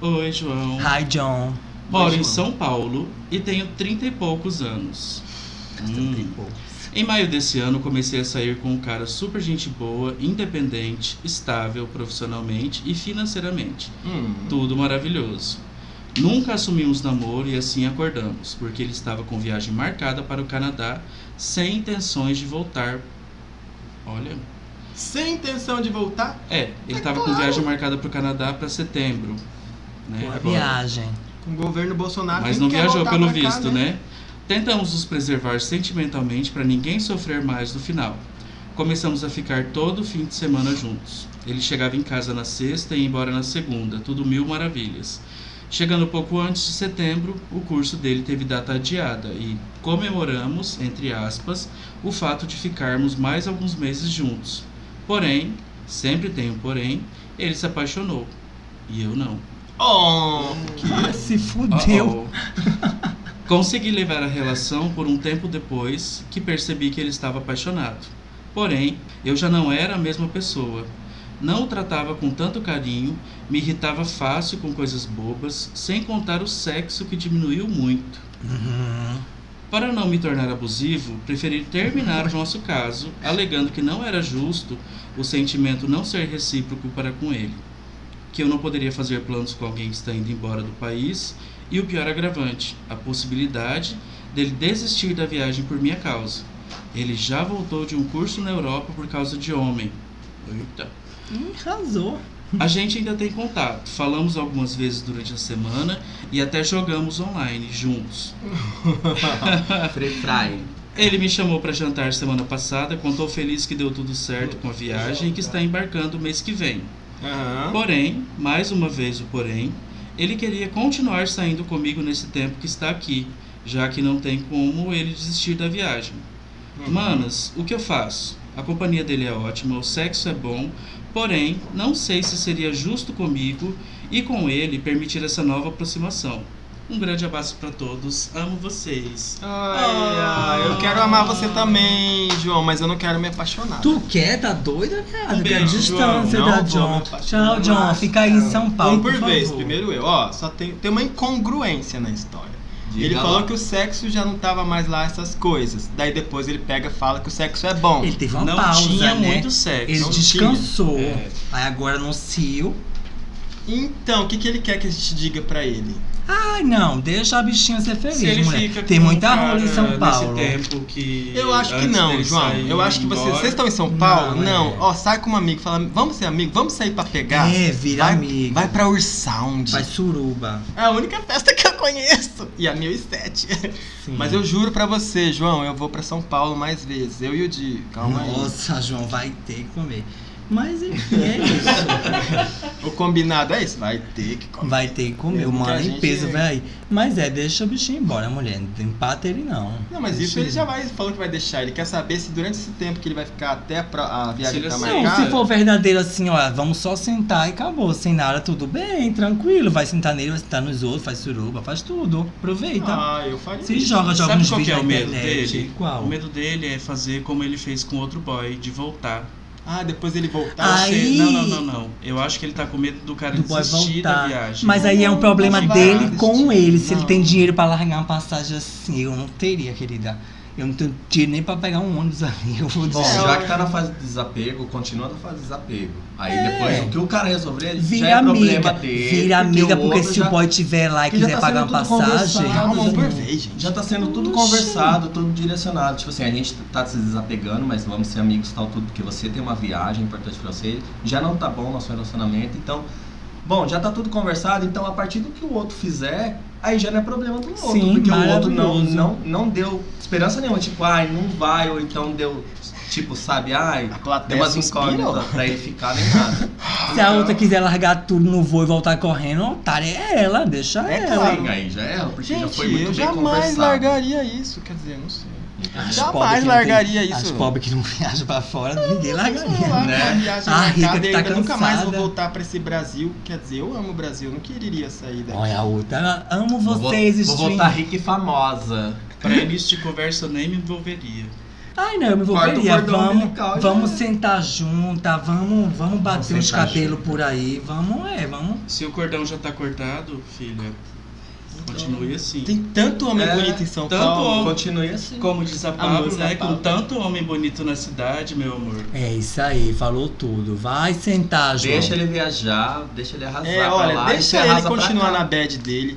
[SPEAKER 8] Oi, João.
[SPEAKER 6] Hi, John.
[SPEAKER 8] Moro
[SPEAKER 2] João.
[SPEAKER 8] em São Paulo e tenho 30 e poucos anos. Hum. Em maio desse ano, comecei a sair com um cara super gente boa, independente, estável profissionalmente e financeiramente.
[SPEAKER 2] Hum.
[SPEAKER 8] Tudo maravilhoso. Nunca assumimos namoro e assim acordamos, porque ele estava com viagem marcada para o Canadá, sem intenções de voltar. Olha,
[SPEAKER 2] sem intenção de voltar.
[SPEAKER 8] É, ele tava com viagem marcada pro Canadá pra setembro. Né?
[SPEAKER 6] Uma
[SPEAKER 8] Agora.
[SPEAKER 6] viagem.
[SPEAKER 2] Com o governo Bolsonaro.
[SPEAKER 8] Mas
[SPEAKER 2] quem
[SPEAKER 8] não
[SPEAKER 2] quer
[SPEAKER 8] viajou
[SPEAKER 2] voltar
[SPEAKER 8] pelo
[SPEAKER 2] pra cá,
[SPEAKER 8] visto, né? Tentamos nos preservar sentimentalmente para ninguém sofrer mais no final. Começamos a ficar todo fim de semana juntos. Ele chegava em casa na sexta e ia embora na segunda, tudo mil maravilhas. Chegando pouco antes de setembro, o curso dele teve data adiada e comemoramos, entre aspas, o fato de ficarmos mais alguns meses juntos. Porém, sempre tem um porém, ele se apaixonou. E eu não.
[SPEAKER 2] Oh,
[SPEAKER 6] Se
[SPEAKER 8] Oh,
[SPEAKER 6] fudeu.
[SPEAKER 8] oh. Consegui levar a relação por um tempo depois que percebi que ele estava apaixonado. Porém, eu já não era a mesma pessoa. Não o tratava com tanto carinho, me irritava fácil com coisas bobas, sem contar o sexo que diminuiu muito.
[SPEAKER 6] Uhum.
[SPEAKER 8] Para não me tornar abusivo, preferi terminar o nosso caso, alegando que não era justo o sentimento não ser recíproco para com ele, que eu não poderia fazer planos com alguém que está indo embora do país, e o pior agravante, a possibilidade dele desistir da viagem por minha causa. Ele já voltou de um curso na Europa por causa de homem. Eita.
[SPEAKER 6] Hum, Arrasou.
[SPEAKER 8] A gente ainda tem contato, falamos algumas vezes durante a semana e até jogamos online juntos.
[SPEAKER 4] Free Fry.
[SPEAKER 8] Ele me chamou para jantar semana passada, contou feliz que deu tudo certo com a viagem e que está embarcando mês que vem.
[SPEAKER 2] Aham.
[SPEAKER 8] Porém, mais uma vez o porém, ele queria continuar saindo comigo nesse tempo que está aqui, já que não tem como ele desistir da viagem.
[SPEAKER 2] Uhum.
[SPEAKER 8] Manas, o que eu faço? A companhia dele é ótima, o sexo é bom, porém, não sei se seria justo comigo e com ele permitir essa nova aproximação. Um grande abraço para todos, amo vocês.
[SPEAKER 2] Ai, ai, eu quero amar você também, João, mas eu não quero me apaixonar.
[SPEAKER 6] Tu quer? Tá doida, viado?
[SPEAKER 8] Um
[SPEAKER 6] Que a
[SPEAKER 8] beijo,
[SPEAKER 6] distância
[SPEAKER 2] João. Não
[SPEAKER 6] da
[SPEAKER 2] vou me
[SPEAKER 6] John.
[SPEAKER 2] apaixonar.
[SPEAKER 6] Tchau, John. Fica aí em São Paulo.
[SPEAKER 2] um por, vez,
[SPEAKER 6] favor.
[SPEAKER 2] primeiro eu. Ó, só tem, tem uma incongruência na história.
[SPEAKER 4] Diga
[SPEAKER 2] ele
[SPEAKER 4] lá.
[SPEAKER 2] falou que o sexo já não tava mais lá essas coisas. Daí depois ele pega e fala que o sexo é bom.
[SPEAKER 6] Ele teve uma
[SPEAKER 8] não
[SPEAKER 6] pausa,
[SPEAKER 8] tinha
[SPEAKER 6] né?
[SPEAKER 8] muito sexo.
[SPEAKER 6] Ele
[SPEAKER 2] não
[SPEAKER 6] descansou.
[SPEAKER 2] tinha. É.
[SPEAKER 6] Aí agora anunciou.
[SPEAKER 2] Então, o que, que ele quer que a gente diga pra ele?
[SPEAKER 6] Ai, não. Deixa a bichinha ser feliz,
[SPEAKER 8] Se ele
[SPEAKER 6] mulher.
[SPEAKER 8] fica
[SPEAKER 6] Tem
[SPEAKER 8] com
[SPEAKER 6] muita
[SPEAKER 8] um cara
[SPEAKER 6] rola em São Paulo.
[SPEAKER 8] Nesse tempo que
[SPEAKER 2] Eu acho que
[SPEAKER 8] antes
[SPEAKER 2] não,
[SPEAKER 8] dele
[SPEAKER 2] João.
[SPEAKER 8] sair
[SPEAKER 2] Eu acho que
[SPEAKER 8] embora,
[SPEAKER 2] vocês. Vocês estão em São Paulo?
[SPEAKER 6] Não,
[SPEAKER 2] Não.
[SPEAKER 6] é.
[SPEAKER 2] Ó, sai com um amigo, fala, vamos ser amigo, vamos sair pra pegar.
[SPEAKER 6] É, vira
[SPEAKER 2] vai,
[SPEAKER 6] amigo.
[SPEAKER 2] Vai pra Ursound.
[SPEAKER 6] Faz suruba.
[SPEAKER 2] É a única festa que eu conheço. E a 1007.
[SPEAKER 6] Sim.
[SPEAKER 2] Mas eu juro pra você, João, eu vou pra São Paulo mais vezes. Eu e o Di. Calma aí.
[SPEAKER 6] Nossa, João, vai ter que comer. Mas enfim, é isso.
[SPEAKER 2] O combinado é isso? Vai ter que comer.
[SPEAKER 6] [laughs] Vai ter que comer.
[SPEAKER 2] Eu
[SPEAKER 6] O mano
[SPEAKER 2] nunca
[SPEAKER 6] em
[SPEAKER 2] achei
[SPEAKER 6] peso,
[SPEAKER 2] que-
[SPEAKER 6] velho. Mas é, deixa o bichinho embora, mulher. Não empata ele, não.
[SPEAKER 2] Não, mas isso ele já vai falando que vai deixar. Ele quer saber se durante esse tempo que ele vai ficar até a, pro- a viagem
[SPEAKER 8] ele
[SPEAKER 2] tá
[SPEAKER 8] aceitar.
[SPEAKER 6] assim. Não,
[SPEAKER 2] marcada.
[SPEAKER 6] se for verdadeiro assim, ó, vamos só sentar e acabou. Sem nada, tudo bem, tranquilo. Vai sentar nele, vai sentar nos outros, faz suruba, faz tudo. Aproveita.
[SPEAKER 2] Ah, eu faria.
[SPEAKER 6] então. Se joga, joga
[SPEAKER 8] Sabe
[SPEAKER 6] nos
[SPEAKER 8] qual que é
[SPEAKER 6] vídeos
[SPEAKER 8] o
[SPEAKER 6] na
[SPEAKER 8] medo
[SPEAKER 6] internet.
[SPEAKER 8] dele? O
[SPEAKER 6] Qual?
[SPEAKER 8] medo dele é fazer como ele fez com outro boy, de voltar.
[SPEAKER 2] Ah, depois ele voltar.
[SPEAKER 8] Eu
[SPEAKER 6] Aí-
[SPEAKER 8] sei- Não, não, não, não. Eu acho que ele tá com medo do cara
[SPEAKER 6] Do boy
[SPEAKER 8] desistir da
[SPEAKER 6] voltar.
[SPEAKER 8] viagem.
[SPEAKER 6] Mas aí é um problema
[SPEAKER 2] Não, não
[SPEAKER 6] dele
[SPEAKER 2] vai
[SPEAKER 6] com
[SPEAKER 2] desistir.
[SPEAKER 6] ele. Se ele
[SPEAKER 2] Não.
[SPEAKER 6] tem dinheiro pra largar uma passagem assim, eu não teria, querida. Eu não tenho dinheiro nem pra pegar um ônibus ali. Eu vou
[SPEAKER 4] Bom,
[SPEAKER 6] desistir.
[SPEAKER 4] já que tá na fase de desapego, continua na fase de desapego. Aí depois o que o cara resolver já é
[SPEAKER 6] Vira amiga.
[SPEAKER 4] problema dele.
[SPEAKER 6] Vira amiga,
[SPEAKER 4] outro
[SPEAKER 6] porque se
[SPEAKER 4] já-
[SPEAKER 6] o boy tiver lá e
[SPEAKER 4] que já
[SPEAKER 6] quiser
[SPEAKER 4] tá
[SPEAKER 6] pagar
[SPEAKER 4] sendo
[SPEAKER 6] uma
[SPEAKER 4] tudo
[SPEAKER 6] passagem.
[SPEAKER 4] conversado.
[SPEAKER 2] Calma, um por
[SPEAKER 4] gente.
[SPEAKER 2] vez, gente.
[SPEAKER 4] Já tá sendo tudo
[SPEAKER 6] Oxi.
[SPEAKER 4] conversado, tudo direcionado. Tipo assim, a gente tá se desapegando, mas vamos ser amigos tal, tudo, porque você tem uma viagem importante pra você. Já não tá bom o nosso relacionamento, então. Bom, já tá tudo conversado, então a partir do que o outro fizer, aí já não é problema do outro.
[SPEAKER 6] Sim,
[SPEAKER 4] porque o outro não,
[SPEAKER 6] maravilhoso.
[SPEAKER 4] não, não deu esperança nenhuma, tipo, ai, não vai, ou então deu, tipo, sabe, ai,
[SPEAKER 2] A plateia
[SPEAKER 4] deu umas
[SPEAKER 2] se inspira,
[SPEAKER 4] incógnitas pra ele ficar nem nada.
[SPEAKER 6] Se a outra quiser largar tudo no voo e voltar correndo, a otária é ela, deixa
[SPEAKER 2] É
[SPEAKER 6] ela.
[SPEAKER 2] claro.
[SPEAKER 4] Larga aí, já é, porque já
[SPEAKER 2] Gente,
[SPEAKER 4] foi muito
[SPEAKER 2] eu
[SPEAKER 4] bem
[SPEAKER 2] jamais
[SPEAKER 4] conversado.
[SPEAKER 2] largaria isso. Quer dizer, não sei.
[SPEAKER 6] As
[SPEAKER 2] Jamais
[SPEAKER 6] pobre que não
[SPEAKER 2] largaria
[SPEAKER 6] tem-
[SPEAKER 2] isso.
[SPEAKER 6] As pobres que não [laughs] viajam pra fora, ninguém
[SPEAKER 2] Sei lá,
[SPEAKER 6] largaria.
[SPEAKER 4] né?
[SPEAKER 2] uma viagem
[SPEAKER 6] A
[SPEAKER 2] marcada
[SPEAKER 6] Rita que
[SPEAKER 2] e
[SPEAKER 6] tá
[SPEAKER 2] ainda nunca mais vou
[SPEAKER 6] cansada.
[SPEAKER 2] voltar pra esse Brasil. Quer dizer, eu amo o Brasil, eu não queria sair daqui.
[SPEAKER 6] Olha a outra. ela- Amo
[SPEAKER 4] Vou-
[SPEAKER 6] vocês,
[SPEAKER 4] Vou
[SPEAKER 6] stream.
[SPEAKER 4] voltar rica e famosa.
[SPEAKER 8] Pra início de conversa, eu nem me envolveria.
[SPEAKER 6] Ai, não, eu me
[SPEAKER 4] Corta o
[SPEAKER 6] envolveria.
[SPEAKER 4] cordão
[SPEAKER 6] Vamos,
[SPEAKER 4] umbilical e
[SPEAKER 6] vamos
[SPEAKER 4] já é.
[SPEAKER 6] sentar junta, vamos, vamos bater
[SPEAKER 4] Vamos
[SPEAKER 6] uns
[SPEAKER 4] sentar
[SPEAKER 6] cabelos por aí. Vamos, é, vamos.
[SPEAKER 8] Se o cordão já tá cortado, filha, continue assim.
[SPEAKER 2] Então, Tem tanto homem
[SPEAKER 4] É,
[SPEAKER 2] bonito em São
[SPEAKER 8] tanto
[SPEAKER 2] Paulo.
[SPEAKER 8] homem.
[SPEAKER 4] Continue assim.
[SPEAKER 8] Como diz a
[SPEAKER 2] Amor,
[SPEAKER 8] Pablo, né?
[SPEAKER 2] São
[SPEAKER 8] Com
[SPEAKER 2] Paulo.
[SPEAKER 8] tanto homem bonito na cidade, meu amor.
[SPEAKER 6] É isso aí, falou tudo. Vai sentar, João.
[SPEAKER 4] Deixa ele viajar, deixa ele arrasar.
[SPEAKER 2] É,
[SPEAKER 4] pra
[SPEAKER 2] olha,
[SPEAKER 4] lá, e você
[SPEAKER 2] deixa ele
[SPEAKER 4] arrasa pra
[SPEAKER 2] continuar
[SPEAKER 4] cá.
[SPEAKER 2] na bad dele.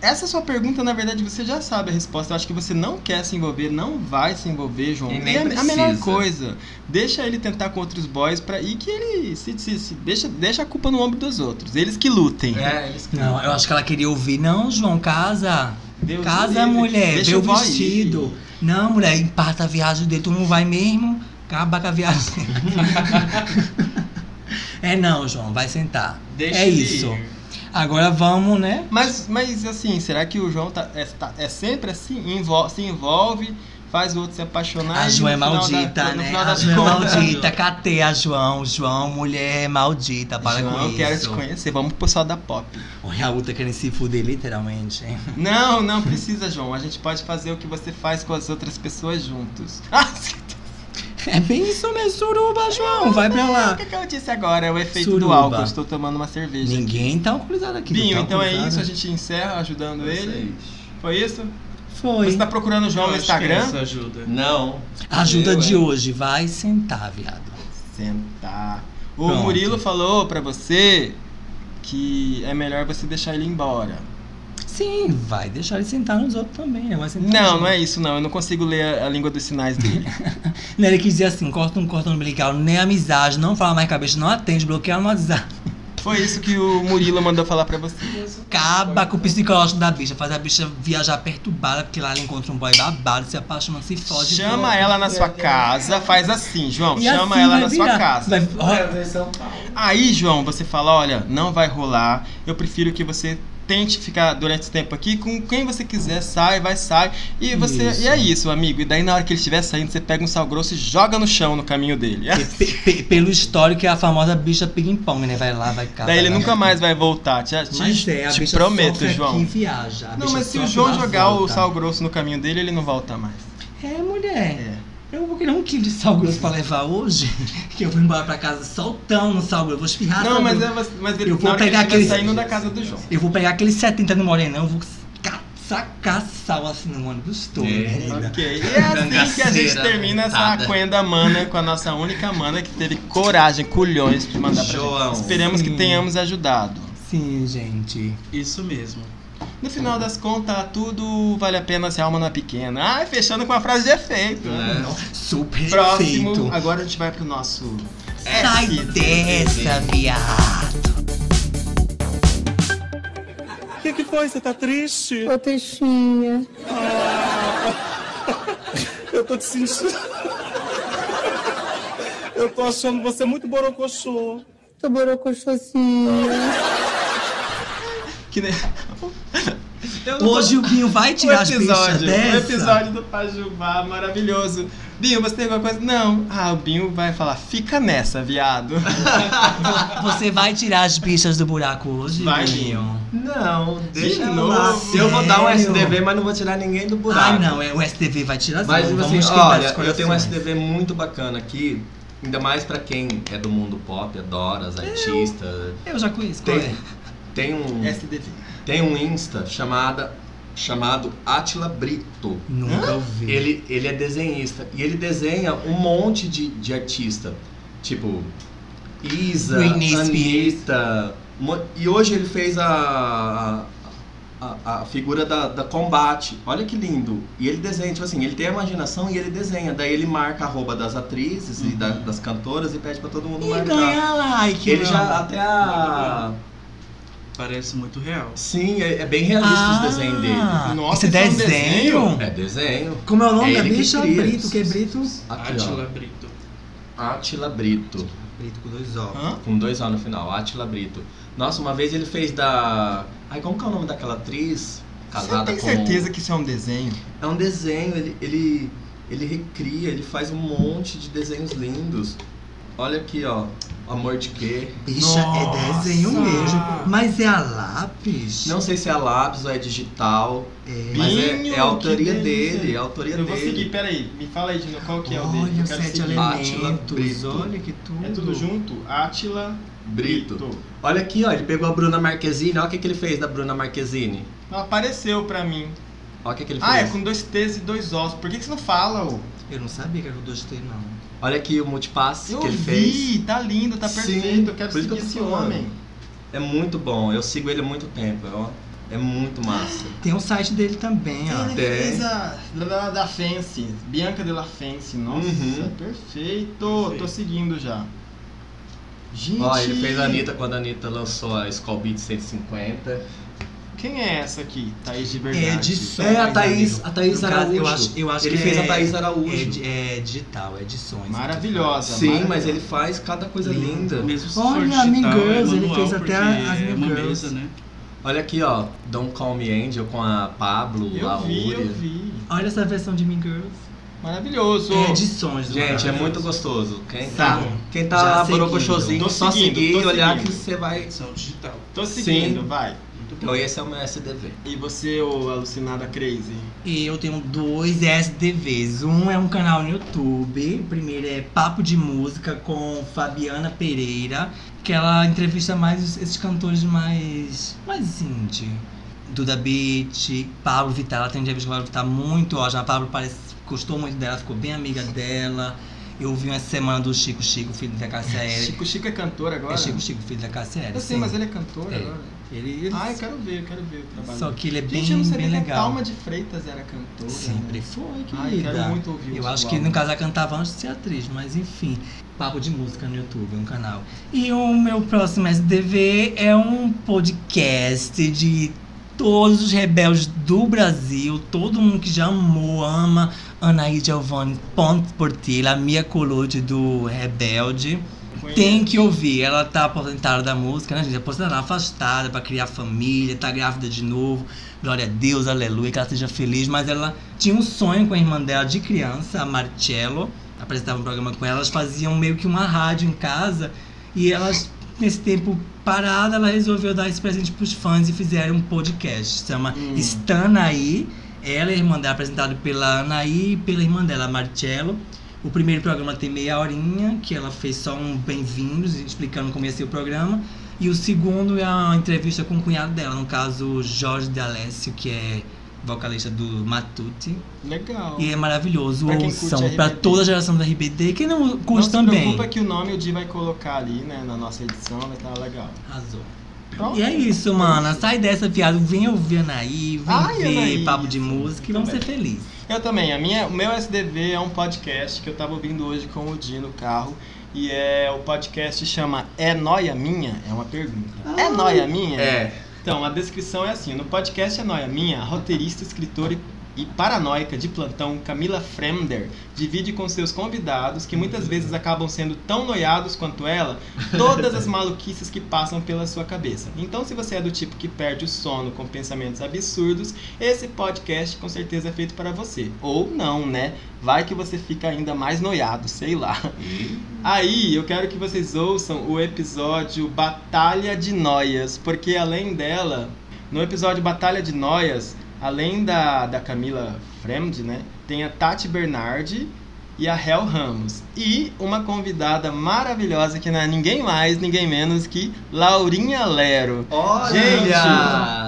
[SPEAKER 2] Essa sua pergunta, na verdade, você já sabe a resposta. Eu acho que você não quer se envolver, não vai se envolver, João.
[SPEAKER 5] E nem
[SPEAKER 2] é a- a,
[SPEAKER 5] precisa.
[SPEAKER 2] melhor coisa. Deixa ele tentar com outros boys pra, e que ele se, se- se- deixa, deixa a culpa no ombro dos outros. Eles que lutem.
[SPEAKER 5] É, eles que
[SPEAKER 6] Não, eu acho que ela queria ouvir. Não, João, casa.
[SPEAKER 2] Deus
[SPEAKER 6] casa,
[SPEAKER 2] livre.
[SPEAKER 6] mulher.
[SPEAKER 2] Deixa
[SPEAKER 6] Vê o
[SPEAKER 2] eu vou aí.
[SPEAKER 6] vestido. Não, mulher, empata a viagem dele. Tu não vai mesmo? Acaba com
[SPEAKER 2] [laughs]
[SPEAKER 6] a viagem. é não, João, vai sentar.
[SPEAKER 2] Deixa
[SPEAKER 6] é
[SPEAKER 2] ele
[SPEAKER 6] isso.
[SPEAKER 2] ir.
[SPEAKER 6] Agora vamos, né?
[SPEAKER 2] Mas, mas assim, será que o João tá, é, tá- é sempre assim? Envol- se envolve, faz o outro se apaixonar.
[SPEAKER 6] A
[SPEAKER 2] e no
[SPEAKER 6] João é
[SPEAKER 2] final da-
[SPEAKER 6] maldita,
[SPEAKER 2] no
[SPEAKER 6] né?
[SPEAKER 2] final
[SPEAKER 6] A
[SPEAKER 2] das
[SPEAKER 6] João é
[SPEAKER 2] contas-
[SPEAKER 6] maldita. Catei a João. João, mulher maldita. Para
[SPEAKER 2] João,
[SPEAKER 6] com
[SPEAKER 2] eu quero
[SPEAKER 6] isso.
[SPEAKER 2] te conhecer. Vamos pro pessoal da pop.
[SPEAKER 6] Olha a outra querendo se fuder, literalmente. [laughs]
[SPEAKER 2] Não, não precisa, João. A gente pode fazer o que você faz com as outras pessoas juntos. [laughs] Ah,
[SPEAKER 6] É bem isso mesmo, suruba, João. Então, Vai pra lá.
[SPEAKER 2] o que, que eu disse agora? É o efeito do
[SPEAKER 6] Suruba.
[SPEAKER 2] álcool. Eu Estou tomando uma cerveja.
[SPEAKER 6] Ninguém tá alcoolizado aqui.
[SPEAKER 2] Binho,
[SPEAKER 6] tá
[SPEAKER 2] então é
[SPEAKER 6] alcoolizado?
[SPEAKER 2] isso. A gente encerra ajudando ele. Foi isso? Você
[SPEAKER 6] Foi.
[SPEAKER 2] tá procurando o João no
[SPEAKER 8] Eu acho que
[SPEAKER 2] Instagram?
[SPEAKER 8] Essa ajuda.
[SPEAKER 5] Não.
[SPEAKER 6] Ajuda
[SPEAKER 5] Eu,
[SPEAKER 6] de
[SPEAKER 2] é.
[SPEAKER 5] hein?
[SPEAKER 6] hoje. Vai sentar, viado.
[SPEAKER 2] Sentar. O
[SPEAKER 6] Pronto.
[SPEAKER 2] Murilo falou pra você que é melhor você deixar ele embora.
[SPEAKER 6] Sim, vai deixar ele sentar nos outros também, né? Vai sentar
[SPEAKER 2] Não,
[SPEAKER 6] nos
[SPEAKER 2] não é
[SPEAKER 6] outros.
[SPEAKER 2] isso não. Eu não consigo ler a, a língua dos sinais dele.
[SPEAKER 6] Né, Ele quis dizer assim: corta um corta umbilical, nem amizade, não fala mais cabeça, não atende, bloqueia no WhatsApp.
[SPEAKER 2] Foi isso que o Murilo mandou falar pra você.
[SPEAKER 6] Acaba com o psicológico da bicha, faz a bicha viajar perturbada, porque lá ela encontra um boy babado, se apaixona, se fode.
[SPEAKER 2] Chama ela na sua casa, faz assim, João.
[SPEAKER 6] E
[SPEAKER 2] chama
[SPEAKER 6] assim
[SPEAKER 2] ela
[SPEAKER 6] vai
[SPEAKER 2] na
[SPEAKER 6] virar.
[SPEAKER 2] sua casa.
[SPEAKER 6] Vai- ó,
[SPEAKER 9] Em São Paulo.
[SPEAKER 2] Aí, João, você fala: olha, não vai rolar. Eu prefiro que você tente ficar durante esse tempo aqui com quem você quiser, sai, vai, sai. E você.
[SPEAKER 6] Isso.
[SPEAKER 2] E é isso, amigo. E daí, na hora que ele estiver saindo, você pega um sal grosso e joga no chão no caminho dele.
[SPEAKER 6] pe- pe- pelo histórico, é a famosa bicha ping-pong, né? Vai lá, vai
[SPEAKER 2] [laughs]
[SPEAKER 6] cá.
[SPEAKER 2] daí
[SPEAKER 6] vai
[SPEAKER 2] ele
[SPEAKER 6] lá,
[SPEAKER 2] nunca
[SPEAKER 6] vai cá.
[SPEAKER 2] mais vai voltar. Te, te-
[SPEAKER 6] Mas é, a
[SPEAKER 2] te
[SPEAKER 6] bicha
[SPEAKER 2] prometo,
[SPEAKER 6] sofre aqui e
[SPEAKER 2] João.
[SPEAKER 6] viaja. A
[SPEAKER 2] Não,
[SPEAKER 6] bicha
[SPEAKER 2] mas se o
[SPEAKER 6] sofre
[SPEAKER 2] João
[SPEAKER 6] na
[SPEAKER 2] jogar
[SPEAKER 6] volta.
[SPEAKER 2] o sal grosso no caminho dele, ele não volta mais.
[SPEAKER 6] É, mulher. Eu vou querer um quilo de sal grosso pra levar hoje, [laughs] que eu vou embora pra casa soltando sal grosso, vou espirrar
[SPEAKER 2] Não,
[SPEAKER 6] sal
[SPEAKER 2] mas,
[SPEAKER 6] grosso.
[SPEAKER 2] é, mas ele,
[SPEAKER 6] Ah, tá Eu vou
[SPEAKER 2] na hora que
[SPEAKER 6] pegar
[SPEAKER 2] ele estiver
[SPEAKER 6] aquele-
[SPEAKER 2] saindo da casa do João.
[SPEAKER 6] Eu vou pegar aquele 70 no morenão, eu vou ca- sacar sal assim no ônibus todo, né? querida.
[SPEAKER 2] Ok, e é assim que a gente termina essa coenda mana com a nossa única mana que teve coragem, culhões de mandar pra
[SPEAKER 5] João.
[SPEAKER 2] gente. Esperamos que
[SPEAKER 6] Sim.
[SPEAKER 2] tenhamos ajudado.
[SPEAKER 6] Sim, gente.
[SPEAKER 8] Isso mesmo.
[SPEAKER 2] No final das contas, tudo vale a pena se a alma não é pequena. Ah, fechando com a frase de efeito. né?
[SPEAKER 6] Super
[SPEAKER 2] Próximo,
[SPEAKER 6] feito.
[SPEAKER 2] agora a gente vai pro nosso...
[SPEAKER 6] Sai dessa, viado.
[SPEAKER 10] Ô, Teixinha.
[SPEAKER 11] Eu tô te sentindo. Eu tô achando você muito borocochô.
[SPEAKER 10] Tô borocochosinha.
[SPEAKER 2] Que nem... [laughs] Eu não tô-
[SPEAKER 6] Hoje o Binho vai
[SPEAKER 2] o
[SPEAKER 6] tirar as bichas
[SPEAKER 2] episódio, o
[SPEAKER 6] dessa.
[SPEAKER 2] episódio do Pajubá, maravilhoso. Binho, você tem alguma coisa? Não. Ah, o Binho vai falar, fica nessa, viado.
[SPEAKER 6] Você vai tirar as bichas do buraco
[SPEAKER 2] [laughs]
[SPEAKER 6] hoje,
[SPEAKER 2] Vai,
[SPEAKER 6] Binho?
[SPEAKER 5] Não,
[SPEAKER 2] deixa ela
[SPEAKER 5] novo.
[SPEAKER 2] lá.
[SPEAKER 5] Eu vou dar um
[SPEAKER 6] Sério?
[SPEAKER 5] SDV, mas não vou tirar ninguém do buraco.
[SPEAKER 6] Ai, não, é, o STV vai tirar as
[SPEAKER 5] Mas
[SPEAKER 6] bichas.
[SPEAKER 5] assim,
[SPEAKER 6] Vamos quebrar
[SPEAKER 5] olha,
[SPEAKER 6] os
[SPEAKER 5] eu tenho um
[SPEAKER 6] corações.
[SPEAKER 5] SDV muito bacana aqui, ainda mais pra quem é do mundo pop, adora
[SPEAKER 6] É.
[SPEAKER 5] as artistas.
[SPEAKER 6] Eu já conheço.
[SPEAKER 5] Tem-
[SPEAKER 6] qual é?
[SPEAKER 5] Tem um,
[SPEAKER 2] SDV.
[SPEAKER 5] tem um Insta chamada, chamado Atila Brito.
[SPEAKER 6] Nunca ouvi.
[SPEAKER 5] Ele, ele é desenhista e ele desenha um monte de, de artista, tipo Isa,
[SPEAKER 6] Britney Spears.
[SPEAKER 5] Anitta. mo- E hoje ele fez a, a, a figura da, da Combate. Olha que lindo. E ele desenha, tipo assim, ele tem a imaginação e ele desenha. Daí ele marca a arroba das atrizes e da- das cantoras e pede pra todo mundo
[SPEAKER 6] E
[SPEAKER 5] marcar.
[SPEAKER 6] ganhar like,
[SPEAKER 5] Ele
[SPEAKER 6] mano.
[SPEAKER 5] já até a.
[SPEAKER 8] Parece muito real.
[SPEAKER 5] Sim, é, é bem realista
[SPEAKER 6] ah,
[SPEAKER 5] os desenhos dele.
[SPEAKER 2] Nossa,
[SPEAKER 6] esse
[SPEAKER 2] isso é um
[SPEAKER 6] desenho?
[SPEAKER 5] É desenho.
[SPEAKER 6] Como é o nome
[SPEAKER 5] É
[SPEAKER 6] da
[SPEAKER 5] ele que
[SPEAKER 6] bicha?
[SPEAKER 5] cria.
[SPEAKER 6] Brito, que é Brito?
[SPEAKER 5] Aqui,
[SPEAKER 8] Atila Brito.
[SPEAKER 5] ó. Atila Brito.
[SPEAKER 12] Brito com dois ovos.
[SPEAKER 2] Hã?
[SPEAKER 5] Com dois A no final, Atila Brito. Nossa, uma vez ele fez da. Ai, como que é o nome daquela atriz?
[SPEAKER 2] Você
[SPEAKER 5] Casada
[SPEAKER 2] tem
[SPEAKER 5] com.
[SPEAKER 2] certeza que isso é um desenho?
[SPEAKER 5] É um desenho, ele, ele, ele recria, ele faz um monte de desenhos lindos. Olha aqui, ó. Amor de quê?
[SPEAKER 6] Bicha, é desenho
[SPEAKER 2] Nossa.
[SPEAKER 6] mesmo. Mas é a lápis?
[SPEAKER 5] Não sei se é lápis ou é digital,
[SPEAKER 6] É.
[SPEAKER 5] mas é,
[SPEAKER 2] Binho,
[SPEAKER 5] é a autoria
[SPEAKER 2] que delícia.
[SPEAKER 5] dele, é a autoria
[SPEAKER 2] Eu vou seguir,
[SPEAKER 5] dele.
[SPEAKER 2] peraí, me fala aí de novo, qual que é o dele? que
[SPEAKER 6] Olha
[SPEAKER 2] eu
[SPEAKER 6] os
[SPEAKER 2] quero
[SPEAKER 6] sete
[SPEAKER 2] seguir.
[SPEAKER 5] Átila
[SPEAKER 6] elementos.
[SPEAKER 5] Brito.
[SPEAKER 6] Olha que tudo.
[SPEAKER 2] É tudo junto? Átila
[SPEAKER 5] Brito. Olha aqui, ó, ele pegou a Bruna Marquezine, olha o que, que ele fez da Bruna Marquezine.
[SPEAKER 2] Não apareceu pra mim.
[SPEAKER 5] Olha o que, que ele fez.
[SPEAKER 2] Ah, é com dois T's e dois Os. Por que, que você não fala? ô?
[SPEAKER 6] Eu não sabia que era o 2T, não.
[SPEAKER 5] Olha aqui o multipasse
[SPEAKER 2] Eu
[SPEAKER 5] que ele fez.
[SPEAKER 2] vi, tá lindo, tá
[SPEAKER 5] Sim,
[SPEAKER 2] perfeito. eu quero
[SPEAKER 5] por
[SPEAKER 2] seguir
[SPEAKER 5] isso que eu tô
[SPEAKER 2] esse
[SPEAKER 5] falando.
[SPEAKER 2] homem.
[SPEAKER 5] É muito bom, eu sigo ele há muito tempo. É uma,
[SPEAKER 4] É muito massa.
[SPEAKER 6] Tem o site dele também, ó.
[SPEAKER 2] Ele
[SPEAKER 4] Tem. né?
[SPEAKER 2] fez a da, da Fence, Bianca de la Fence. Nossa,
[SPEAKER 4] Uhum.
[SPEAKER 2] perfeito. Tô seguindo já. Gente,
[SPEAKER 4] Ó, ele fez a Anitta quando a Anitta lançou a Skull Beat 150.
[SPEAKER 2] quem é essa aqui? Thaís de verdade.
[SPEAKER 6] É de som.
[SPEAKER 4] É, a Thaís-
[SPEAKER 6] amigo.
[SPEAKER 4] a Thaís
[SPEAKER 6] No caso, Eu
[SPEAKER 4] Araújo.
[SPEAKER 6] acho, eu acho
[SPEAKER 4] Ele
[SPEAKER 6] que
[SPEAKER 4] fez
[SPEAKER 6] é,
[SPEAKER 4] a Thaís Araújo.
[SPEAKER 6] É, di- é digital, é de sons.
[SPEAKER 2] Maravilhosa.
[SPEAKER 4] Sim,
[SPEAKER 2] maravilhosa.
[SPEAKER 4] mas ele faz cada coisa linda.
[SPEAKER 8] Mesmo se
[SPEAKER 6] Olha,
[SPEAKER 8] for digital,
[SPEAKER 6] Mean Girls,
[SPEAKER 8] é
[SPEAKER 6] ele
[SPEAKER 8] manual,
[SPEAKER 6] fez até
[SPEAKER 8] porque
[SPEAKER 6] as
[SPEAKER 8] é
[SPEAKER 6] Mean
[SPEAKER 8] uma
[SPEAKER 6] Girls.
[SPEAKER 8] mesa, né?
[SPEAKER 4] Olha aqui, ó. Don't Call Me Angel com a Pablo, a
[SPEAKER 2] Eu vi,
[SPEAKER 4] Úria.
[SPEAKER 2] eu vi.
[SPEAKER 6] Olha essa versão de Mean Girls.
[SPEAKER 2] Maravilhoso.
[SPEAKER 6] É de sons, do
[SPEAKER 4] Gente, é
[SPEAKER 6] Maravilhoso.
[SPEAKER 4] muito gostoso. Quem
[SPEAKER 2] Tá.
[SPEAKER 4] tá, quem
[SPEAKER 6] Já
[SPEAKER 4] tá lá,
[SPEAKER 6] seguindo.
[SPEAKER 4] borocochôzinho,
[SPEAKER 2] Tô
[SPEAKER 4] só
[SPEAKER 2] seguindo,
[SPEAKER 4] seguir e
[SPEAKER 2] tô
[SPEAKER 4] olhar
[SPEAKER 2] seguindo.
[SPEAKER 4] que você vai...
[SPEAKER 8] Edição digital.
[SPEAKER 2] Tô seguindo,
[SPEAKER 4] Sim.
[SPEAKER 2] vai.
[SPEAKER 4] Então esse é o meu SDV.
[SPEAKER 2] E você, ô alucinada crazy?
[SPEAKER 6] E eu tenho dois SDVs. Um é um canal no YouTube. O primeiro é Papo de Música com Fabiana Pereira, que ela entrevista mais os- esses cantores mais. mais indie. Duda Beat, Pablo Vittar, ela tem entrevista com a Pablo Vittar muito ótima. A Pablo parece, gostou muito dela, ficou bem amiga dela. Eu vi uma semana do Chico Chico, filho da Cássia Eller.
[SPEAKER 2] Chico Chico é cantor agora?
[SPEAKER 6] É Chico Chico, filho da Cássia Eller.
[SPEAKER 2] Eu sei, mas ele é cantor
[SPEAKER 6] É.
[SPEAKER 2] agora.
[SPEAKER 6] Ele,
[SPEAKER 2] Ah, eu quero ver, eu quero ver o trabalho.
[SPEAKER 6] Só que ele é bem,
[SPEAKER 2] Gente, eu não sabia
[SPEAKER 6] bem
[SPEAKER 2] que a
[SPEAKER 6] legal.
[SPEAKER 2] Thalma de Freitas era cantora.
[SPEAKER 6] Sempre
[SPEAKER 2] né?
[SPEAKER 6] foi, querida.
[SPEAKER 2] Ai, quero muito ouvir
[SPEAKER 6] Eu
[SPEAKER 2] o
[SPEAKER 6] acho
[SPEAKER 2] seu
[SPEAKER 6] que no
[SPEAKER 2] álbum.
[SPEAKER 6] caso ela cantava antes de ser atriz, mas enfim. Papo de música no YouTube, um canal. E o meu próximo SDV é um podcast de todos os rebeldes do Brasil, todo mundo que já amou, ama Anaí Giovanni Ponte Portilla, a Mia Colucci do Rebelde. Tem que ouvir, ela tá aposentada da música, né, gente? Aposentada, afastada pra criar família, tá grávida de novo. Glória a Deus, aleluia, que ela seja feliz. Mas ela tinha um sonho com a irmã dela de criança, a Marcello. Apresentava um programa com ela, elas faziam meio que uma rádio em casa. E elas, nesse tempo parada, ela resolveu dar esse presente pros fãs e fizeram um podcast. Chama
[SPEAKER 2] Hum.
[SPEAKER 6] Estanaí. Ela e a irmã dela, apresentado pela Anaí e pela irmã dela, a Marcello. O primeiro programa tem meia horinha, que ela fez só um bem-vindos, explicando como ia ser o programa. E o segundo é a entrevista com o cunhado dela, no caso, Jorge D'Alessio, que é vocalista do Matute.
[SPEAKER 2] Legal.
[SPEAKER 6] E é maravilhoso,
[SPEAKER 2] Pra quem
[SPEAKER 6] ouçam,
[SPEAKER 2] curte
[SPEAKER 6] pra
[SPEAKER 2] RBD.
[SPEAKER 6] toda a geração da RBD, quem não curte
[SPEAKER 2] não se
[SPEAKER 6] também.
[SPEAKER 2] preocupa que o nome o Di vai colocar ali, né, na nossa edição, vai estar legal.
[SPEAKER 6] Arrasou.
[SPEAKER 2] Pronto.
[SPEAKER 6] E é isso, mana. Sai dessa, viado. Vem ouvir Anaí, vem
[SPEAKER 2] Ai,
[SPEAKER 6] ver
[SPEAKER 2] Anaí.
[SPEAKER 6] papo de música e vamos
[SPEAKER 2] [laughs]
[SPEAKER 6] ser felizes.
[SPEAKER 2] Eu também. A minha, o meu SDV é um podcast que eu tava ouvindo hoje com o Di no carro. E é o podcast chama É Noia Minha? É uma pergunta. é Noia Minha?
[SPEAKER 4] É.
[SPEAKER 2] Então, a descrição é assim: no podcast É Noia Minha, a roteirista, escritora e, e paranoica de plantão Camila Fremder divide com seus convidados, que muitas vezes acabam sendo tão noiados quanto ela, todas as maluquices que passam pela sua cabeça. Então, se você é do tipo que perde o sono com pensamentos absurdos, esse podcast com certeza é feito para você. Ou não, né? Vai que você fica ainda mais noiado, sei lá. Aí eu quero que vocês ouçam o episódio Batalha de Noias, porque além dela, no episódio Batalha de Noias, além da, da Camila Fremd, né? Tem a Tati Bernardi e a Hel Ramos. E uma convidada maravilhosa que não é ninguém mais, ninguém menos que Laurinha Lero.
[SPEAKER 4] Olha!
[SPEAKER 2] Gente,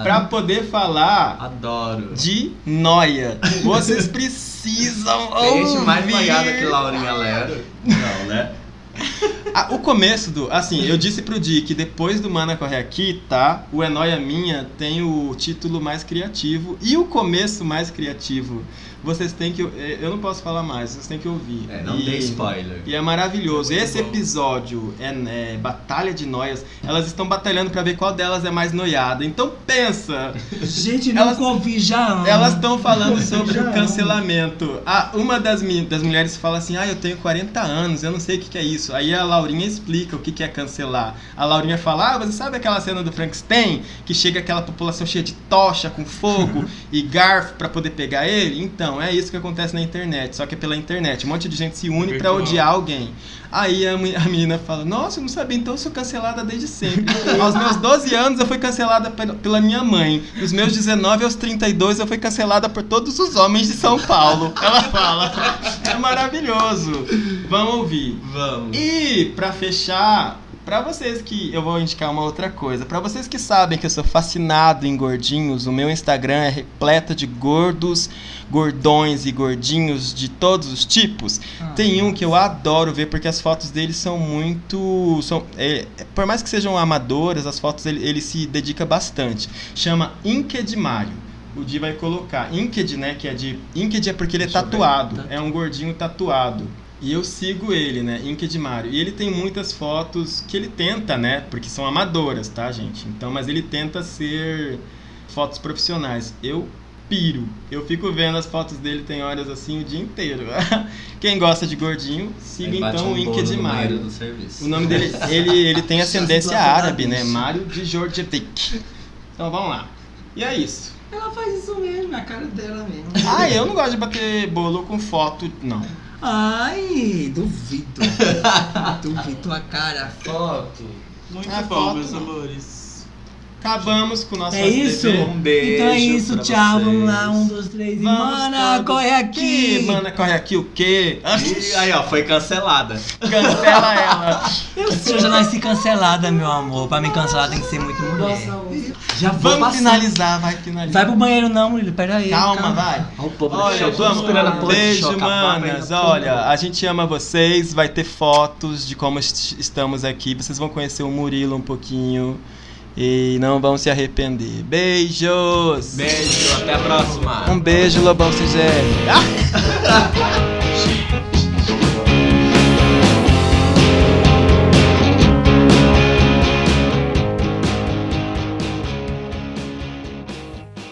[SPEAKER 2] pra poder falar
[SPEAKER 4] Adoro.
[SPEAKER 2] de noia, vocês
[SPEAKER 4] [laughs]
[SPEAKER 2] precisam ouvir.
[SPEAKER 4] Gente, mais noiada que Laurinha Lero. Não, né?
[SPEAKER 2] Ah, o começo do. Assim, eu disse pro Di que depois do Mana Corre Aqui, tá? O É Noia Minha tem o título mais criativo e o começo mais criativo. Vocês têm que. eh, Eu não posso falar mais, vocês têm que ouvir.
[SPEAKER 4] É, não
[SPEAKER 2] e,
[SPEAKER 4] dê spoiler.
[SPEAKER 2] E é maravilhoso.
[SPEAKER 8] Muito
[SPEAKER 2] Esse
[SPEAKER 8] bom.
[SPEAKER 2] episódio é, é Batalha de Noias. Elas estão batalhando pra ver qual delas é mais noiada. Então pensa!
[SPEAKER 6] Gente,
[SPEAKER 2] Elas-
[SPEAKER 6] nunca ouvi já. amo.
[SPEAKER 2] Elas estão falando sobre
[SPEAKER 6] Já
[SPEAKER 2] o
[SPEAKER 6] amo.
[SPEAKER 2] cancelamento. Ah, uma das, mi- das mulheres fala assim: Ah, eu tenho 40 anos, eu não sei o que, que é isso. Aí a Laurinha explica o que, que é cancelar. A Laurinha fala: Ah, você sabe aquela cena do Frankenstein? Que chega aquela população cheia de tocha, com fogo e garfo pra poder pegar ele? Então, é isso que acontece na internet. Só que é pela internet. Um monte de gente se une pra
[SPEAKER 8] Virtual.
[SPEAKER 2] odiar alguém. Aí a, mu- a menina fala: Nossa, eu não sabia, então eu sou cancelada desde sempre. aos meus 12 anos eu fui cancelada pe- pela minha mãe. Dos meus 19 aos 32 eu fui cancelada por todos os homens de São Paulo. Ela fala: É maravilhoso. Vamos ouvir.
[SPEAKER 4] Vamos.
[SPEAKER 2] E pra fechar, Pra vocês que. Eu vou indicar uma outra coisa. Pra vocês que sabem que eu sou fascinado em gordinhos, o meu Instagram é repleto de gordos, gordões e gordinhos de todos os tipos.
[SPEAKER 6] Ah.
[SPEAKER 2] Tem um que eu adoro ver porque as fotos deles são muito. São, é, por mais que sejam amadoras, as fotos ele, ele se dedica bastante. Chama Inked Mario. O Di vai colocar. Inked, né? Que é de. Inked é porque ele é tatuado. É um gordinho tatuado. E eu sigo ele, né? Inked Mario. E ele tem muitas fotos que ele tenta, né? Porque são amadoras, tá, gente? Então, mas ele tenta ser fotos profissionais. Eu piro. Eu fico vendo as fotos dele, tem horas assim, o dia inteiro. [laughs] Quem gosta de gordinho, siga
[SPEAKER 4] Aí bate
[SPEAKER 2] então o
[SPEAKER 4] um bolo
[SPEAKER 2] Inked
[SPEAKER 4] no meio
[SPEAKER 2] Mario.
[SPEAKER 4] do serviço.
[SPEAKER 2] O nome dele, ele, ele tem ascendência árabe, né? Mário de Georgetic. Então vamos lá. E é isso.
[SPEAKER 3] Ela faz isso mesmo, é a cara dela mesmo.
[SPEAKER 2] Ah, eu não gosto de bater bolo com foto, não. [laughs]
[SPEAKER 6] Ai, duvido. duvido tua cara.
[SPEAKER 3] Foto.
[SPEAKER 8] Muito
[SPEAKER 2] Ah,
[SPEAKER 8] bom,
[SPEAKER 2] foto,
[SPEAKER 8] meus
[SPEAKER 2] não.
[SPEAKER 8] amores.
[SPEAKER 2] Acabamos com o nosso
[SPEAKER 6] É isso?
[SPEAKER 2] SBT.
[SPEAKER 6] então é isso,
[SPEAKER 4] pra
[SPEAKER 6] tchau. Vamos
[SPEAKER 4] vocês.
[SPEAKER 6] lá, um, dois, três. e
[SPEAKER 2] Vamos
[SPEAKER 6] Mana,
[SPEAKER 2] todos.
[SPEAKER 6] corre
[SPEAKER 2] Que,
[SPEAKER 6] aqui.
[SPEAKER 2] mana, corre aqui o quê?
[SPEAKER 4] Ih, Aí, ó, foi cancelada.
[SPEAKER 2] Cancela ela.
[SPEAKER 6] Eu sou já nasci cancelada, meu amor. Pra me cancelar tem que ser muito mulher.
[SPEAKER 3] Nossa, o-
[SPEAKER 6] Já vou
[SPEAKER 2] Vamos
[SPEAKER 6] passar.
[SPEAKER 2] finalizar, vai finalizar.
[SPEAKER 6] Vai pro banheiro não, Murilo. Pera aí.
[SPEAKER 2] Calma, vai.
[SPEAKER 4] Olha o povo
[SPEAKER 2] Olha, vamos, um beijo, manas. Olha, a gente ama vocês. Vai ter fotos de como est- estamos aqui. Vocês vão conhecer o Murilo um pouquinho e não vão se arrepender. Beijos.
[SPEAKER 4] Beijo, até a próxima.
[SPEAKER 2] Um beijo, Lobão Sigério.